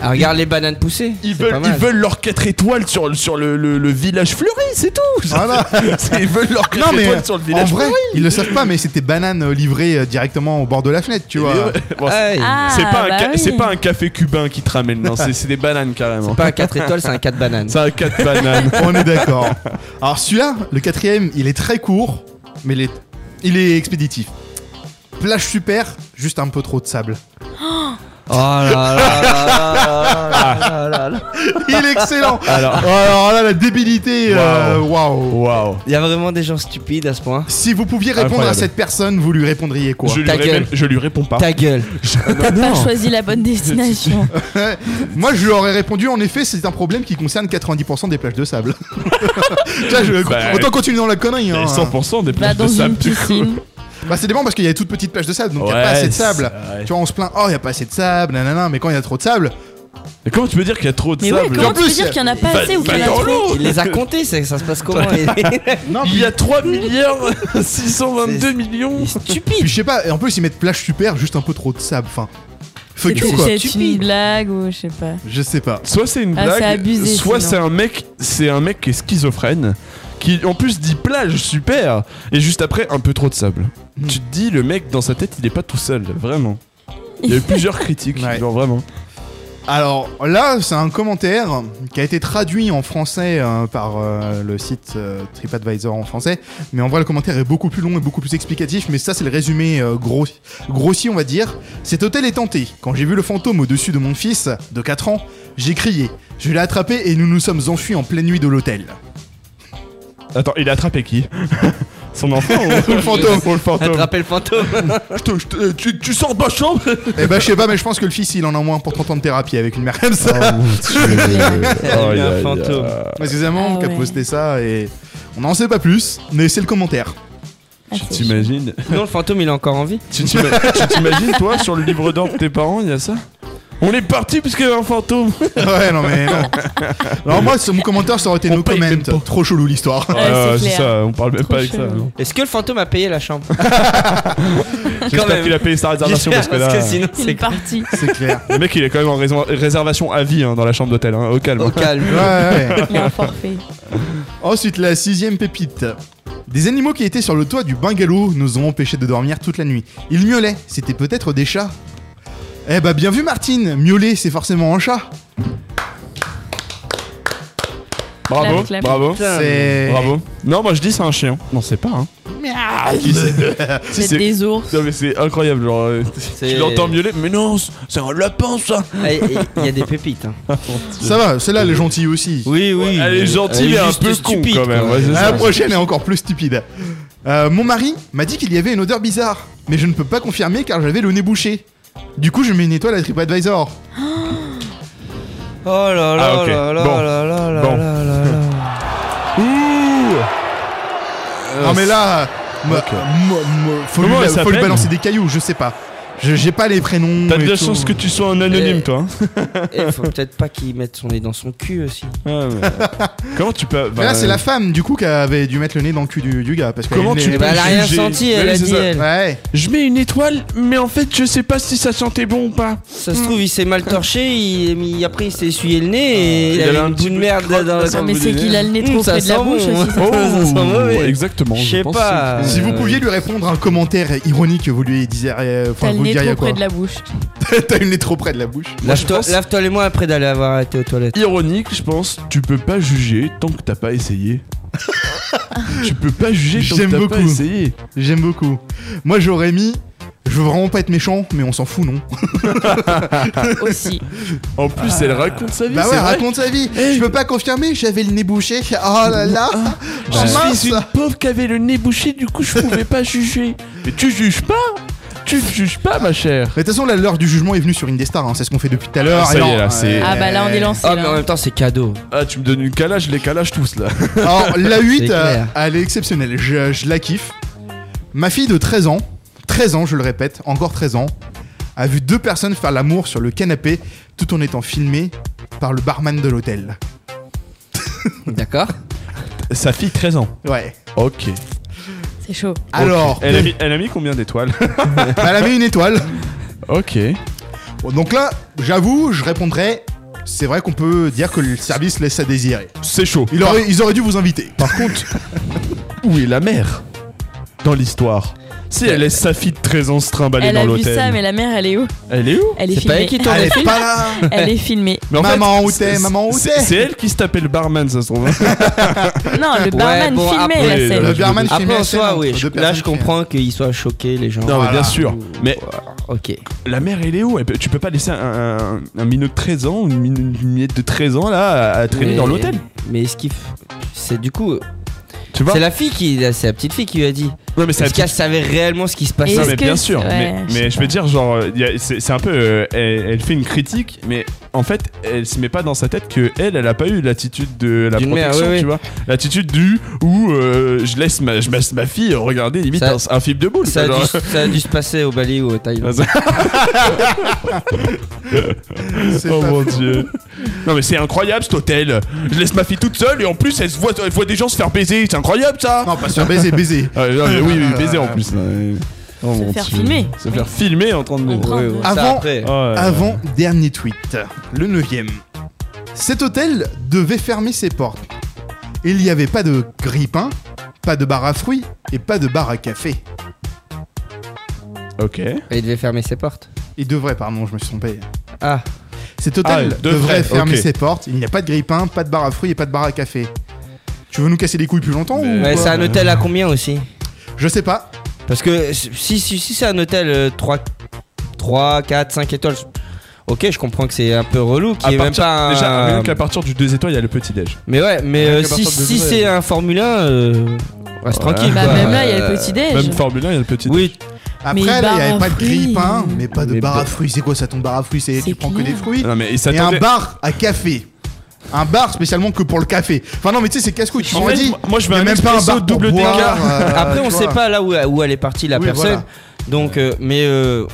D: Ah, regarde les bananes poussées.
C: Ils
D: c'est
C: veulent,
D: pas
C: ils
D: mal.
C: veulent leurs 4 étoiles sur, le- sur le, le- le village fleuri, c'est tout.
B: Voilà.
C: C'est- ils veulent leurs 4
B: Non, mais
C: étoiles sur le
B: en
C: village
B: vrai,
C: fleuri.
B: ils le savent pas, mais c'était banane euh, livrée euh, directement au bord de la fenêtre, tu vois.
C: Bon, c'est-
D: Ouais,
E: Ah,
C: c'est pas, un
E: bah
C: ca-
E: oui.
C: c'est pas un café cubain qui te ramène, non, c'est c'est des bananes carrément.
D: C'est pas un 4 étoiles, c'est un 4 bananes.
C: C'est un 4 bananes.
B: On est d'accord. Alors celui-là, le quatrième, il est très court, mais il est, il est expéditif. Plage super, juste un peu trop de sable.
D: Oh là là là là là là là
C: Ah.
D: là.
B: Il est excellent. Oh,
C: Alors,
B: Alors là, la débilité, euh, waouh.
C: waouh.
D: Il y a vraiment des gens stupides à ce point.
B: Si vous pouviez répondre à
C: Incroyable.
B: cette personne, vous lui répondriez quoi
C: Je lui,
D: Ta
C: ré-
D: gueule.
C: je lui réponds pas.
D: Ta gueule.
E: T'as pas choisi la bonne destination.
B: Moi, je lui aurais répondu en effet, c'est un problème qui concerne 90% des plages de sable. Tu vois, je-
C: Bah,
B: autant continuer dans la connerie.
C: Il y
B: hein.
C: a 100% des
E: Va
C: plages
E: dans
C: de sable
E: une
C: du coup.
E: piscine.
B: Bah, c'est dépend parce qu'il y a des toutes petites plages de sable, donc il n'y a
C: Ouais,
B: pas assez de
C: c'est-
B: sable.
C: ouais.
B: Tu vois, on se plaint, oh, il n'y a pas assez de sable, nanana, mais quand il y a trop de sable,
C: Mais comment tu peux dire qu'il y a trop de
E: Mais ouais,
C: sable
E: comment
B: En
E: tu peux
B: plus,
E: dire qu'il n'y en a pas
C: Va-
E: assez ou
C: va
E: qu'il y en a
C: dans
E: trop
C: l'eau
D: Il les a comptés, ça, ça se passe comment les-
B: Non,
C: Il y a 3 milliards 622 millions
B: Puis
D: Stupide
B: je sais pas, et en plus ils mettent plage super, juste un peu trop de sable. Enfin, fuck you
E: C'est-
B: quoi.
E: C'est une blague ou je sais pas.
B: Je sais pas.
C: Soit c'est une
E: Ah,
C: blague,
E: c'est abusé,
C: soit
E: sinon.
C: c'est un mec, c'est un mec qui est schizophrène, qui en plus dit plage super, et juste après un peu trop de sable.
B: Hmm.
C: Tu te dis le mec dans sa tête il est pas tout seul, vraiment. Il y a eu plusieurs critiques,
B: Ouais.
C: genre vraiment.
B: Alors là, c'est un commentaire qui a été traduit en français euh, par euh, le site euh, TripAdvisor en français. Mais en vrai, le commentaire est beaucoup plus long et beaucoup plus explicatif. Mais ça, c'est le résumé euh, gros- grossi, on va dire. Cet hôtel est tenté. Quand j'ai vu le fantôme au-dessus de mon fils, de 4 ans, j'ai crié. Je l'ai attrapé et nous nous sommes enfuis en pleine nuit de l'hôtel.
C: Attends, il a attrapé qui Son enfant ou
B: Pour le fantôme, pour le fantôme.
D: Attraper le fantôme
C: Oh, tu, sors de ma chambre
B: Eh ben, je sais pas, mais je pense que le fils, il en a au moins pour 30 ans de thérapie avec une mère comme ça.
D: Il a un fantôme.
B: Parce que c'est un membre
E: Ah
B: qui a
E: ouais.
B: posté ça et on n'en sait pas plus, mais c'est le commentaire.
E: Ah,
C: Tu
E: c'est
C: t'imagines
D: Non, le fantôme il est encore en vie.
C: Tu t'ima- tu t'imagines, toi, sur le livre d'or de tes parents, il y a ça On est parti parce qu'il y avait un fantôme
B: ouais, non, mais non. Alors, moi, sur mon commentaire, ça aurait été
C: On
B: no
C: paye
B: comment.
C: même pas.
B: Trop chelou l'histoire.
E: Ouais, c'est
C: Ah,
E: clair.
C: ça, on parle même
E: Trop
C: pas avec ça.
E: chelou.
C: non.
D: Est-ce que le fantôme a payé la chambre Quand
C: J'espère
D: même.
C: qu'il a payé sa réservation parce que là.
D: sinon
E: Il est
D: c'est
E: parti.
B: C'est clair.
C: Le mec, il est quand même en raison- réservation à vie hein, dans la chambre d'hôtel, hein, au calme.
D: au
B: Ouais,
D: calme.
B: ouais.
E: Il est en forfait.
B: Ensuite, la sixième pépite. Des animaux qui étaient sur le toit du bungalow nous ont empêchés de dormir toute la nuit. Ils miaulaient, c'était peut-être des chats. Eh bah bien vu Martine, miauler c'est forcément un chat.
C: Bravo,
E: Clap, clap.
C: bravo.
B: C'est...
C: Bravo. Non, moi je dis c'est un chien. Non, c'est pas. Hein. Qui c'est Si,
E: C'est
C: c'est-
E: des ours.
C: Non, mais c'est incroyable. Genre, euh,
D: C'est-
C: tu l'entends miauler, mais non, c'est c'est un lapin ça.
D: Eh, eh, Il y a des pépites. hein.
B: Ça va, celle-là elle est gentille aussi.
D: Oui,
C: oui. Elle est gentille et un peu con, quand même. Ouais, c'est
B: La
C: ça.
B: prochaine est encore plus stupide. Euh, mon mari m'a dit qu'il y avait une odeur bizarre, mais je ne peux pas confirmer car j'avais le nez bouché. Du coup, je mets une étoile à TripAdvisor.
D: Oh là là
C: Ah, ok.
D: là là
C: Bon.
D: là là là
C: Bon.
D: là là là.
B: non, Ah, mais là, mo- mo- mo- faut, lui,
C: Comment elle
B: faut lui
C: s'appelle
B: balancer des cailloux, je sais pas. Je- J'ai pas les prénoms.
C: T'as
B: et
C: de la
B: tout.
C: chance que tu sois un anonyme,
D: Eh.
C: toi. hein.
D: Eh, faut peut-être pas qu'il mette son nez dans son cul aussi.
C: Ouais, mais, euh, Comment tu peux.
B: Mais là,
C: bah,
B: c'est la femme du coup qui avait dû mettre le nez dans le cul du, du gars. Parce que
C: Comment tu
D: Eh ben, elle a rien
C: J'ai-
D: senti, elle
C: Oui,
D: a
C: c'est
D: dit
C: ça.
D: elle.
B: Ouais.
C: Je mets une étoile, mais en fait, je sais pas si ça sentait bon ou pas.
D: Ça se trouve, il s'est mal torché, il, il- après il s'est essuyé le nez et
C: Ah, Il
D: il,
C: avait
D: avait
C: un
D: un bout
C: petit
D: de
C: peu de
D: merde
C: crotte
D: dans
C: dans
D: la
C: son
E: Non, mais
C: vous
E: c'est
C: disiez.
E: qu'il a le nez trop
D: Mmh, ça
E: près de la
D: sent
E: bouche
D: bon,
C: hein.
E: aussi.
D: ouais.
C: Oh,
D: Ça sent mauvais.
C: exactement.
D: Je sais
C: pense
D: pas.
C: que c'est-
B: Si vous
D: Euh,
B: pouviez lui répondre un commentaire ironique, vous lui disiez. euh, Enfin,
E: T'as le
B: vous lui
E: nez
B: diriez
E: trop
B: quoi
E: près de la bouche.
B: T'as le nez trop près de la bouche.
D: Lave-toi
C: pense-
D: lave-toi les mains après d'aller avoir été aux toilettes.
C: Ironique, je pense. Tu peux pas juger tant que t'as pas essayé. tu peux pas juger tant
B: J'aime
C: que t'as pas
B: beaucoup.
C: essayé.
B: J'aime beaucoup. Moi, j'aurais mis. Je veux vraiment pas être méchant, mais on s'en fout, non
E: Ah Aussi.
C: En plus, elle
E: Ah.
C: raconte sa vie.
B: Bah
C: c'est
B: ouais,
C: vrai.
B: raconte sa vie. Je peux pas confirmer, j'avais le nez bouché. Oh là là.
E: Ah.
B: Oh
C: Je
B: mince.
C: suis une pauvre qui avait le nez bouché, du coup, je pouvais pas juger. Mais tu juges pas Tu ne juges pas, ma chère.
B: Mais de toute façon, là, l'heure du jugement est venue sur Indestar, hein, c'est ce qu'on fait depuis tout à l'heure. euh,
C: Ça y est,
B: Alors,
C: là, c'est-
E: Ah bah là on est lancé.
D: Ah,
E: là.
D: mais en même temps, c'est cadeau.
C: Ah, tu me donnes une calage, les calages tous là.
B: Alors, la 8,
D: C'est clair.
B: euh, elle est exceptionnelle, je, je la kiffe. Ma fille de 13 ans, 13 ans, je le répète, encore 13 ans, a vu deux personnes faire l'amour sur le canapé tout en étant filmée par le barman de l'hôtel.
D: D'accord
C: Sa fille, 13 ans.
B: Ouais.
C: Ok.
E: C'est chaud.
B: Alors,
C: Elle a mis, elle a mis combien d'étoiles
B: elle a mis une étoile.
C: Ok.
B: Bon, donc là, j'avoue, je répondrai. C'est vrai qu'on peut dire que le service laisse à désirer.
C: C'est chaud.
B: Ils auraient, ils auraient dû vous inviter.
C: Par contre, où est la mère dans l'histoire Si elle laisse sa fille de 13 ans se trimballer
E: Elle
C: dans
E: a vu
C: l'hôtel.
E: ça, mais la mère, elle est où
C: Elle est où
E: Elle est
D: C'est pas
E: filmée.
D: elle qui tourne
B: Elle
D: le
B: est
D: film
B: pas là.
E: Elle est filmée.
C: Mais en
B: Maman,
C: fait,
B: où
C: c'est-
B: t'es Maman, où
C: c'est-
B: t'es
C: C'est elle qui se tapait le barman, ça se trouve. hein.
E: Non, le barman
D: bon,
E: filmait
C: après,
E: la
C: euh,
E: scène.
B: Le barman filmé
D: Après,
B: la
D: en
B: scène
D: soi,
B: entre
D: oui.
B: deux
D: je- Là,
B: personnes
D: je comprends qu'ils soient choqués, les gens.
C: Non, mais
B: Voilà.
C: bien sûr. Mais
D: Ok.
C: la mère, elle est où Elle peut- Tu peux pas laisser un, un, un minot de 13 ans, une min- une miette de 13 ans là, à, à traîner
D: Mais-
C: dans l'hôtel
D: Mais ce qui. f- C'est du coup.
C: Tu vois
D: C'est la fille qui, la- c'est la petite fille qui lui a dit.
C: Non, mais Bah. c'est la
D: Est-ce qu'elle
C: petite-
D: savait réellement ce qui se passait
J: Et-
C: Non,
J: Est-ce
C: mais
J: que
C: bien
J: c'est-
C: sûr.
J: ouais,
C: mais
J: je
C: mais
J: sais
C: je veux
J: pas.
C: dire, genre, euh, y a- c'est c'est un peu. euh, elle, elle fait une critique, mais en fait, elle se met pas dans sa tête que elle, elle a pas eu l'attitude de la
D: D'une mère,
C: protection,
D: ouais,
C: tu
D: ouais.
C: vois. L'attitude du où euh, je laisse ma, je laisse ma fille regarder limite
D: Ça-
C: un, un film de boule.
D: Ça a,
C: quoi,
D: dû,
C: genre.
D: ça a dû se passer au Bali ou au Taïwan.
B: C'est
C: Oh
B: pas
C: mon
B: faux.
C: dieu. Non mais c'est incroyable cet hôtel. Je laisse ma fille toute seule et en plus elle se voit, elle voit des gens se faire baiser. C'est incroyable ça.
B: Non, pas sur baiser, baiser.
C: Ah, non, mais oui, oui, baiser en plus. Oh, mon
E: faire
C: Dieu.
E: filmer.
C: Se faire filmer en train de.
E: En train de-
D: Ça,
B: Avant-
D: après.
C: Oh, là là.
B: Avant dernier tweet, le 9ème. Cet hôtel devait fermer ses portes. Il n'y avait pas de grippin, pas de bar à fruits et pas de bar à café.
C: Ok.
D: Et Il devait fermer ses portes.
B: Il devrait, pardon, je me suis trompé.
D: Ah,
B: Cet hôtel
C: Ah, devrait,
B: devrait fermer
C: ok.
B: ses portes. Il n'y a pas de grippin, pas de bar à fruits et pas de bar à café. Tu veux nous casser les couilles plus longtemps
C: Mais-
B: ou
D: ouais,
B: quoi
D: c'est un hôtel à combien aussi
B: Je sais pas.
D: Parce que si, si, si c'est un hôtel euh, 3, 3, 4, 5 étoiles, je- ok, je comprends que c'est un peu relou,
C: À
D: qu'il n'y ait même
C: partir-
D: pas un.
C: Déjà, rien qu'à partir du 2 étoiles, il y a le petit déj.
D: Mais ouais, mais
C: Rien
D: euh,
C: qu'à
D: si,
C: partir de
D: si
C: deux,
D: c'est
C: ouais.
D: un Formule 1, euh, reste
C: Ouais.
D: tranquille.
E: Bah,
D: quoi.
E: même là, il y a
D: Euh,
E: le petit déj.
C: Même Formule 1, il y a le petit déj.
D: Oui,
B: Après,
E: Mais
B: là, il
E: bar
B: n'y
E: à
B: avait pas de
E: fruits,
B: grippin,
E: euh,
B: mais pas de
D: mais
B: bar à
D: pas-
B: fruits. C'est quoi ça, ton bar à fruits C'est
E: C'est
B: tu prends que
E: clair.
B: des fruits
C: Non mais il
B: et un
C: s'attendait-
B: bar à café. Un bar spécialement que pour le café. Enfin non mais tu sais c'est casse-couille. Tu
C: En
B: m'aurais
C: fait,
B: dit.
C: moi- moi, je veux
B: il y a
C: un
B: même pas un
C: expresso
B: bar pour
C: double
B: boire,
C: déca.
B: euh,
D: après, on
B: tu
D: sait
B: vois.
D: pas là où, où elle est partie la
B: Oui,
D: personne.
B: voilà.
D: Donc, euh, mais euh,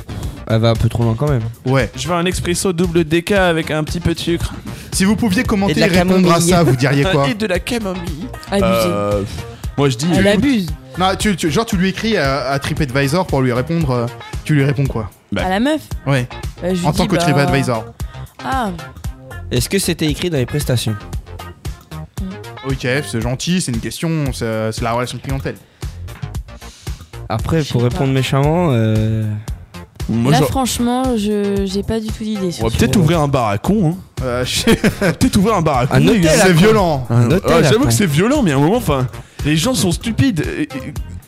D: elle va un peu trop loin quand même.
B: Ouais.
C: Je veux un expresso double DK avec un petit peu de sucre
B: Si vous pouviez
D: Et de
B: commenter et
D: la
B: répondre à
D: camomille.
B: ça, vous diriez quoi
C: de la camomille.
E: Ah, Abusé.
C: Euh, moi je dis.
E: Elle abuse.
B: Non, tu, tu- genre tu lui écris à, à TripAdvisor pour lui répondre. euh, tu lui réponds quoi
C: Bah.
E: À la meuf.
B: Ouais.
E: Bah, je lui
B: En
E: dis,
B: tant que
E: bah,
B: TripAdvisor.
E: Ah,
D: Est-ce que c'était écrit dans les prestations
B: Ok, c'est gentil, c'est une question, c'est c'est la relation de clientèle.
D: Après,
E: Je
D: pour
E: sais
D: répondre méchamment, euh,
C: Moi,
E: là,
C: j'aurais-
E: franchement, je j'ai pas du tout d'idée. sur
C: on va
E: ce
C: peut-être
E: sujet.
C: ouvrir un bar à con. Hein.
B: Euh, je sais-
C: Peut-être ouvrir un bar à con.
D: Un
C: les
D: hôtel
C: gars.
D: à
B: c'est
D: con.
B: violent.
D: un
C: Ouais,
D: hôtel.
C: J'avoue
D: après.
C: que c'est violent, mais à un moment, enfin, les gens sont stupides. Et- et-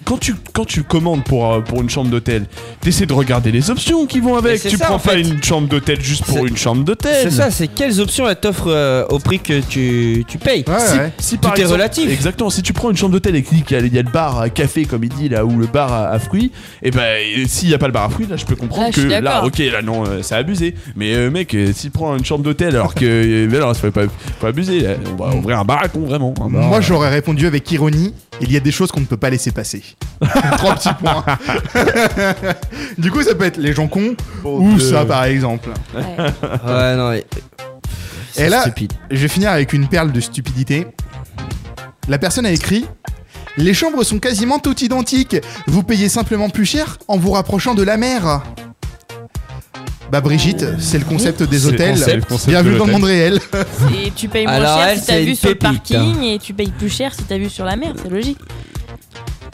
C: Quand tu, quand tu commandes pour, euh, pour une chambre d'hôtel, t'essaies de regarder les options qui vont
D: Mais
C: avec.
D: c'est
C: Tu
D: ça,
C: prends
D: en
C: pas
D: fait.
C: une chambre d'hôtel juste pour
D: C'est-
C: une chambre d'hôtel.
D: C'est ça, c'est quelles options elle t'offre euh, au prix que tu, tu payes.
B: Ouais,
C: Si,
B: ouais.
C: si par
D: Tout est
C: exemple-
D: relatif.
C: Exactement. Si tu prends une chambre d'hôtel et qu'il y, a- il y a le bar à café, comme il dit, là, ou le bar à, à fruits, et ben, et s'il n'y a pas le bar à fruits, là, je peux comprendre
E: Là, je
C: que
E: suis
C: là,
E: d'accord.
C: ok, là, non, euh, c'est abusé. Mais euh, mec, euh, s'il prend une chambre d'hôtel alors que. euh, mais non, ça fait pas, faut abuser. là. On va ouvrir un bar à con, vraiment. un bar
B: Moi
C: à-
B: j'aurais répondu avec ironie, il y a des choses qu'on ne peut pas laisser passer. Trois petits points. du coup ça peut être les gens cons ou ça par exemple.
E: Ouais.
D: Ah Ouais, non, mais-
B: Et
D: c'est
B: là,
D: stupide.
B: je vais finir avec une perle de stupidité. La personne a écrit Les chambres sont quasiment toutes identiques. Vous payez simplement plus cher en vous rapprochant de la mer. Bah, Brigitte, c'est le concept des
C: C'est le
B: hôtels.
C: concept- le concept
B: Bienvenue
C: de
B: dans le
C: l'hôtel.
B: monde réel.
E: Et tu payes moins
D: Alors,
E: cher
D: elle,
E: si t'as
D: c'est
E: vu
D: une
E: sur le
D: pépite, hein.
E: parking et tu payes plus cher si t'as vu sur la mer, c'est logique.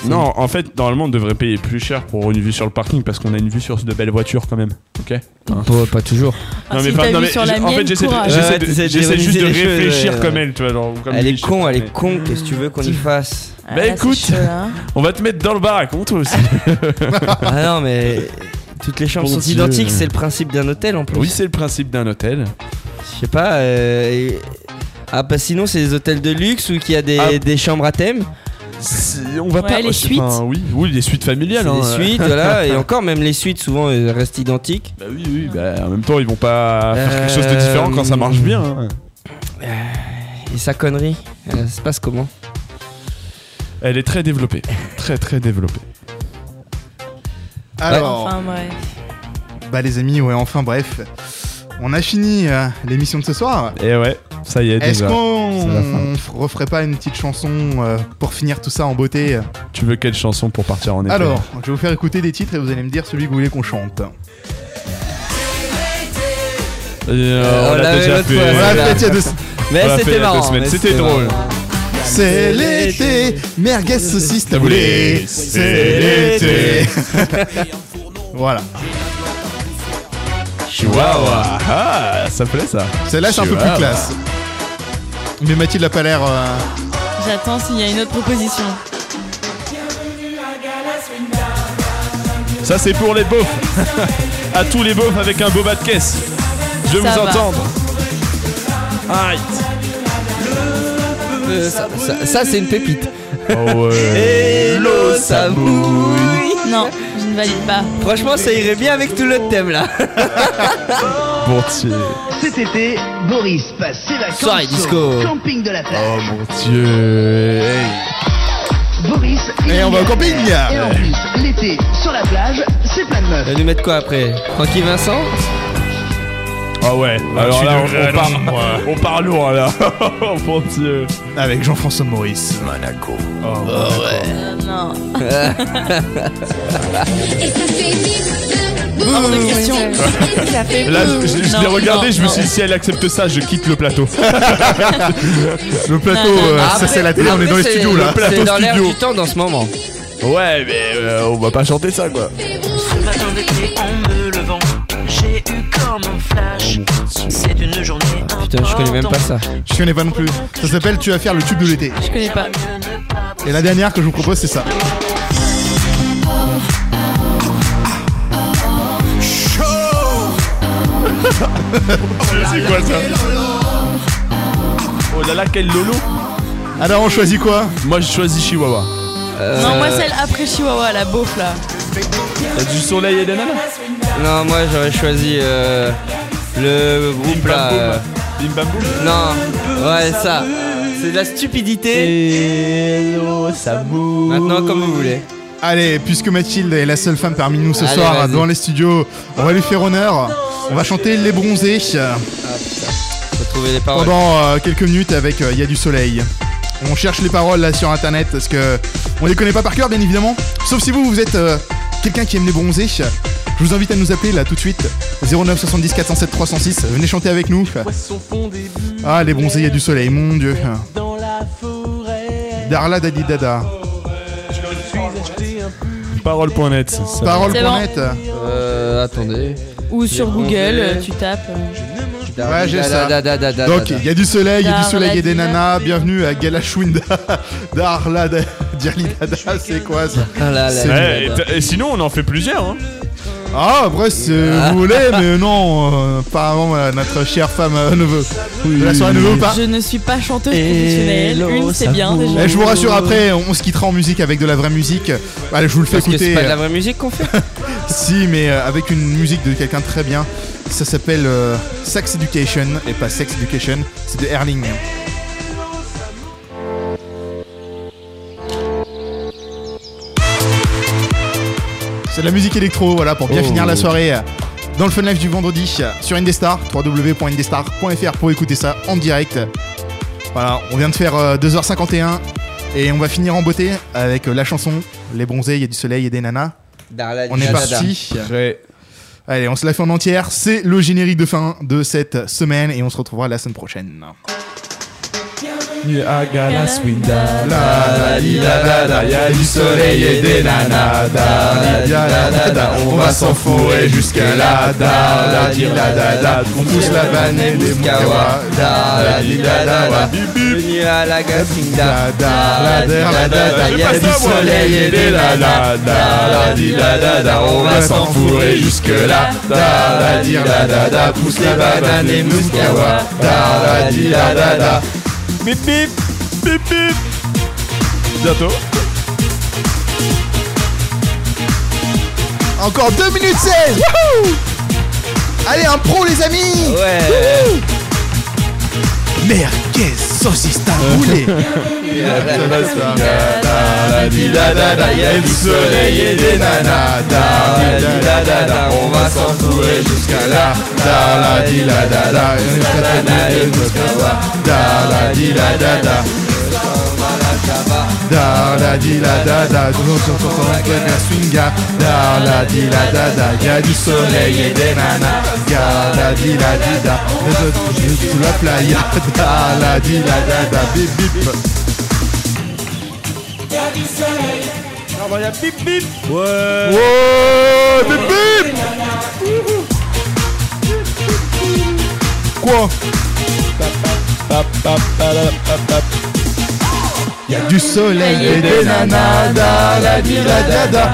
C: Non, en fait, normalement, on devrait payer plus cher pour une vue sur le parking parce qu'on a une vue sur de belles voitures quand même. Ok
D: Pas, pas toujours.
E: Ah,
C: Non,
E: si
C: mais
E: t'as
C: pas- non,
E: vu
C: mais
E: sur
C: j-
E: la
C: en fait,
E: mienne,
C: j'essaie de-
E: courage.
C: j'essaie
D: Ouais,
C: de-
D: t'essaies de
C: j'essaie
D: ironiser
C: juste de
D: les choses,
C: réfléchir
D: ouais,
C: comme
D: ouais.
C: elle, tu vois. genre, comme
D: Elle est
C: Michel,
D: con, elle
C: mais-
D: est con, qu'est-ce que tu veux qu'on y fasse
E: Ah,
C: Bah,
E: là, c'est
C: écoute.
E: chaud, hein.
C: On va te mettre dans le bar à con, toi aussi.
D: Ah non, mais toutes les chambres
C: Bon
D: sont
C: Dieu.
D: identiques, c'est le principe d'un hôtel en plus.
C: oui, c'est le principe d'un hôtel.
D: Je sais pas. euh, et- Ah, bah sinon, c'est des hôtels de luxe ou qu'il y a des,
C: Ah.
D: des chambres à thème.
C: C'est- On va
E: Ouais,
C: pas
E: les
C: enfin,
E: suites.
C: oui, oui, les suites familiales.
D: C'est
C: hein.
D: des suites, voilà. Et encore, même les suites, souvent, elles restent identiques.
C: Bah oui, oui. Bah, en même temps, ils vont pas faire quelque chose de
D: Euh,
C: différent quand ça marche bien. hein.
D: Et sa connerie, euh, ça se passe comment
C: Elle est très développée, très très développée.
B: Alors,
E: Enfin, bref.
B: bah, les amis, ouais, enfin, bref. On a fini euh, l'émission de ce soir.
C: Et ouais, ça y est
B: Est-ce
C: déjà. c'est la fin.
B: qu'on referait pas une petite chanson euh, pour finir tout ça en beauté
C: Tu veux quelle chanson pour partir en été
B: Alors, je vais vous faire écouter des titres et vous allez me dire celui que vous voulez qu'on chante.
C: Euh,
D: Euh,
C: On
D: on
C: l'a
D: l'avait
C: déjà
D: l'autre fois,
C: fait.
B: Voilà,
D: Voilà.
B: peut-être il y a deux-
D: Mais
C: On Bah, l'a fait il
D: c'était
C: y a deux
D: marrant.
C: semaines,
D: mais
C: c'était drôle.
D: marrant.
B: C'est l'été, merguez saucisse taboulée. C'est l'été. voilà.
C: Chihuahua. Ah, ça plaît ça.
B: Celle-là, c'est un peu plus
C: Chihuahua.
B: classe. Mais Mathilde a pas l'air. euh,
E: J'attends s'il y a une autre proposition.
C: Ça c'est pour les beaufs. à tous les beaufs avec un beau bas de caisse. Je veux
E: Ça
C: vous
E: va.
C: entendre. Arrête.
D: Euh, ça, ça- ça, c'est une pépite.
C: Oh ouais.
D: l'eau, ça mouille.
J: Non, je ne valide pas.
D: Franchement, ça irait bien avec tout le thème là.
C: Bon Dieu.
K: Cet été, Boris passe ses vacances
D: Soirée disco.
K: au camping de la plage.
C: Oh mon dieu. Hey.
K: Boris
B: Et on va au camping
K: Et en plus, l'été, sur la plage, c'est plein de meufs.
D: Elle nous mettre quoi après Francky Vincent
C: Ah ouais. Alors
B: tu
C: là,
B: devrais
C: on, on
B: aller, moi.
C: part, on part lourd là. Oh mon dieu.
B: Avec Jean-François Maurice. Monaco.
E: Euh, non.
J: Hors de question. Ça fait
C: Là,
J: boum.
C: je, je- je
E: Non,
C: l'ai regardé,
E: non,
C: je me suis
E: non.
C: dit, si elle accepte ça, je quitte le plateau.
B: Le plateau,
E: Non, non,
B: euh,
D: Ah,
B: ça
D: après-
B: c'est la télé, on est
D: après,
B: dans les
D: c'est-
B: studios là.
D: C'est
C: Plateau
D: dans l'air
C: studio.
D: du temps dans ce moment.
C: ouais, mais euh, on va pas chanter ça quoi.
L: Ce matin d'été en me levant, j'ai eu comme un flash. C'est une journée
D: Putain, je connais
B: Ah,
D: même pas ça.
B: Je connais pas non plus. Ça s'appelle Tu vas faire le tube de l'été.
J: Je connais pas.
B: Et la dernière que je vous propose, c'est ça.
C: C'est quoi ça Oh là là, quel lolo
B: Alors on choisit quoi
C: Moi, j'ai choisi Chihuahua.
D: Euh,
J: Non, moi, celle après Chihuahua, la beauf là.
C: T'as du soleil et des nanas
D: Non, moi j'aurais choisi euh, le groupe
C: Bam
D: là.
C: boum.
D: euh,
C: Bim bam boum.
D: Non, ouais, ça. C'est de la stupidité. Maintenant, comme vous voulez.
B: Allez, puisque Mathilde est la seule femme parmi nous ce
D: Allez,
B: soir
D: vas-y.
B: dans les studios, on va lui faire honneur. On va chanter Les Bronzés euh,
D: Faut trouver les paroles.
B: pendant euh, quelques minutes avec euh, Il y a du soleil. On cherche les paroles là sur internet parce que on les connaît pas par cœur bien évidemment. Sauf si vous vous êtes euh, quelqu'un qui aime les bronzés. Je vous invite à nous appeler là tout de suite 09 70 407 306. Venez chanter avec nous. Ah les bronzés, il y a du soleil, mon dieu. Darla Dadi Dada.
C: Parole.net. ça- ça-
J: C'est bon.
B: Parole.net.
D: Euh, attendez.
J: Ou sur
D: Les
J: Google,
D: Anglais.
J: euh, tu tapes. euh.
B: Ouais, j'ai ça.
D: Da, da, da, da, da,
B: Donc,
D: da.
B: il y a du soleil, il y a du
J: Darla
B: soleil et des
J: Dila.
B: nanas. Bienvenue à Galashwinda. Darla Da- Dirli Dada, c'est quoi ça
D: Ah là là
B: C'est-
D: là
C: Ouais, et
D: là.
C: t- Eh, et sinon, on en fait plusieurs. Hein.
B: Ah, après, si vous voulez, mais non, euh, apparemment, euh, notre chère femme euh, ne veut. De la soirée ne veut pas.
J: Je ne suis pas chanteuse professionnelle.
D: Hello,
J: Une, c'est bien
D: Savour.
J: déjà.
B: Eh, je vous rassure, après, on se quittera en musique avec de la vraie musique. Allez, je vous le fais
D: Parce que c'est
B: écouter. euh,
D: pas de la vraie musique qu'on fait.
B: Si, mais euh, avec une musique de quelqu'un de très bien. Ça s'appelle euh, Sex Education et pas Sex Education, c'est de Erling. C'est de la musique électro, voilà, pour bien
D: Oh.
B: finir la soirée euh, dans le Fun Live du vendredi euh, sur Indestar, www.indestar.fr pour écouter ça en direct. Voilà, on vient de faire euh, 2h51 et on va finir en beauté avec euh, la chanson Les bronzés, il y a du soleil et des nanas.
D: Darla,
B: On est
D: da, da, da.
B: parti. Allez, on se la fait en entière. C'est le générique de fin de cette semaine et on se retrouvera la semaine prochaine.
D: la, li, la, la, la, y a du soleil et des nanas. Da, la, li, la, la, la, on va s'enfourrer jusqu'à la, da, la, li, la, la, la, on pousse la vanne et les moukawa. Da, la, li, la, la, la, venu à la Gasinda. Da, la, li, la, la, la, y a du soleil et des nanas. Da, la, li, la, la, la, on va s'enfourrer jusque là. Da, la, li, la, la, la, pousse la banane et moukawa. Da, la, li, la, la, la.
C: Bip bip Bip bip Bientôt.
B: Encore 2 minutes 16 Wouhou Allez, un pro les amis
D: Ouais.
B: Merguez, saucisse taboulée
D: y a du soleil et des nanas. Da, la, da, da, da, on va s'enfouer jusqu'à là. Da, la, di, la, da, da, katana et Moskawa. Da, la, di, la, da, da.
B: Da la di la da da, nous swinga. Da la di la da da, y a du soleil et des nanas. Da la di la di e da, nous sommes sous la playa. Da la di la da da, bip bip.
C: Ouais.
B: Oh, bip bip Quoi e Y'a du soleil et des nanas, da la di la da da.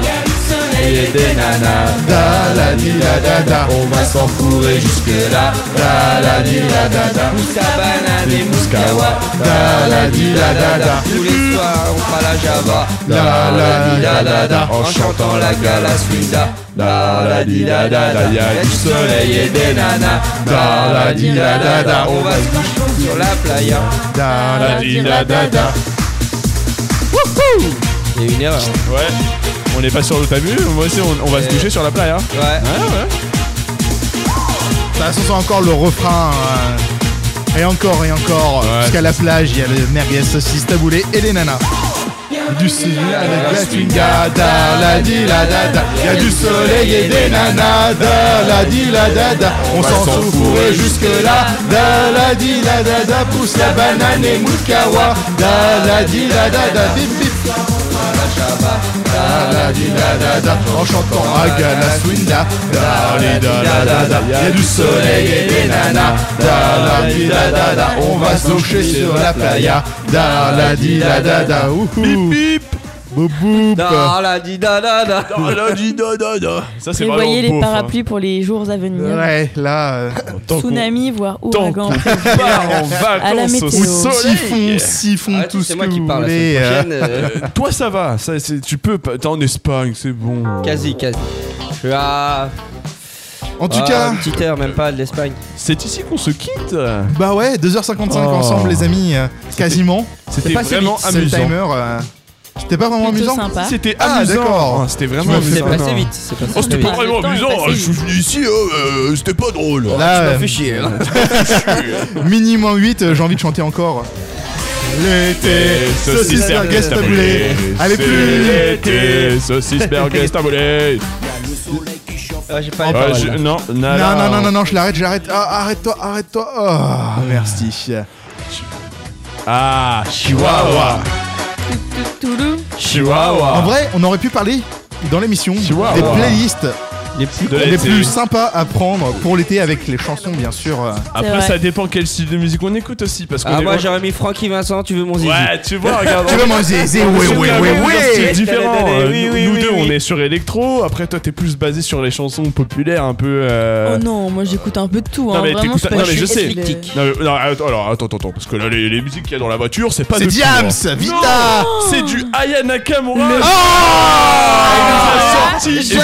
M: et des nanas.
B: Da la di da da da.
M: On va s'enfourrer jusque là. Da la di da da da. Moussa banane et mouskawa. Da la di da da da. Tous les soirs on fera la java. Da la di da da da. En chantant la galaswinda. Da la di da da da. Y a du soleil et des nanas. Da la di da da da. On va se coucher sur la playa.
B: Da
M: la di da da da.
D: Il y a une erreur.
C: Ouais. On n'est pas sur le tabu, moi aussi on, on va se toucher sur la plage. hein.
D: Ouais.
B: De toute façon, c'est encore le refrain. euh, Et encore, et encore. Jusqu'à la plage, il y a le merguez saucisse taboulé et les nanas. Du soleil avec la
M: swinga, da la di la da da. Y a du soleil et des nanas, da la di la da da. On s'en fout jusque là, da la di la da da. Pousse la banane et moukawa, da la di la da da. Bip bip. Da la di la da da. En chantant aga la swinga, da li da la da da. Y a du soleil et des nanas, da la di la da da. On va se coucher sur la playa, da la di la da da.
B: Bip bip Boup
D: Da la di da da Ah, da.
C: Ça c'est vraiment
E: Prévoyez les
C: beauf, hein.
E: parapluis pour les jours à venir.
B: Ouais, là. euh,
E: Tsunami, voire ouragan.
C: part en
E: À la
C: vacances au
E: météo.
C: soleil.
B: Siphon, siphon, tout ce
D: Ah c'est
B: que
D: moi qui
B: vous
D: parle la
B: voulez.
D: semaine prochaine,
B: euh.
D: euh,
C: Toi ça va, ça, c'est- tu peux pas. T'es en Espagne, c'est bon.
D: Quasi, quasi. Je suis à.
B: En tout
D: Ah,
B: cas-
D: Une petite heure, même pas de l'Espagne.
C: C'est ici qu'on se quitte.
B: Bah ouais, 2h55
C: Oh.
B: ensemble, les amis. euh, Quasiment.
C: C'était
B: C'est passé
C: vraiment
B: vite, c'est le
C: amusant.
B: timer, euh, C'était pas vraiment
E: Plutôt
B: amusant
E: sympa.
C: C'était
B: Ah,
C: amusant.
B: d'accord.
C: Ah, C'était
B: Je
C: vraiment
B: me
C: amusant.
B: fais
D: C'est
B: pas
D: passé
B: peur.
D: vite. C'est passé
C: Oh, c'était
D: très
C: pas
D: vite.
C: vraiment
E: temps est
C: amusant. hein,
E: passé
C: Je suis venu ici, oh, euh, c'était pas drôle.
B: Là,
D: Ça
B: euh,
D: fait chier. hein.
B: minimum 8, euh, j'ai envie de chanter encore.
C: L'été, saucisse
B: merguez
C: merguez taboulée.
B: taboulée. Allez,
C: C'est
B: plus.
C: L'été, saucisse merguez taboulée.
D: Ah, J'ai pas les
C: Euh,
D: paroles,
C: je-
D: là.
C: Non, non,
B: Non, non, non, non, non, je l'arrête, j'arrête. Ah, arrête-toi, arrête-toi. Oh, merci.
C: Ah, Chihuahua,
J: Toulou.
C: Chihuahua.
B: En vrai, on aurait pu parler dans l'émission
C: Chihuahua.
B: des playlists
D: Les petits-
C: De
B: les
C: l'été.
B: plus sympas à prendre pour l'été avec les chansons, bien sûr. euh.
C: Après,
E: vrai.
C: ça dépend quel style de musique on écoute aussi. Parce qu'on
D: Ah,
C: est
D: moi
C: loin-
D: j'aurais mis Francky Vincent, tu veux mon zizi.
C: Ouais, tu vois, regarde.
B: Tu veux manger zé, ouais, ouais, ouais,
C: C'est
B: ouais.
C: différent.
D: Oui,
C: Euh,
D: oui,
C: nous-
D: oui,
C: Nous
D: oui,
C: deux,
D: oui.
C: on est sur électro. Après, toi, t'es plus basé sur les chansons populaires, un peu. euh,
E: Oh non, moi j'écoute un peu de tout.
C: Non,
E: hein,
C: mais
E: vraiment,
C: t'écoutes-
E: je peux
C: non,
E: pas-
C: mais je
E: suis
C: sais.
E: éclectique.
C: Non, mais- non, attends, alors attends, attends, attends, parce que là, les, les musiques qu'il y a dans la voiture, c'est pas
B: C'est
C: de tout,
B: Diams,
C: hein.
B: Vita.
C: C'est du Aya Nakamura.
B: Oh
C: Ah, il nous a sorti
E: Ah,
C: Jolie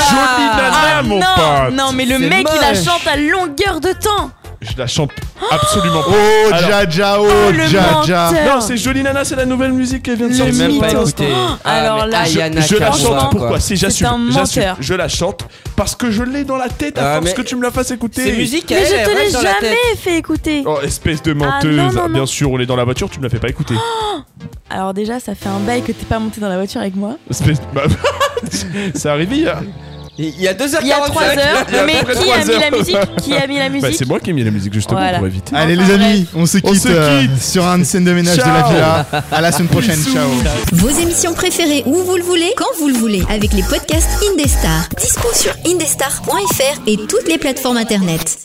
C: Nana,
E: ah,
C: mon
E: non,
C: pote.
E: Non, mais le
D: C'est
E: mec il la
D: moche.
E: chante à longueur de temps.
C: Je la chante absolument pas.
B: Oh,
C: Alors-
B: Dja Dja, oh,
E: Oh, le
B: Dja Dja.
E: menteur.
C: Non, c'est Jolie Nana, c'est la nouvelle musique qui vient de
E: Le
C: sortir.
D: J'ai même pas
E: mytho.
D: écouté.
E: Oh,
D: Ah,
E: alors
D: mais
E: là,
D: Ayana
C: Je la
D: Kamura,
C: chante.
D: quoi.
C: Pourquoi Si j'assume,
E: un
C: j'assume.
E: menteur.
C: Je la chante parce que je l'ai dans la tête
D: Ah,
C: à force
D: mais-
C: que tu me la fasses écouter.
D: C'est musique,
E: Mais
D: elle,
E: je
D: elle
E: te l'ai
D: reste dans la tête.
E: jamais fait écouter.
C: Oh, espèce de
E: Ah,
C: menteuse.
E: non, non, non.
C: Bien sûr, on est dans la voiture, tu me la fais pas écouter.
E: Alors déjà, ça fait un bail que t'es pas monté dans la voiture avec moi.
C: Espèce de- bah, c'est arrivé hier.
D: Il y a 2h45.
E: Il y a 3 heures,
C: Il y a
E: mais
C: à peu près
E: qui a
C: trois
E: mis la
C: heures.
E: musique Qui a mis la musique
C: Bah, c'est moi qui ai mis la musique justement
E: Voilà.
C: pour éviter.
B: Allez
E: Enfin,
B: les amis, on se quitte,
C: On se
B: euh,
C: quitte.
B: sur un scène de ménage de la
C: Ciao.
B: villa. À la semaine prochaine, ciao.
G: Vos émissions préférées où vous le voulez, quand vous le voulez, avec les podcasts Indestar. Dispo sur indestar.fr et toutes les plateformes internet.